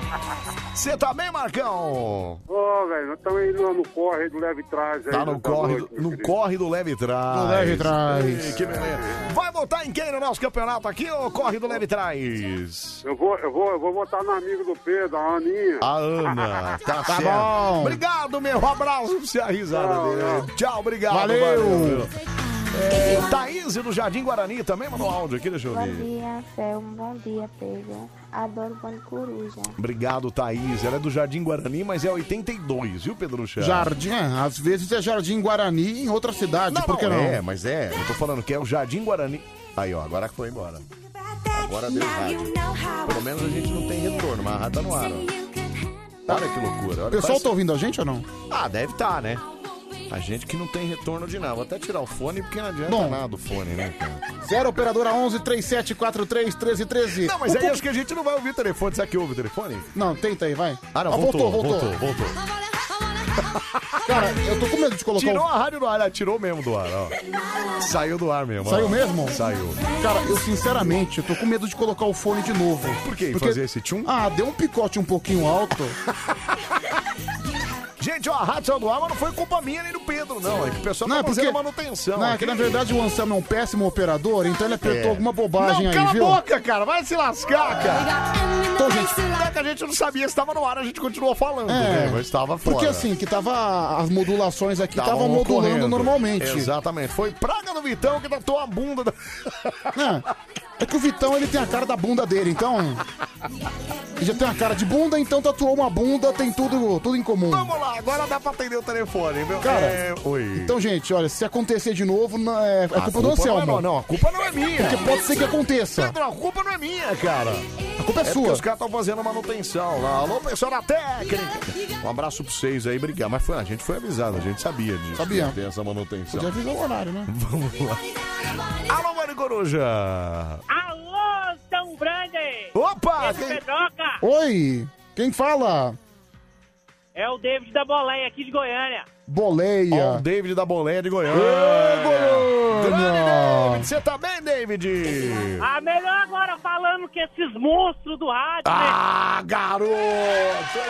Speaker 1: Você tá bem, Marcão?
Speaker 19: Ô, velho, nós estamos indo no corre do leve trás aí.
Speaker 1: Tá no
Speaker 19: nessa
Speaker 1: corre,
Speaker 19: noite.
Speaker 1: no corre do leve trás.
Speaker 19: Do leve trás.
Speaker 1: Ei, que beleza. Vai votar em quem no nosso campeonato aqui ou corre do leve trás?
Speaker 19: Eu vou, eu vou, eu vou votar no amigo do Pedro, a Aninha.
Speaker 1: A Ana, tá, certo.
Speaker 19: bom.
Speaker 1: Obrigado, meu. Um abraço pra você, a risada dele. Tchau, obrigado.
Speaker 19: Valeu.
Speaker 1: É, Thaís do Jardim Guarani também mandou áudio aqui, deixa eu
Speaker 26: Bom
Speaker 1: ver.
Speaker 26: dia, Anselmo. Bom dia, Pedro. Adoro pão de coruja.
Speaker 1: Obrigado, Thaís. Ela é do Jardim Guarani, mas é 82, viu, Pedrucha?
Speaker 3: Jardim, é, às vezes é Jardim Guarani em outra cidade,
Speaker 1: Não,
Speaker 3: por que
Speaker 1: não,
Speaker 3: não?
Speaker 1: É, mas é, eu tô falando que é o Jardim Guarani. Aí, ó, agora foi embora. Agora deu rádio. Pelo menos a gente não tem retorno, mas a rádio tá no ar, ó. Olha que loucura.
Speaker 3: O
Speaker 1: Olha,
Speaker 3: pessoal
Speaker 1: parece-
Speaker 3: tá ouvindo a gente ou não?
Speaker 1: Ah, deve tá, né? A gente que não tem retorno de nada. Vou até tirar o fone, porque não adianta
Speaker 3: Bom.
Speaker 1: nada o fone, né, cara?
Speaker 3: Zero operadora 11 3743 1313.
Speaker 1: Não, mas aí acho que a gente não vai ouvir o telefone. Será que ouve o telefone?
Speaker 3: Não, tenta aí, vai.
Speaker 1: Ah, não, voltou, voltou, voltou.
Speaker 3: Cara, eu tô com medo de colocar
Speaker 1: Tirou
Speaker 3: o-
Speaker 1: a rádio do ar, ela tirou mesmo do ar, ó. Saiu do ar mesmo. ó.
Speaker 3: Saiu mesmo?
Speaker 1: Saiu.
Speaker 3: Cara, eu sinceramente, eu tô com medo de colocar o fone de novo. Por
Speaker 1: quê? Fazer esse tchum?
Speaker 3: Ah, deu um picote um pouquinho alto.
Speaker 1: Gente, ó, a rádio saiu do ar, mas não foi culpa minha nem do Pedro, não. É que o pessoal
Speaker 3: é
Speaker 1: tá fazendo manutenção.
Speaker 3: Não, é
Speaker 1: aqui.
Speaker 3: que na verdade o Anselmo é um péssimo operador, então ele apertou
Speaker 1: É.
Speaker 3: alguma bobagem
Speaker 1: não,
Speaker 3: aí,
Speaker 1: cala
Speaker 3: viu?
Speaker 1: a boca, cara. Vai se lascar, cara. Então, gente, é que a gente não sabia se tava no ar, a gente continuou falando,
Speaker 3: É.
Speaker 1: né? Mas tava fora.
Speaker 3: Porque assim, que tava. As modulações aqui estavam
Speaker 1: Tavam
Speaker 3: modulando
Speaker 1: um correndo.
Speaker 3: normalmente.
Speaker 1: Exatamente. Foi praga do Vitão que tatuou a bunda. Da...
Speaker 3: É. É que o Vitão ele tem a cara da bunda dele, então. Ele já tem a cara de bunda, então tatuou uma bunda, tem tudo, tudo em comum.
Speaker 1: Vamos lá, agora dá pra atender o telefone, viu?
Speaker 3: Cara,
Speaker 1: É, Oi.
Speaker 3: então, gente, olha, se acontecer de novo, não é, é
Speaker 1: A
Speaker 3: culpa, do
Speaker 1: culpa
Speaker 3: Anselmo.
Speaker 1: não é- não, a culpa não é minha.
Speaker 3: Porque pode ser que aconteça.
Speaker 1: Pedro, a culpa não é minha, cara. A
Speaker 3: culpa é sua.
Speaker 1: Os caras estão fazendo manutenção lá. Alô, pessoal da técnica. Um abraço pra vocês aí, obrigado. Mas foi, a gente foi avisado, a gente sabia disso. né,
Speaker 3: Sabia.
Speaker 1: Tem essa manutenção.
Speaker 3: Podia avisar o horário, né?
Speaker 1: Vamos lá. Alô, Mari Coruja.
Speaker 27: Alô, São Grande!
Speaker 1: Opa!
Speaker 27: Pedro Pedroca!
Speaker 3: Oi, quem fala?
Speaker 27: É o David da Boleia aqui de Goiânia.
Speaker 3: Boleia.
Speaker 1: Ó, o David da Boleia de Goiânia.
Speaker 3: Ê, Goiânia!
Speaker 1: Grande David, você tá bem, David? É.
Speaker 27: Ah, melhor agora falando que esses monstros do rádio, né?
Speaker 1: Ah, garoto!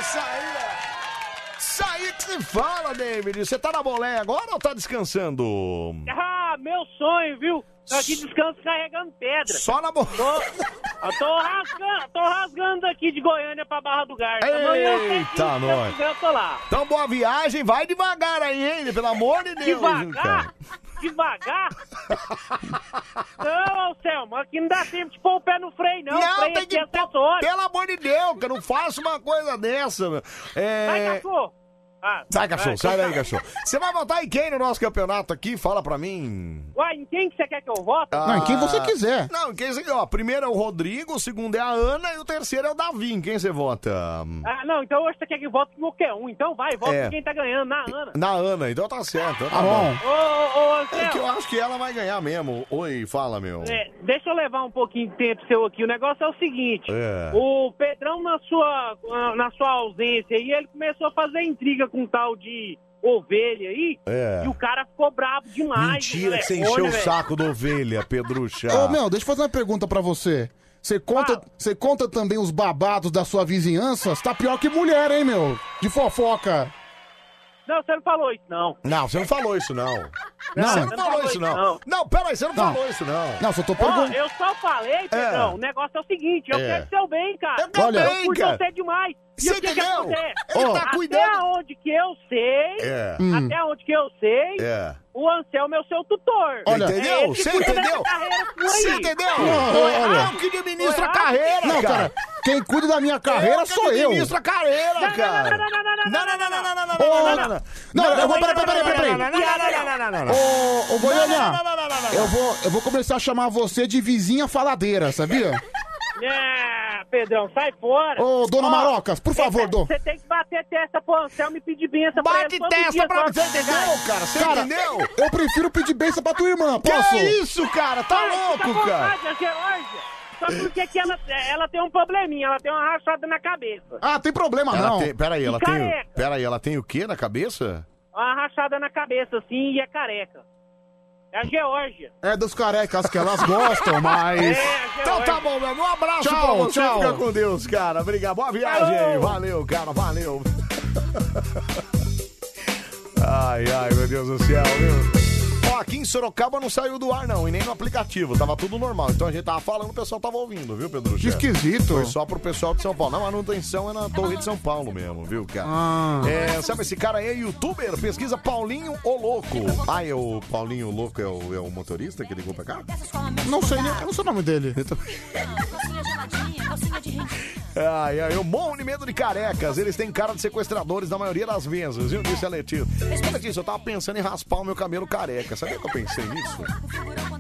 Speaker 1: Isso aí, ó. Isso aí que se fala, David. Você tá na boleia agora ou tá descansando?
Speaker 27: Ah, meu sonho, viu? Tô aqui descanso carregando pedra.
Speaker 1: Só na boca.
Speaker 27: Eu tô rasgando, tô rasgando aqui de Goiânia pra Barra do Garça. Amanhã,
Speaker 1: Eita,
Speaker 27: se
Speaker 1: nós.
Speaker 27: quiser, eu tô lá.
Speaker 1: Então, boa viagem. Vai devagar aí, hein? Pelo amor de Deus. hein, cara.
Speaker 27: Devagar? Devagar? não, Anselmo, aqui não dá tempo de pôr o pé no freio, não. o
Speaker 1: Não,
Speaker 27: freio
Speaker 1: tem
Speaker 27: aqui
Speaker 1: que
Speaker 27: é
Speaker 1: pôr-
Speaker 27: sete horas.
Speaker 1: Pelo amor de Deus, cara. Não faça uma coisa dessa, meu. É...
Speaker 27: Vai, cachorro. Ah,
Speaker 1: Sai, cachorro.
Speaker 27: vai,
Speaker 1: Sai
Speaker 27: então
Speaker 1: daí,
Speaker 27: tá.
Speaker 1: cachorro. Você vai votar em quem no nosso campeonato aqui? Fala pra mim.
Speaker 27: Uai, em quem que você quer que eu vote?
Speaker 1: Ah. Não, em quem você... Ó, primeiro é o Rodrigo, o segundo é a Ana e o terceiro é o Davi. Em quem você vota?
Speaker 27: Ah, não, então hoje você quer que eu vote em qualquer um. Então vai, vote
Speaker 1: É.
Speaker 27: em quem tá ganhando, na Ana.
Speaker 1: Na Ana, então tá certo. então
Speaker 27: Tá
Speaker 1: Tá
Speaker 27: bom. Ô, ô, ô,
Speaker 1: É que
Speaker 27: Anselmo.
Speaker 1: eu acho que ela vai ganhar mesmo. Oi, fala, meu.
Speaker 27: É, deixa eu levar um pouquinho de tempo seu aqui. O negócio é o seguinte:
Speaker 1: É.
Speaker 27: o Pedrão, na sua, na sua ausência aí, ele começou a fazer intriga com um tal de ovelha aí.
Speaker 1: É.
Speaker 27: E o cara ficou bravo demais.
Speaker 1: Mentira
Speaker 27: no
Speaker 1: que você
Speaker 27: telefone,
Speaker 1: encheu o
Speaker 27: né? velho.
Speaker 1: saco da ovelha, Pedrucha.
Speaker 3: Ô, meu, deixa eu fazer uma pergunta pra você. Você conta, você conta também os babados da sua vizinhança? Você tá pior que mulher, hein, meu? De fofoca.
Speaker 27: Não, você não falou isso, não.
Speaker 1: Não, você não falou isso, não.
Speaker 3: Não,
Speaker 1: você não falou isso, não. Não, peraí, você não falou isso, não.
Speaker 3: Não, só tô
Speaker 27: Ó,
Speaker 3: perguntando.
Speaker 27: eu só falei, Pedrão.
Speaker 1: É.
Speaker 27: O negócio é o seguinte: eu
Speaker 1: É.
Speaker 27: quero seu bem, cara.
Speaker 1: Eu Olha, também,
Speaker 27: eu cuido
Speaker 1: cara.
Speaker 27: de você demais. E
Speaker 1: Você
Speaker 27: o que que
Speaker 1: entendeu?
Speaker 27: acontece?
Speaker 1: Ele tá
Speaker 27: até
Speaker 1: cuidando.
Speaker 27: onde que eu sei,
Speaker 1: É.
Speaker 27: até onde que eu sei,
Speaker 1: É.
Speaker 27: o Anselmo é o seu tutor.
Speaker 1: Olha,
Speaker 27: É
Speaker 1: entendeu?
Speaker 27: ele que
Speaker 1: Você
Speaker 27: cuida da
Speaker 1: entendeu?
Speaker 27: carreira sua
Speaker 1: Você
Speaker 27: aí.
Speaker 1: entendeu?
Speaker 3: Não,
Speaker 1: Foi
Speaker 3: olha.
Speaker 1: eu que administro a
Speaker 27: Foi
Speaker 1: carreira,
Speaker 3: Não, cara, quem cuida da minha carreira
Speaker 1: que
Speaker 3: sou eu.
Speaker 1: administro a carreira,
Speaker 27: Não, não, não,
Speaker 1: cara.
Speaker 27: não, não, não, não, não, não, não, não, não,
Speaker 3: Ô,
Speaker 27: não, não, não, não.
Speaker 3: não, não, eu vou. Peraí,
Speaker 27: não,
Speaker 3: peraí,
Speaker 27: não,
Speaker 3: peraí,
Speaker 27: não, não, não,
Speaker 3: peraí.
Speaker 27: não, não, não, não, não.
Speaker 3: Ô, ô, Goiânia, eu vou, eu vou começar a chamar você de vizinha faladeira, sabia?
Speaker 27: É, Pedrão, sai fora.
Speaker 3: Ô, dona
Speaker 27: Ó,
Speaker 3: Marocas, por
Speaker 27: você
Speaker 3: favor,
Speaker 27: tem-
Speaker 3: dô.
Speaker 27: Você tem que bater testa pro Anselmo e pedir benção pra ele
Speaker 1: Bate
Speaker 27: todo
Speaker 1: testa
Speaker 27: dia,
Speaker 1: pra
Speaker 27: só
Speaker 1: você,
Speaker 27: que
Speaker 1: entendeu,
Speaker 27: vai.
Speaker 1: cara? Você
Speaker 3: Cara,
Speaker 1: entendeu?
Speaker 3: Eu prefiro pedir benção pra tua irmã, posso?
Speaker 1: Que é isso, cara? Tá
Speaker 27: Cara, fica à
Speaker 1: louco, cara.
Speaker 27: vontade, a Geórgia. Só porque que ela, ela tem um probleminha, ela tem uma rachada na cabeça.
Speaker 3: Ah, tem problema
Speaker 1: Ela
Speaker 3: não.
Speaker 1: tem- peraí, ela
Speaker 27: E
Speaker 1: tem,
Speaker 27: careca.
Speaker 1: peraí, ela tem o quê na cabeça?
Speaker 27: Uma rachada na cabeça, assim, e é careca. É a Geórgia.
Speaker 3: É dos carecas que elas gostam, mas.
Speaker 1: Então tá bom, meu. Um abraço
Speaker 3: Tchau,
Speaker 1: pra você.
Speaker 3: tchau.
Speaker 1: Fica com Deus, cara. Obrigado. Boa viagem.
Speaker 3: Falou.
Speaker 1: Valeu, cara. Valeu. Ai, ai, meu Deus do céu, viu? Ó, aqui em Sorocaba não saiu do ar, não, e nem no aplicativo. Tava tudo normal. Então a gente tava falando, o pessoal tava ouvindo, viu, Pedro?
Speaker 3: Que esquisito.
Speaker 1: Foi só pro pessoal de São Paulo. Não, a manutenção é na Torre de São Paulo mesmo, viu, cara?
Speaker 3: Ah.
Speaker 1: É, sabe, esse cara aí é youtuber, pesquisa Paulinho o Louco. Ah, é o Paulinho Louco é o, é o motorista que ligou pra cá?
Speaker 3: Não sei, né? eu não sei o nome dele.
Speaker 1: Ai, ai, eu morro de medo de carecas. Eles têm cara de sequestradores na maioria das vezes, viu? Disse a Letícia. Respeita disso, eu tava pensando em raspar o meu cabelo careca. Sabia que eu pensei nisso?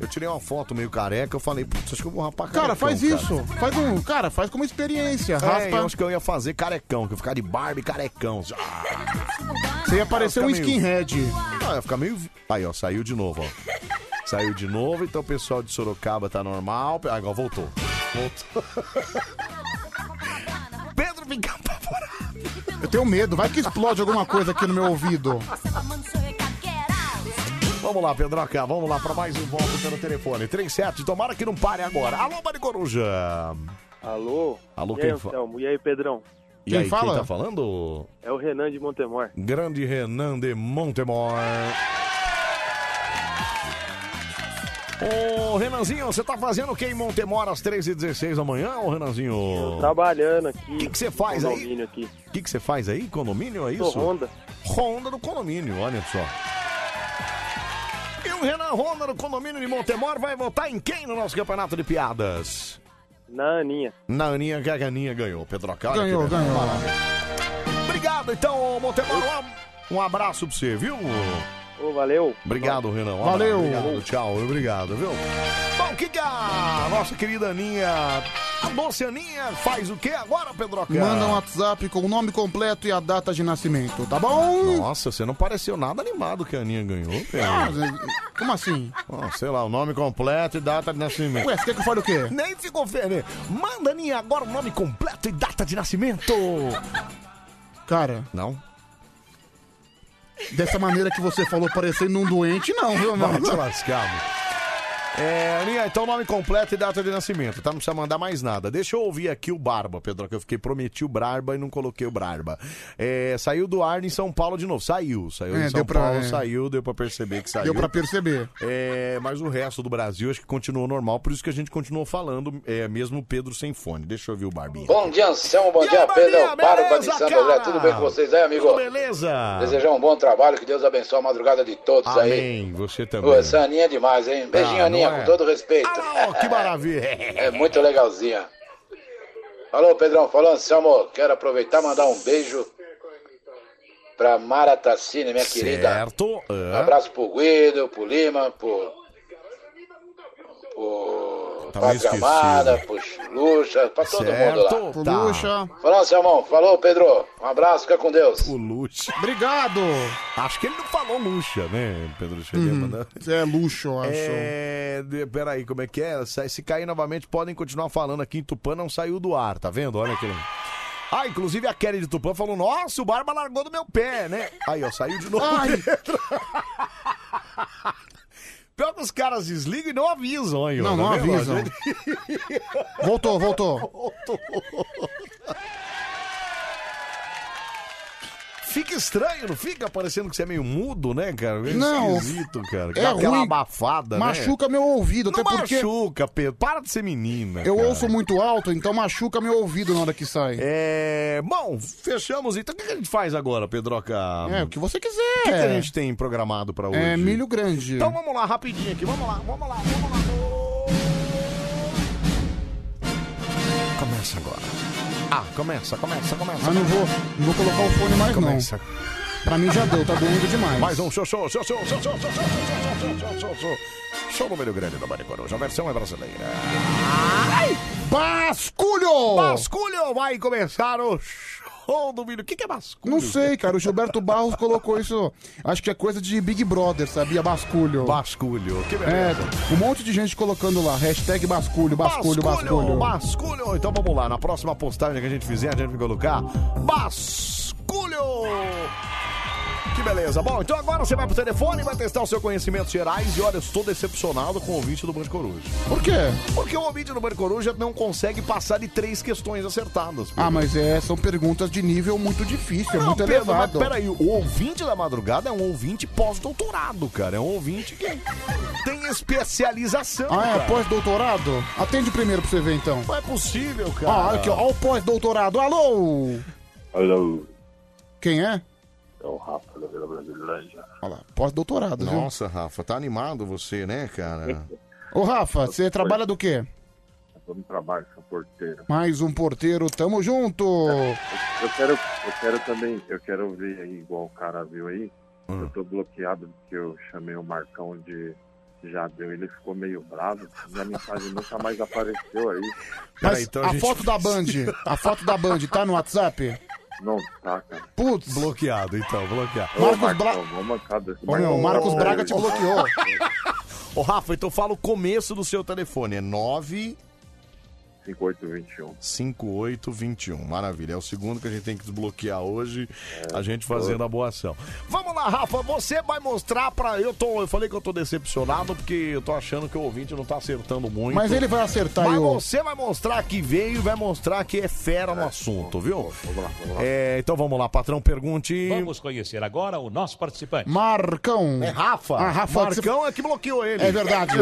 Speaker 1: Eu tirei uma foto meio careca, eu falei, putz, acho que eu vou rapar
Speaker 3: Cara,
Speaker 1: carecão,
Speaker 3: faz isso. Faz um. Cara, faz como experiência.
Speaker 1: Cara.
Speaker 3: Raspa.
Speaker 1: Então, É, eu acho que eu ia fazer carecão, que eu ia ficar de Barbie carecão. Ah,
Speaker 3: Você ia parecer
Speaker 1: Ah,
Speaker 3: um
Speaker 1: fica meio-
Speaker 3: skinhead.
Speaker 1: Não, ia ficar meio. Aí, ó, saiu de novo, ó. Saiu de novo, então o pessoal de Sorocaba tá normal. Ah, Agora voltou. Voltou. Pedro fica
Speaker 3: Eu tenho medo, vai que explode alguma coisa aqui no meu ouvido.
Speaker 1: Vamos lá, Pedroca, vamos lá para mais um voto pelo telefone. 37, tomara que não pare agora. Alô, Mari Coruja.
Speaker 8: Alô?
Speaker 1: Alô,
Speaker 8: e
Speaker 1: quem
Speaker 8: aí,
Speaker 1: fa-
Speaker 8: Anselmo? E aí, Pedrão?
Speaker 1: E aí, quem tá falando?
Speaker 8: É o Renan de Montemor.
Speaker 1: Grande Renan de Montemor. Ô, Renanzinho, você tá fazendo o que em Montemor às 13h16 da manhã, ô Renanzinho?
Speaker 8: Trabalhando aqui. O
Speaker 1: que que você faz aí?
Speaker 8: Aqui.
Speaker 1: O que que você faz aí? Condomínio, é
Speaker 8: Sou
Speaker 1: isso?
Speaker 8: Honda.
Speaker 1: Honda do condomínio, olha só. E o Renan Honda do condomínio de Montemor vai votar em quem no nosso campeonato de piadas?
Speaker 8: Na Aninha.
Speaker 1: Na Aninha, que a Aninha ganhou, Pedro Acá.
Speaker 8: Ganhou, ganhou.
Speaker 1: Obrigado, então, Montemor. Um- Um abraço pra você, viu?
Speaker 8: Ô, valeu.
Speaker 1: Obrigado, Renan. Um
Speaker 8: Valeu.
Speaker 1: abraço, Obrigado, tchau, obrigado, viu? Bom, o que, que a Ah, nossa querida Aninha, a doce Aninha, faz o que agora, Pedro Acá?
Speaker 3: Manda um WhatsApp com o nome completo e a data de nascimento, tá bom?
Speaker 1: Nossa, você não pareceu nada animado que a Aninha ganhou,
Speaker 3: Ah,
Speaker 1: Pedro.
Speaker 3: como assim?
Speaker 1: Ah, sei lá, o nome completo e data de nascimento.
Speaker 3: Ué, você quer que eu fale o quê?
Speaker 1: Nem ficou feliz. Manda, Aninha, agora o nome completo e data de nascimento.
Speaker 3: Cara.
Speaker 1: Não.
Speaker 3: Dessa maneira que você falou, parecendo um doente, não, viu, meu?
Speaker 1: Vai te lascar, meu. É, Aninha, então nome completo e data de nascimento, tá? Não precisa mandar mais nada. Deixa eu ouvir aqui o Barba, Pedro, que eu fiquei, prometi o Barba e não coloquei o Barba. É, saiu do ar em São Paulo de novo. Saiu, saiu
Speaker 3: É,
Speaker 1: em São
Speaker 3: deu pra-
Speaker 1: Paulo,
Speaker 3: é.
Speaker 1: saiu, deu pra perceber que saiu.
Speaker 3: Deu pra perceber.
Speaker 1: É, mas o resto do Brasil acho que continuou normal, por isso que a gente continuou falando, é, mesmo o Pedro sem fone. Deixa eu ouvir o Barbinha.
Speaker 7: Bom dia, Anselmo. Bom dia, Pedro. É o Barba de Santo André. Tudo bem com vocês aí, amigo?
Speaker 1: Tudo beleza?
Speaker 7: Desejar um bom trabalho. Que Deus abençoe a madrugada de todos aí.
Speaker 1: Amém, você também.
Speaker 7: Ô, Essa Aninha é demais, hein? Beijinho,
Speaker 1: Ah,
Speaker 7: Aninha,
Speaker 1: não é? Ah,
Speaker 7: com todo respeito.
Speaker 1: que maravilha.
Speaker 7: é muito legalzinha. Falou, Pedrão. Falou, Anselmo. Quero aproveitar e mandar um beijo pra Mara Tassini,
Speaker 3: É,
Speaker 7: minha querida.
Speaker 1: Certo.
Speaker 7: Um
Speaker 1: Ah,
Speaker 7: abraço pro Guido, pro Lima, pro. pro.
Speaker 1: Tá meio
Speaker 7: pra Gramada, pro Luxa, pra todo mundo lá.
Speaker 3: Pro
Speaker 1: Tá.
Speaker 3: Luxa.
Speaker 7: Falou, Selmão. Falou, Pedro. Um abraço, fica com Deus.
Speaker 1: O Luxa.
Speaker 3: Obrigado.
Speaker 1: Acho que ele não falou luxa, né, Pedro? Cheguei a
Speaker 3: Uhum.
Speaker 1: mandar.
Speaker 3: Isso É luxo, eu acho.
Speaker 1: É, de- peraí, como é que é? Se se cair novamente, podem continuar falando aqui em Tupã, não saiu do ar, tá vendo? Olha aqui. Ah, inclusive a Kelly de Tupã falou, nossa, o Barba largou do meu pé, né? Aí, ó, saiu de novo.
Speaker 3: Ai.
Speaker 1: Pedro. Pior que os caras desligam e não avisam, aí, ó,
Speaker 3: Não, não
Speaker 1: tá vendo?
Speaker 3: avisam. Voltou, voltou.
Speaker 1: Fica estranho, não fica parecendo que você é meio mudo, né, cara? Meio
Speaker 3: Não.
Speaker 1: Esquisito, cara.
Speaker 3: É
Speaker 1: Dá aquela
Speaker 3: ruim.
Speaker 1: abafada,
Speaker 3: Machuca
Speaker 1: né?
Speaker 3: meu ouvido, até
Speaker 1: Não
Speaker 3: porque.
Speaker 1: machuca, Pedro. Para de ser menina.
Speaker 3: Eu
Speaker 1: cara.
Speaker 3: ouço muito alto, então machuca meu ouvido na hora que sai.
Speaker 1: É. Bom, fechamos então. O que a gente faz agora, Pedroca?
Speaker 3: É, o que você quiser.
Speaker 1: O que, que a gente tem programado pra hoje?
Speaker 3: É milho grande.
Speaker 1: Então vamos lá, rapidinho aqui. Vamos lá, vamos lá, vamos lá. Começa agora. Ah, começa, começa, começa.
Speaker 3: Mas Ah, não vou, não vou colocar o fone mais
Speaker 1: Começa.
Speaker 3: não. Pra mim já deu, tá doendo demais.
Speaker 1: Mais um show, show, show, show, show, show, show, show, show, show, show, show, show. Show número grande do Bande Coruja. A versão é brasileira.
Speaker 3: Basculho!
Speaker 1: Basculho vai começar o show do milho. O que, que é basculho?
Speaker 3: Não sei, cara. O Gilberto Barros colocou isso. Acho que é coisa de Big Brother, sabia? Basculho.
Speaker 1: Basculho, que beleza.
Speaker 3: É, um monte de gente colocando lá. Hashtag basculho, basculho, basculho.
Speaker 1: basculho. Então vamos lá, na próxima postagem que a gente fizer, a gente vai colocar basculho. Que beleza. Bom, então agora você vai pro telefone, vai testar os seus conhecimentos gerais e olha, eu estou decepcionado com o ouvinte do Bande Coruja.
Speaker 3: Por quê?
Speaker 1: Porque o ouvinte do Bande Coruja não consegue passar de três questões acertadas.
Speaker 3: Ah, mas é, são perguntas de nível muito difícil, é
Speaker 1: Não,
Speaker 3: muito
Speaker 1: Pedro, mas
Speaker 3: elevado.
Speaker 1: peraí, o ouvinte da madrugada é um ouvinte pós-doutorado, cara. É um ouvinte que tem especialização.
Speaker 3: Ah, é
Speaker 1: cara.
Speaker 3: pós-doutorado? Atende primeiro pra você ver, então.
Speaker 1: Não é possível, cara.
Speaker 3: Ah, olha aqui, ó. Ó o pós-doutorado. Alô!
Speaker 9: Alô,
Speaker 3: Quem é?
Speaker 9: é o Rafa da
Speaker 2: né,
Speaker 9: Vila Brasilândia.
Speaker 3: Olha lá, pós-doutorado, viu?
Speaker 1: Nossa, Rafa, tá animado você, né, cara?
Speaker 3: Ô, Rafa, você trabalha do quê?
Speaker 9: Tô no trabalho, sou porteiro.
Speaker 3: Mais um porteiro, tamo junto!
Speaker 9: Eu quero, eu quero também, eu quero ver aí, igual o cara viu aí. Eu tô bloqueado porque eu chamei o Marcão de Jadeu. Ele ficou meio bravo. Minha mensagem nunca mais apareceu aí.
Speaker 3: Mas então
Speaker 1: então
Speaker 3: a, foto da Band, a foto da Band tá no WhatsApp?
Speaker 9: Não tá, cara.
Speaker 3: Putz!
Speaker 1: Bloqueado, então, bloqueado.
Speaker 9: Ô, Marcão, vou matar desse
Speaker 1: Ô, meu,
Speaker 9: Marcão.
Speaker 1: o Marcos Braga te
Speaker 3: bloqueou.
Speaker 1: Ô, Rafa, então fala o começo do seu telefone. É 9...
Speaker 9: 5821.
Speaker 1: 5821. Maravilha. É o segundo que a gente tem que desbloquear hoje, a gente fazendo a É, boa ação. Vamos lá, Rafa, você vai mostrar pra. Eu tô, eu falei que eu tô decepcionado porque eu tô achando que o ouvinte não tá acertando muito.
Speaker 3: Mas ele vai acertar,
Speaker 1: Mas
Speaker 3: eu-
Speaker 1: você vai mostrar que veio e vai mostrar que é fera no assunto, viu? Vamos lá, vamos lá.
Speaker 20: É.
Speaker 1: então vamos lá, patrão, pergunte.
Speaker 20: Vamos conhecer agora o nosso participante.
Speaker 3: Marcão.
Speaker 1: É Rafa.
Speaker 3: Ah, Rafa,
Speaker 1: Marcão é que bloqueou ele.
Speaker 3: É verdade.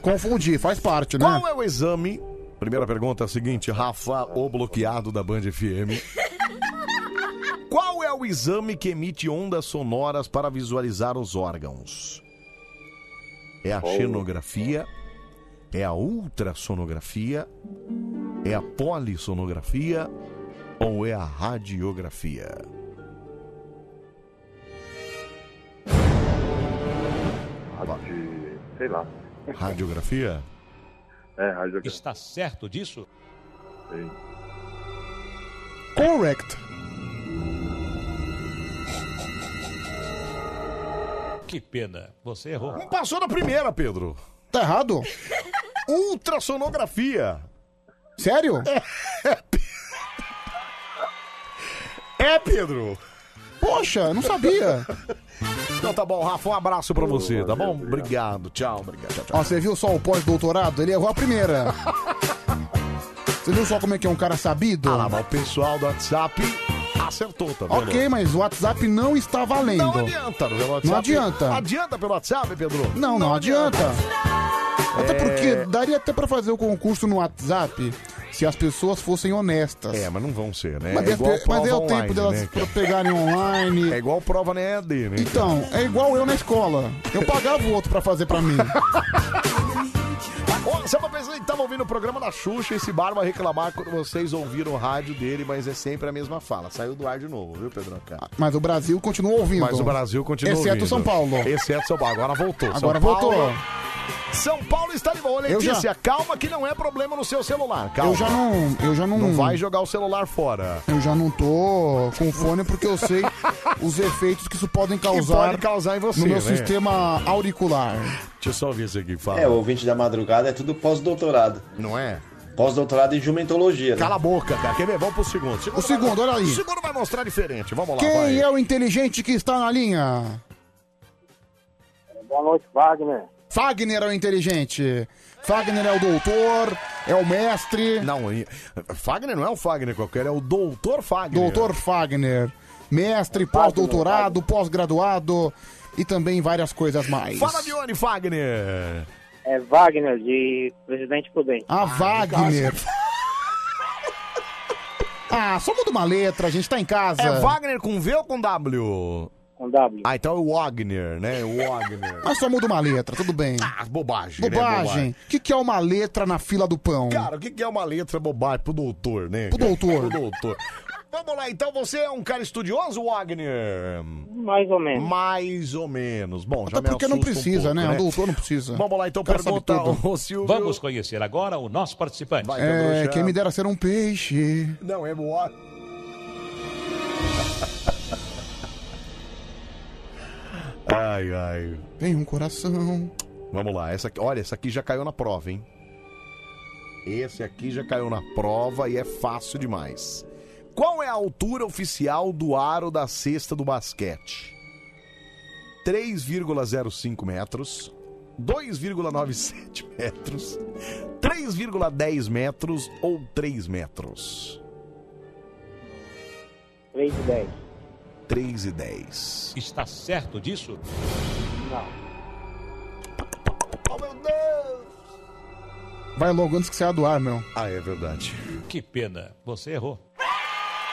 Speaker 3: Confundi, faz parte, né?
Speaker 1: Qual é o exame? Primeira pergunta é a seguinte, Rafa, o bloqueado da Band FM. Qual é o exame que emite ondas sonoras para visualizar os órgãos? É a xenografia? É a ultrassonografia? É a polissonografia? Ou é a radiografia?
Speaker 9: Radi- Sei lá.
Speaker 1: Radiografia?
Speaker 9: É, radiografia.
Speaker 20: Está certo disso?
Speaker 9: Sim.
Speaker 3: Correct.
Speaker 20: Que pena, você errou.
Speaker 1: Não passou na primeira, Pedro.
Speaker 3: Tá errado?
Speaker 1: Ultrassonografia.
Speaker 3: Sério?
Speaker 1: É, Pedro. É,
Speaker 3: Poxa, eu não sabia.
Speaker 1: Então tá bom, Rafa, um abraço pra você, tá bom? Obrigado, tchau, obrigado, tchau, tchau.
Speaker 3: Ó, você viu só o pós-doutorado? Ele errou a primeira. Você viu só como é que é um cara sabido?
Speaker 1: Ah, lá, mas o pessoal do WhatsApp acertou, tá vendo?
Speaker 3: Ok, mas o WhatsApp não está valendo.
Speaker 1: Não adianta, pelo WhatsApp.
Speaker 3: Não adianta.
Speaker 1: Adianta pelo WhatsApp, Pedro?
Speaker 3: Não, não, adianta. Até
Speaker 1: É.
Speaker 3: porque daria até pra fazer o concurso no WhatsApp se as pessoas fossem honestas.
Speaker 1: É, mas não vão ser, né?
Speaker 3: Mas
Speaker 1: é
Speaker 3: deve ter- mas é o tempo delas pra pegarem online.
Speaker 1: né, É igual prova na EAD, né?
Speaker 3: Então, é igual eu na escola. Eu pagava o outro pra fazer pra mim.
Speaker 1: Ô, Você é uma pessoa que tava ouvindo o programa da Xuxa, esse barba reclamar quando vocês ouviram o rádio dele, mas é sempre a mesma fala. Saiu do ar de novo, viu, Pedrão? Cara?
Speaker 3: Mas o Brasil continua ouvindo.
Speaker 1: Mas o Brasil continua
Speaker 3: Exceto
Speaker 1: ouvindo.
Speaker 3: São Paulo.
Speaker 1: Exceto São Paulo. Agora voltou.
Speaker 3: Ah, Agora
Speaker 1: São Paulo-
Speaker 3: voltou.
Speaker 1: São Paulo está de boa.
Speaker 3: Eu já-
Speaker 1: Letícia, calma que não é problema no seu celular. Calma.
Speaker 3: Eu já não. Eu já não.
Speaker 1: Não vai jogar o celular fora.
Speaker 3: Eu já não tô com fone porque eu sei os efeitos que isso podem causar,
Speaker 1: pode causar em você,
Speaker 3: no meu
Speaker 1: né?
Speaker 3: sistema auricular.
Speaker 1: Deixa eu só ouvir isso aqui, fala.
Speaker 6: É, o ouvinte da madrugada é tudo pós-doutorado.
Speaker 1: Não é?
Speaker 6: Pós-doutorado em jumentologia. né?
Speaker 1: Cala a boca, cara. Quer ver? Vamos pro segundo.
Speaker 3: O segundo,
Speaker 1: vai-
Speaker 3: olha aí.
Speaker 1: O segundo vai mostrar diferente. Vamos lá,
Speaker 3: Quem
Speaker 1: vai.
Speaker 3: é o inteligente que está na linha? é?
Speaker 8: Boa noite, Wagner.
Speaker 3: Fagner é o inteligente. Fagner é o doutor, é o mestre.
Speaker 1: Não, e- Fagner não é o Fagner qualquer, é o doutor Fagner.
Speaker 3: Doutor Fagner. Mestre, pós-doutorado, pós-graduado e também várias coisas mais.
Speaker 1: É Fala de onde, Fagner?
Speaker 8: É Wagner, de Presidente Prudente.
Speaker 3: A Wagner. Ah, só muda uma letra, a gente tá em casa.
Speaker 1: É Wagner com V ou com W?
Speaker 8: Com W.
Speaker 1: Ah, então é o Wagner, né? O Wagner.
Speaker 3: Mas só muda uma letra, tudo bem.
Speaker 1: Ah, bobagem. né?
Speaker 3: Bobagem. O que, que é uma letra na fila do pão?
Speaker 1: Cara, o que que é uma letra bobagem pro doutor, né?
Speaker 3: Pro
Speaker 1: Pro
Speaker 3: doutor.
Speaker 1: doutor. Vamos lá, então você é um cara estudioso, Wagner?
Speaker 8: Mais ou menos.
Speaker 1: Mais ou menos. Bom, já
Speaker 3: Até
Speaker 1: me
Speaker 3: Tá, porque não
Speaker 1: assusta um
Speaker 3: precisa,
Speaker 1: pouco,
Speaker 3: né? O doutor não precisa.
Speaker 1: Vamos lá, então
Speaker 3: O cara sabe
Speaker 1: pergunta
Speaker 3: tudo.
Speaker 1: ao Silvio.
Speaker 20: Vamos conhecer agora o nosso participante.
Speaker 1: tá
Speaker 3: É, quem me dera ser um peixe.
Speaker 1: Não, é boa. Ai, ai.
Speaker 3: Tem um coração.
Speaker 1: Vamos lá, essa aqui, olha, essa aqui já caiu na prova, hein? Esse aqui já caiu na prova e é fácil demais. Qual é a altura oficial do aro da cesta do basquete? 3,05 metros, 2,97 metros, 3,10 metros ou 3 metros?
Speaker 8: 3 e 10.
Speaker 1: 3 e 10.
Speaker 20: Está certo disso?
Speaker 8: Não.
Speaker 3: Vai logo antes que você do ar, meu.
Speaker 1: Ah, é verdade.
Speaker 20: Que pena, você errou.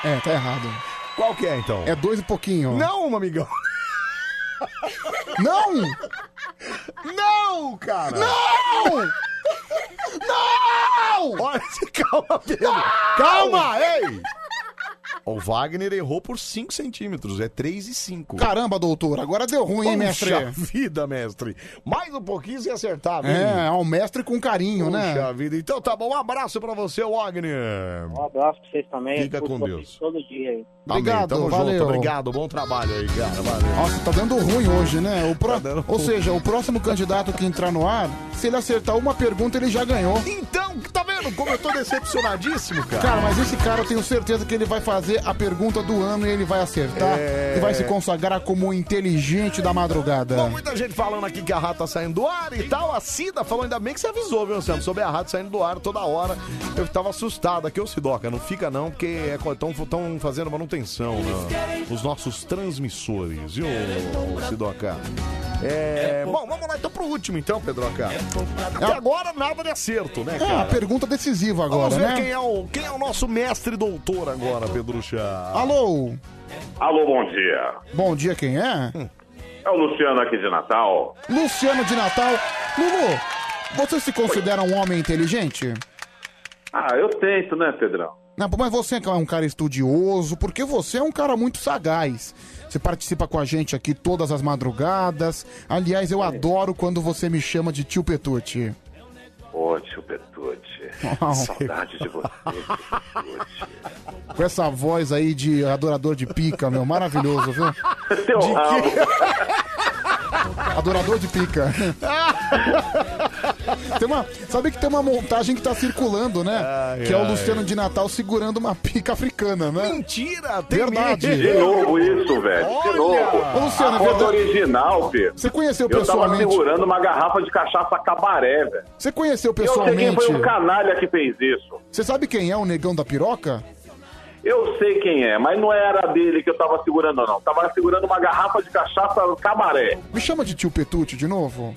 Speaker 3: É, tá errado.
Speaker 1: Qual que é, então?
Speaker 3: É dois e pouquinho.
Speaker 1: Não, amigão.
Speaker 3: Não!
Speaker 1: então. Não, cara!
Speaker 3: Não! Não!
Speaker 1: Olha, calma, Pedro. Calma, ei! O Wagner errou por 5 centímetros, é 3 e 5.
Speaker 3: Caramba, doutor, agora deu ruim, hein, mestre?
Speaker 1: Puxa vida, mestre. Mais um pouquinho você acertava,
Speaker 3: É,
Speaker 1: hein?
Speaker 3: é um mestre com carinho, né?
Speaker 1: Puxa vida. Então tá bom, um abraço pra você, Wagner.
Speaker 8: Um abraço pra vocês também.
Speaker 1: Fica
Speaker 8: Escuto
Speaker 1: com
Speaker 8: vocês
Speaker 1: Deus.
Speaker 8: Todo dia aí.
Speaker 1: Amém,
Speaker 3: Obrigado,
Speaker 1: tamo
Speaker 3: valeu.
Speaker 1: junto, obrigado. Bom trabalho aí, cara. Valeu.
Speaker 3: Nossa, tá dando ruim hoje, né? O
Speaker 1: Tá
Speaker 3: pro- Ou seja, o próximo candidato que entrar no ar, se ele acertar uma pergunta, ele já ganhou.
Speaker 1: Então, tá vendo como eu tô decepcionadíssimo, cara?
Speaker 3: Cara, mas esse cara eu tenho certeza que ele vai fazer a pergunta do ano e ele vai acertar
Speaker 1: É.
Speaker 3: e vai se consagrar como o inteligente da madrugada.
Speaker 1: Bom, muita gente falando aqui que a rádio tá saindo do ar e tal. A Cida falou, ainda bem que você avisou, viu, Anselmo? Sobre a rádio saindo do ar toda hora. Eu tava assustado aqui, ô Sidoca. Não fica não, porque é estão fazendo manutenção né? os nossos transmissores, viu, Sidoca? É, bom, vamos lá então pro último, então, Pedroca. Até agora nada de acerto, né,
Speaker 3: É,
Speaker 1: cara?
Speaker 3: a pergunta decisiva agora,
Speaker 1: Vamos ver
Speaker 3: né?
Speaker 1: quem, é o, quem é o nosso mestre doutor agora, Pedrucha.
Speaker 3: Alô?
Speaker 2: Alô, bom dia.
Speaker 3: Bom dia, quem é?
Speaker 1: Hum.
Speaker 2: É o Luciano aqui de Natal.
Speaker 3: Luciano de Natal. Lulu, você se considera um homem inteligente?
Speaker 2: Ah, eu tento, né, Pedrão?
Speaker 3: Não, mas você é um cara estudioso, porque você é um cara muito sagaz. Você participa com a gente aqui todas as madrugadas. Aliás,
Speaker 1: É.
Speaker 3: eu adoro quando você me chama de tio Petute.
Speaker 2: Ô, tio Petute.
Speaker 3: Uau.
Speaker 2: Saudade de você, tio Petute.
Speaker 3: Com essa voz aí de adorador de pica, meu, maravilhoso, viu?
Speaker 2: Teu
Speaker 3: Adorador de pica. Tem uma, sabe que tem uma montagem que tá circulando, né? que é o
Speaker 1: ai.
Speaker 3: Luciano de Natal segurando uma pica africana, né?
Speaker 1: Mentira!
Speaker 2: tem
Speaker 3: Verdade!
Speaker 2: mesmo. É De novo isso, velho, de novo.
Speaker 3: Ô, Luciano,
Speaker 2: A
Speaker 3: é
Speaker 2: foto
Speaker 3: verdade.
Speaker 2: original, Pedro.
Speaker 3: Você conheceu
Speaker 2: Eu tava
Speaker 3: pessoalmente?
Speaker 2: segurando uma garrafa de cachaça cabaré, velho.
Speaker 3: Você conheceu
Speaker 2: Eu sei quem
Speaker 3: pessoalmente?
Speaker 2: foi o canalha que fez isso.
Speaker 3: Você sabe quem é o negão da piroca?
Speaker 2: Eu sei quem é, mas não era dele que eu tava segurando, não. Tava segurando uma garrafa de cachaça cabaré.
Speaker 3: Me chama de tio Petute de novo.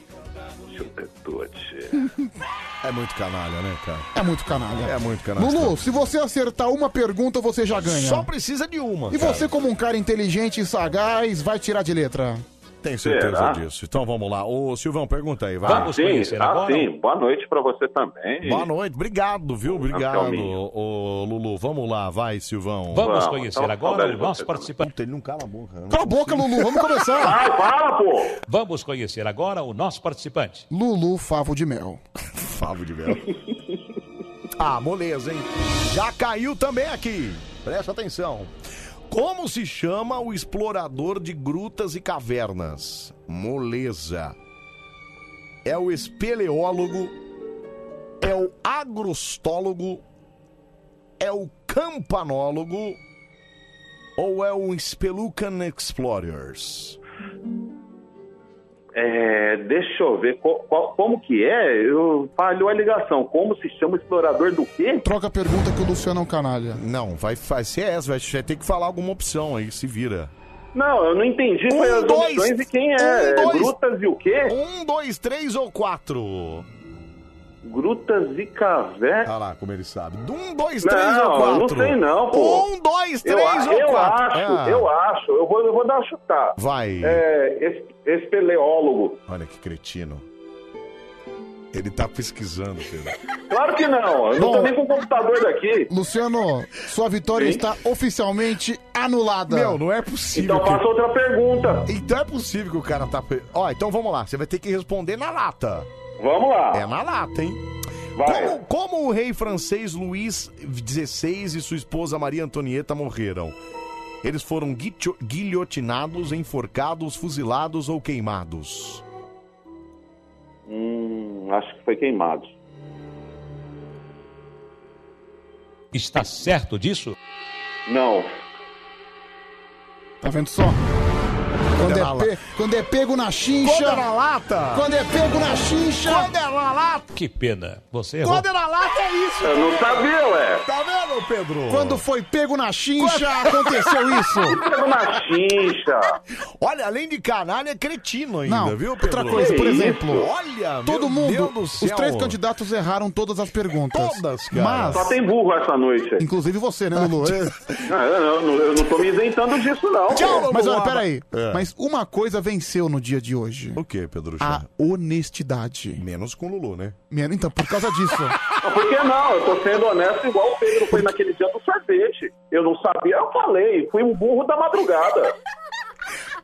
Speaker 1: É muito canalha, né, cara?
Speaker 3: É muito canalha.
Speaker 1: É muito canalha.
Speaker 3: Lulu, se você acertar uma pergunta, você já ganha.
Speaker 1: Só precisa de uma.
Speaker 3: E
Speaker 1: cara.
Speaker 3: você, como um cara inteligente e sagaz, vai tirar de letra.
Speaker 1: Tem certeza
Speaker 2: Será?
Speaker 1: disso. Então vamos lá. Ô, Silvão, pergunta aí. Vai.
Speaker 2: Ah, sim, ah, sim. Boa noite pra você também. é
Speaker 1: Boa noite. Obrigado, viu? Obrigado,
Speaker 2: Anselminho.
Speaker 1: ô, ô, Lulu. Vamos lá, vai, Silvão.
Speaker 2: Vamos Vamos, conhecer tava com agora saudade o de nosso então você tá
Speaker 1: participante. Ele não cala a boca. né?
Speaker 3: Cala a boca, Lulu, vamos começar.
Speaker 2: Vai, fala, pô!
Speaker 20: Vamos conhecer agora o nosso participante.
Speaker 3: Lulu Favo de Mel.
Speaker 1: Favo de mel. ah, moleza, hein? Já caiu também aqui. Presta atenção. Como se chama o explorador de grutas e cavernas? Moleza. É o espeleólogo, é o agrostólogo, é o campanólogo ou é o Spelucan Explorers?
Speaker 2: É, deixa eu ver co- qual- como que é. Eu falhou a ligação. Como se chama o explorador do quê?
Speaker 3: Troca a pergunta que o Luciano é um canalha.
Speaker 1: Não, vai, vai ser essa, vai- vai ter que falar alguma opção aí, se vira.
Speaker 2: Não, eu não entendi. Foi as opções e quem é. É grutas e o quê?
Speaker 1: Um, dois, três ou quatro?
Speaker 2: Grutas e cavernas.
Speaker 1: Olha lá como ele sabe. Um, dois,
Speaker 2: Não,
Speaker 1: três ou
Speaker 2: eu
Speaker 1: quatro?
Speaker 2: não sei não, pô.
Speaker 1: Um, dois,
Speaker 2: Eu
Speaker 1: três
Speaker 2: a-
Speaker 1: ou
Speaker 2: eu
Speaker 1: quatro?
Speaker 2: acho,
Speaker 1: É.
Speaker 2: eu acho. Eu vou, eu vou dar uma chutar.
Speaker 1: Vai.
Speaker 2: É, es- espeleólogo.
Speaker 1: Olha que cretino. Ele tá pesquisando, Pedro.
Speaker 2: Claro que não. Eu não
Speaker 3: Bom.
Speaker 2: tô nem com o computador daqui.
Speaker 3: Luciano, sua vitória está oficialmente anulada.
Speaker 1: Meu, não é possível.
Speaker 2: Então faça outra pergunta.
Speaker 1: Então é possível que o cara tá. pe- Ó, então vamos lá. Você vai ter que responder na lata.
Speaker 2: Vamos lá.
Speaker 1: É na lata, hein? Como, como o rei francês Luís XVI e sua esposa Maria Antonieta morreram? Eles foram guitio- guilhotinados, enforcados, fuzilados ou queimados?
Speaker 2: Hum, acho que foi queimado.
Speaker 20: Está certo disso?
Speaker 2: Não.
Speaker 1: é-
Speaker 3: Tá vendo só? Quando é, pe- quando é pego na chincha.
Speaker 1: Quando é na lata.
Speaker 3: Quando é pego na chincha.
Speaker 1: Quando é na lata.
Speaker 20: Que pena. Você errou.
Speaker 1: Quando é na lata é isso.
Speaker 2: Eu não sabia, ué.
Speaker 1: Tá vendo, Pedro?
Speaker 3: Quando foi pego na chincha,
Speaker 1: é-
Speaker 3: aconteceu isso.
Speaker 2: Pega na chincha.
Speaker 1: Olha, além de canalha, é cretino ainda,
Speaker 3: Não,
Speaker 1: viu, Pedro?
Speaker 3: outra coisa, por
Speaker 1: Que
Speaker 3: exemplo,
Speaker 1: isso? Olha,
Speaker 3: Todo
Speaker 1: meu
Speaker 3: mundo,
Speaker 1: Deus do céu.
Speaker 3: os três candidatos erraram todas as perguntas.
Speaker 1: Todas, cara.
Speaker 3: Mas,
Speaker 2: Só tem burro essa noite. aí.
Speaker 3: inclusive você, né, Lulu?
Speaker 2: Não, eu, não, eu não tô me isentando disso, não.
Speaker 1: Tchau,
Speaker 3: Mas olha,
Speaker 1: Lobo.
Speaker 3: peraí.
Speaker 1: É.
Speaker 3: Mas uma coisa venceu no dia de hoje.
Speaker 1: O que, Pedro?
Speaker 3: A honestidade.
Speaker 1: Menos com o Lulu, né?
Speaker 3: Minha- Então, por causa disso.
Speaker 2: Não, por que não? Eu tô sendo honesto igual o Pedro foi naquele dia do sorvete. Eu não sabia, eu falei. Fui um burro da madrugada.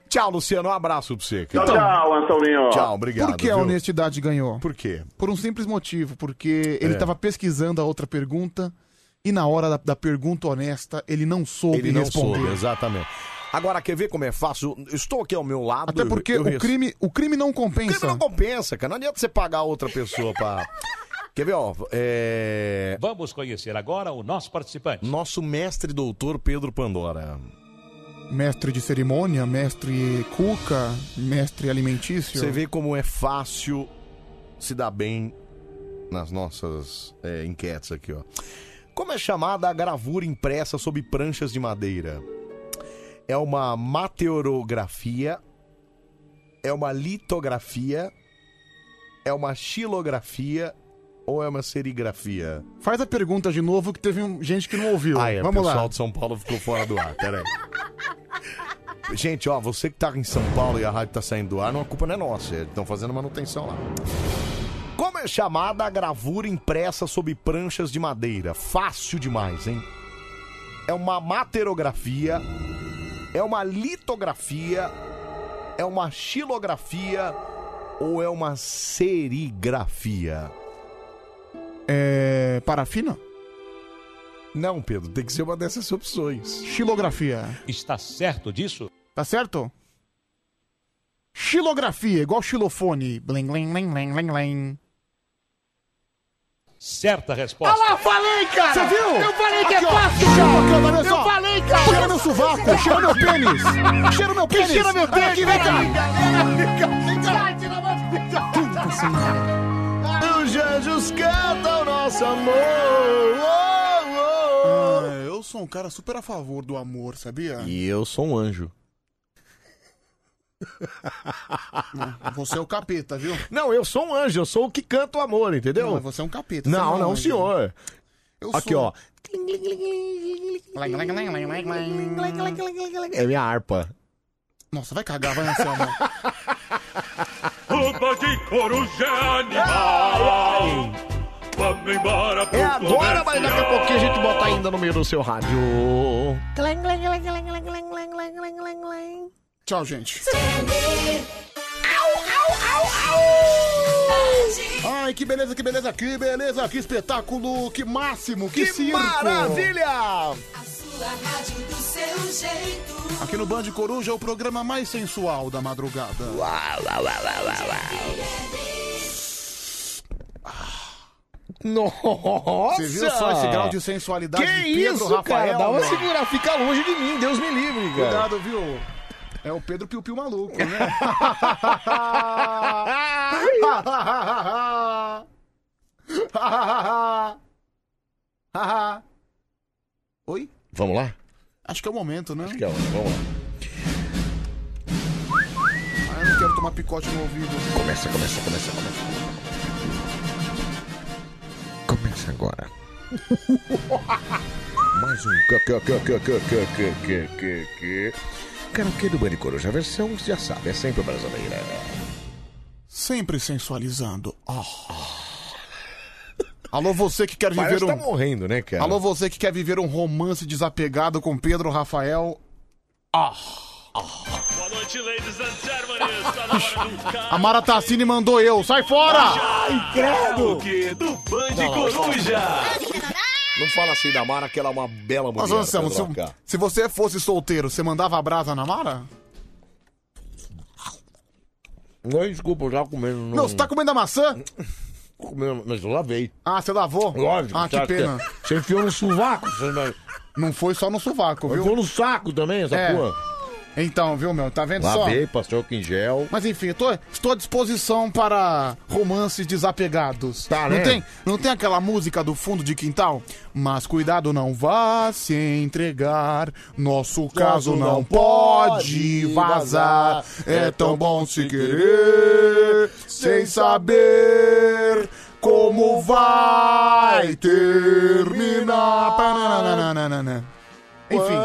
Speaker 1: Tchau, Luciano. Um abraço pra você,
Speaker 2: Tchau,
Speaker 1: cara.
Speaker 2: Então, tchau, Antoninho.
Speaker 1: Tchau, obrigado.
Speaker 3: por que é a
Speaker 1: viu?
Speaker 3: honestidade ganhou?
Speaker 1: Por quê?
Speaker 3: Por um simples motivo, porque ele
Speaker 1: É.
Speaker 3: estava pesquisando a outra pergunta e na hora da, da pergunta honesta ele não soube
Speaker 1: Ele não
Speaker 3: responder.
Speaker 1: soube, exatamente. Agora, quer ver como é fácil? Eu Estou aqui ao meu lado.
Speaker 3: Até
Speaker 1: eu-
Speaker 3: porque
Speaker 1: eu
Speaker 3: o,
Speaker 1: res-
Speaker 3: crime, o crime não
Speaker 1: O crime
Speaker 3: compensa.
Speaker 1: não compensa, cara. Não adianta você pagar outra pessoa pra... Quer ver, ó? É...
Speaker 20: Vamos conhecer agora o nosso participante.
Speaker 1: Nosso mestre doutor Pedro Pandora.
Speaker 3: Mestre de cerimônia, mestre cuca, mestre alimentício.
Speaker 1: Você vê como é fácil se dar bem nas nossas é, enquetes aqui, ó. Como é chamada a gravura impressa sob pranchas de madeira? É uma meteorografia? É uma litografia? É uma xilografia? Ou é uma serigrafia?
Speaker 3: Faz a pergunta de novo que teve um- gente que não ouviu.
Speaker 1: Ah, é, o
Speaker 3: Vamos
Speaker 1: pessoal
Speaker 3: lá.
Speaker 1: de São Paulo ficou fora do ar, peraí. Gente, ó, você que tá em São Paulo e a rádio tá saindo do ar, não, a culpa não é nossa, eles estão fazendo manutenção lá. Como é chamada a gravura impressa sob pranchas de madeira? Fácil demais, hein? É uma materografia, é uma litografia, é uma xilografia ou é uma serigrafia?
Speaker 3: É, parafina?
Speaker 1: Não, Pedro, tem que ser uma dessas opções.
Speaker 3: Xilografia.
Speaker 20: Está certo disso?
Speaker 3: Tá certo? Xilografia, igual xilofone. Bling, bling, bling, bling, bling, bling.
Speaker 20: Certa resposta.
Speaker 27: Ah lá, falei, cara!
Speaker 20: Você viu?
Speaker 27: Eu falei que
Speaker 20: Aqui,
Speaker 27: é
Speaker 20: ó.
Speaker 27: fácil,
Speaker 20: Cheira
Speaker 27: cara!
Speaker 20: a câmera,
Speaker 27: eu
Speaker 20: só.
Speaker 27: falei, cara!
Speaker 20: Cheira meu sovaco, cheira meu pênis.
Speaker 27: Cheira meu
Speaker 20: pênis.
Speaker 27: Cheira meu
Speaker 20: Olha
Speaker 27: pênis!
Speaker 20: aqui, vem cá.
Speaker 1: assim, né?
Speaker 4: Os anjos cantam nosso amor.
Speaker 3: Ah, eu sou um cara super a favor do amor, sabia?
Speaker 1: E eu sou um anjo.
Speaker 3: Você é o capeta, viu?
Speaker 4: Não, eu sou um anjo, eu sou o que canta o amor, entendeu?
Speaker 3: Não, mas você é um capeta, você
Speaker 4: Não,
Speaker 3: não é
Speaker 4: não,
Speaker 3: um anjo.
Speaker 4: senhor. Aqui,
Speaker 3: sou.
Speaker 4: ó. É minha harpa.
Speaker 3: Nossa, vai cagar, vai, Anselmo.
Speaker 27: Roupa de coruja é animal! Vamos embora pro
Speaker 4: É agora, mas daqui a pouquinho a gente bota ainda no meio do seu rádio.
Speaker 3: Tchau, gente. Ai, que beleza, que beleza, que beleza, que espetáculo, que máximo, que, circo.
Speaker 4: maravilha!
Speaker 3: Aqui no Band Coruja é o programa mais sensual da madrugada.
Speaker 4: Uau, uau, uau, uau, Nossa!
Speaker 3: Você viu só esse grau de sensualidade
Speaker 4: que
Speaker 3: de Pedro
Speaker 4: isso,
Speaker 3: Rafael?
Speaker 4: Cara, dá uma
Speaker 3: mano?
Speaker 4: segurar, fica longe de mim, Deus me livre, cara.
Speaker 3: Cuidado, viu? É o Pedro Piu Piu maluco, né? Oi?
Speaker 4: Vamos lá?
Speaker 3: Acho que é o momento, né?
Speaker 1: um?
Speaker 4: Acho que é hora, vamos lá. é.
Speaker 3: Ah, eu não quero tomar picote no ouvido.
Speaker 1: Começa, começa, começa, começa. Começa agora. Mais um ca- ca- ca- ca- ca- ca- ca- ca- ca- ca- Karaokê do Bande Coruja, a versão, você já sabe, é sempre brasileira.
Speaker 3: Sempre sensualizando. Ah. Alô, você que quer
Speaker 1: Parece
Speaker 3: viver
Speaker 1: que tá
Speaker 3: um.
Speaker 1: morrendo, né, cara?
Speaker 3: Alô, você que quer viver um romance desapegado com Pedro Rafael. Ah.
Speaker 27: Boa noite, ladies and gentlemen. Está na hora do
Speaker 3: A Mara Tassini mandou eu. Sai fora!
Speaker 4: credo!
Speaker 27: do Band
Speaker 4: Não, não, Não fala assim da Mara, que ela é uma bela mulher.
Speaker 3: Nossa, Anselmo,
Speaker 4: Pedro
Speaker 3: se,
Speaker 4: Lacá.
Speaker 3: se você fosse solteiro, você mandava a brasa na Mara?
Speaker 1: Oi, um- desculpa, eu tava comendo.
Speaker 3: Não, você tá comendo a maçã?
Speaker 1: comendo, mas eu lavei.
Speaker 3: Ah, você lavou?
Speaker 1: Lógico.
Speaker 3: Ah, que
Speaker 1: sabe?
Speaker 3: pena.
Speaker 1: Você enfiou no sovaco, você não...
Speaker 3: Não foi só no sovaco, viu?
Speaker 1: Enfiou no saco também, essa
Speaker 3: É.
Speaker 1: porra.
Speaker 3: Então, viu, meu? Tá vendo
Speaker 1: Lavei,
Speaker 3: só?
Speaker 1: passou com gel.
Speaker 3: Mas enfim, eu tô, estou à disposição para romances desapegados. Tá, não
Speaker 1: né?
Speaker 3: Tem, não tem aquela música do fundo de quintal? Mas cuidado, não vá se entregar. Nosso caso não, pode vazar. É tão bom se querer, sem saber como vai terminar. Pananana. Enfim.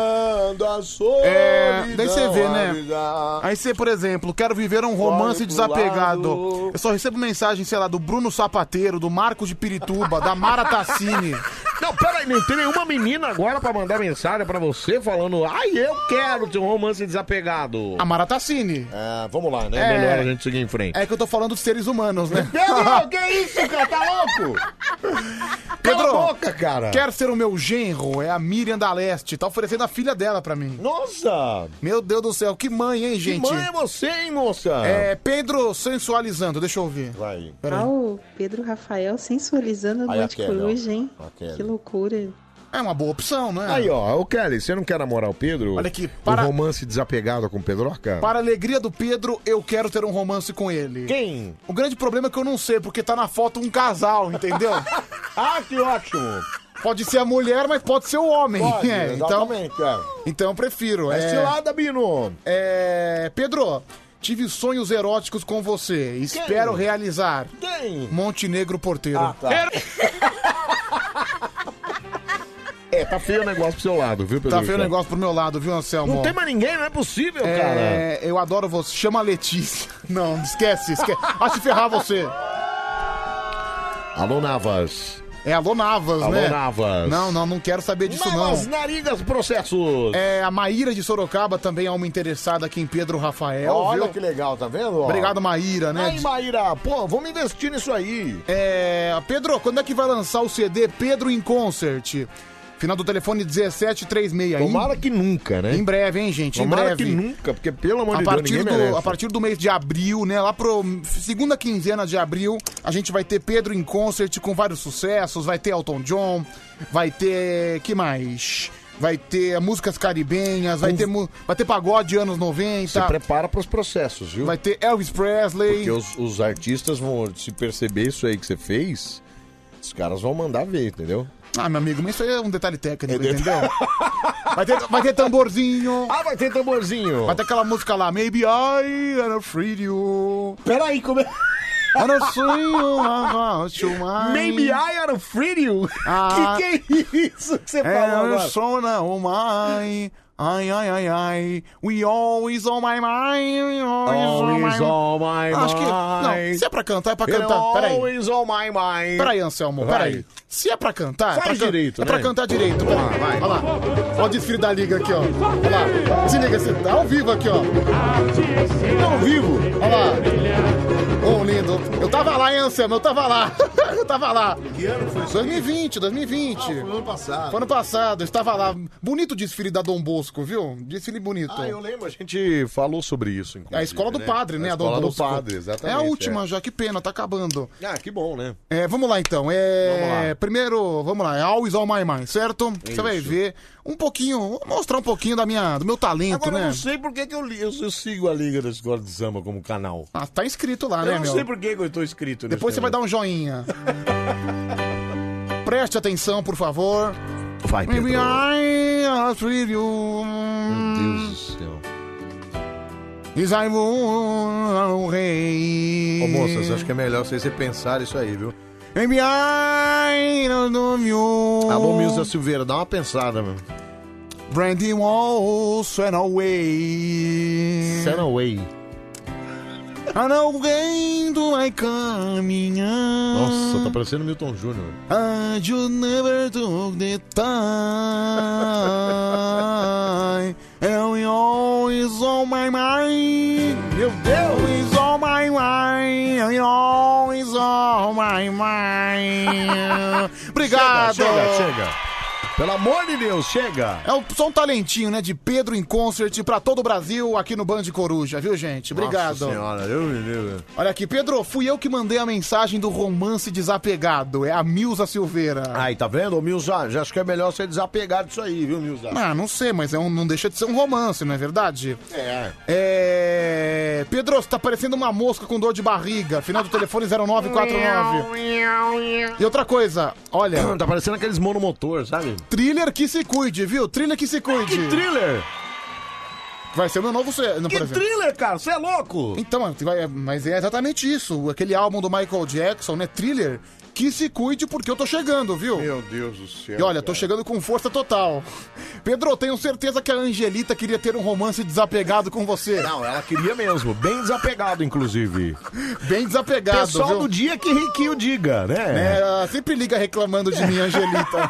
Speaker 3: É, daí você vê, né? Aí você, por exemplo, quero viver um
Speaker 1: Corre
Speaker 3: romance
Speaker 1: pro
Speaker 3: desapegado.
Speaker 1: lado.
Speaker 3: Eu só recebo mensagem, sei lá, do Bruno Sapateiro, do Marcos de Pirituba, da Mara Tassini.
Speaker 1: Não, peraí, não tem nenhuma menina agora pra mandar mensagem pra você falando Ai, eu quero ter um romance desapegado.
Speaker 3: A Mara Tassini.
Speaker 1: Ah, vamos lá, né?
Speaker 3: É.
Speaker 1: Melhor a gente seguir em frente.
Speaker 3: É que eu tô falando de seres humanos, né?
Speaker 1: Pedro, que isso, cara? Tá louco?
Speaker 3: Pedro,
Speaker 1: Cala a boca, cara.
Speaker 3: Quer ser o meu genro? É a Miriam da Leste. Tá oferecendo a filha dela pra mim.
Speaker 1: Nossa!
Speaker 3: Meu Deus do céu, que mãe, hein, gente?
Speaker 1: mãe é você, hein, moça?
Speaker 3: É, Pedro sensualizando, deixa eu ouvir. Vai.
Speaker 12: Ah, o Pedro Rafael sensualizando
Speaker 1: Aí
Speaker 12: a noite
Speaker 1: a Kelly, ó.
Speaker 12: coruja, hein?
Speaker 1: A Kelly.
Speaker 12: Que loucura.
Speaker 3: É uma boa opção, né?
Speaker 1: Aí, ó, o Kelly, você não quer namorar o Pedro?
Speaker 3: Olha aqui, para-
Speaker 1: O romance desapegado com o Pedroca?
Speaker 3: Para a alegria do Pedro, eu quero ter um romance com ele.
Speaker 1: Quem?
Speaker 3: O grande problema é que eu não sei, porque tá na foto um casal, entendeu?
Speaker 1: ah, que ótimo!
Speaker 3: Pode ser a mulher, mas pode ser o homem.
Speaker 1: Pode,
Speaker 3: É,
Speaker 1: exatamente,
Speaker 3: então, então eu prefiro.
Speaker 1: É cilada, Bino!
Speaker 3: É. Pedro, tive sonhos eróticos com você. Espero realizar.
Speaker 1: Quem?
Speaker 3: Montenegro Porteiro.
Speaker 1: Ah, tá. É, tá feio o negócio pro seu lado, viu, Pedro?
Speaker 3: Tá feio o negócio pro meu lado, viu, Anselmo?
Speaker 1: Não tem mais ninguém, não é possível, cara.
Speaker 3: É, eu adoro você. Chama a Letícia. Não, esquece, esquece. Ah, se ferrar você.
Speaker 1: Alô, Navas.
Speaker 3: É alô Navas,
Speaker 1: Alô,
Speaker 3: né?
Speaker 1: Navas.
Speaker 3: Não, não, não quero saber disso,
Speaker 1: Navas,
Speaker 3: não.
Speaker 1: narigas, processos.
Speaker 3: É, a Maíra de Sorocaba também é uma interessada aqui em Pedro Rafael.
Speaker 1: Olha
Speaker 3: viu?
Speaker 1: que legal, tá vendo? ó?
Speaker 3: Obrigado, Maíra, né?
Speaker 1: Aí, Maíra, pô, vamos investir nisso aí.
Speaker 3: É, Pedro, quando é que vai lançar o CD Pedro em Concert? Final do telefone 1736 aí.
Speaker 1: Tomara que nunca, né?
Speaker 3: Em breve, hein, gente?
Speaker 1: Tomara
Speaker 3: em breve.
Speaker 1: que nunca, porque pelo amor
Speaker 3: a
Speaker 1: de Deus,
Speaker 3: partir
Speaker 1: ninguém
Speaker 3: do,
Speaker 1: merece.
Speaker 3: a partir do mês de abril, né? Lá pro segunda quinzena de abril, a gente vai ter Pedro em concert com vários sucessos, vai ter Elton John, vai ter que mais? Vai ter músicas caribenhas, vai ter mu- vai ter pagode anos 90.
Speaker 1: Se prepara pros processos, viu?
Speaker 3: Vai ter Elvis Presley.
Speaker 1: Porque os, os artistas vão, se perceber isso aí que você fez, os caras vão mandar ver, entendeu?
Speaker 3: Ah, meu amigo, mas isso aí é um detalhe técnico,
Speaker 1: É de-
Speaker 3: entendeu? Vai ter, vai ter tamborzinho.
Speaker 1: Ah, vai ter tamborzinho.
Speaker 3: Vai ter aquela música lá, Maybe I am afraid you.
Speaker 1: Peraí, como é?
Speaker 3: I don't see you, about you mind.
Speaker 1: Maybe I am afraid you?
Speaker 3: Ah.
Speaker 1: Que que é isso que você falou
Speaker 3: And
Speaker 1: agora?
Speaker 3: so now oh my... Ai, ai, ai, ai. We always on my mind. Always,
Speaker 1: Always on
Speaker 3: my
Speaker 1: my
Speaker 3: Acho que... Não,
Speaker 1: mind.
Speaker 3: se é pra cantar, é pra
Speaker 1: You're
Speaker 3: cantar. Peraí.
Speaker 1: always on my mind.
Speaker 3: Peraí, Anselmo,
Speaker 1: Vai.
Speaker 3: peraí. Se é pra cantar... é
Speaker 1: Faz
Speaker 3: pra can-
Speaker 1: direito,
Speaker 3: É pra
Speaker 1: né?
Speaker 3: cantar direito, peraí. Olha lá. Olha o desfile da liga aqui, ó. Olha lá. Se liga, você tá ao vivo aqui, ó. Tá ao vivo. Olha lá. Ô, lindo. Eu tava lá, hein, Anselmo? Eu tava lá. Eu tava lá. Que ano foi 2020, 2020. foi ano passado. Foi ano passado, eu estava lá. Bonito o desfile da Dom Bosco, viu? Desfile bonito.
Speaker 1: Ah, eu lembro, a gente falou sobre isso, inclusive.
Speaker 3: então. É a escola do padre, né?
Speaker 1: A
Speaker 3: a Dom
Speaker 1: escola do
Speaker 3: Bosco.
Speaker 1: padre, exatamente.
Speaker 3: É a última já, que pena, tá acabando.
Speaker 1: Ah, que bom, né?
Speaker 3: É, vamos lá então. É, Primeiro, vamos lá. é Always on my mind, certo? Você
Speaker 1: Isso.
Speaker 3: vai ver um pouquinho, vou mostrar um pouquinho da minha, do meu talento,
Speaker 1: Agora eu
Speaker 3: né?
Speaker 1: não sei por que que eu, li- eu, eu sigo a Liga da Escola de Samba como canal.
Speaker 3: Ah, tá inscrito lá, né,
Speaker 1: eu não
Speaker 3: meu?
Speaker 1: sei por que que eu tô inscrito nesse
Speaker 3: Depois você vai dar um joinha. Preste atenção, por favor.
Speaker 1: Vai, Pedro.
Speaker 3: Maybe I am free you.
Speaker 1: Meu Deus do céu.
Speaker 3: Is I will um- rei.
Speaker 1: Ô, moças, acho que é melhor vocês repensarem isso aí, viu?
Speaker 3: Maybe I don't know you.
Speaker 1: Alô, Milza Silveira, dá uma pensada, meu.
Speaker 3: Brandy Walls and away.
Speaker 1: Send away.
Speaker 3: And away do I coming
Speaker 1: Nossa, tá parecendo Milton Júnior.
Speaker 3: And you never took the time. And we always on my mind. Meu Deus! Always on my mind. And you always on my mind. Obrigado!
Speaker 1: Chega, chega, chega. Pelo amor de Deus, chega.
Speaker 3: É um, só um talentinho, né? De Pedro em concert pra todo o Brasil aqui no Band Coruja, viu, gente? Obrigado.
Speaker 1: Nossa senhora, eu me livro.
Speaker 3: Olha aqui, Pedro, fui eu que mandei a mensagem do romance desapegado. É a Milza Silveira.
Speaker 1: Aí, tá vendo, ô, Milza? Já acho que é melhor você desapegar disso aí, viu, Milza?
Speaker 3: Ah, não sei, mas é um- não deixa de ser um romance, não é verdade?
Speaker 1: É.
Speaker 3: É. Pedro, você tá parecendo uma mosca com dor de barriga. Final do telefone é 0949. E outra coisa, olha.
Speaker 1: Tá parecendo aqueles monomotor, sabe? Ah,
Speaker 3: Thriller que se cuide, viu? Thriller que se cuide.
Speaker 1: Que thriller?
Speaker 3: Vai ser o meu novo. ce- Não,
Speaker 1: Que
Speaker 3: por exemplo.
Speaker 1: thriller, cara? Você é louco?
Speaker 3: Então, vai- mas é exatamente isso. Aquele álbum do Michael Jackson, né? Thriller. Que se cuide porque eu tô chegando, viu?
Speaker 1: Meu Deus do céu.
Speaker 3: E olha, tô chegando com força total. Pedro, tenho certeza que a Angelita queria ter um romance desapegado com você.
Speaker 1: Não, ela queria mesmo. Bem desapegado, inclusive.
Speaker 3: Bem desapegado,
Speaker 1: Pessoal
Speaker 3: viu?
Speaker 1: do dia que, que o diga,
Speaker 3: Né,
Speaker 1: né?
Speaker 3: ela sempre liga reclamando de mim, Angelita.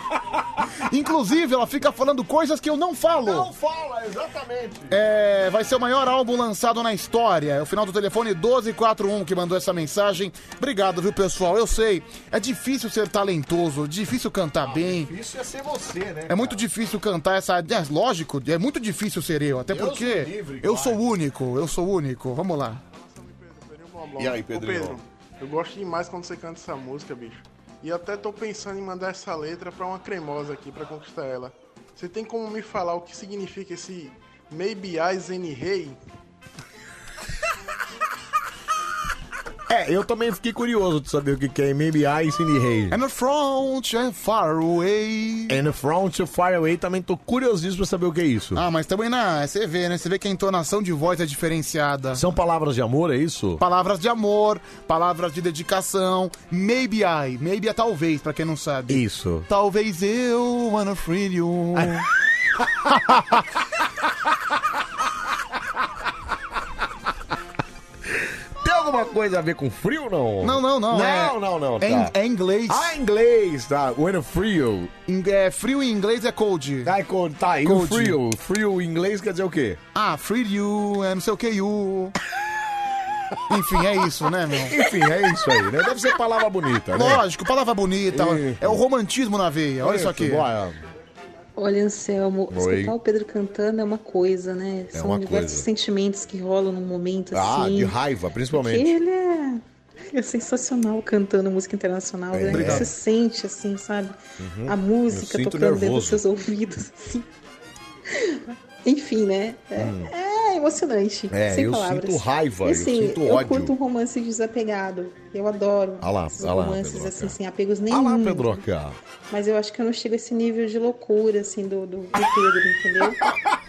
Speaker 3: Inclusive, ela fica falando coisas que eu não falo.
Speaker 1: fala, exatamente.
Speaker 3: É, vai ser o maior álbum lançado na história. É o final do telefone 1241 que mandou essa mensagem. Obrigado, viu, pessoal? Eu sei, é difícil ser talentoso, difícil cantar bem.
Speaker 1: Isso ia ser você, né?
Speaker 3: É muito difícil cantar essa. É, lógico, é muito difícil ser eu, até
Speaker 1: Deus
Speaker 3: porque
Speaker 1: me livre,
Speaker 3: eu
Speaker 1: vai.
Speaker 3: sou único, eu sou único. Vamos lá.
Speaker 1: E aí, Pedrinho?
Speaker 9: Pedro, eu gosto demais quando você canta essa música, bicho. E até tô pensando em mandar essa letra pra uma cremosa aqui pra conquistar ela. Você tem como me falar o que significa esse Maybe Eyes and Rei?
Speaker 1: É, eu também fiquei curioso de saber o que que é Maybe I Cine Rei.
Speaker 3: And the front and far away.
Speaker 1: And the front to far away também tô curiosíssimo pra saber o que é isso.
Speaker 3: Ah, mas também na. Você vê, né? Você vê que a entonação de voz é diferenciada.
Speaker 1: São palavras de amor, é isso?
Speaker 3: Palavras de amor, palavras de dedicação. Maybe I. Maybe é talvez, pra quem não sabe.
Speaker 1: Isso.
Speaker 3: Talvez eu wanna free you.
Speaker 1: Tem alguma coisa a ver com frio não?
Speaker 3: Não, não, não.
Speaker 1: Não,
Speaker 3: é,
Speaker 1: não, não.
Speaker 3: É, em-
Speaker 1: tá.
Speaker 3: é inglês.
Speaker 1: Ah, inglês, tá. When a frio.
Speaker 3: Em- é, frio em inglês é cold.
Speaker 1: Ah, é cold, tá. E o
Speaker 3: Cold.
Speaker 1: frio? Frio em inglês quer dizer o quê?
Speaker 3: Ah, free you, é não sei o que you. Enfim, é isso, né, meu?
Speaker 1: Enfim, é isso aí, né? Deve ser palavra bonita, né?
Speaker 3: Lógico, palavra bonita.
Speaker 1: Isso.
Speaker 3: É o romantismo na veia. Olha isso aqui.
Speaker 1: Boa.
Speaker 12: Olha, Anselmo,
Speaker 1: Oi.
Speaker 12: escutar o Pedro cantando é uma coisa, né?
Speaker 1: É
Speaker 12: São
Speaker 1: uma
Speaker 12: diversos
Speaker 1: coisa.
Speaker 12: sentimentos que rolam num momento
Speaker 1: Ah,
Speaker 12: assim.
Speaker 1: de raiva,
Speaker 12: Porque
Speaker 1: principalmente.
Speaker 12: ele é... ele é sensacional cantando música internacional,
Speaker 1: É.
Speaker 12: né?
Speaker 1: Obrigado.
Speaker 12: Você sente, assim, sabe?
Speaker 1: Uhum.
Speaker 12: A música
Speaker 1: Eu sinto
Speaker 12: tocando dentro dos
Speaker 1: nervoso.
Speaker 12: seus ouvidos, assim. Enfim, né? É,
Speaker 1: Hum.
Speaker 12: é emocionante.
Speaker 1: É,
Speaker 12: sem
Speaker 1: eu
Speaker 12: palavras.
Speaker 1: sinto raiva,
Speaker 12: E,
Speaker 1: eu
Speaker 12: assim,
Speaker 1: sinto
Speaker 12: eu
Speaker 1: ódio.
Speaker 12: curto um romance desapegado. Eu adoro
Speaker 1: Ah lá,
Speaker 12: esses
Speaker 1: ah lá,
Speaker 12: romances,
Speaker 1: Pedroca.
Speaker 12: assim, sem apegos
Speaker 1: Ah
Speaker 12: nenhum.
Speaker 1: lá, Pedroca.
Speaker 12: Mas eu acho que eu não chego a esse nível de loucura, assim, do, do, do Pedro, entendeu?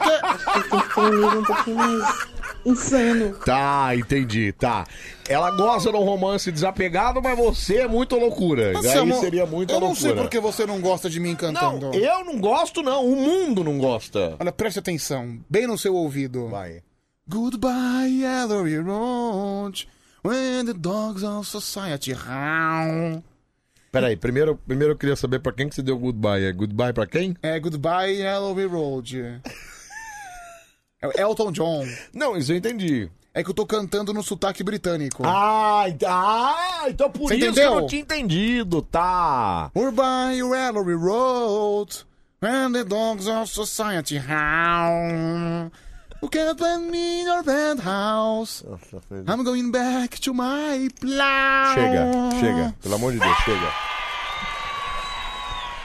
Speaker 12: Acho que tem que ter um nível um pouquinho mais insano.
Speaker 1: Tá, entendi, tá. Ela gosta de um romance desapegado, mas você é muito loucura. Aí
Speaker 3: Anselmo,
Speaker 1: seria muita
Speaker 3: Eu não
Speaker 1: loucura.
Speaker 3: sei porque você não gosta de mim cantando. então.
Speaker 1: Não, eu não gosto, não. O mundo não gosta.
Speaker 3: Olha, preste atenção, bem no seu ouvido.
Speaker 1: Vai.
Speaker 3: Goodbye, Ellery Road, when the dogs of society howl.
Speaker 1: Peraí, primeiro, primeiro eu queria saber pra quem que você deu goodbye. É goodbye pra quem?
Speaker 3: É, goodbye, Ellery Road. É o Elton John.
Speaker 1: Não, isso eu entendi.
Speaker 3: É que eu tô cantando no sotaque britânico.
Speaker 1: Ah, ent- ah, então por
Speaker 3: Você
Speaker 1: isso
Speaker 3: entendeu?
Speaker 1: que eu não tinha entendido, tá?
Speaker 3: Goodbye, Ellery Road, when the dogs of society howl. You can't find me in your penthouse. I'm going back to my plow.
Speaker 1: Chega, chega. Pelo amor de Deus, chega.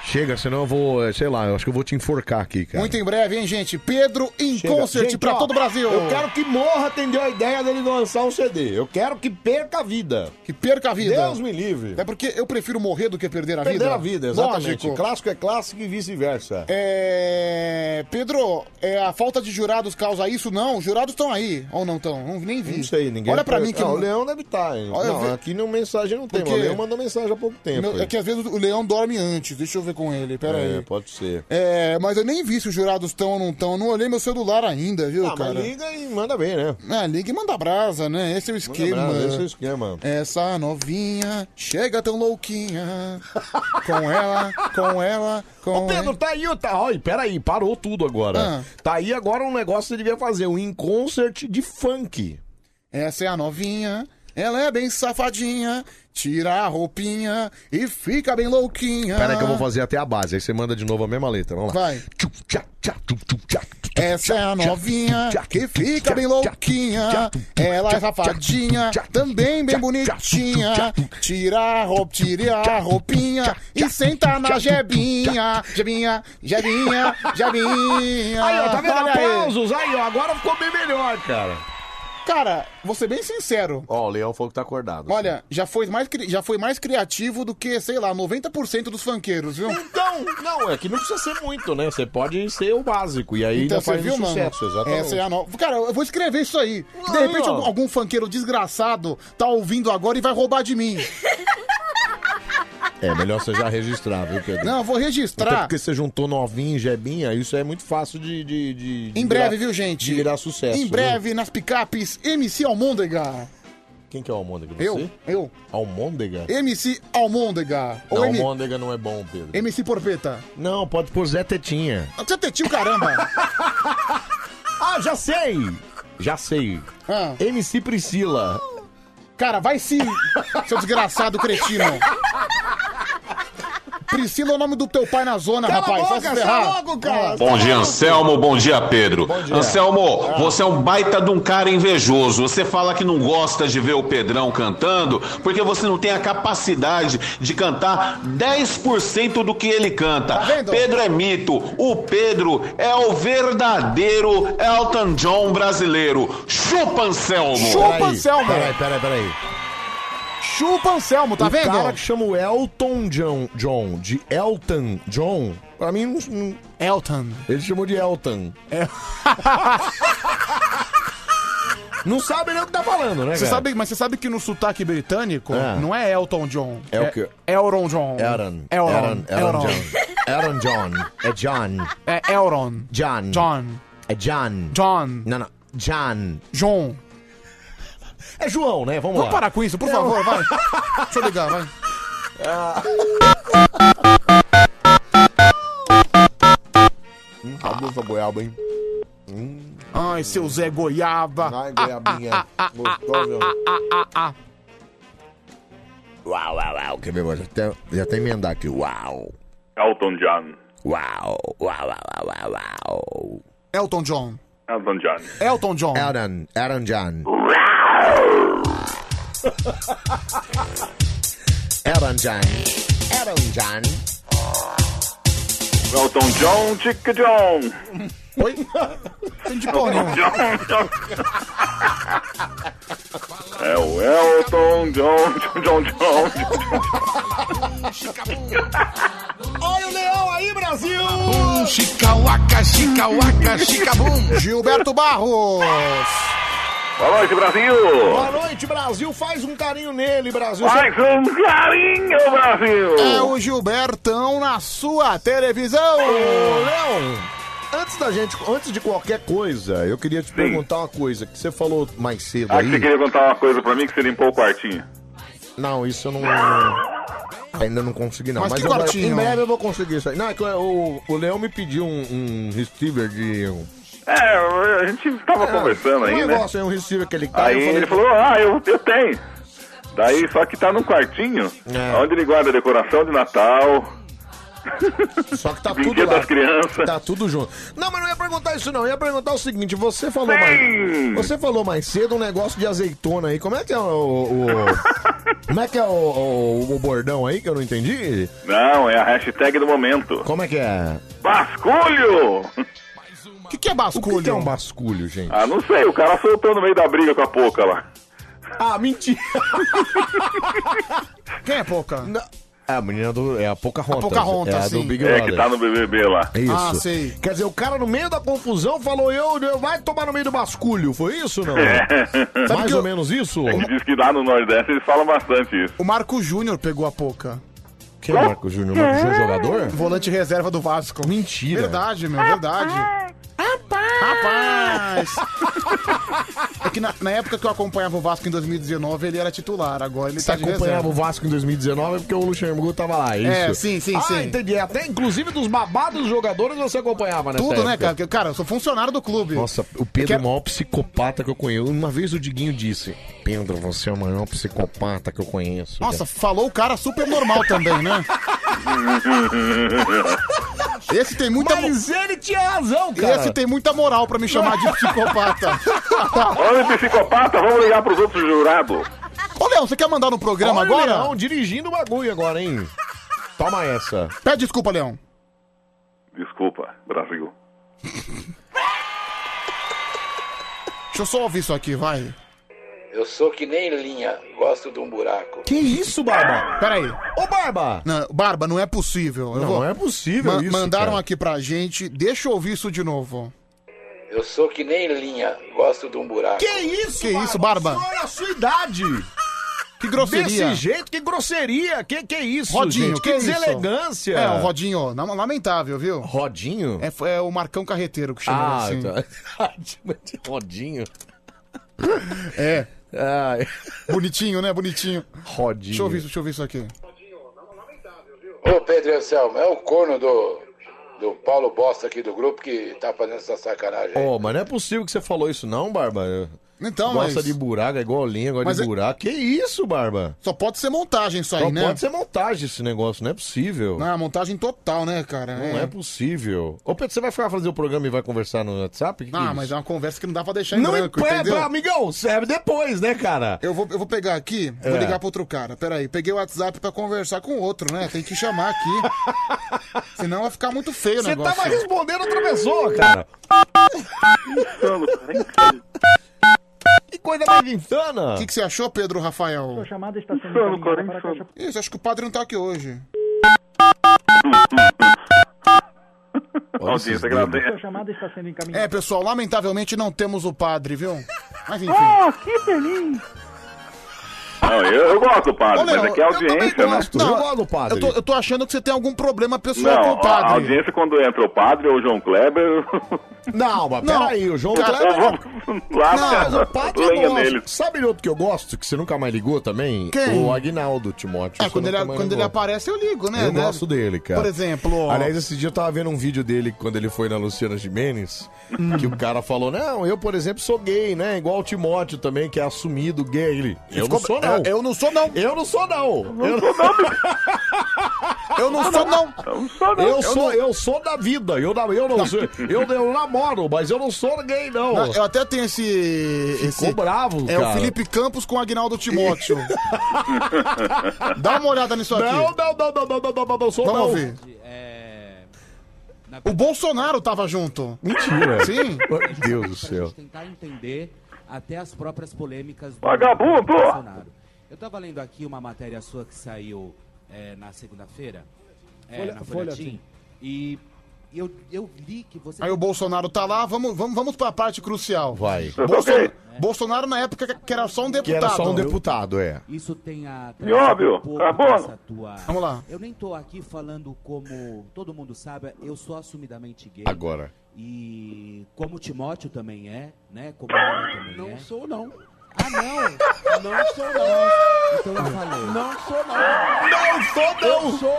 Speaker 1: Chega, senão eu vou, eh, sei lá, eu acho que eu vou te enforcar aqui, cara.
Speaker 3: Muito em breve, hein, gente? Pedro em
Speaker 1: Chega.
Speaker 3: concert
Speaker 1: Gente,
Speaker 3: pra
Speaker 1: ó,
Speaker 3: todo o Brasil.
Speaker 1: Eu quero que morra atendeu a ideia dele lançar um CD. Eu quero que perca a vida.
Speaker 3: Que perca a vida.
Speaker 1: Deus me livre.
Speaker 3: É porque eu prefiro morrer do que perder a
Speaker 1: Perder
Speaker 3: vida.
Speaker 1: a vida, exatamente.
Speaker 3: Lógico.
Speaker 1: Clássico é clássico e vice-versa.
Speaker 3: É... Pedro, é, a falta de jurados causa isso? Não, os jurados estão aí. Ou não estão? Não, nem vi.
Speaker 1: Não sei, ninguém.
Speaker 3: Olha pra mim que...
Speaker 1: Ah, o Leão deve estar, hein?
Speaker 3: Olha,
Speaker 1: não,
Speaker 3: vê-
Speaker 1: aqui não mensagem não tem,
Speaker 3: Porque-
Speaker 1: mas o Leão mandou mensagem há pouco tempo.
Speaker 3: Meu- é
Speaker 1: aí.
Speaker 3: que às vezes o leão dorme antes. Deixa eu ver com ele, pera
Speaker 1: É,
Speaker 3: aí.
Speaker 1: pode ser.
Speaker 3: É, mas eu nem vi se os jurados estão ou não estão. Eu Não olhei meu celular ainda, viu,
Speaker 1: Ah, mas
Speaker 3: cara?
Speaker 1: liga e manda bem, né?
Speaker 3: É, liga e manda brasa, né? Esse é o esquema.
Speaker 1: brasa, esse é o esquema.
Speaker 3: Essa novinha chega tão louquinha. com ela, com ela, com
Speaker 1: Ô Pedro, tá aí, ó, tá, ó, e peraí, parou tudo
Speaker 3: Ah.
Speaker 1: agora. Tá aí agora um negócio que você devia fazer, um in-concert de funk.
Speaker 3: Essa é a novinha, ela é bem safadinha, tira a roupinha e fica bem louquinha.
Speaker 1: Peraí que eu vou fazer até a base, aí você manda de novo a mesma letra, vamos lá.
Speaker 3: Vai. Essa é a novinha que fica bem louquinha. Ela é safadinha, também bem bonitinha. Tira a roupa, tira a roupinha e senta na jebinha. Jebinha, jebinha, jebinha.
Speaker 1: Aí, ó, tá vendo?
Speaker 3: Olha aí.
Speaker 1: Aplausos, aí, ó, agora ficou bem melhor, cara.
Speaker 3: Cara, vou ser bem sincero.
Speaker 1: Ó, o Leão falou que tá acordado.
Speaker 3: Olha, já foi, mais, cri- já foi mais criativo do que, sei lá, 90% dos funkeiros, viu?
Speaker 1: Então, não, é que não precisa ser muito, né? Você pode ser o básico, e aí
Speaker 3: Então,
Speaker 1: ainda
Speaker 3: você
Speaker 1: faz
Speaker 3: viu,
Speaker 1: um
Speaker 3: mano?
Speaker 1: sucesso, exatamente.
Speaker 3: Essa é a nova. Cara, eu vou escrever isso aí. De
Speaker 1: Aí,
Speaker 3: repente,
Speaker 1: ó.
Speaker 3: algum, algum funkeiro desgraçado tá ouvindo agora e vai roubar de mim.
Speaker 1: É, melhor você já registrar, viu, Pedro?
Speaker 3: Não, eu vou
Speaker 1: Até
Speaker 3: registrar.
Speaker 1: porque você juntou novinho e jebinha, isso é muito fácil de... de, de- de
Speaker 3: Em breve,
Speaker 1: virar-
Speaker 3: viu, gente?
Speaker 1: De virar sucesso.
Speaker 3: Em
Speaker 1: viu?
Speaker 3: breve, nas picapes, MC Almôndega.
Speaker 1: Quem que é o Almôndega? Você?
Speaker 3: Eu, eu.
Speaker 1: Almôndega?
Speaker 3: MC Almôndega.
Speaker 1: Não,
Speaker 3: Ou M-
Speaker 1: É. Almôndega não é bom, Pedro.
Speaker 3: MC Porpeta.
Speaker 1: Não, pode pôr Zé Tetinha.
Speaker 3: Você tetinho, caramba.
Speaker 1: Ah, já sei! Já sei.
Speaker 3: Ah.
Speaker 1: MC Priscila.
Speaker 3: Cara, vai sim, seu desgraçado cretino. Priscila é o nome do teu pai na zona, rapaz. vai se ferrar.
Speaker 19: Bom dia, Anselmo. Bom dia, Pedro. Anselmo, você é um baita de um cara invejoso. Você fala que não gosta de ver o Pedrão cantando porque você não tem a capacidade de cantar 10% do que ele canta. Pedro é mito. O Pedro é o verdadeiro Elton John brasileiro. Chupa, Anselmo.
Speaker 1: Peraí, Peraí, peraí, peraí.
Speaker 3: Chupa Anselmo, tá
Speaker 1: o
Speaker 3: vendo?
Speaker 1: cara que chama o Elton John, John de Elton John, pra mim não... não-
Speaker 3: Elton.
Speaker 1: Ele chamou de Elton.
Speaker 28: É.
Speaker 1: não sabe nem o que tá falando, né,
Speaker 3: Você
Speaker 1: cara?
Speaker 3: sabe, mas você sabe que no sotaque britânico
Speaker 1: É.
Speaker 3: não é Elton John.
Speaker 1: É o quê?
Speaker 3: Elton John.
Speaker 1: Aaron.
Speaker 28: É
Speaker 3: Elton.
Speaker 1: Aaron. Aaron
Speaker 3: Elton.
Speaker 1: John. Aaron John. É John.
Speaker 3: É Elron.
Speaker 1: John.
Speaker 3: John.
Speaker 1: É John.
Speaker 3: John.
Speaker 1: Não, não. John.
Speaker 3: John.
Speaker 1: É João, né? Vamos,
Speaker 3: Vamos
Speaker 1: lá.
Speaker 3: parar com isso, por
Speaker 1: É,
Speaker 3: favor, vai. Deixa eu ligar, vai.
Speaker 1: Ah. Hum, acabou essa goiaba, hein? Hum.
Speaker 3: Ai, seu Zé Goiaba.
Speaker 1: Ai, goiabinha.
Speaker 3: Ah, ah, ah,
Speaker 1: Gostoso.
Speaker 3: ah, ah, ah, ah, ah.
Speaker 1: Uau, uau, uau. Quer ver? Vou até, já até emendar aqui. Uau.
Speaker 14: Elton John.
Speaker 4: Uau, uau, uau, uau, uau.
Speaker 3: Elton John.
Speaker 4: Elton John.
Speaker 3: Elton John.
Speaker 4: Elton, Elton John. Elton John. Elton John.
Speaker 14: Elton John, Tic John.
Speaker 3: Oi? Tem de porra nenhuma.
Speaker 14: É o Elton John, John, John, John.
Speaker 28: Olha o leão aí, Brasil!
Speaker 29: Chicauaca, chicauaca, chicabum.
Speaker 3: Gilberto Barros.
Speaker 14: Boa noite, Brasil.
Speaker 28: Boa noite, Brasil. Faz um carinho nele, Brasil.
Speaker 14: Faz um carinho, Brasil.
Speaker 3: É o Gilbertão na sua televisão.
Speaker 1: Antes da gente, antes de qualquer coisa, eu queria te perguntar uma coisa que você falou mais cedo
Speaker 14: Ah,
Speaker 1: aí.
Speaker 14: que você queria contar uma coisa pra mim que você limpou o quartinho.
Speaker 1: Não, isso eu não. Ainda não consegui, não. Mas Mas, que eu vou- quartinho? em breve eu vou conseguir isso aí. Não, é que o, o Leão me pediu um, um receiver de.
Speaker 14: É, a gente tava conversando aí,
Speaker 1: um
Speaker 14: né?
Speaker 1: negócio aí, um receiver que ele tá. eu
Speaker 14: Aí
Speaker 1: falei,
Speaker 14: ele falou, ah, eu, eu tenho. Daí, só que tá num quartinho,
Speaker 1: É.
Speaker 14: onde ele guarda a decoração de Natal.
Speaker 1: Só que tá
Speaker 14: Brinquedo
Speaker 1: lá.
Speaker 14: das crianças.
Speaker 1: Tá tudo junto. Não, mas não ia perguntar isso não. Eu ia perguntar o seguinte, você falou Sim. mais. Você falou mais cedo um negócio de azeitona aí. Como é que é o. o- como é que é o, o- o bordão aí que eu não entendi?
Speaker 14: Não, é a hashtag do momento.
Speaker 1: Como é que é?
Speaker 14: Basculho!
Speaker 1: O que, que é basculho? O que, é um basculho, gente?
Speaker 14: Ah, não sei, o cara soltou no meio da briga com a pouca lá.
Speaker 1: Ah, mentira! Quem é pouca? É a menina do. É a Pocahontas. A Pocahontas, é a do sim. Big
Speaker 14: É,
Speaker 1: Brother. É
Speaker 14: que tá no BBB lá.
Speaker 1: Isso.
Speaker 3: Ah,
Speaker 1: Quer dizer, o cara no meio da confusão falou, eu, eu vai tomar no meio do basculho. Foi isso ou não?
Speaker 14: É.
Speaker 1: Mais ou menos isso?
Speaker 14: É que diz que lá no Nordeste eles falam bastante isso.
Speaker 3: O Marco Júnior pegou a pouca.
Speaker 1: Quem é o Marco Júnior? O Marco Júnior é jogador?
Speaker 3: Volante reserva do Vasco.
Speaker 1: Mentira.
Speaker 3: Verdade, meu, verdade. Rapaz! É que na, na época que eu acompanhava o Vasco em 2019, ele era titular. Agora ele
Speaker 1: Você
Speaker 3: tá de
Speaker 1: acompanhava
Speaker 3: reserva.
Speaker 1: o Vasco em 2019 porque o Luxemburgo tava lá, é isso?
Speaker 3: É, sim, sim,
Speaker 1: ah,
Speaker 3: sim.
Speaker 1: entendi. Até inclusive dos babados dos jogadores você acompanhava, né?
Speaker 3: Tudo, né, cara? Porque, cara, eu sou funcionário do clube.
Speaker 1: Nossa, o Pedro é o maior psicopata que eu conheço. Uma vez o Diguinho disse: Pedro, você é o maior psicopata que eu conheço.
Speaker 3: Nossa, falou o cara super normal também, né? Esse tem muita. Mas
Speaker 1: ele tinha razão, cara.
Speaker 3: Esse tem muita moral pra me chamar de psicopata.
Speaker 14: Homem psicopata, vamos ligar pros outros jurados.
Speaker 3: Ô, Leão, você quer mandar no programa
Speaker 1: Olha o
Speaker 3: agora?
Speaker 1: Leão dirigindo o bagulho agora, hein? Toma essa.
Speaker 3: Pede desculpa, Leão.
Speaker 14: Desculpa, Brasil.
Speaker 3: Deixa eu só ouvir isso aqui, vai.
Speaker 7: Eu sou que nem linha, gosto de um buraco.
Speaker 1: Que isso, Barba?
Speaker 3: Peraí.
Speaker 1: Ô, Barba!
Speaker 3: Não, Barba, não é possível. Eu
Speaker 7: Não,
Speaker 3: vou-
Speaker 7: não é possível isso,
Speaker 3: Mandaram
Speaker 7: cara.
Speaker 3: aqui pra gente. Deixa eu ouvir isso de novo.
Speaker 7: Eu sou que nem linha, gosto de um buraco.
Speaker 1: isso,
Speaker 3: Que isso, Barba?
Speaker 1: Olha a sua idade!
Speaker 3: Que grosseria.
Speaker 1: Desse jeito, que grosseria! Que, que isso,
Speaker 3: Rodinho,
Speaker 1: gente?
Speaker 3: que, isso?
Speaker 1: deselegância!
Speaker 3: É, o Rodinho, ó, na- lamentável, viu?
Speaker 1: Rodinho?
Speaker 3: É, foi- é o Marcão Carreteiro que chamou
Speaker 1: Ah,
Speaker 3: assim.
Speaker 1: tá. De Rodinho.
Speaker 3: É.
Speaker 1: Ai.
Speaker 3: Bonitinho, né? Bonitinho.
Speaker 1: Rodinho.
Speaker 3: Deixa eu ouvir, isso- deixa eu ouvir isso aqui.
Speaker 7: Ô Pedro Anselmo, é o corno do, do Paulo Bosta aqui do grupo que tá fazendo essa sacanagem.
Speaker 1: Ô, mas não é possível que você falou isso, não, Barba.
Speaker 3: Então,
Speaker 1: Gosta
Speaker 3: mas-
Speaker 1: de buraco, é igual linha, gosta
Speaker 3: Mas
Speaker 1: de
Speaker 3: é-
Speaker 1: buraco. Que isso, Barba?
Speaker 3: Só pode ser montagem isso aí,
Speaker 1: Só
Speaker 3: né?
Speaker 1: Então pode ser montagem esse negócio, não é possível.
Speaker 3: Não, montagem total, né, cara?
Speaker 1: Não é possível. Ô, Pedro, você vai ficar fazer o programa e vai conversar no WhatsApp? Que que
Speaker 3: Ah,
Speaker 1: é
Speaker 3: mas
Speaker 1: isso?
Speaker 3: é uma conversa que não dá pra deixar em
Speaker 1: Não,
Speaker 3: branco,
Speaker 1: é,
Speaker 3: entendeu?
Speaker 1: é, amigão, serve depois, né, cara?
Speaker 3: Eu vou, eu vou pegar aqui, vou
Speaker 1: É.
Speaker 3: ligar pro outro cara. Peraí, peguei o WhatsApp pra conversar com o outro, né? Tem que chamar aqui. Senão vai ficar muito feio o
Speaker 1: Você
Speaker 3: negócio.
Speaker 1: tava respondendo outra pessoa, cara. Que coisa mais insana.
Speaker 3: O que, que você achou, Pedro Rafael? Sua chamada está sendo
Speaker 9: Insano, cara, encaminhada para a insano.
Speaker 3: Isso, acho que o padre não tá aqui hoje.
Speaker 14: A audiência agradece.
Speaker 9: chamada está sendo encaminhada.
Speaker 3: É, pessoal, lamentavelmente não temos o padre, viu? Mas enfim.
Speaker 9: Oh, que delícia!
Speaker 14: Não, eu, eu gosto do padre,
Speaker 3: Olha,
Speaker 14: mas é que é audiência, né?
Speaker 3: Não,
Speaker 30: Ah,
Speaker 1: padre.
Speaker 3: Eu tô, eu tô achando que você tem algum problema pessoal com
Speaker 14: Não, ah,
Speaker 3: o
Speaker 14: a- a
Speaker 3: padre.
Speaker 14: audiência quando entra o padre ou o João Kleber, ah.
Speaker 1: Não, mas peraí, o João
Speaker 14: Cara,
Speaker 1: Kleber...
Speaker 14: lá
Speaker 1: Não, mas o padre
Speaker 3: é
Speaker 1: eu
Speaker 14: lenha
Speaker 1: gosto.
Speaker 14: nele.
Speaker 1: Sabe outro que eu gosto, que você nunca mais ligou também?
Speaker 3: Quem?
Speaker 1: O Agnaldo Timóteo.
Speaker 3: É,
Speaker 1: Você
Speaker 3: quando ele,
Speaker 1: nunca mais
Speaker 3: quando ele
Speaker 1: ligou.
Speaker 3: aparece, eu ligo, né?
Speaker 1: Eu
Speaker 3: né?
Speaker 1: gosto dele, cara.
Speaker 3: Por exemplo,
Speaker 1: Aliás, esse dia eu tava vendo um vídeo dele quando ele foi na Luciana Jimenez,
Speaker 3: Hum.
Speaker 1: que o cara falou: Não, eu, por exemplo, sou gay, né? Igual o Timóteo também, que é assumido gay. Ele, eu não
Speaker 3: ficou-
Speaker 1: sou,
Speaker 3: é,
Speaker 1: não.
Speaker 3: Eu não sou, não.
Speaker 1: Eu não sou, não. Eu não
Speaker 30: Eu não sou, não.
Speaker 1: não.
Speaker 30: Eu sou, eu sou da vida. Eu não, eu não sou. Eu, eu namoro, mas eu não sou gay, não.
Speaker 3: Não, eu até tenho esse.
Speaker 30: Ficou
Speaker 3: esse-
Speaker 30: bravo,
Speaker 3: É
Speaker 30: cara.
Speaker 3: o Felipe Campos com o Agnaldo Timóteo. Dá uma olhada nisso aqui.
Speaker 30: Não, não, não, não, não, não, não, não, não sou
Speaker 3: Vamos
Speaker 30: não.
Speaker 3: ouvir. O Bolsonaro tava junto.
Speaker 1: Mentira.
Speaker 3: Sim.
Speaker 1: Meu Deus do céu.
Speaker 5: tentar entender até as próprias polêmicas do Vagabundo! Bolsonaro. Eu estava lendo aqui uma matéria sua que saiu é, na segunda-feira, é,
Speaker 3: Folha-
Speaker 5: na
Speaker 3: Folha
Speaker 5: Folha Team, e eu, eu li que você...
Speaker 3: Aí o Bolsonaro tá lá, vamos, vamos, vamos pra parte crucial.
Speaker 1: Vai.
Speaker 3: Bolso-
Speaker 5: Ok.
Speaker 3: Bolsonaro na época que era só um deputado.
Speaker 1: Que era só um deputado, é.
Speaker 5: Isso tem a...
Speaker 1: E óbvio,
Speaker 5: pouco
Speaker 1: acabou.
Speaker 5: dessa tua-
Speaker 3: Vamos lá.
Speaker 5: Eu nem tô aqui falando como todo mundo sabe, eu sou assumidamente gay.
Speaker 31: Agora.
Speaker 5: E como o Timóteo também é, né? Como a Ana também
Speaker 4: Não
Speaker 5: é.
Speaker 4: sou, não. Ah, não. Não sou, não.
Speaker 5: Então eu falei.
Speaker 4: Não sou, não.
Speaker 5: Não sou, não.
Speaker 4: Eu sou...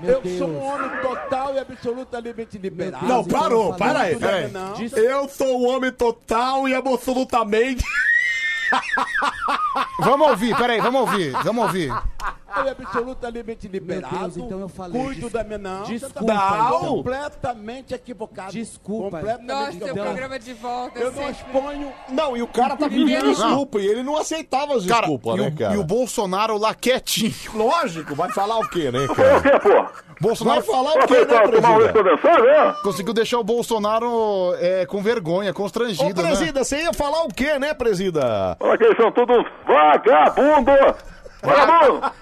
Speaker 5: Meu
Speaker 4: eu
Speaker 5: Deus.
Speaker 4: sou um homem total e absolutamente liberado.
Speaker 7: Não, parou, para aí, pera aí.
Speaker 4: Não.
Speaker 7: Eu sou um homem total e absolutamente.
Speaker 3: Vamos ouvir, peraí, vamos ouvir, vamos ouvir.
Speaker 4: Eu sou absolutamente liberado.
Speaker 5: Meu Deus, então eu falei.
Speaker 4: Cuido
Speaker 5: Des-
Speaker 4: da minha... Não.
Speaker 5: Desculpa,
Speaker 4: Não.
Speaker 5: então.
Speaker 4: Completamente equivocado.
Speaker 5: Desculpa.
Speaker 4: Completamente
Speaker 5: Nossa, o programa
Speaker 4: de volta. Eu não exponho...
Speaker 1: Não, e o cara tá pedindo
Speaker 3: Não.
Speaker 1: desculpa e ele não aceitava as
Speaker 3: Cara,
Speaker 1: desculpas,
Speaker 3: e,
Speaker 1: né,
Speaker 3: o,
Speaker 1: cara?
Speaker 3: e o Bolsonaro lá quietinho.
Speaker 1: Lógico, vai falar o quê, né,
Speaker 32: Foi o
Speaker 1: cara?
Speaker 32: quê, pô?
Speaker 3: Bolsonaro
Speaker 1: Vai falar o quê, né, presida? né?
Speaker 3: Conseguiu deixar o Bolsonaro é, com vergonha,
Speaker 1: Ô,
Speaker 3: constrangido, né?
Speaker 1: presida, você ia falar o quê, né, presida?
Speaker 32: Fala que eles são todos vagabundo! Vagabundo!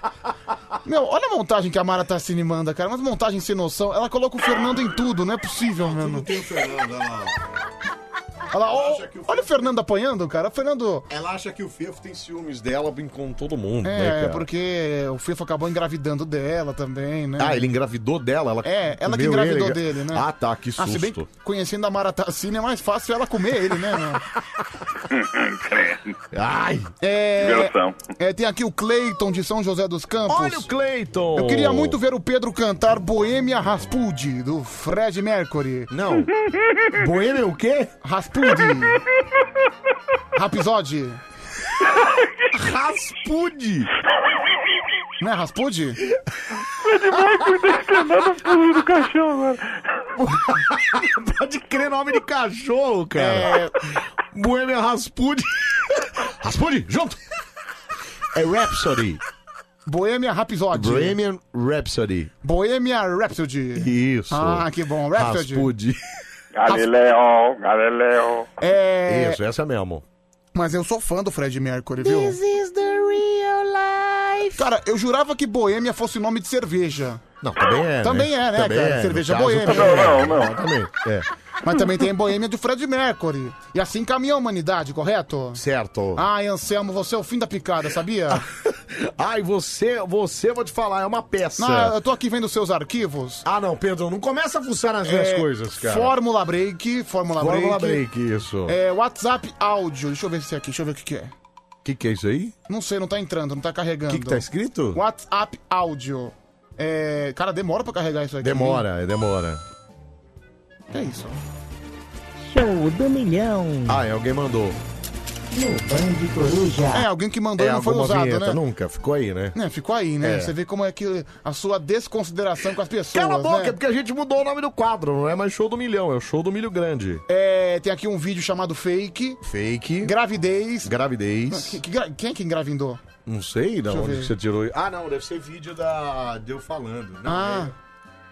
Speaker 3: Meu, olha a montagem que a Mara Tassini manda, cara. Uma montagem sem noção. Ela coloca o Fernando em tudo, não é possível, mano. Olha lá, ó, olha o Fernando apanhando, cara. O Fernando.
Speaker 1: Ela acha que o Fefo tem ciúmes dela com todo mundo, né,
Speaker 3: É,
Speaker 1: cara?
Speaker 3: porque o Fefo acabou engravidando dela também, né?
Speaker 1: Ah, ele engravidou dela? Ela
Speaker 3: É, ela que
Speaker 1: comeu ele,
Speaker 3: engravidou
Speaker 1: cara.
Speaker 3: dele, né?
Speaker 1: Ah, tá, que susto.
Speaker 3: Ah, se bem que conhecendo a Mara Tassini é mais fácil ela comer ele, né, mano?
Speaker 1: Ai!
Speaker 3: É,
Speaker 32: Diversão.
Speaker 3: é, tem aqui o Cleiton de São José dos Campos.
Speaker 1: Olha o Cleiton!
Speaker 3: Eu queria muito ver o Pedro cantar Boêmia Raspude, do Fred Mercury.
Speaker 1: Não. Boêmia o quê?
Speaker 3: Raspude. Rapisode.
Speaker 1: Raspude.
Speaker 3: Não é Raspude?
Speaker 12: Fred Mercury tá escrevendo os pulinhos do cachorro agora.
Speaker 1: Pode crer nome de cachorro, cara. Boêmia Raspude. Raspude, junto! É Rhapsody.
Speaker 3: Boêmia Rapisode.
Speaker 1: Bohemian Rhapsody.
Speaker 3: Boêmia Rhapsody.
Speaker 1: Isso.
Speaker 3: Ah, que bom. Rhapsody.
Speaker 1: Raspude.
Speaker 32: Galileu, Galileu.
Speaker 3: É...
Speaker 1: Isso, essa mesmo.
Speaker 3: Mas eu sou fã do Fred Mercury, viu?
Speaker 12: This
Speaker 3: is the real life. Cara, eu jurava que Boêmia fosse nome de cerveja.
Speaker 1: Não, também é.
Speaker 3: Também é, né,
Speaker 1: Também
Speaker 3: cara?
Speaker 1: no
Speaker 3: Cerveja
Speaker 1: caso,
Speaker 3: boêmia.
Speaker 1: também é.
Speaker 3: Não, não, não.
Speaker 1: Também, é.
Speaker 3: Mas também tem Boêmia do Fred Mercury. E assim caminha a humanidade, correto?
Speaker 1: Certo.
Speaker 3: Ai, Anselmo, você é o fim da picada, sabia?
Speaker 1: Ai, você, você, vou te falar, é uma peça.
Speaker 3: Não, eu tô aqui vendo seus arquivos. É,
Speaker 1: Ah, não, Pedro, não começa a fuçar nas minhas coisas, cara.
Speaker 3: Fórmula Break, Fórmula,
Speaker 1: Fórmula
Speaker 3: Break.
Speaker 1: Break, isso.
Speaker 3: É, WhatsApp áudio. Deixa eu ver esse aqui, deixa eu ver o que, que é.
Speaker 1: O que, que é isso aí?
Speaker 3: Não sei, não tá entrando, não tá carregando.
Speaker 1: Que que tá escrito?
Speaker 3: WhatsApp áudio. É, cara, demora pra carregar isso aqui.
Speaker 1: Demora, é demora.
Speaker 3: hein? Que é isso?
Speaker 1: Show do milhão. Ah, alguém mandou.
Speaker 3: É, alguém que mandou
Speaker 1: É,
Speaker 3: e não foi
Speaker 1: alguma
Speaker 3: usado,
Speaker 1: vinheta,
Speaker 3: né?
Speaker 1: Nunca, ficou aí, né?
Speaker 3: É, ficou aí, né?
Speaker 1: É.
Speaker 3: Você vê como é que a sua desconsideração com as pessoas,
Speaker 1: Cala a boca,
Speaker 3: né?
Speaker 1: é porque a gente mudou o nome do quadro, não é mais show do milhão, é o show do milho grande.
Speaker 3: É, tem aqui um vídeo chamado Fake.
Speaker 1: Fake.
Speaker 3: Gravidez. Não,
Speaker 1: Gravidez.
Speaker 3: que- que gra- quem é que engravidou?
Speaker 1: Não sei de
Speaker 3: Deixa eu
Speaker 1: onde
Speaker 3: ver.
Speaker 1: que você tirou. Ah,
Speaker 7: Ah, não, deve ser vídeo da. Deu falando. Não,
Speaker 3: Ah.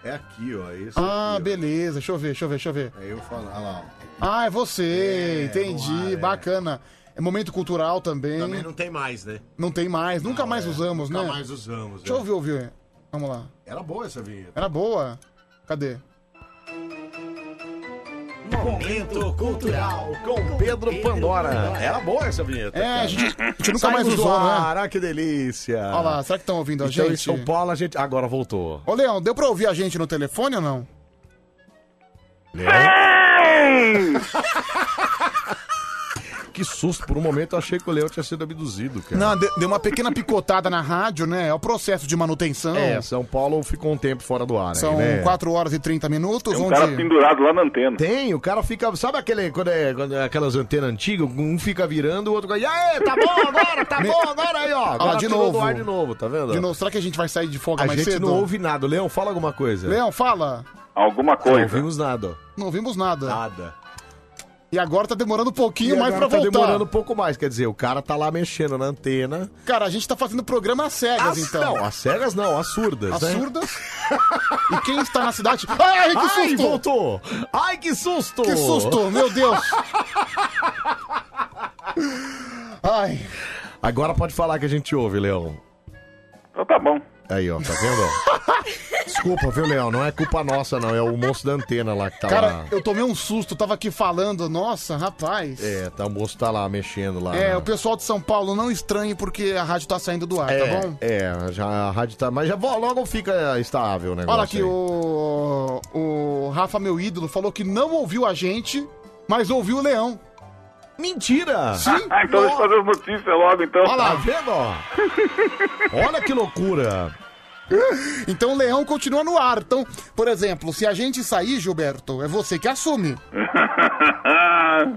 Speaker 7: É, é aqui, ó. é Esse
Speaker 3: Ah,
Speaker 7: aqui, ó.
Speaker 3: beleza. Deixa eu ver, deixa eu ver, deixa eu ver.
Speaker 7: É eu falando. Olha lá. ó.
Speaker 3: Ah, é você.
Speaker 7: É,
Speaker 3: entendi. Bacana. É momento cultural também.
Speaker 7: Também não tem mais, né?
Speaker 3: Não tem mais. Nunca mais usamos,
Speaker 7: Nunca
Speaker 3: né?
Speaker 7: mais usamos.
Speaker 3: Deixa eu ouvir, ouvir. Vamos lá.
Speaker 7: Era boa essa vinheta.
Speaker 3: Era boa. Cadê?
Speaker 1: Momento cultural com Pedro Pandora. Era boa essa vinheta.
Speaker 3: É,
Speaker 1: cara.
Speaker 3: a gente- a gente nunca
Speaker 1: Saímos
Speaker 3: mais usou,
Speaker 1: do
Speaker 3: né?
Speaker 1: ar, Ah, que delícia.
Speaker 3: Olha lá, será que estão ouvindo a
Speaker 1: então, em
Speaker 3: gente?
Speaker 1: São Paulo a gente. Agora voltou.
Speaker 3: Ô, Leão, deu pra ouvir a gente no telefone ou não?
Speaker 1: Leão. que susto. Por um momento eu achei que o Leão tinha sido abduzido, cara.
Speaker 3: Não, de- deu uma pequena picotada na rádio, né? É o processo de manutenção.
Speaker 1: É, São Paulo ficou um tempo fora do ar. aí,
Speaker 3: São
Speaker 1: né?
Speaker 3: 4 horas e 30 minutos.
Speaker 1: Tem um
Speaker 3: onde...
Speaker 1: cara pendurado
Speaker 14: lá na antena.
Speaker 1: Tem, o cara fica. Sabe aquele, quando é, quando é aquelas antenas antigas? Um fica virando, o outro. E aí, tá bom agora, tá bom agora aí, ó.
Speaker 3: Olha lá,
Speaker 1: Agora
Speaker 3: de
Speaker 1: tirou
Speaker 3: novo.
Speaker 1: do ar de novo, tá vendo?
Speaker 3: De novo, será que a gente vai sair de folga
Speaker 1: a
Speaker 3: mais
Speaker 1: gente
Speaker 3: cedo?
Speaker 1: não ouve nada. Leão, fala alguma coisa.
Speaker 3: Leão, fala.
Speaker 14: Alguma
Speaker 1: coisa. Não ouvimos nada, ó.
Speaker 3: Não ouvimos nada.
Speaker 1: Nada.
Speaker 3: E agora tá demorando um pouquinho
Speaker 1: E
Speaker 3: mais pra
Speaker 1: agora tá
Speaker 3: voltar.
Speaker 1: demorando um pouco mais, quer dizer, o cara tá lá mexendo na antena.
Speaker 3: Cara, a gente tá fazendo programa às cegas,
Speaker 1: As-
Speaker 3: então.
Speaker 1: Não, as cegas não, as surdas,
Speaker 3: As
Speaker 1: né?
Speaker 3: surdas. e quem está na cidade... Ah! Ai, que susto!
Speaker 1: Ai, voltou! Ai, que susto!
Speaker 3: Que susto, meu Deus! Ai.
Speaker 1: Agora pode falar que a gente ouve, Leão.
Speaker 14: Então tá bom.
Speaker 1: Aí, ó, tá vendo? Desculpa, viu, Leão? Não é culpa nossa, não. É o monstro da antena lá que tá lá.
Speaker 3: Cara, eu tomei um susto, tava aqui falando, nossa, rapaz.
Speaker 1: É, tá, o moço tá lá mexendo lá.
Speaker 3: É,
Speaker 1: né?
Speaker 3: o pessoal de São Paulo não estranhe porque a rádio tá saindo do ar,
Speaker 1: é,
Speaker 3: tá bom?
Speaker 1: é, já a rádio tá. Mas já vo- logo fica estável o negócio.
Speaker 3: Olha aqui,
Speaker 1: aí.
Speaker 3: o, o Rafa, meu ídolo, falou que não ouviu a gente, mas ouviu o Leão.
Speaker 1: Mentira!
Speaker 3: Sim!
Speaker 14: Ah, então deixa eu fazer as notícias logo, então.
Speaker 3: Olha lá,
Speaker 1: Tá vendo, ó? Olha que loucura!
Speaker 3: Então o Leão continua no ar. Então, por exemplo, se a gente sair, Gilberto, é você que assume.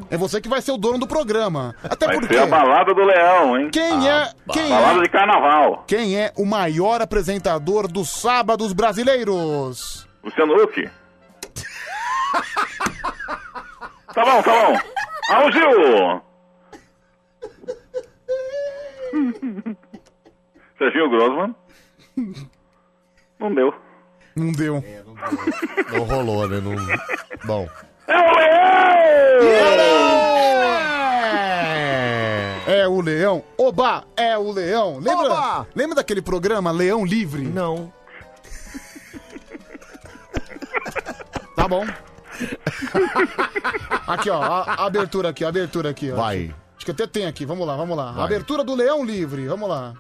Speaker 3: É você que vai ser o dono do programa. Até
Speaker 14: Vai
Speaker 3: porque.
Speaker 14: ser a balada do Leão, hein?
Speaker 3: Quem é.
Speaker 14: ba-
Speaker 3: Quem
Speaker 14: balada
Speaker 3: é,
Speaker 14: de carnaval.
Speaker 3: Quem é o maior apresentador dos sábados brasileiros?
Speaker 14: Luciano Huck. tá bom, tá bom. Raul Gil. Serginho Grossman. Não deu.
Speaker 3: Não deu.
Speaker 1: É, Não rolou, né? Não... Bom.
Speaker 3: É o Leão. Oba, é o Leão. Lembra,
Speaker 1: Oba!
Speaker 3: lembra daquele programa Leão Livre?
Speaker 1: Não.
Speaker 3: Tá bom. aqui, ó. A, a abertura aqui, a abertura aqui. Ó.
Speaker 1: Vai.
Speaker 3: Acho que até tem aqui. Vamos lá, vamos lá.
Speaker 1: Vai.
Speaker 3: Abertura do Leão Livre. Vamos lá.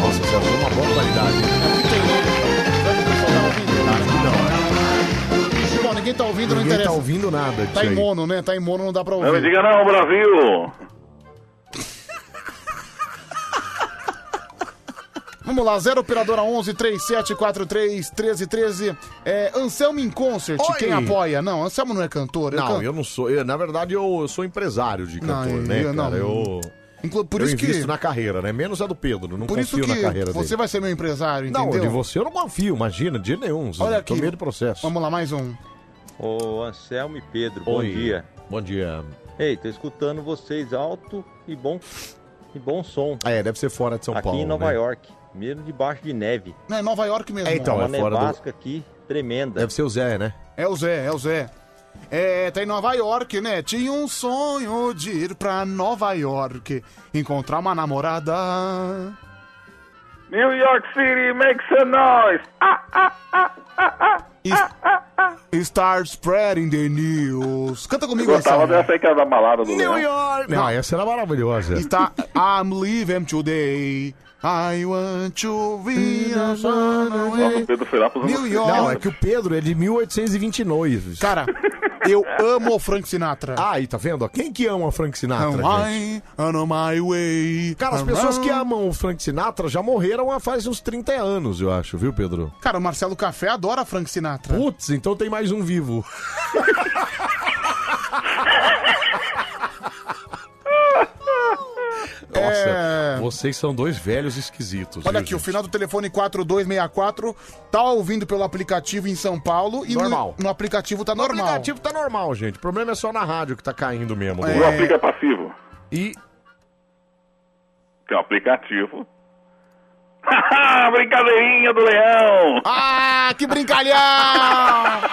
Speaker 1: Nossa, você achou uma boa qualidade. né?
Speaker 3: Bom, ninguém tá ouvindo, não
Speaker 1: Ninguém
Speaker 3: interessa.
Speaker 1: tá ouvindo nada disso
Speaker 3: Tá em
Speaker 1: aí.
Speaker 3: mono, né? Tá em mono, não dá pra ouvir.
Speaker 14: Não me diga não, Brasil.
Speaker 3: Vamos lá, 0 operadora 11 3743 1313. É, Anselmo em concert,
Speaker 1: Oi.
Speaker 3: quem apoia? Não, Anselmo não é cantor. é
Speaker 1: Não,
Speaker 3: can-
Speaker 1: eu não sou. eu, na verdade, eu, eu sou empresário de
Speaker 3: Não,
Speaker 1: cantor,
Speaker 3: eu-
Speaker 1: né,
Speaker 3: eu
Speaker 1: cara?
Speaker 3: não.
Speaker 1: Eu.
Speaker 3: Inclu- por
Speaker 1: eu
Speaker 3: isso que-
Speaker 1: invisto na carreira, né? Menos a do Pedro. Não
Speaker 3: Por isso
Speaker 1: confio
Speaker 3: que
Speaker 1: na carreira
Speaker 3: você
Speaker 1: dele.
Speaker 3: vai ser meu empresário,
Speaker 1: Não,
Speaker 3: entendeu?
Speaker 1: de você eu não confio, imagina, de nenhum.
Speaker 3: Olha
Speaker 1: Tô
Speaker 3: aqui.
Speaker 1: meio do processo.
Speaker 3: Vamos lá, mais um.
Speaker 20: Ô Anselmo e Pedro, bom
Speaker 1: Oi.
Speaker 20: dia.
Speaker 1: Bom dia.
Speaker 20: Ei, tô escutando vocês alto e bom e bom som.
Speaker 1: É, deve ser fora de São
Speaker 20: aqui
Speaker 1: Paulo.
Speaker 20: em Nova
Speaker 1: né?
Speaker 20: York, mesmo debaixo de neve.
Speaker 3: Não, é Nova York mesmo.
Speaker 1: É, então,
Speaker 20: uma
Speaker 1: é fora do.
Speaker 20: nevasca aqui tremenda.
Speaker 1: Deve ser o Zé, né?
Speaker 3: É o Zé, é o Zé. É, tá em Nova York, né? Tinha um sonho de ir pra Nova York, encontrar uma namorada.
Speaker 14: New York City make some noise.
Speaker 3: Start spreading the news. Canta comigo,
Speaker 14: Gostava
Speaker 3: Anselmo.
Speaker 14: dessa aí que era da balada do
Speaker 3: New
Speaker 14: Leão.
Speaker 3: York.
Speaker 1: Não, essa era maravilhosa.
Speaker 3: Está I'm leaving today. I want to be a runaway.
Speaker 14: Pedro foi lá pros anos
Speaker 3: New York.
Speaker 1: Não, é que o Pedro é de 1829.
Speaker 3: Cara, eu amo o Frank Sinatra.
Speaker 1: Aí, tá vendo? ó? Quem que ama o Frank Sinatra, gente?
Speaker 3: I on my way.
Speaker 1: Cara, as pessoas que amam o Frank Sinatra já morreram há faz uns 30 anos, eu acho, viu, Pedro?
Speaker 3: Cara, o Marcelo Café adora Frank Sinatra.
Speaker 1: Putz, então tem mais um vivo. Nossa,
Speaker 3: É.
Speaker 1: vocês são dois velhos esquisitos.
Speaker 3: Olha
Speaker 1: viu,
Speaker 3: aqui, o
Speaker 1: gente?
Speaker 3: final do telefone 4264 tá ouvindo pelo aplicativo em São Paulo e no-
Speaker 1: Normal.
Speaker 3: No, aplicativo tá
Speaker 1: O
Speaker 3: normal.
Speaker 1: aplicativo tá normal, gente. O problema é só na rádio que tá caindo mesmo. né?
Speaker 14: O aplicativo é passivo.
Speaker 1: E
Speaker 14: Tem um aplicativo. Ah, Brincadeirinha do Leão.
Speaker 3: Ah, que brincalhão!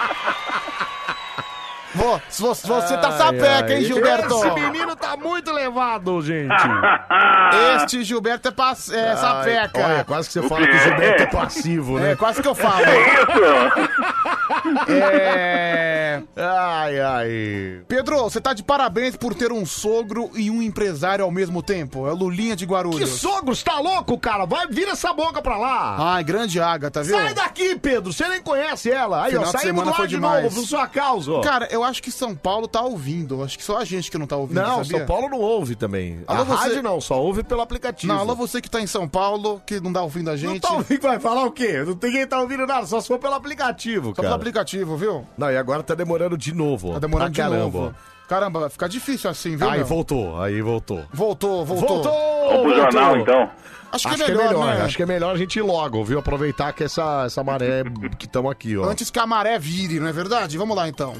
Speaker 3: Vô, se vo- se você tá
Speaker 1: Ai,
Speaker 3: sapeca,
Speaker 1: ai,
Speaker 3: hein, Gilberto?
Speaker 1: Esse menino tá muito levado, gente.
Speaker 14: Ah.
Speaker 3: Este Gilberto é, pas- é
Speaker 1: Ai,
Speaker 3: sapeca.
Speaker 1: Olha, quase que você
Speaker 3: O
Speaker 1: fala
Speaker 3: quê?
Speaker 1: que o Gilberto é passivo, né?
Speaker 3: É, quase que eu falo. É, É.
Speaker 1: Ai, ai.
Speaker 3: Pedro, você tá de parabéns por ter um sogro e um empresário ao mesmo tempo. É o Lulinha de
Speaker 1: Que
Speaker 3: Guarulhos.
Speaker 1: sogro, você tá louco, cara? Vai, vira essa boca pra lá.
Speaker 3: Ai, grande Agatha, viu?
Speaker 1: Sai daqui, Pedro, você nem conhece é ela. Aí,
Speaker 3: Final
Speaker 1: ó,
Speaker 3: de
Speaker 1: saímos
Speaker 3: semana
Speaker 1: do ar
Speaker 3: foi
Speaker 1: de
Speaker 3: demais.
Speaker 1: novo, por sua causa. ó.
Speaker 3: Cara, eu acho que São Paulo tá ouvindo. Acho que só a gente que não tá ouvindo.
Speaker 1: não,
Speaker 3: sabia?
Speaker 1: São Paulo não ouve também.
Speaker 3: Alô,
Speaker 1: a
Speaker 3: você-
Speaker 1: rádio não, só ouve pelo aplicativo.
Speaker 3: Não, alô, você que tá em São Paulo, que não tá ouvindo a gente.
Speaker 1: Não tá ouvindo, vai falar o quê? Não tem quem tá ouvindo nada, só se for pelo aplicativo,
Speaker 3: Só
Speaker 1: cara.
Speaker 3: pelo aplicativo, viu?
Speaker 1: Não, e agora tá demorando de novo, ó.
Speaker 3: Tá demorando de
Speaker 1: pra caramba,
Speaker 3: novo.
Speaker 1: ó.
Speaker 3: Caramba, vai ficar difícil assim, viu?
Speaker 1: Aí
Speaker 3: meu?
Speaker 1: voltou, aí voltou.
Speaker 3: Voltou, voltou.
Speaker 1: Voltou!
Speaker 3: Vamos pro jornal,
Speaker 14: então.
Speaker 3: Acho que é melhor, né?
Speaker 1: Acho que é melhor a gente ir logo, viu? Aproveitar que essa, essa maré que estamos aqui, ó.
Speaker 3: Antes que a maré vire, não é verdade? Vamos lá então.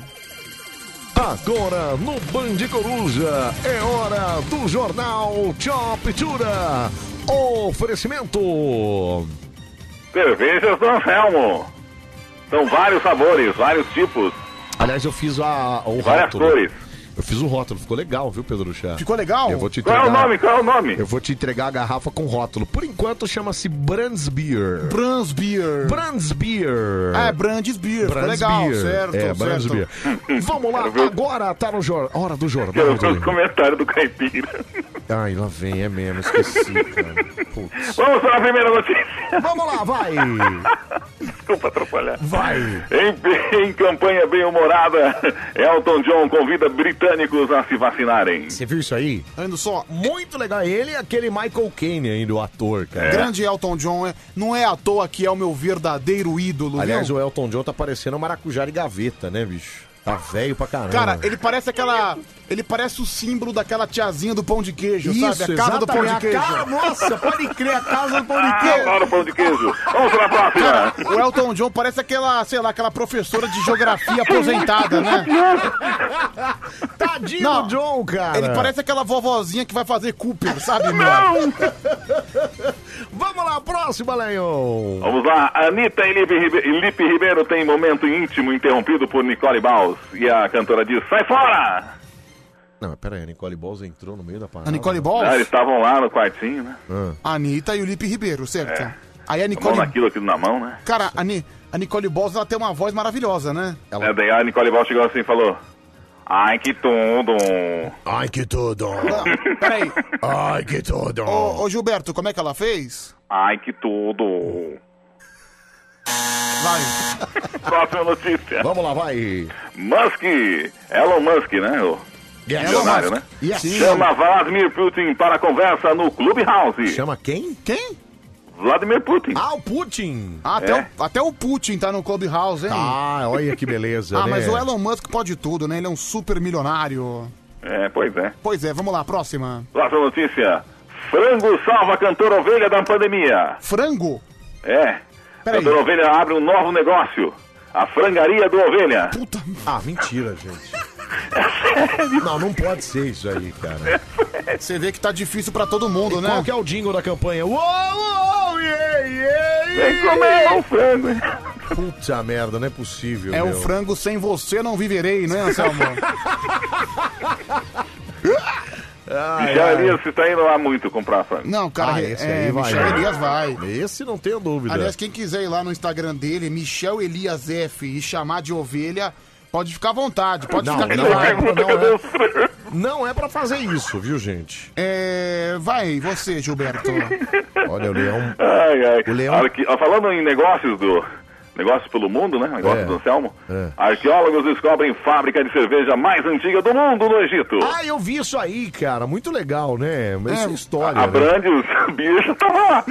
Speaker 1: Agora no Band Coruja é hora do Jornal Choptura. Oferecimento.
Speaker 14: Cervejas do Anselmo. São vários sabores, vários tipos.
Speaker 1: Aliás, eu fiz a, o
Speaker 14: Várias
Speaker 1: rótulo.
Speaker 14: cores.
Speaker 1: Eu fiz o rótulo, ficou legal, viu, Pedro Chá?
Speaker 3: Ficou legal?
Speaker 1: Eu vou te
Speaker 14: Qual é
Speaker 1: entregar...
Speaker 14: o nome? Qual é o nome?
Speaker 1: Eu vou te entregar a garrafa com rótulo. Por enquanto chama-se Brands Beer.
Speaker 3: Brands Beer.
Speaker 1: Brands Beer.
Speaker 3: Ah, é Brands Beer, ficou
Speaker 1: Brands
Speaker 3: legal,
Speaker 1: Beer.
Speaker 3: certo,
Speaker 1: É, Brands
Speaker 3: certo.
Speaker 1: Beer. Vamos lá, agora tá no jor... hora do jornal.
Speaker 14: Quero ver
Speaker 1: Toledo.
Speaker 14: os comentários do Caipira.
Speaker 1: Ai, lá vem, é mesmo, esqueci, cara. Putz.
Speaker 14: Vamos para a primeira notícia.
Speaker 1: Vamos lá, vai.
Speaker 14: Desculpa atrapalhar.
Speaker 1: Vai.
Speaker 14: Em, em campanha bem-humorada, Elton John convida britânicos a se vacinarem.
Speaker 1: Você viu isso aí?
Speaker 3: Olha Tá só,
Speaker 1: muito legal. Ele e aquele Michael Caine ainda, o ator, cara.
Speaker 3: Grande Elton John, é- não é à toa que é o meu verdadeiro ídolo,
Speaker 1: Aliás,
Speaker 3: viu?
Speaker 1: o Elton John tá parecendo um maracujá de gaveta, né, bicho? Tá velho pra caramba.
Speaker 3: Cara, ele parece aquela. Ele parece o símbolo daquela tiazinha do pão de queijo, sabe? A casa do pão de
Speaker 1: exatamente.
Speaker 3: queijo.
Speaker 1: A cara, nossa, pode crer, a casa do pão de
Speaker 14: Ah,
Speaker 1: queijo.
Speaker 14: adoro pão de queijo. Vamos para a próxima.
Speaker 3: O Elton John parece aquela, sei lá, aquela professora de geografia aposentada, né?
Speaker 1: Tadinho do John, cara.
Speaker 3: Ele parece aquela vovozinha que vai fazer Cooper, sabe? meu?
Speaker 1: Não! Vamos lá, próxima, Leon.
Speaker 14: Vamos lá, Anitta e Lipe, Ribe- e Lipe Ribeiro têm momento íntimo interrompido por Nicole Baus. E a cantora diz, sai fora!
Speaker 1: Não, mas pera aí, a Nicole Balls entrou no meio da parada. Ah.
Speaker 3: A Nicole Balls?
Speaker 14: Ah, eles estavam lá no quartinho, né?
Speaker 3: A Anitta e o Lipe Ribeiro, certo?
Speaker 14: É.
Speaker 3: Aí a
Speaker 14: Mão
Speaker 3: Nicole.
Speaker 14: naquilo, aquilo na mão, né?
Speaker 3: Cara, a, Ni... a Nicole Balls, ela tem uma voz maravilhosa, né?
Speaker 14: É, daí a Nicole Baus chegou assim e falou, ai que tudo!
Speaker 1: Ai, que tudo!
Speaker 3: Peraí.
Speaker 1: Ai, que tudo!
Speaker 3: Ô, ô, Gilberto, como é que ela fez?
Speaker 14: Ai que tudo!
Speaker 3: Vai.
Speaker 14: Próxima notícia.
Speaker 1: Vamos lá, vai.
Speaker 14: Musk, Elon Musk, né? O
Speaker 1: Yes.
Speaker 14: milionário,
Speaker 1: Elon
Speaker 14: né?
Speaker 1: Musk. Yes. Sim.
Speaker 14: Chama Vladimir Putin para conversa no Clubhouse.
Speaker 1: Chama quem? Quem?
Speaker 14: Vladimir Putin.
Speaker 1: Ah, o Putin.
Speaker 3: Ah, até,
Speaker 14: É.
Speaker 3: o, até o Putin tá no Clubhouse, hein?
Speaker 1: Ah, olha que beleza,
Speaker 3: Ah,
Speaker 1: né?
Speaker 3: mas o Elon Musk pode tudo, né? Ele é um super milionário.
Speaker 14: É, pois é.
Speaker 3: Pois é, vamos lá, próxima.
Speaker 14: Próxima notícia. Frango salva a cantora ovelha da pandemia.
Speaker 3: Frango?
Speaker 14: É.
Speaker 3: Peraí.
Speaker 14: Cantora ovelha abre um novo negócio. A frangaria do ovelha.
Speaker 1: Ah, mentira, gente. Não, não pode ser isso aí, cara.
Speaker 3: Você vê que tá difícil pra todo mundo, né?
Speaker 1: Qual que é o jingle da campanha? Uou, uou, yeah, yeah,
Speaker 14: Vem comer o frango.
Speaker 1: Puta merda, não é possível,
Speaker 3: É o
Speaker 1: meu.
Speaker 3: frango sem você não viverei, né, Anselmo?
Speaker 1: Ai,
Speaker 14: Michel
Speaker 1: ai.
Speaker 14: Elias, você tá indo lá muito comprar frango.
Speaker 3: Não, cara,
Speaker 1: é. Ah,
Speaker 3: é,
Speaker 1: esse aí vai,
Speaker 3: Michel
Speaker 1: né?
Speaker 3: Elias vai.
Speaker 1: Esse não tenho dúvida.
Speaker 3: Aliás, quem quiser ir lá no Instagram dele, Michel Elias F, e chamar de ovelha, pode ficar à vontade, pode
Speaker 1: não,
Speaker 3: ficar que ele
Speaker 1: não, é,
Speaker 3: vai.
Speaker 1: pra- não, é, não é pra fazer isso, viu, gente?
Speaker 3: É, vai, você, Gilberto.
Speaker 1: Olha, o Leão.
Speaker 14: Ai, ai.
Speaker 1: O Leão.
Speaker 14: Arque- ó, Falando em negócios do. Negócios pelo mundo, né? Negócio
Speaker 1: É.
Speaker 14: do Anselmo.
Speaker 1: É.
Speaker 14: Arqueólogos descobrem fábrica de cerveja mais antiga do mundo no Egito.
Speaker 1: Ah, eu vi isso aí, cara. Muito legal, né? Essa
Speaker 3: É,
Speaker 1: história.
Speaker 14: A
Speaker 1: né?
Speaker 14: Brandes, bicho, tava lá.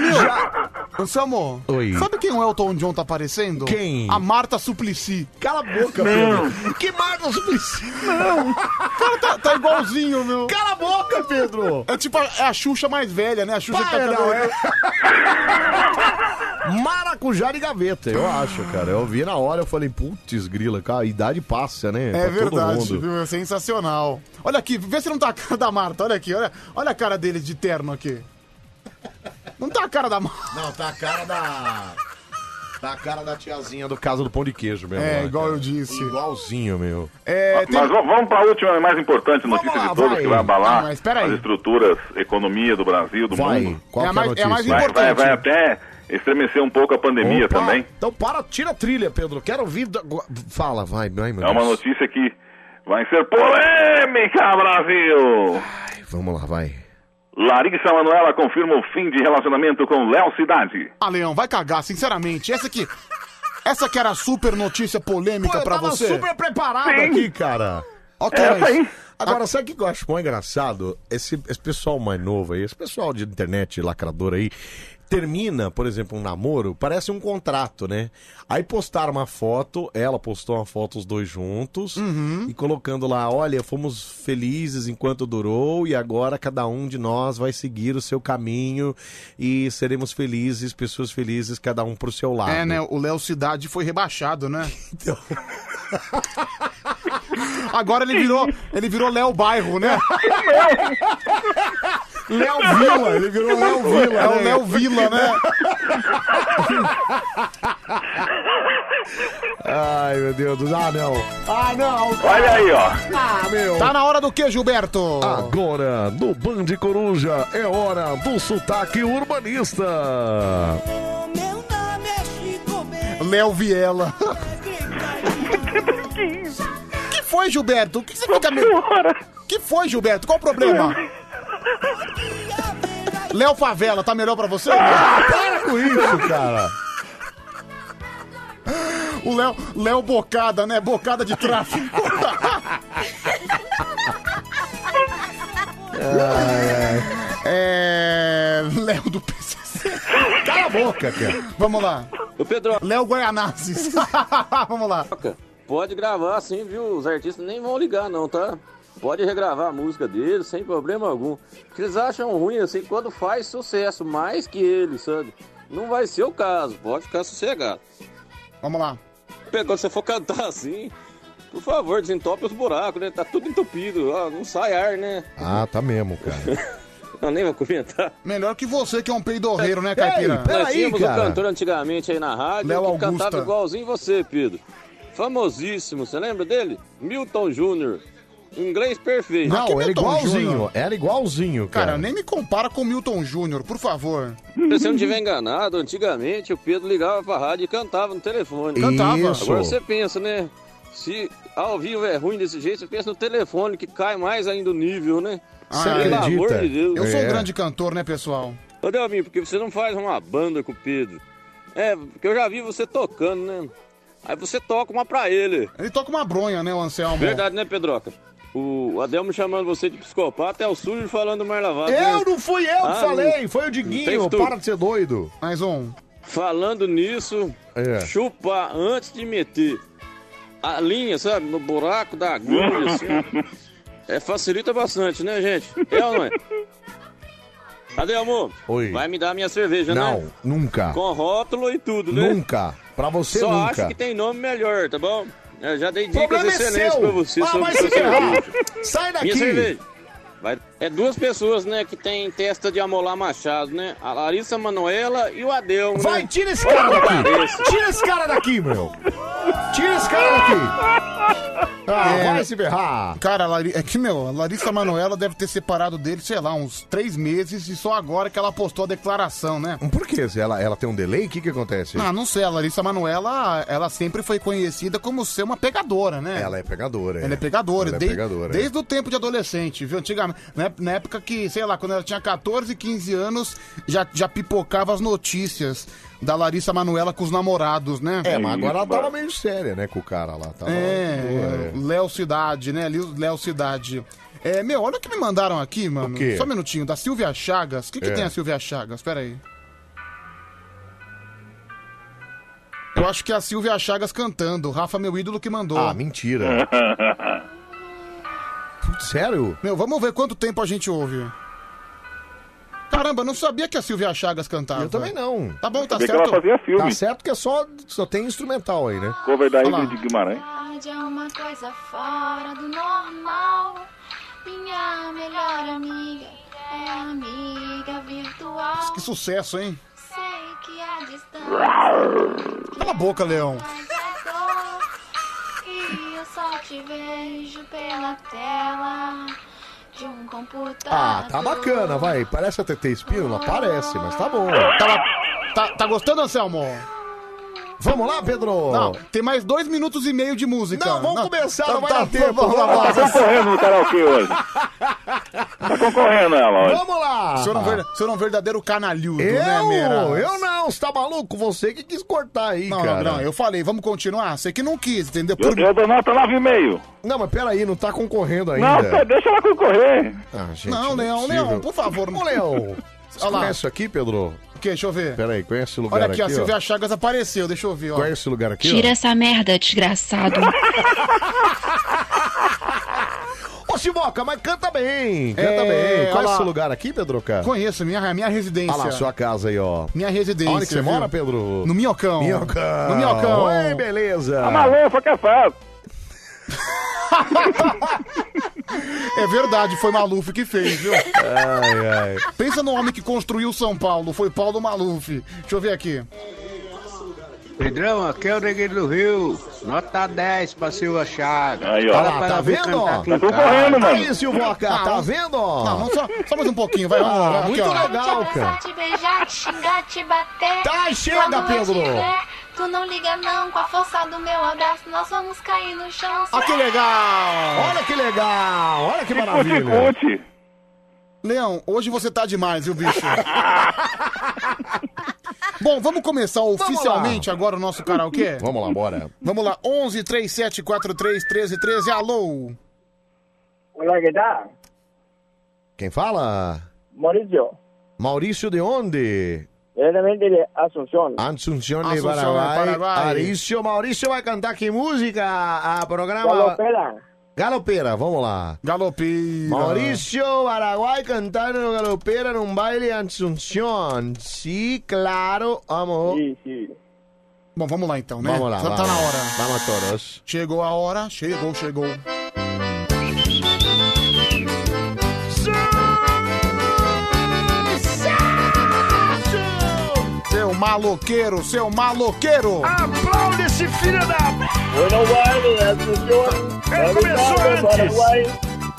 Speaker 3: Anselmo,
Speaker 1: Oi.
Speaker 3: sabe quem o Elton John tá aparecendo?
Speaker 1: Quem?
Speaker 3: A Marta Suplicy.
Speaker 1: Cala a boca,
Speaker 3: Não.
Speaker 1: Pedro. Que Marta Suplicy?
Speaker 3: Não! Cara, tá, tá igualzinho, meu.
Speaker 1: Cala a boca, Pedro.
Speaker 3: É tipo a, é a Xuxa mais velha, né? A Xuxa
Speaker 1: Para,
Speaker 3: que tá
Speaker 1: não,
Speaker 3: ficando-
Speaker 1: é. Maracujá de gaveta, eu acho, cara. Eu vi na hora, eu falei, putz, grila, cara, a idade passa, né? Pra
Speaker 3: É
Speaker 1: todo
Speaker 3: verdade,
Speaker 1: mundo.
Speaker 3: viu? É sensacional. Olha aqui, vê se não tá a cara da Marta. Olha aqui, olha, olha a cara dele de terno aqui. Não tá a cara da Marta.
Speaker 1: Não, tá a cara da. Tá a cara da tiazinha do Casa do Pão de Queijo mesmo.
Speaker 3: É,
Speaker 1: lá,
Speaker 3: igual
Speaker 1: cara.
Speaker 3: eu disse.
Speaker 1: Igualzinho, meu.
Speaker 3: É, tem-
Speaker 14: Mas v- vamos para a última e mais importante notícia
Speaker 3: lá,
Speaker 14: de todas,
Speaker 3: vai.
Speaker 14: que vai abalar
Speaker 3: Ah, mas peraí.
Speaker 14: as estruturas, economia do Brasil, do
Speaker 1: Vai,
Speaker 14: mundo.
Speaker 1: qual
Speaker 3: É a
Speaker 1: que é a
Speaker 3: mais- é
Speaker 1: notícia?
Speaker 3: a mais
Speaker 14: Vai, vai, vai até Estremeceu um pouco a pandemia
Speaker 33: Opa,
Speaker 14: também.
Speaker 33: Então para, tira a trilha, Pedro. Quero ouvir. da- gu- Fala, vai, vai, meu
Speaker 14: É uma
Speaker 33: Deus.
Speaker 14: notícia que vai ser polêmica, Brasil!
Speaker 33: Vamos lá, vai.
Speaker 14: Larissa Manoela confirma o fim de relacionamento com Léo Cidade.
Speaker 3: Ah, Leão, vai cagar, sinceramente. Essa aqui. Essa que era a super notícia polêmica
Speaker 1: Pô, eu
Speaker 3: pra
Speaker 1: tava
Speaker 3: você.
Speaker 1: super preparado Sim. aqui, cara.
Speaker 3: Ok,
Speaker 1: É,
Speaker 3: mas-
Speaker 1: mas- Agora, sabe o que eu acho mais engraçado? Esse, esse pessoal mais novo aí, esse pessoal de internet lacrador aí, termina, por exemplo, um namoro, parece um contrato, né? Aí postaram uma foto, ela postou uma foto os dois juntos, e colocando lá, olha, fomos felizes enquanto durou, e agora cada um de nós vai seguir o seu caminho, e seremos felizes, pessoas felizes, cada um pro seu lado.
Speaker 3: É, né? O Léo Cidade foi rebaixado, né? Agora ele virou, ele virou Léo Bairro, né? Léo Vila, ele virou Léo Vila. É o Léo Vila, né?
Speaker 1: Ai, meu Deus do céu, ah, não.
Speaker 3: Ah, não.
Speaker 1: Olha aí, ó.
Speaker 3: Ah, meu. Tá na hora do que, Gilberto?
Speaker 34: Agora, no Band Coruja, é hora do sotaque urbanista.
Speaker 3: Léo Viela. que foi, Gilberto? O que você fica meio. que foi, Gilberto? Qual o problema? Léo Favela, tá melhor pra você? para com isso, cara. O Léo, Léo Bocada, né? Bocada de tráfico. é... Léo do PCC. Cala a boca, cara. Vamos lá.
Speaker 19: O Pedro.
Speaker 3: Léo Guaianazes. Vamos lá.
Speaker 19: Pode gravar sim, viu? Os artistas nem vão ligar não, tá? Pode regravar a música deles sem problema algum. O que eles acham ruim assim quando faz sucesso, mais que eles, sabe? Não vai ser o caso, pode ficar sossegado.
Speaker 3: Vamos lá.
Speaker 19: Pedro, quando você for cantar assim, por favor, desentope os buracos, né? Tá tudo entupido, ó, não sai ar, né?
Speaker 1: Ah, tá mesmo, cara.
Speaker 19: Eu nem vou comentar.
Speaker 3: Melhor que você, que é um peidorreiro, né, Caipira?
Speaker 19: Nós tínhamos um cantor antigamente aí na rádio
Speaker 3: Léo
Speaker 19: que
Speaker 3: Augusta.
Speaker 19: cantava igualzinho você, Pedro. Famosíssimo, você lembra dele? Milton Júnior. Inglês perfeito.
Speaker 1: Não, era
Speaker 3: é Milton
Speaker 1: igualzinho,
Speaker 3: Júnior?
Speaker 1: era igualzinho, cara.
Speaker 3: Cara, nem me compara com o Milton Júnior, por favor.
Speaker 19: Se você não tiver enganado, antigamente o Pedro ligava pra rádio e cantava no telefone.
Speaker 3: Cantava.
Speaker 19: Agora
Speaker 3: Isso.
Speaker 19: você pensa, né? Se ao vivo é ruim desse jeito, você pensa no telefone, que cai mais ainda o nível, né?
Speaker 3: Ah,
Speaker 19: Pelo amor de Deus.
Speaker 3: Eu sou
Speaker 1: É.
Speaker 3: um grande cantor, né, pessoal?
Speaker 19: Ô, Delmin, porque você não faz uma banda com o Pedro? É, porque eu já vi você tocando, né? Aí você toca uma pra ele.
Speaker 3: Ele toca uma bronha, né, o
Speaker 1: é um
Speaker 3: Anselmo?
Speaker 19: Verdade, né, Pedroca? O Adelmo chamando você de psicopata é o sujo falando mais lavado. né?
Speaker 1: Eu não fui eu que
Speaker 19: Ah,
Speaker 1: falei,
Speaker 19: não-
Speaker 1: foi o
Speaker 19: não
Speaker 1: Diguinho,
Speaker 19: tem futuro.
Speaker 1: para de ser doido.
Speaker 3: Mais um.
Speaker 19: Falando nisso,
Speaker 1: É.
Speaker 19: chupa antes de meter a linha, sabe? No buraco da agulha, assim. É, facilita bastante, né, gente? É ou não é? Cadê, amor?
Speaker 1: Oi.
Speaker 19: Vai me dar minha cerveja,
Speaker 1: Não,
Speaker 19: né?
Speaker 1: nunca.
Speaker 19: Com rótulo e tudo, né?
Speaker 1: Nunca. Pra você,
Speaker 19: Só
Speaker 1: nunca.
Speaker 19: acho que tem nome melhor, tá bom? Eu já dei dicas
Speaker 1: Problema é
Speaker 19: excelentes
Speaker 1: seu.
Speaker 19: pra você
Speaker 1: Ah,
Speaker 19: sobre
Speaker 1: vai
Speaker 19: sua
Speaker 1: se ferrar.
Speaker 19: cerveja.
Speaker 1: Sai
Speaker 19: Minha
Speaker 1: daqui.
Speaker 19: cerveja. Vai- É duas pessoas, né, que tem testa de amolar machado, né? A Larissa Manoela e o né? Adel.
Speaker 1: Vai, tira esse cara daqui. Tira esse cara daqui, meu. Tira esse cara daqui. Ah, vai se ferrar.
Speaker 3: É. Cara, a Lari- é que, meu, a Larissa Manoela deve ter separado dele, sei lá, uns três meses e só agora que ela postou a declaração, né?
Speaker 1: Por quê? Se Ela, ela tem um delay? O que que acontece?
Speaker 3: Ah, não sei, a Larissa Manoela, ela sempre foi conhecida como ser uma pegadora, né?
Speaker 1: Ela é pegadora.
Speaker 3: Ela é pegadora,
Speaker 1: Ela é
Speaker 3: de-
Speaker 1: pegadora.
Speaker 3: desde o tempo de adolescente, viu? Antigamente, na ép- na época que, sei lá, quando ela tinha 14, 15 anos, já, já pipocava as notícias da Larissa Manoela com os namorados, né?
Speaker 1: É, mas agora ela tava meio séria, né, com o cara lá. Tava...
Speaker 3: É, Léo Cidade, né? Lio- Léo Cidade. É, meu, olha o que me mandaram aqui, mano.
Speaker 1: O quê?
Speaker 3: Só um minutinho, da Silvia Chagas. O que, que
Speaker 1: É.
Speaker 3: tem a Silvia Chagas? Pera aí. Eu acho que é a Silvia Chagas cantando. Rafa, meu ídolo, que mandou.
Speaker 1: Ah, mentira. Sério?
Speaker 3: Meu, vamos ver quanto tempo a gente ouve. Caramba, eu não sabia que a Silvia Chagas cantava. Eu
Speaker 1: também não.
Speaker 3: Tá bom, tá
Speaker 1: Sabia
Speaker 3: certo.
Speaker 1: que ela fazia filme. Tá
Speaker 3: certo
Speaker 1: que é só, só tem instrumental aí, né?
Speaker 14: Cover da
Speaker 1: Olha lá.
Speaker 14: Ingrid Guimarães.
Speaker 12: tarde é uma coisa fora do normal. Minha melhor amiga é amiga virtual.
Speaker 3: Que sucesso, hein?
Speaker 12: Sei que a distância
Speaker 3: Cala a boca, Leão.
Speaker 12: é dor. E eu só te vejo pela tela de um computador.
Speaker 1: tá Ah, tá bacana, vai. Parece a TT Espínola? Parece, mas tá bom.
Speaker 3: Tá, tá gostando, Anselmo?
Speaker 1: Vamos lá, Pedro?
Speaker 3: Não, tem mais dois minutos e meio de música.
Speaker 1: Não, vamos começar, não vai
Speaker 3: tá tá
Speaker 1: dar tempo,
Speaker 3: Vamos lá,
Speaker 1: vamos lá.
Speaker 3: vamos lá.
Speaker 14: Tá concorrendo no karaokê hoje. Tá concorrendo ela hoje.
Speaker 1: Vamos lá!
Speaker 3: Você é um verda- você é um verdadeiro canalhudo,
Speaker 1: Eu?
Speaker 3: né, Meira?
Speaker 1: Eu não, você tá maluco? Você que quis cortar aí,
Speaker 3: Não,
Speaker 1: cara.
Speaker 3: não, eu falei, vamos continuar. Você que não quis, entendeu?
Speaker 1: Eu- eu dou nota
Speaker 14: 9,5.
Speaker 1: Não, mas peraí, não tá concorrendo ainda.
Speaker 3: Não, tá-
Speaker 14: deixa ela concorrer.
Speaker 1: Ah, gente,
Speaker 3: Não,
Speaker 1: é
Speaker 3: Leão,
Speaker 1: possível.
Speaker 3: Leão, por favor.
Speaker 1: Ô, Leão, você
Speaker 3: Olha lá.
Speaker 1: conhece isso aqui, Pedro?
Speaker 3: O quê? Deixa eu ver.
Speaker 1: Peraí, conhece esse lugar
Speaker 3: Olha aqui, ó,
Speaker 1: aqui,
Speaker 3: Silvia Chagas apareceu, deixa eu ver, ó.
Speaker 1: Conhece esse lugar aqui,
Speaker 35: Tira essa merda, desgraçado.
Speaker 1: ó? Ô, Chimoca, mas canta bem, canta
Speaker 3: É,
Speaker 1: bem.
Speaker 3: olha
Speaker 1: Conhece
Speaker 3: lá.
Speaker 1: esse lugar aqui, Pedro, cara?
Speaker 3: Conheço, minha, minha residência.
Speaker 1: Olha lá, sua casa aí, ó.
Speaker 3: Minha residência.
Speaker 1: Onde que você
Speaker 3: viu?
Speaker 1: mora, Pedro?
Speaker 3: No Minhocão.
Speaker 1: Minhocão.
Speaker 3: No Minhocão.
Speaker 1: Oi, beleza.
Speaker 3: A malofa
Speaker 14: que é fácil.
Speaker 3: É verdade, foi Maluf que fez, viu?
Speaker 1: Ai, ai.
Speaker 3: Pensa no homem que construiu São Paulo, foi Paulo Maluf. Deixa eu ver aqui.
Speaker 7: Pedrão, aqui é o Neguinho do Rio. Nota 10 pra Silva Chagas.
Speaker 1: Aí, ó.
Speaker 7: Fala
Speaker 1: Ah,
Speaker 7: pra
Speaker 1: tá
Speaker 7: ela ver
Speaker 1: vendo,
Speaker 7: cantar
Speaker 1: ó?
Speaker 7: aqui
Speaker 1: Tá
Speaker 7: em casa.
Speaker 1: concorrendo, mano. Aí, Silvoca,
Speaker 3: Ah,
Speaker 1: tá
Speaker 3: um-
Speaker 1: vendo, ó?
Speaker 3: Não, não, só, só mais um pouquinho, vai. vamos lá,
Speaker 1: Ah,
Speaker 3: aqui,
Speaker 1: muito
Speaker 3: ó.
Speaker 1: legal, cara.
Speaker 36: te beijar, te xingar, te bater.
Speaker 1: Tá, chega,
Speaker 36: Quando eu
Speaker 1: Pedro.
Speaker 36: tiver, tu não liga não, com a força do meu abraço, nós vamos cair no chão.
Speaker 1: Olha Ah, que legal! Olha que legal! Olha que maravilha!
Speaker 3: Leão, hoje você tá demais, viu, bicho? Bom, vamos começar oficialmente agora o nosso karaokê?
Speaker 1: Vamos lá, bora.
Speaker 3: Vamos lá, 11 37 43 13 13, alô!
Speaker 12: Olá, que tal?
Speaker 1: Quem fala?
Speaker 12: Maurício,
Speaker 1: Maurício de onde?
Speaker 12: diretamente de Assunción.
Speaker 1: Ah, Assunción de
Speaker 12: Assunción de
Speaker 3: é
Speaker 1: Paraguai.
Speaker 12: Paraguai.
Speaker 1: Maurício, Maurício vai cantar que música? A programa...
Speaker 12: Galopera.
Speaker 1: Galopera, vamos lá.
Speaker 3: Galopera.
Speaker 1: Maurício Paraguai cantando galopera num baile em Assunción. Sí, claro, amor.
Speaker 12: Sí, sí.
Speaker 3: Bom, vamos lá então, né?
Speaker 1: Vamos lá,
Speaker 3: Tá, tá
Speaker 1: vamos.
Speaker 3: na hora.
Speaker 1: Vamos todos.
Speaker 3: Chegou a hora, chegou, chegou. Seu maloqueiro, seu maloqueiro!
Speaker 4: Aplaude esse filho da...
Speaker 12: Foi no baile, Assunción.
Speaker 4: Ele começou
Speaker 12: Capital
Speaker 4: antes.
Speaker 12: do Paraguai,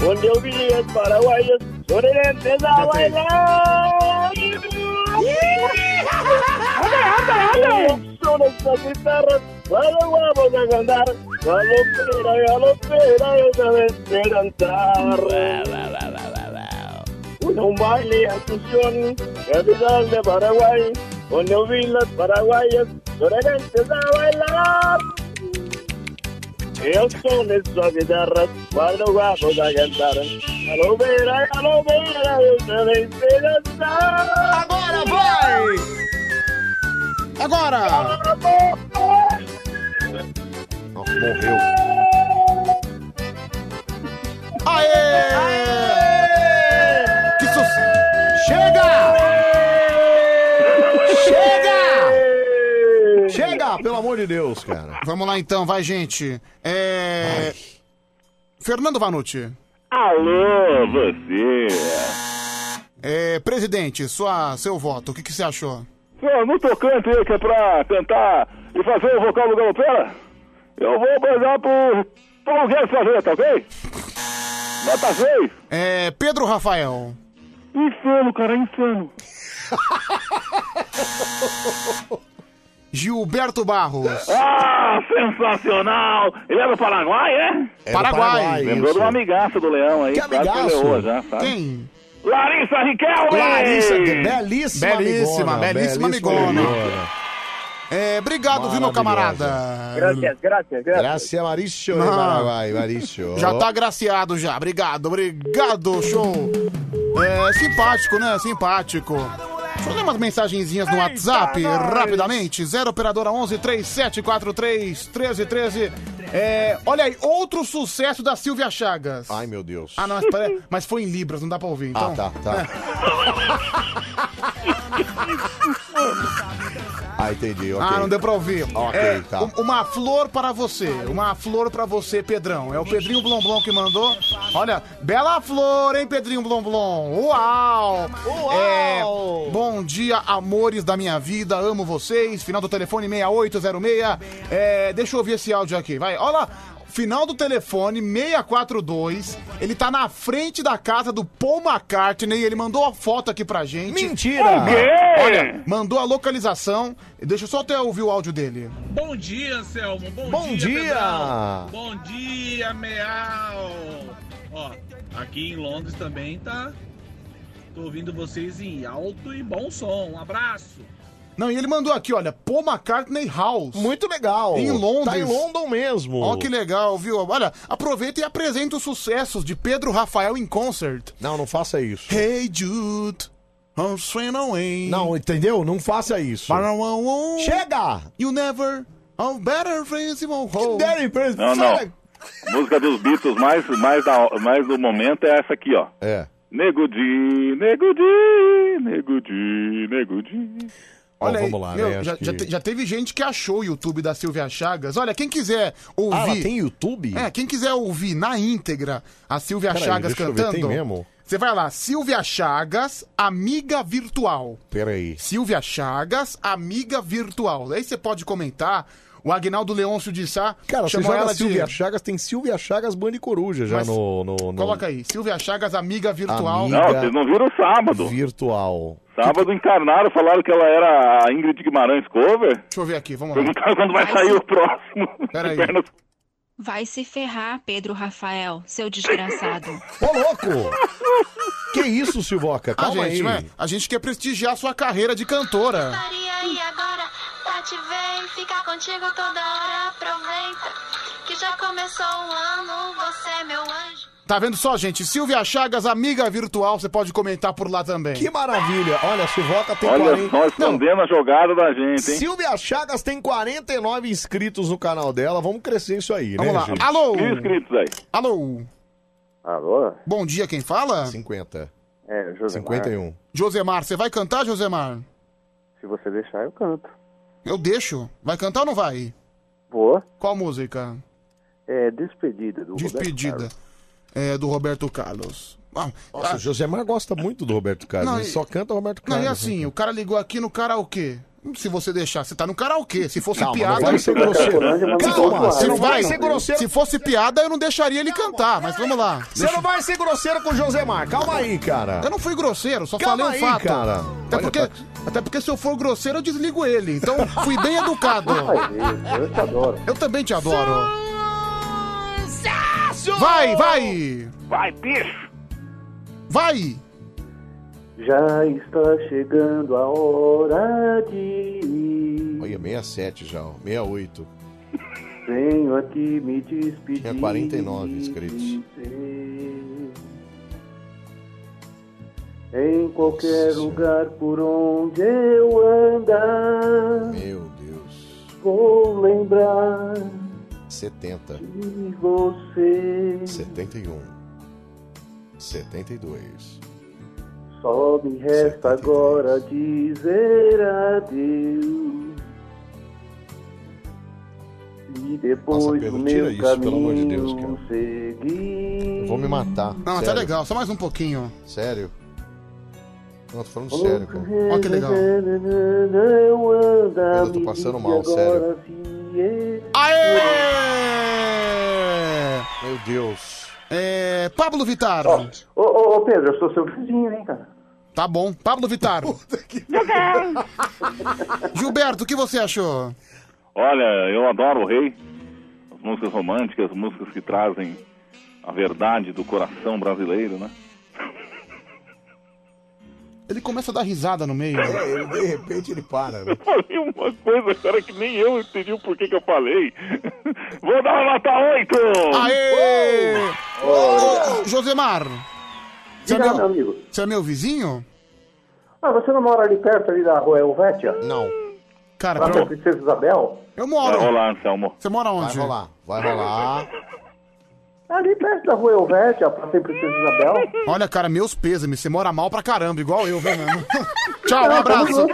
Speaker 12: onde eu vi os paraguaios, onde ele empezó a bailar. Son estas guitarras, cuando vamos a cantar, galopera, galopera, esa vez de cantar. Un baile Asunción, capital de Paraguay, donde eu vi las paraguayas, sobre gentes a bailar. Eu sou nessa guitarra, quando vamos a cantar. Galopera, galopera, esa vez de cantar. Agora vai!
Speaker 3: Agora!
Speaker 1: Morreu.
Speaker 3: Aê! Que sucesso! Chega!
Speaker 1: Chega! Chega, pelo amor de Deus, cara.
Speaker 3: Vamos lá então, vai, gente. É. Fernando Vanucci.
Speaker 14: Alô, você.
Speaker 3: É, presidente, sua, seu voto, o que, que você achou?
Speaker 14: Não, não tô canto aí que é pra cantar e fazer o vocal do galopera. Eu vou mandar pro Paulo Guedes fazer, tá ok? Nota 6.
Speaker 3: É, Pedro Rafael.
Speaker 14: Insano, cara, insano.
Speaker 3: Gilberto Barros.
Speaker 14: Ah, sensacional! Ele é do Paraguai, é?
Speaker 3: É do Paraguai, Paraguai,
Speaker 14: Lembrou
Speaker 3: isso.
Speaker 14: de um amigaço do Leão aí.
Speaker 3: Que
Speaker 14: quase
Speaker 3: amigaço?
Speaker 14: leoa já, sabe?
Speaker 3: Quem?
Speaker 14: Larissa Riquelme!
Speaker 3: Larissa,
Speaker 1: belíssima amigona,
Speaker 3: Belíssima, belíssima
Speaker 1: belíssima
Speaker 3: amigona.
Speaker 1: amigona.
Speaker 3: É, obrigado, viu, meu
Speaker 1: Maravilhosa.
Speaker 3: camarada?
Speaker 1: Gracias,
Speaker 12: gracias,
Speaker 1: Graças, Maurício de
Speaker 3: Não.
Speaker 1: Paraguai, Maurício.
Speaker 3: Já tá agraciado já. Obrigado, obrigado, show. É simpático, né? Simpático. Deixa eu ler umas mensagenzinhas no WhatsApp rapidamente. 0 operadora 11 3743 1313. É, olha aí, outro sucesso da Silvia Chagas.
Speaker 1: Ai, meu Deus.
Speaker 3: Ah, não, mas, pare- mas foi em Libras, não dá pra ouvir, então.
Speaker 1: Ah, tá, tá. Ah, entendi, ok.
Speaker 3: Ah, não deu pra ouvir.
Speaker 1: Ok,
Speaker 3: É,
Speaker 1: tá.
Speaker 3: um- Uma flor para você. Uma flor para você, Pedrão. É o Pedrinho Blomblom que mandou. Olha, bela flor, hein, Pedrinho Blomblom? Uau! É, bom dia, amores da minha vida. Amo vocês. Final do telefone 6806. É, deixa eu ouvir esse áudio aqui. Vai, olha lá. Final do telefone, 642. Ele tá na frente da casa do Paul McCartney. Ele mandou a foto aqui pra gente.
Speaker 12: Mentira! O quê?
Speaker 3: Olha, mandou a localização. Deixa eu só até ouvir o áudio dele.
Speaker 12: Bom dia, Anselmo. Bom,
Speaker 3: Bom
Speaker 12: dia.
Speaker 3: dia.
Speaker 12: Pedrão. Bom dia, Meal. Ó, aqui em Londres também tá. Tô ouvindo vocês em alto e bom som. Um abraço.
Speaker 3: Não, e ele mandou aqui, olha, Paul McCartney House.
Speaker 1: Muito legal.
Speaker 3: Em Londres.
Speaker 1: Tá em London mesmo.
Speaker 3: Ó, que legal, viu? Olha, aproveita e apresenta os sucessos de Pedro Rafael em concert.
Speaker 1: Não, não faça é isso.
Speaker 3: Hey Jude, I'm swinging away.
Speaker 1: Não, entendeu? Não faça isso. Chega!
Speaker 3: You never, I'm better principal home.
Speaker 1: Better
Speaker 14: Não, não. Música dos Beatles mais, mais, da, mais do momento é essa aqui, ó.
Speaker 1: É.
Speaker 14: Nego Di, Nego Di, Nego Di, Nego Di.
Speaker 3: Olha aí, meu,
Speaker 1: né?
Speaker 3: já, já te- já teve gente que achou o YouTube da Silvia Chagas. Olha, quem quiser ouvir.
Speaker 1: Ah, ela tem YouTube?
Speaker 3: É, quem quiser ouvir na íntegra a Silvia
Speaker 1: Peraí,
Speaker 3: Chagas
Speaker 1: deixa eu ver,
Speaker 3: cantando.
Speaker 1: tem mesmo?
Speaker 3: Você vai lá, Silvia Chagas, amiga virtual.
Speaker 1: Peraí.
Speaker 3: Silvia Chagas, amiga virtual. Aí você pode comentar. O Agnaldo Leôncio de Sá
Speaker 1: Cara, você
Speaker 3: chamou
Speaker 1: joga
Speaker 3: ela de...
Speaker 1: Silvia Chagas, tem Silvia Chagas Band e Coruja já
Speaker 3: Mas-
Speaker 1: no, no, no-
Speaker 3: Coloca aí, Silvia Chagas, amiga virtual.
Speaker 14: Não, vocês não viram sábado.
Speaker 1: Virtual.
Speaker 14: Sábado encarnaram, falaram que ela era a Ingrid Guimarães Cover.
Speaker 3: Deixa eu ver aqui, vamos lá.
Speaker 14: Perguntaram quando vai sair o próximo.
Speaker 3: Peraí.
Speaker 14: Pernas-
Speaker 7: Vai se ferrar, Pedro Rafael, seu desgraçado.
Speaker 1: Ô, louco! que isso, Silvoca?
Speaker 3: A
Speaker 1: Calma
Speaker 3: gente,
Speaker 1: aí.
Speaker 3: né? A gente quer prestigiar a sua carreira de cantora.
Speaker 37: Maria, e agora? Tá Pra te ver e ficar contigo toda hora, aproveita. Que já começou o ano, você é meu anjo.
Speaker 3: Tá vendo só, gente? Silvia Chagas, amiga virtual, você pode comentar por lá também.
Speaker 1: Que maravilha! Olha, a Silvoca tem
Speaker 14: Olha
Speaker 1: 40.
Speaker 14: só, escondendo a jogada da gente, hein?
Speaker 1: Silvia Chagas tem 49 inscritos no canal dela. Vamos crescer isso aí,
Speaker 3: Vamos
Speaker 1: né,
Speaker 3: lá.
Speaker 1: gente?
Speaker 3: Alô?
Speaker 14: inscritos aí.
Speaker 3: Alô?
Speaker 11: Alô?
Speaker 3: Bom dia, quem fala?
Speaker 1: 50.
Speaker 11: É, Josemar.
Speaker 1: 51.
Speaker 3: Josemar, você vai cantar, Josemar?
Speaker 11: Se você deixar, eu canto.
Speaker 3: Eu deixo. Vai cantar ou não vai?
Speaker 11: Vou.
Speaker 3: Qual música?
Speaker 11: É Despedida do
Speaker 3: Despedida.
Speaker 11: Roberto Carlos.
Speaker 3: É, do Roberto Carlos. Ah,
Speaker 1: Nossa, o Josemar gosta muito do Roberto Carlos.
Speaker 3: Não,
Speaker 1: ele
Speaker 3: e-
Speaker 1: só canta o Roberto
Speaker 3: não,
Speaker 1: Carlos.
Speaker 3: e assim, o cara ligou aqui no karaokê. Se você deixar, você tá no karaokê. Se fosse
Speaker 1: Calma,
Speaker 3: piada.
Speaker 1: não vai ser grosseiro.
Speaker 3: Calma,
Speaker 1: Calma,
Speaker 3: se,
Speaker 1: você não
Speaker 3: vai,
Speaker 1: vai ser grosseiro.
Speaker 3: se fosse piada, eu não deixaria ele cantar, mas vamos lá.
Speaker 1: Você não vai ser grosseiro com o Josemar. Calma aí, cara.
Speaker 3: Eu não fui grosseiro, só
Speaker 1: Calma
Speaker 3: falei o
Speaker 1: aí,
Speaker 3: fato.
Speaker 1: cara. tá
Speaker 3: Até, porque, até porque se eu for grosseiro, eu desligo ele. Então, fui bem educado.
Speaker 11: Eu te adoro.
Speaker 3: Eu também te adoro. Vai, vai!
Speaker 11: Vai, bicho!
Speaker 3: Vai!
Speaker 11: Já está chegando a hora de ir.
Speaker 1: né? Olha, 67 já, ó. 68.
Speaker 11: Venho aqui me despedir.
Speaker 1: Tinha 49 inscritos.
Speaker 11: Em qualquer lugar por onde eu andar,
Speaker 1: Meu Deus.
Speaker 11: vou lembrar
Speaker 1: 70.
Speaker 11: de você.
Speaker 1: 71. 72.
Speaker 11: Só me resta agora dizer adeus. E depois
Speaker 1: Nossa, Pedro,
Speaker 11: o
Speaker 1: tira
Speaker 11: meu
Speaker 1: isso,
Speaker 11: caminho
Speaker 1: pelo amor de Deus, cara.
Speaker 11: seguir.
Speaker 1: Eu vou me matar.
Speaker 3: Não, mas tá
Speaker 1: sério.
Speaker 3: legal, só mais um pouquinho.
Speaker 1: Sério? Não, tô falando sério, cara.
Speaker 3: Ó, que legal.
Speaker 11: Eu ando a
Speaker 1: Pedro, eu tô
Speaker 11: me
Speaker 1: passando
Speaker 11: dizer
Speaker 1: mal, sério.
Speaker 11: agora se eu-
Speaker 3: Aê!
Speaker 1: Meu Deus.
Speaker 3: É. Pablo Vittar.
Speaker 11: Ô, ô, ô, Pedro, eu sou seu vizinho, hein, cara?
Speaker 3: Tá bom. Pablo Vittar. Gilberto, o que você achou?
Speaker 14: Olha, eu adoro o rei. As músicas românticas, as músicas que trazem a verdade do coração brasileiro, né?
Speaker 3: Ele começa a dar risada no meio.
Speaker 1: É, ele, de repente ele para. né?
Speaker 14: Eu falei uma coisa, agora que nem eu entendi o porquê que eu falei. Vou dar uma nota 8!
Speaker 3: Aê! Ô, ô, Josemar. Você é,
Speaker 11: Diga, meu
Speaker 3: meu,
Speaker 11: amigo.
Speaker 3: você é meu vizinho?
Speaker 11: Ah, você não mora ali perto ali da rua Helvétia?
Speaker 1: Não.
Speaker 3: Cara,
Speaker 11: Lá
Speaker 3: pronto.
Speaker 11: pra Princesa Isabel?
Speaker 3: Eu moro.
Speaker 14: Vai rolar, Anselmo.
Speaker 3: Você mora onde?
Speaker 1: Vai rolar, vai rolar.
Speaker 11: Ali perto da rua Helvétia, pra ser Princesa Isabel.
Speaker 3: Olha, cara, meus pêsames. Você mora mal pra caramba, igual eu, viu, mano? Tchau, um abraço.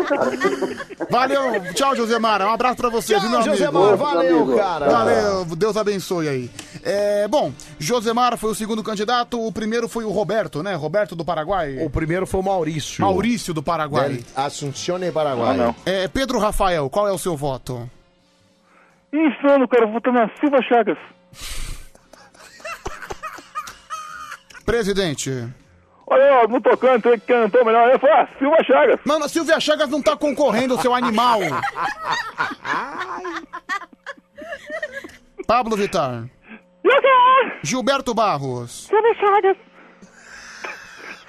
Speaker 3: Valeu, tchau, Josemar. Um abraço pra você,
Speaker 1: Tchau,
Speaker 3: viu, meu amigo?
Speaker 1: Josemar, valeu, Amigo. cara.
Speaker 3: Valeu, Deus abençoe aí. É, bom, Josemar foi o segundo candidato, o primeiro foi o Roberto, né? Roberto do Paraguai.
Speaker 1: O primeiro foi o Maurício.
Speaker 3: Maurício do Paraguai.
Speaker 1: Del Assunzione Paraguai.
Speaker 14: Não, não.
Speaker 3: É, Pedro Rafael, qual é o seu voto?
Speaker 14: Insano, cara, eu vou estar na Silva Chagas.
Speaker 3: Presidente.
Speaker 38: Olha, no tocante, quem cantou melhor aí foi a Silva Chagas.
Speaker 3: Mano, a Silvia Chagas não tá concorrendo, seu animal. Pablo Vittar. Gilberto Barros.
Speaker 39: Silvia Chagas.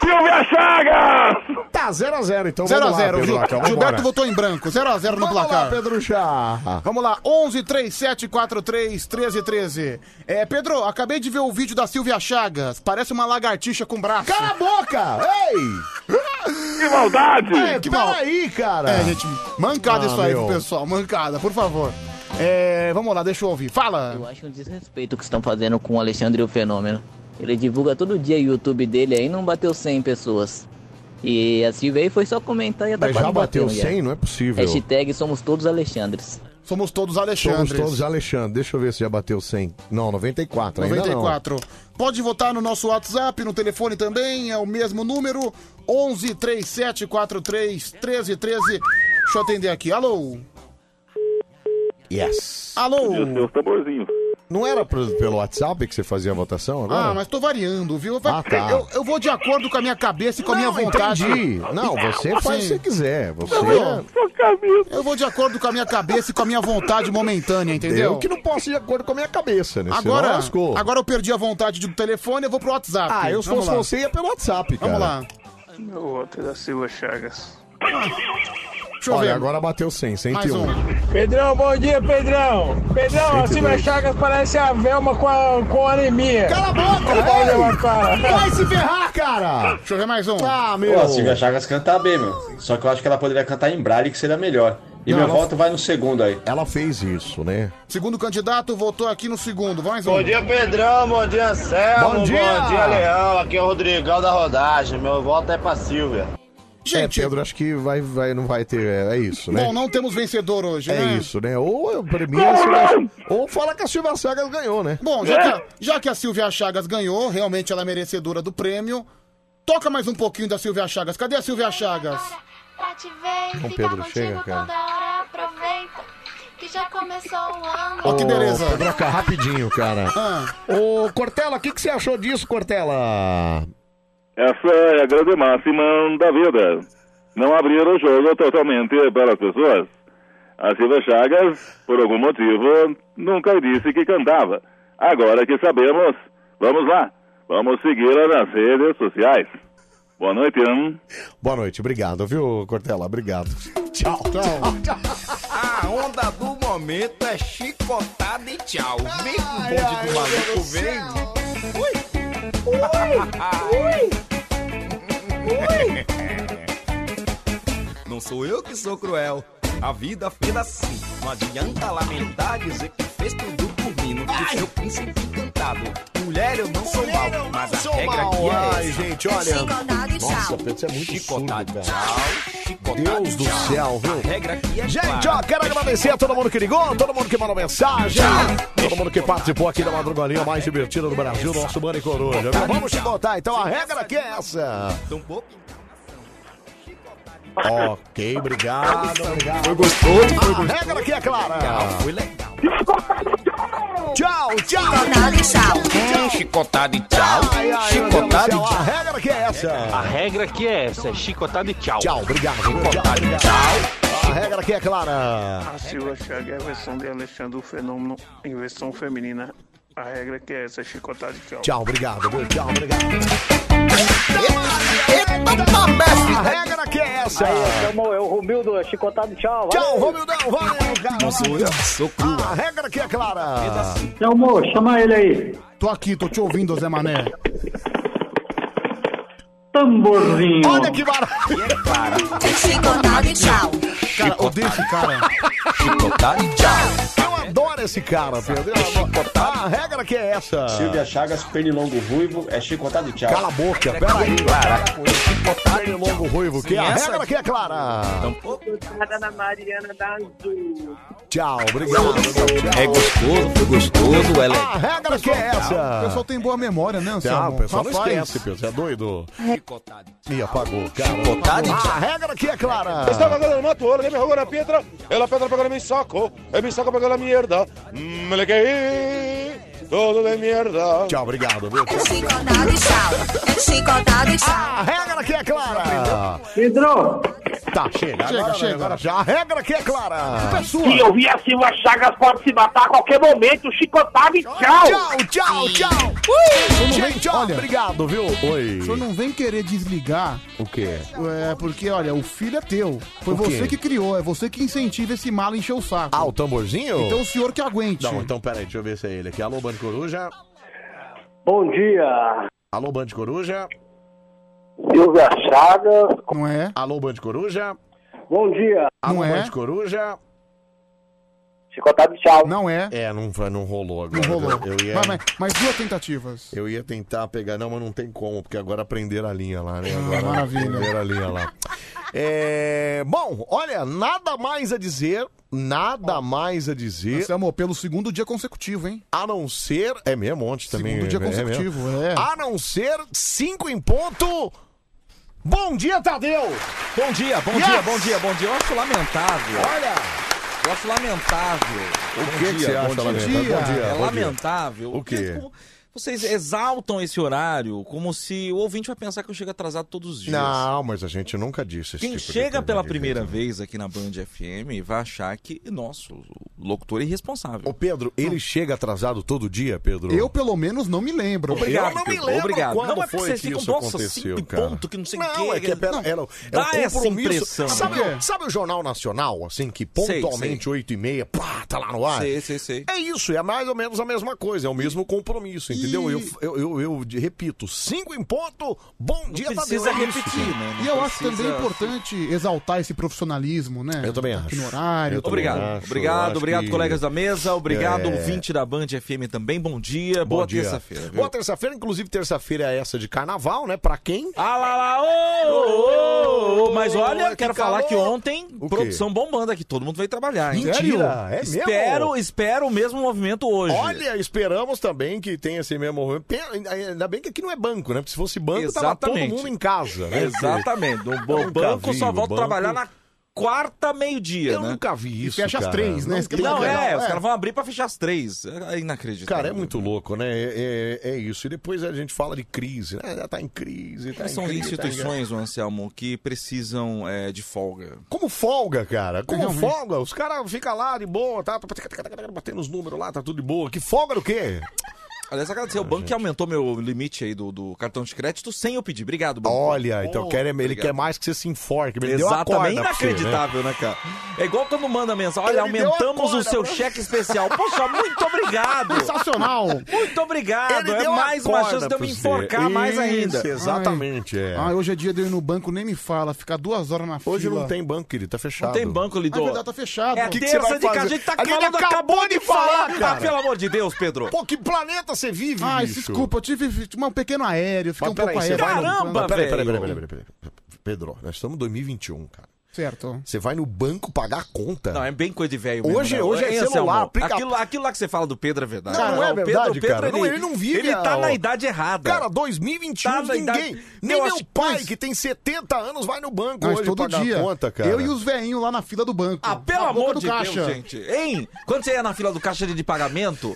Speaker 38: Silvia Chagas!
Speaker 1: Tá, 0x0 então.
Speaker 3: 0x0, Gil...
Speaker 1: votou
Speaker 3: Gilberto votou em branco. 0x0 no
Speaker 1: Vamos lá,
Speaker 3: placar.
Speaker 1: Pedro Chá.
Speaker 3: Vamos lá, 11 37 43 13 13. É, Pedro, acabei de ver o vídeo da Silvia Chagas. Parece uma lagartixa com braço. Cala a boca! Ei!
Speaker 38: Que maldade!
Speaker 3: É, que mal...
Speaker 1: Ah, Peraí, cara.
Speaker 3: É, gente,
Speaker 1: Ah,
Speaker 3: mancada isso aí,
Speaker 1: meu.
Speaker 3: pro pessoal. Mancada, por favor. É, vamos lá, deixa eu ouvir. Fala!
Speaker 12: Eu acho um desrespeito que estão fazendo com o Alexandre o Fenômeno. Ele divulga todo dia o YouTube dele aí não bateu 100 pessoas. E a Silvia aí foi só comentar e tá
Speaker 1: Mas
Speaker 12: quase
Speaker 1: já bateu
Speaker 12: batendo já.
Speaker 1: 100? Não é possível.
Speaker 12: Hashtag somos todos Alexandres.
Speaker 3: Somos todos
Speaker 1: Somos
Speaker 3: Alexandres.
Speaker 1: todos Alexandre. Deixa eu ver se já bateu 100. Não, 94. ainda não.
Speaker 3: 94. Pode votar no nosso WhatsApp, no telefone também, é o mesmo número, 11 37 43 13 13. Deixa eu atender aqui. Alô?
Speaker 1: Yes.
Speaker 3: Alô?
Speaker 1: Meu
Speaker 38: Deus, tamborzinho.
Speaker 1: Não era pro- pelo WhatsApp que você fazia a votação agora?
Speaker 3: Ah, mas tô variando, viu? Eu,
Speaker 1: Ah, tá.
Speaker 3: eu, eu vou de acordo com a minha cabeça e com a minha vontade. Ah,
Speaker 1: Entendi. Não, você faz o que você
Speaker 3: Sim.
Speaker 1: quiser. Você... é-
Speaker 3: Eu vou, eu vou de acordo com a minha cabeça e com a minha vontade momentânea, entendeu?
Speaker 1: Eu que não posso ir de acordo com a minha cabeça, né? Senão
Speaker 3: Agora,
Speaker 1: lascou.
Speaker 3: agora eu perdi a vontade do telefone, eu vou pro WhatsApp.
Speaker 1: Ah, eu se
Speaker 3: Vamos
Speaker 1: fosse
Speaker 3: lá.
Speaker 1: você ia pelo WhatsApp, cara.
Speaker 3: Vamos lá.
Speaker 9: Meu voto é da Silva Chagas.
Speaker 3: Deixa eu
Speaker 1: Olha,
Speaker 3: ver.
Speaker 1: agora bateu 100, 101.
Speaker 3: Mais um.
Speaker 40: Pedrão, bom dia, Pedrão. Pedrão, a Silvia Chagas parece a Velma com, a, com anemia.
Speaker 3: Cala a boca,
Speaker 40: Olha
Speaker 3: ei!
Speaker 40: uma cara.
Speaker 3: Vai se ferrar, cara! Deixa eu ver mais um. Ah,
Speaker 19: Pô, a Silvia Chagas canta bem, meu. Só que eu acho que ela poderia cantar em braille, que seria melhor. E
Speaker 3: Não,
Speaker 19: meu
Speaker 3: ela-
Speaker 19: voto vai no segundo aí.
Speaker 1: Ela fez isso, né?
Speaker 3: Segundo candidato votou aqui no segundo. Vai mais um.
Speaker 9: Bom dia, Pedrão. Bom dia, Anselmo.
Speaker 3: Bom dia.
Speaker 9: Bom dia, Leão. Aqui é o Rodrigão da rodagem. Meu voto é pra Silvia.
Speaker 1: Gente, é, Pedro, acho que vai, vai, não vai ter. É, é isso, né?
Speaker 3: Bom, não temos vencedor hoje,
Speaker 1: é
Speaker 3: né?
Speaker 1: isso, né? Ou premia a Silvia... Ou fala que a Silvia Chagas ganhou, né?
Speaker 3: Bom, já, tá. que a, já que a Silvia Chagas ganhou, realmente ela é merecedora do prêmio. Toca mais um pouquinho da Silvia Chagas. Cadê a Silvia Chagas?
Speaker 41: Pra te ver e
Speaker 1: Não,
Speaker 41: ficar
Speaker 1: Pedro, chega,
Speaker 41: contigo
Speaker 1: cara.
Speaker 41: toda hora. Aproveita que já começou o ano.
Speaker 1: Ô, Pedroca, rapidinho, cara.
Speaker 3: Ah.
Speaker 1: Ô, Cortella, o que, que você achou disso, Cortella?
Speaker 14: Essa é a grande máxima da vida. Não abrir o jogo totalmente para as pessoas. A Silva Chagas, por algum motivo, nunca disse que cantava. Agora que sabemos, vamos lá. Vamos segui-la nas redes sociais. Boa noite, hein?
Speaker 1: Boa noite, obrigado, viu, Cortella? Obrigado. Tchau. Tchau.
Speaker 4: A onda do momento é chicotada e tchau. Vem com o bonde do maluco, vem. Ui! Ui! Não sou eu que sou cruel. A vida fez assim. Não adianta lamentar, dizer que fez tudo por mim. Não fui seu príncipe encantado. Mulher, eu não sou mal. mas a regra aqui é essa.
Speaker 1: Ai, gente, olha.
Speaker 4: Chicotada e tchau.
Speaker 1: Nossa, Pedro, você é muito surdo, cara.
Speaker 4: Deus do céu, viu? é
Speaker 42: Gente, ó, quero agradecer a todo mundo que ligou, todo mundo que mandou mensagem,
Speaker 1: todo mundo que participou aqui da madrugalinha mais divertida do Brasil, nosso Mano e Coruja. viu? Vamos chicotar, então a regra que é essa. Ok, obrigado, obrigado. Foi gostoso, foi gostoso. A regra que é clara. Foi legal.
Speaker 42: Tchau, tchau.
Speaker 4: Hum, chicotada e tchau. Chicotada e tchau.
Speaker 1: A regra que é essa. A
Speaker 4: regra que é essa, chicotada e tchau.
Speaker 1: Tchau, obrigado.
Speaker 4: Chicotada e tchau.
Speaker 1: A regra que é clara.
Speaker 9: A Silva Chagas é a versão de Alexandre o Fenômeno em versão feminina. A regra que é essa, chicotada de tchau.
Speaker 1: Tchau, obrigado, viu? Tchau, obrigado.
Speaker 4: A
Speaker 1: regra que é essa.
Speaker 9: é o Romildo, é chicotado, tchau.
Speaker 1: Tchau, Romildão, valeu, cara.
Speaker 4: Não sou eu, sou cruel.
Speaker 1: A regra que é clara.
Speaker 3: Meu amor, chama ele aí. Tô aqui, tô te ouvindo, Zé Mané.
Speaker 9: Tamborzinho.
Speaker 1: Olha que maravilha.
Speaker 5: É
Speaker 4: Chicotada e tchau.
Speaker 3: Cara, odeio esse cara.
Speaker 4: Chicotada e tchau.
Speaker 1: Eu adoro esse cara, Pedro. Eu adoro. A regra que é essa.
Speaker 19: Silvia Chagas, pernilongo ruivo, é chicotado e tchau.
Speaker 1: Cala a boca, peraí. Pernilongo ruivo, que a regra que é clara.
Speaker 4: Então
Speaker 9: na Mariana da Azul.
Speaker 1: Tchau, obrigado.
Speaker 4: É gostoso, foi gostoso, ela
Speaker 1: A regra que é
Speaker 3: O
Speaker 1: essa.
Speaker 3: pessoal tem boa memória, né,
Speaker 1: Tchau,
Speaker 3: Anselmo?
Speaker 1: o é um pessoal não
Speaker 3: Rapaz.
Speaker 1: esquece, Pedro. Você é doido? Ih, apagou, cara.
Speaker 4: Chicotada e
Speaker 1: A
Speaker 4: tchau.
Speaker 1: regra que é clara.
Speaker 4: Você estava agora no Mato Ouro, ele me jogou na pedra, ela pedra pegou na minha saco, eu me saco pegou na minha herda. Hum, ele que-
Speaker 1: todo de merda. Tchau, obrigado. Viu? Tchau.
Speaker 5: Chicotada e tchau. É chicotada e tchau.
Speaker 1: A regra aqui é clara.
Speaker 5: Pedro.
Speaker 1: Tá, chega.
Speaker 5: Chega,
Speaker 1: agora,
Speaker 5: chega.
Speaker 1: agora já. A regra aqui é clara.
Speaker 7: Se eu vi assim, o Chagas pode se matar a qualquer momento. Chicotada e tchau.
Speaker 1: Tchau, tchau, tchau. Gente, ó, obrigado, viu? Oi.
Speaker 3: O senhor não vem querer desligar.
Speaker 1: O quê?
Speaker 3: É, porque, olha, o filho é teu. Foi
Speaker 1: O quê?
Speaker 3: você que criou, é você que incentiva esse mal a encher o saco.
Speaker 1: Ah, o tamborzinho?
Speaker 3: Então o senhor que aguente.
Speaker 1: Não, então peraí, deixa eu ver se é ele aqui. Alô, Band Coruja.
Speaker 7: Bom dia.
Speaker 1: Alô, Band Coruja.
Speaker 7: Silvia Chagas.
Speaker 3: Não é?
Speaker 1: Alô, Band Coruja.
Speaker 7: Bom dia.
Speaker 1: Alô, Band Coruja.
Speaker 7: Chicotado e tchau.
Speaker 3: Não é?
Speaker 1: É, não, foi- não rolou agora.
Speaker 3: Não rolou.
Speaker 1: Eu, eu ia,
Speaker 3: Mas, mas- mas duas tentativas.
Speaker 1: eu ia tentar pegar, não, mas não tem como, porque agora prenderam a linha lá, né? Agora
Speaker 3: Ah, maravilha.
Speaker 1: Prenderam a linha lá. É, bom, olha, nada mais a dizer, nada mais a dizer.
Speaker 3: Você amor, pelo segundo dia consecutivo, hein?
Speaker 1: A não ser. É mesmo, ontem também.
Speaker 3: Segundo
Speaker 1: é,
Speaker 3: dia
Speaker 1: é mesmo.
Speaker 3: consecutivo, é.
Speaker 1: A não ser 5 em ponto. Bom dia, Tadeu!
Speaker 43: Bom dia, bom
Speaker 1: Yes!
Speaker 43: dia, bom dia, bom dia. Eu acho lamentável.
Speaker 1: Olha!
Speaker 43: Eu acho lamentável.
Speaker 1: O
Speaker 43: Bom
Speaker 1: que que
Speaker 43: dia,
Speaker 1: você
Speaker 43: bom
Speaker 1: acha
Speaker 43: dia.
Speaker 1: lamentável? Bom dia,
Speaker 43: É
Speaker 1: bom dia.
Speaker 43: lamentável.
Speaker 1: O quê?
Speaker 43: Porque Vocês exaltam esse horário como se o ouvinte vai pensar que eu chego atrasado todos os dias.
Speaker 1: Não, mas a gente nunca disse tipo isso.
Speaker 43: Quem chega pela primeira vez aqui na Band FM vai achar que, nossa, o locutor é irresponsável. Hum.
Speaker 1: Ô Pedro, ele chega atrasado todo dia, Pedro?
Speaker 3: Eu, pelo menos, não me lembro.
Speaker 1: eu não me lembro quando
Speaker 43: Não é porque
Speaker 1: foi
Speaker 43: vocês
Speaker 1: que
Speaker 43: ficam,
Speaker 1: isso
Speaker 43: nossa,
Speaker 1: aconteceu,
Speaker 43: cinco
Speaker 1: cara.
Speaker 43: ponto que não sei o
Speaker 1: Não,
Speaker 43: quê.
Speaker 1: é que é, pera-
Speaker 43: Não,
Speaker 1: era- era um
Speaker 43: dá essa
Speaker 1: compromisso.
Speaker 43: impressão,
Speaker 1: Sabe,
Speaker 43: né?
Speaker 1: o- sabe o Jornal Nacional, assim, que
Speaker 43: Sei,
Speaker 1: pontualmente 8 e meia, pá, tá lá no ar?
Speaker 43: Sei, sei, sei.
Speaker 1: É isso, é mais ou menos a mesma coisa, é o mesmo compromisso, entendeu? Eu, eu, eu, eu de- repito, 5 em ponto, bom dia, Tadeu.
Speaker 43: precisa
Speaker 1: é isso,
Speaker 43: repetir,
Speaker 1: cara.
Speaker 43: né?
Speaker 3: assim, E eu acho também importante exaltar esse profissionalismo, né? Eu também acho. No horário. tudo.
Speaker 43: Obrigado, obrigado, obrigado, colegas da mesa, obrigado,
Speaker 1: É.
Speaker 43: ouvinte da Band FM também. Bom dia,
Speaker 1: Bom
Speaker 43: boa
Speaker 1: dia.
Speaker 43: terça-feira. viu?
Speaker 1: Boa terça-feira, inclusive terça-feira é essa de carnaval, né? Pra quem?
Speaker 43: Ah lá lá, ô, ô, ô, ô, mas olha,
Speaker 1: Que
Speaker 43: quero falar
Speaker 1: calor.
Speaker 43: que ontem
Speaker 1: O quê?
Speaker 43: produção bombando aqui, todo mundo veio trabalhar. hein?
Speaker 1: Mentira, é mesmo?
Speaker 43: Espero, espero o mesmo movimento hoje.
Speaker 1: Olha, esperamos também que tenha esse mesmo movimento. Pe- Ainda bem que aqui não é banco, né? Porque se fosse banco, tava todo
Speaker 43: Exatamente.
Speaker 1: mundo em casa, né?
Speaker 43: Exatamente. No
Speaker 1: Eu nunca
Speaker 43: banco
Speaker 1: vi
Speaker 43: só
Speaker 1: o
Speaker 43: volta a
Speaker 1: banco.
Speaker 43: trabalhar na quarta meio-dia,
Speaker 1: Eu
Speaker 43: né?
Speaker 1: nunca vi isso,
Speaker 43: fecha
Speaker 1: cara.
Speaker 43: às três, né?
Speaker 1: Não
Speaker 43: Não,
Speaker 1: tem lugar.
Speaker 43: é, os
Speaker 1: É.
Speaker 43: caras vão abrir pra fechar às três. É inacreditável.
Speaker 1: Cara, é muito louco, né? É, é- é isso. E depois a gente fala de crise, né? Ah, Tá em crise, tá em
Speaker 43: São
Speaker 1: crise, tá em-
Speaker 43: instituições, o Anselmo, que precisam é, de folga.
Speaker 1: Como folga, cara. Como
Speaker 43: Realmente.
Speaker 1: folga. Os caras ficam lá de boa, tá? Batendo os números lá, tá tudo de boa. Que folga do quê? Ah,
Speaker 43: Aliás, agradecer o banco que aumentou meu limite aí do, do cartão de crédito sem eu pedir. Obrigado, banco.
Speaker 1: Olha, então
Speaker 43: Pô,
Speaker 1: quer, ele
Speaker 43: obrigado.
Speaker 1: quer mais que você se enforque. Ele deu uma
Speaker 43: Exatamente,
Speaker 1: corda pra você, né?
Speaker 43: inacreditável, né? cara? É igual quando manda mensagem, olha,
Speaker 1: Ele deu uma
Speaker 43: aumentamos o
Speaker 1: corda
Speaker 43: seu
Speaker 12: né?"
Speaker 1: pra-
Speaker 43: cheque especial. Poxa, muito obrigado.
Speaker 3: Sensacional.
Speaker 43: Muito obrigado.
Speaker 1: Ele
Speaker 43: é
Speaker 1: deu uma
Speaker 43: mais uma
Speaker 1: corda
Speaker 43: chance de eu
Speaker 1: pra
Speaker 43: me
Speaker 1: você.
Speaker 43: enforcar mais
Speaker 1: Isso,
Speaker 43: ainda.
Speaker 1: Exatamente, é.
Speaker 3: Ah, hoje é dia de eu ir no banco, nem me fala. Ficar duas horas na fila.
Speaker 1: Hoje não tem banco, querido, tá fechado.
Speaker 43: Não tem banco, Lidô.
Speaker 3: Ah, é verdade, tá fechado.
Speaker 43: É
Speaker 3: O que que
Speaker 43: terça
Speaker 3: você vai
Speaker 43: de casa, a
Speaker 3: fazer?
Speaker 43: gente tá
Speaker 3: A gente
Speaker 43: falando,
Speaker 3: acabou de falar,
Speaker 43: Ah,
Speaker 3: cara.
Speaker 43: pelo amor de Deus, Pedro.
Speaker 1: Pô, que planeta você vive,
Speaker 3: Ai,
Speaker 1: bicho?
Speaker 3: desculpa, eu tive tive um pequeno aéreo, fiquei
Speaker 1: Mas
Speaker 3: um pouco
Speaker 1: peraí, você
Speaker 3: aéreo.
Speaker 1: vai no-
Speaker 43: Caramba,
Speaker 1: Mas peraí, peraí,
Speaker 43: velho.
Speaker 1: peraí, peraí, peraí, peraí. Pedro, nós estamos em 2021, cara.
Speaker 3: Certo.
Speaker 1: Você vai no banco pagar a conta.
Speaker 43: Não, é bem coisa de velho mesmo,
Speaker 1: Hoje-
Speaker 43: né?
Speaker 1: hoje é
Speaker 43: Hein, Anselmo?
Speaker 1: celular, aplica-
Speaker 43: Aquilo, aquilo lá que você fala do Pedro é verdade.
Speaker 1: Não, não é
Speaker 43: o Pedro-
Speaker 1: verdade,
Speaker 43: o Pedro,
Speaker 1: cara. Não, ele não vive
Speaker 43: Ele tá
Speaker 1: a-
Speaker 43: na idade errada.
Speaker 1: Cara, 2021,
Speaker 43: Tá na
Speaker 1: ninguém.
Speaker 43: idade-
Speaker 1: Nem
Speaker 43: Eu
Speaker 1: meu
Speaker 43: acho-
Speaker 1: pai, que tem 70 anos, vai no banco
Speaker 3: Mas
Speaker 1: hoje
Speaker 3: todo
Speaker 1: pagar
Speaker 3: dia.
Speaker 1: conta, cara.
Speaker 3: Eu e os veinhos lá na fila do banco.
Speaker 43: Ah, pelo
Speaker 3: Na boca
Speaker 43: amor
Speaker 3: do
Speaker 43: de
Speaker 3: caixa.
Speaker 43: Deus, gente. Hein? Quando você ia na fila do caixa de pagamento...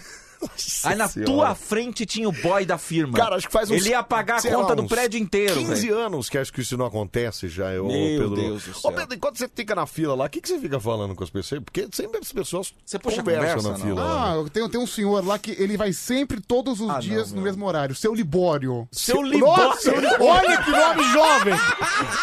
Speaker 43: aí na
Speaker 1: Senhora.
Speaker 43: tua frente tinha o boy da firma.
Speaker 1: Cara, acho que faz uns...
Speaker 43: Ele ia pagar a
Speaker 1: sei lá,
Speaker 43: conta do
Speaker 1: uns
Speaker 43: prédio inteiro,
Speaker 1: 15
Speaker 43: velho.
Speaker 1: anos que acho que isso não acontece já, ô,
Speaker 43: Meu
Speaker 1: Pedro.
Speaker 43: Deus do
Speaker 1: Ô, Pedro, enquanto você fica na fila lá, o que, que você fica falando com as pessoas? Porque é sempre as pessoas você
Speaker 3: Puxa,
Speaker 1: conversam na
Speaker 3: não.
Speaker 1: fila. né? lá,
Speaker 3: Ah, tem, tem um senhor lá que ele vai sempre, todos
Speaker 43: Ah,
Speaker 3: os dias, no mesmo horário. Seu Libório.
Speaker 1: Seu
Speaker 3: Libório.
Speaker 1: Libório.
Speaker 3: Olha que nome jovem.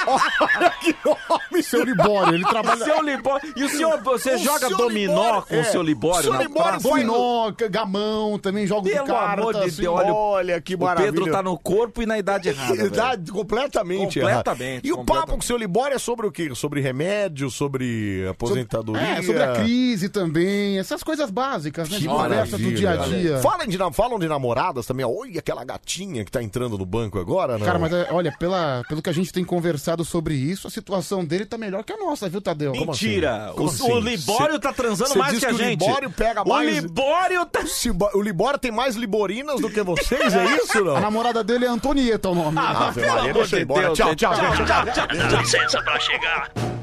Speaker 3: Olha
Speaker 1: que nome.
Speaker 3: Seu Libório, ele trabalha...
Speaker 43: Seu Libório. E o senhor, você
Speaker 3: O
Speaker 43: joga
Speaker 3: seu
Speaker 43: dominó
Speaker 3: Libório- é.
Speaker 43: com o seu Libório
Speaker 3: Seu
Speaker 43: na
Speaker 3: Libório
Speaker 43: praça?
Speaker 3: dominó, gamão, também jogo de
Speaker 43: Pelo
Speaker 3: carta.
Speaker 43: amor de
Speaker 3: assim,
Speaker 43: Deus, olha, o- o Pedro tá
Speaker 3: no
Speaker 43: no corpo e na idade errada. velho.
Speaker 1: Idade completamente errada.
Speaker 43: Completamente,
Speaker 1: E o papo com o seu Libório é sobre o quê? Sobre remédio, sobre aposentadoria?
Speaker 3: É, sobre a crise também, essas coisas básicas, né?
Speaker 1: Que
Speaker 3: de conversa do dia a
Speaker 1: maravilha.
Speaker 3: dia.
Speaker 1: Falam de, na- falam um de namoradas também. Olha aquela gatinha que tá entrando no banco agora, né?
Speaker 3: Cara, mas é, olha, pela, pelo que a gente tem conversado sobre isso, a situação dele tá melhor que a nossa, viu, Tadeu?
Speaker 43: Como Mentira! O, o Libório tá transando
Speaker 1: Cê
Speaker 43: mais
Speaker 1: diz
Speaker 43: que a gente.
Speaker 1: O Libório pega mais...
Speaker 43: O Libório tá...
Speaker 1: Se bo- O Libório tem mais liborinas do que vocês, é isso, não?
Speaker 3: A namorada dele é Antonieta o nome.
Speaker 1: Ave Maria, deixa eu ir embora. Tchau, tchau, gente.
Speaker 3: tchau.
Speaker 1: tchau.
Speaker 7: Licença pra chegar.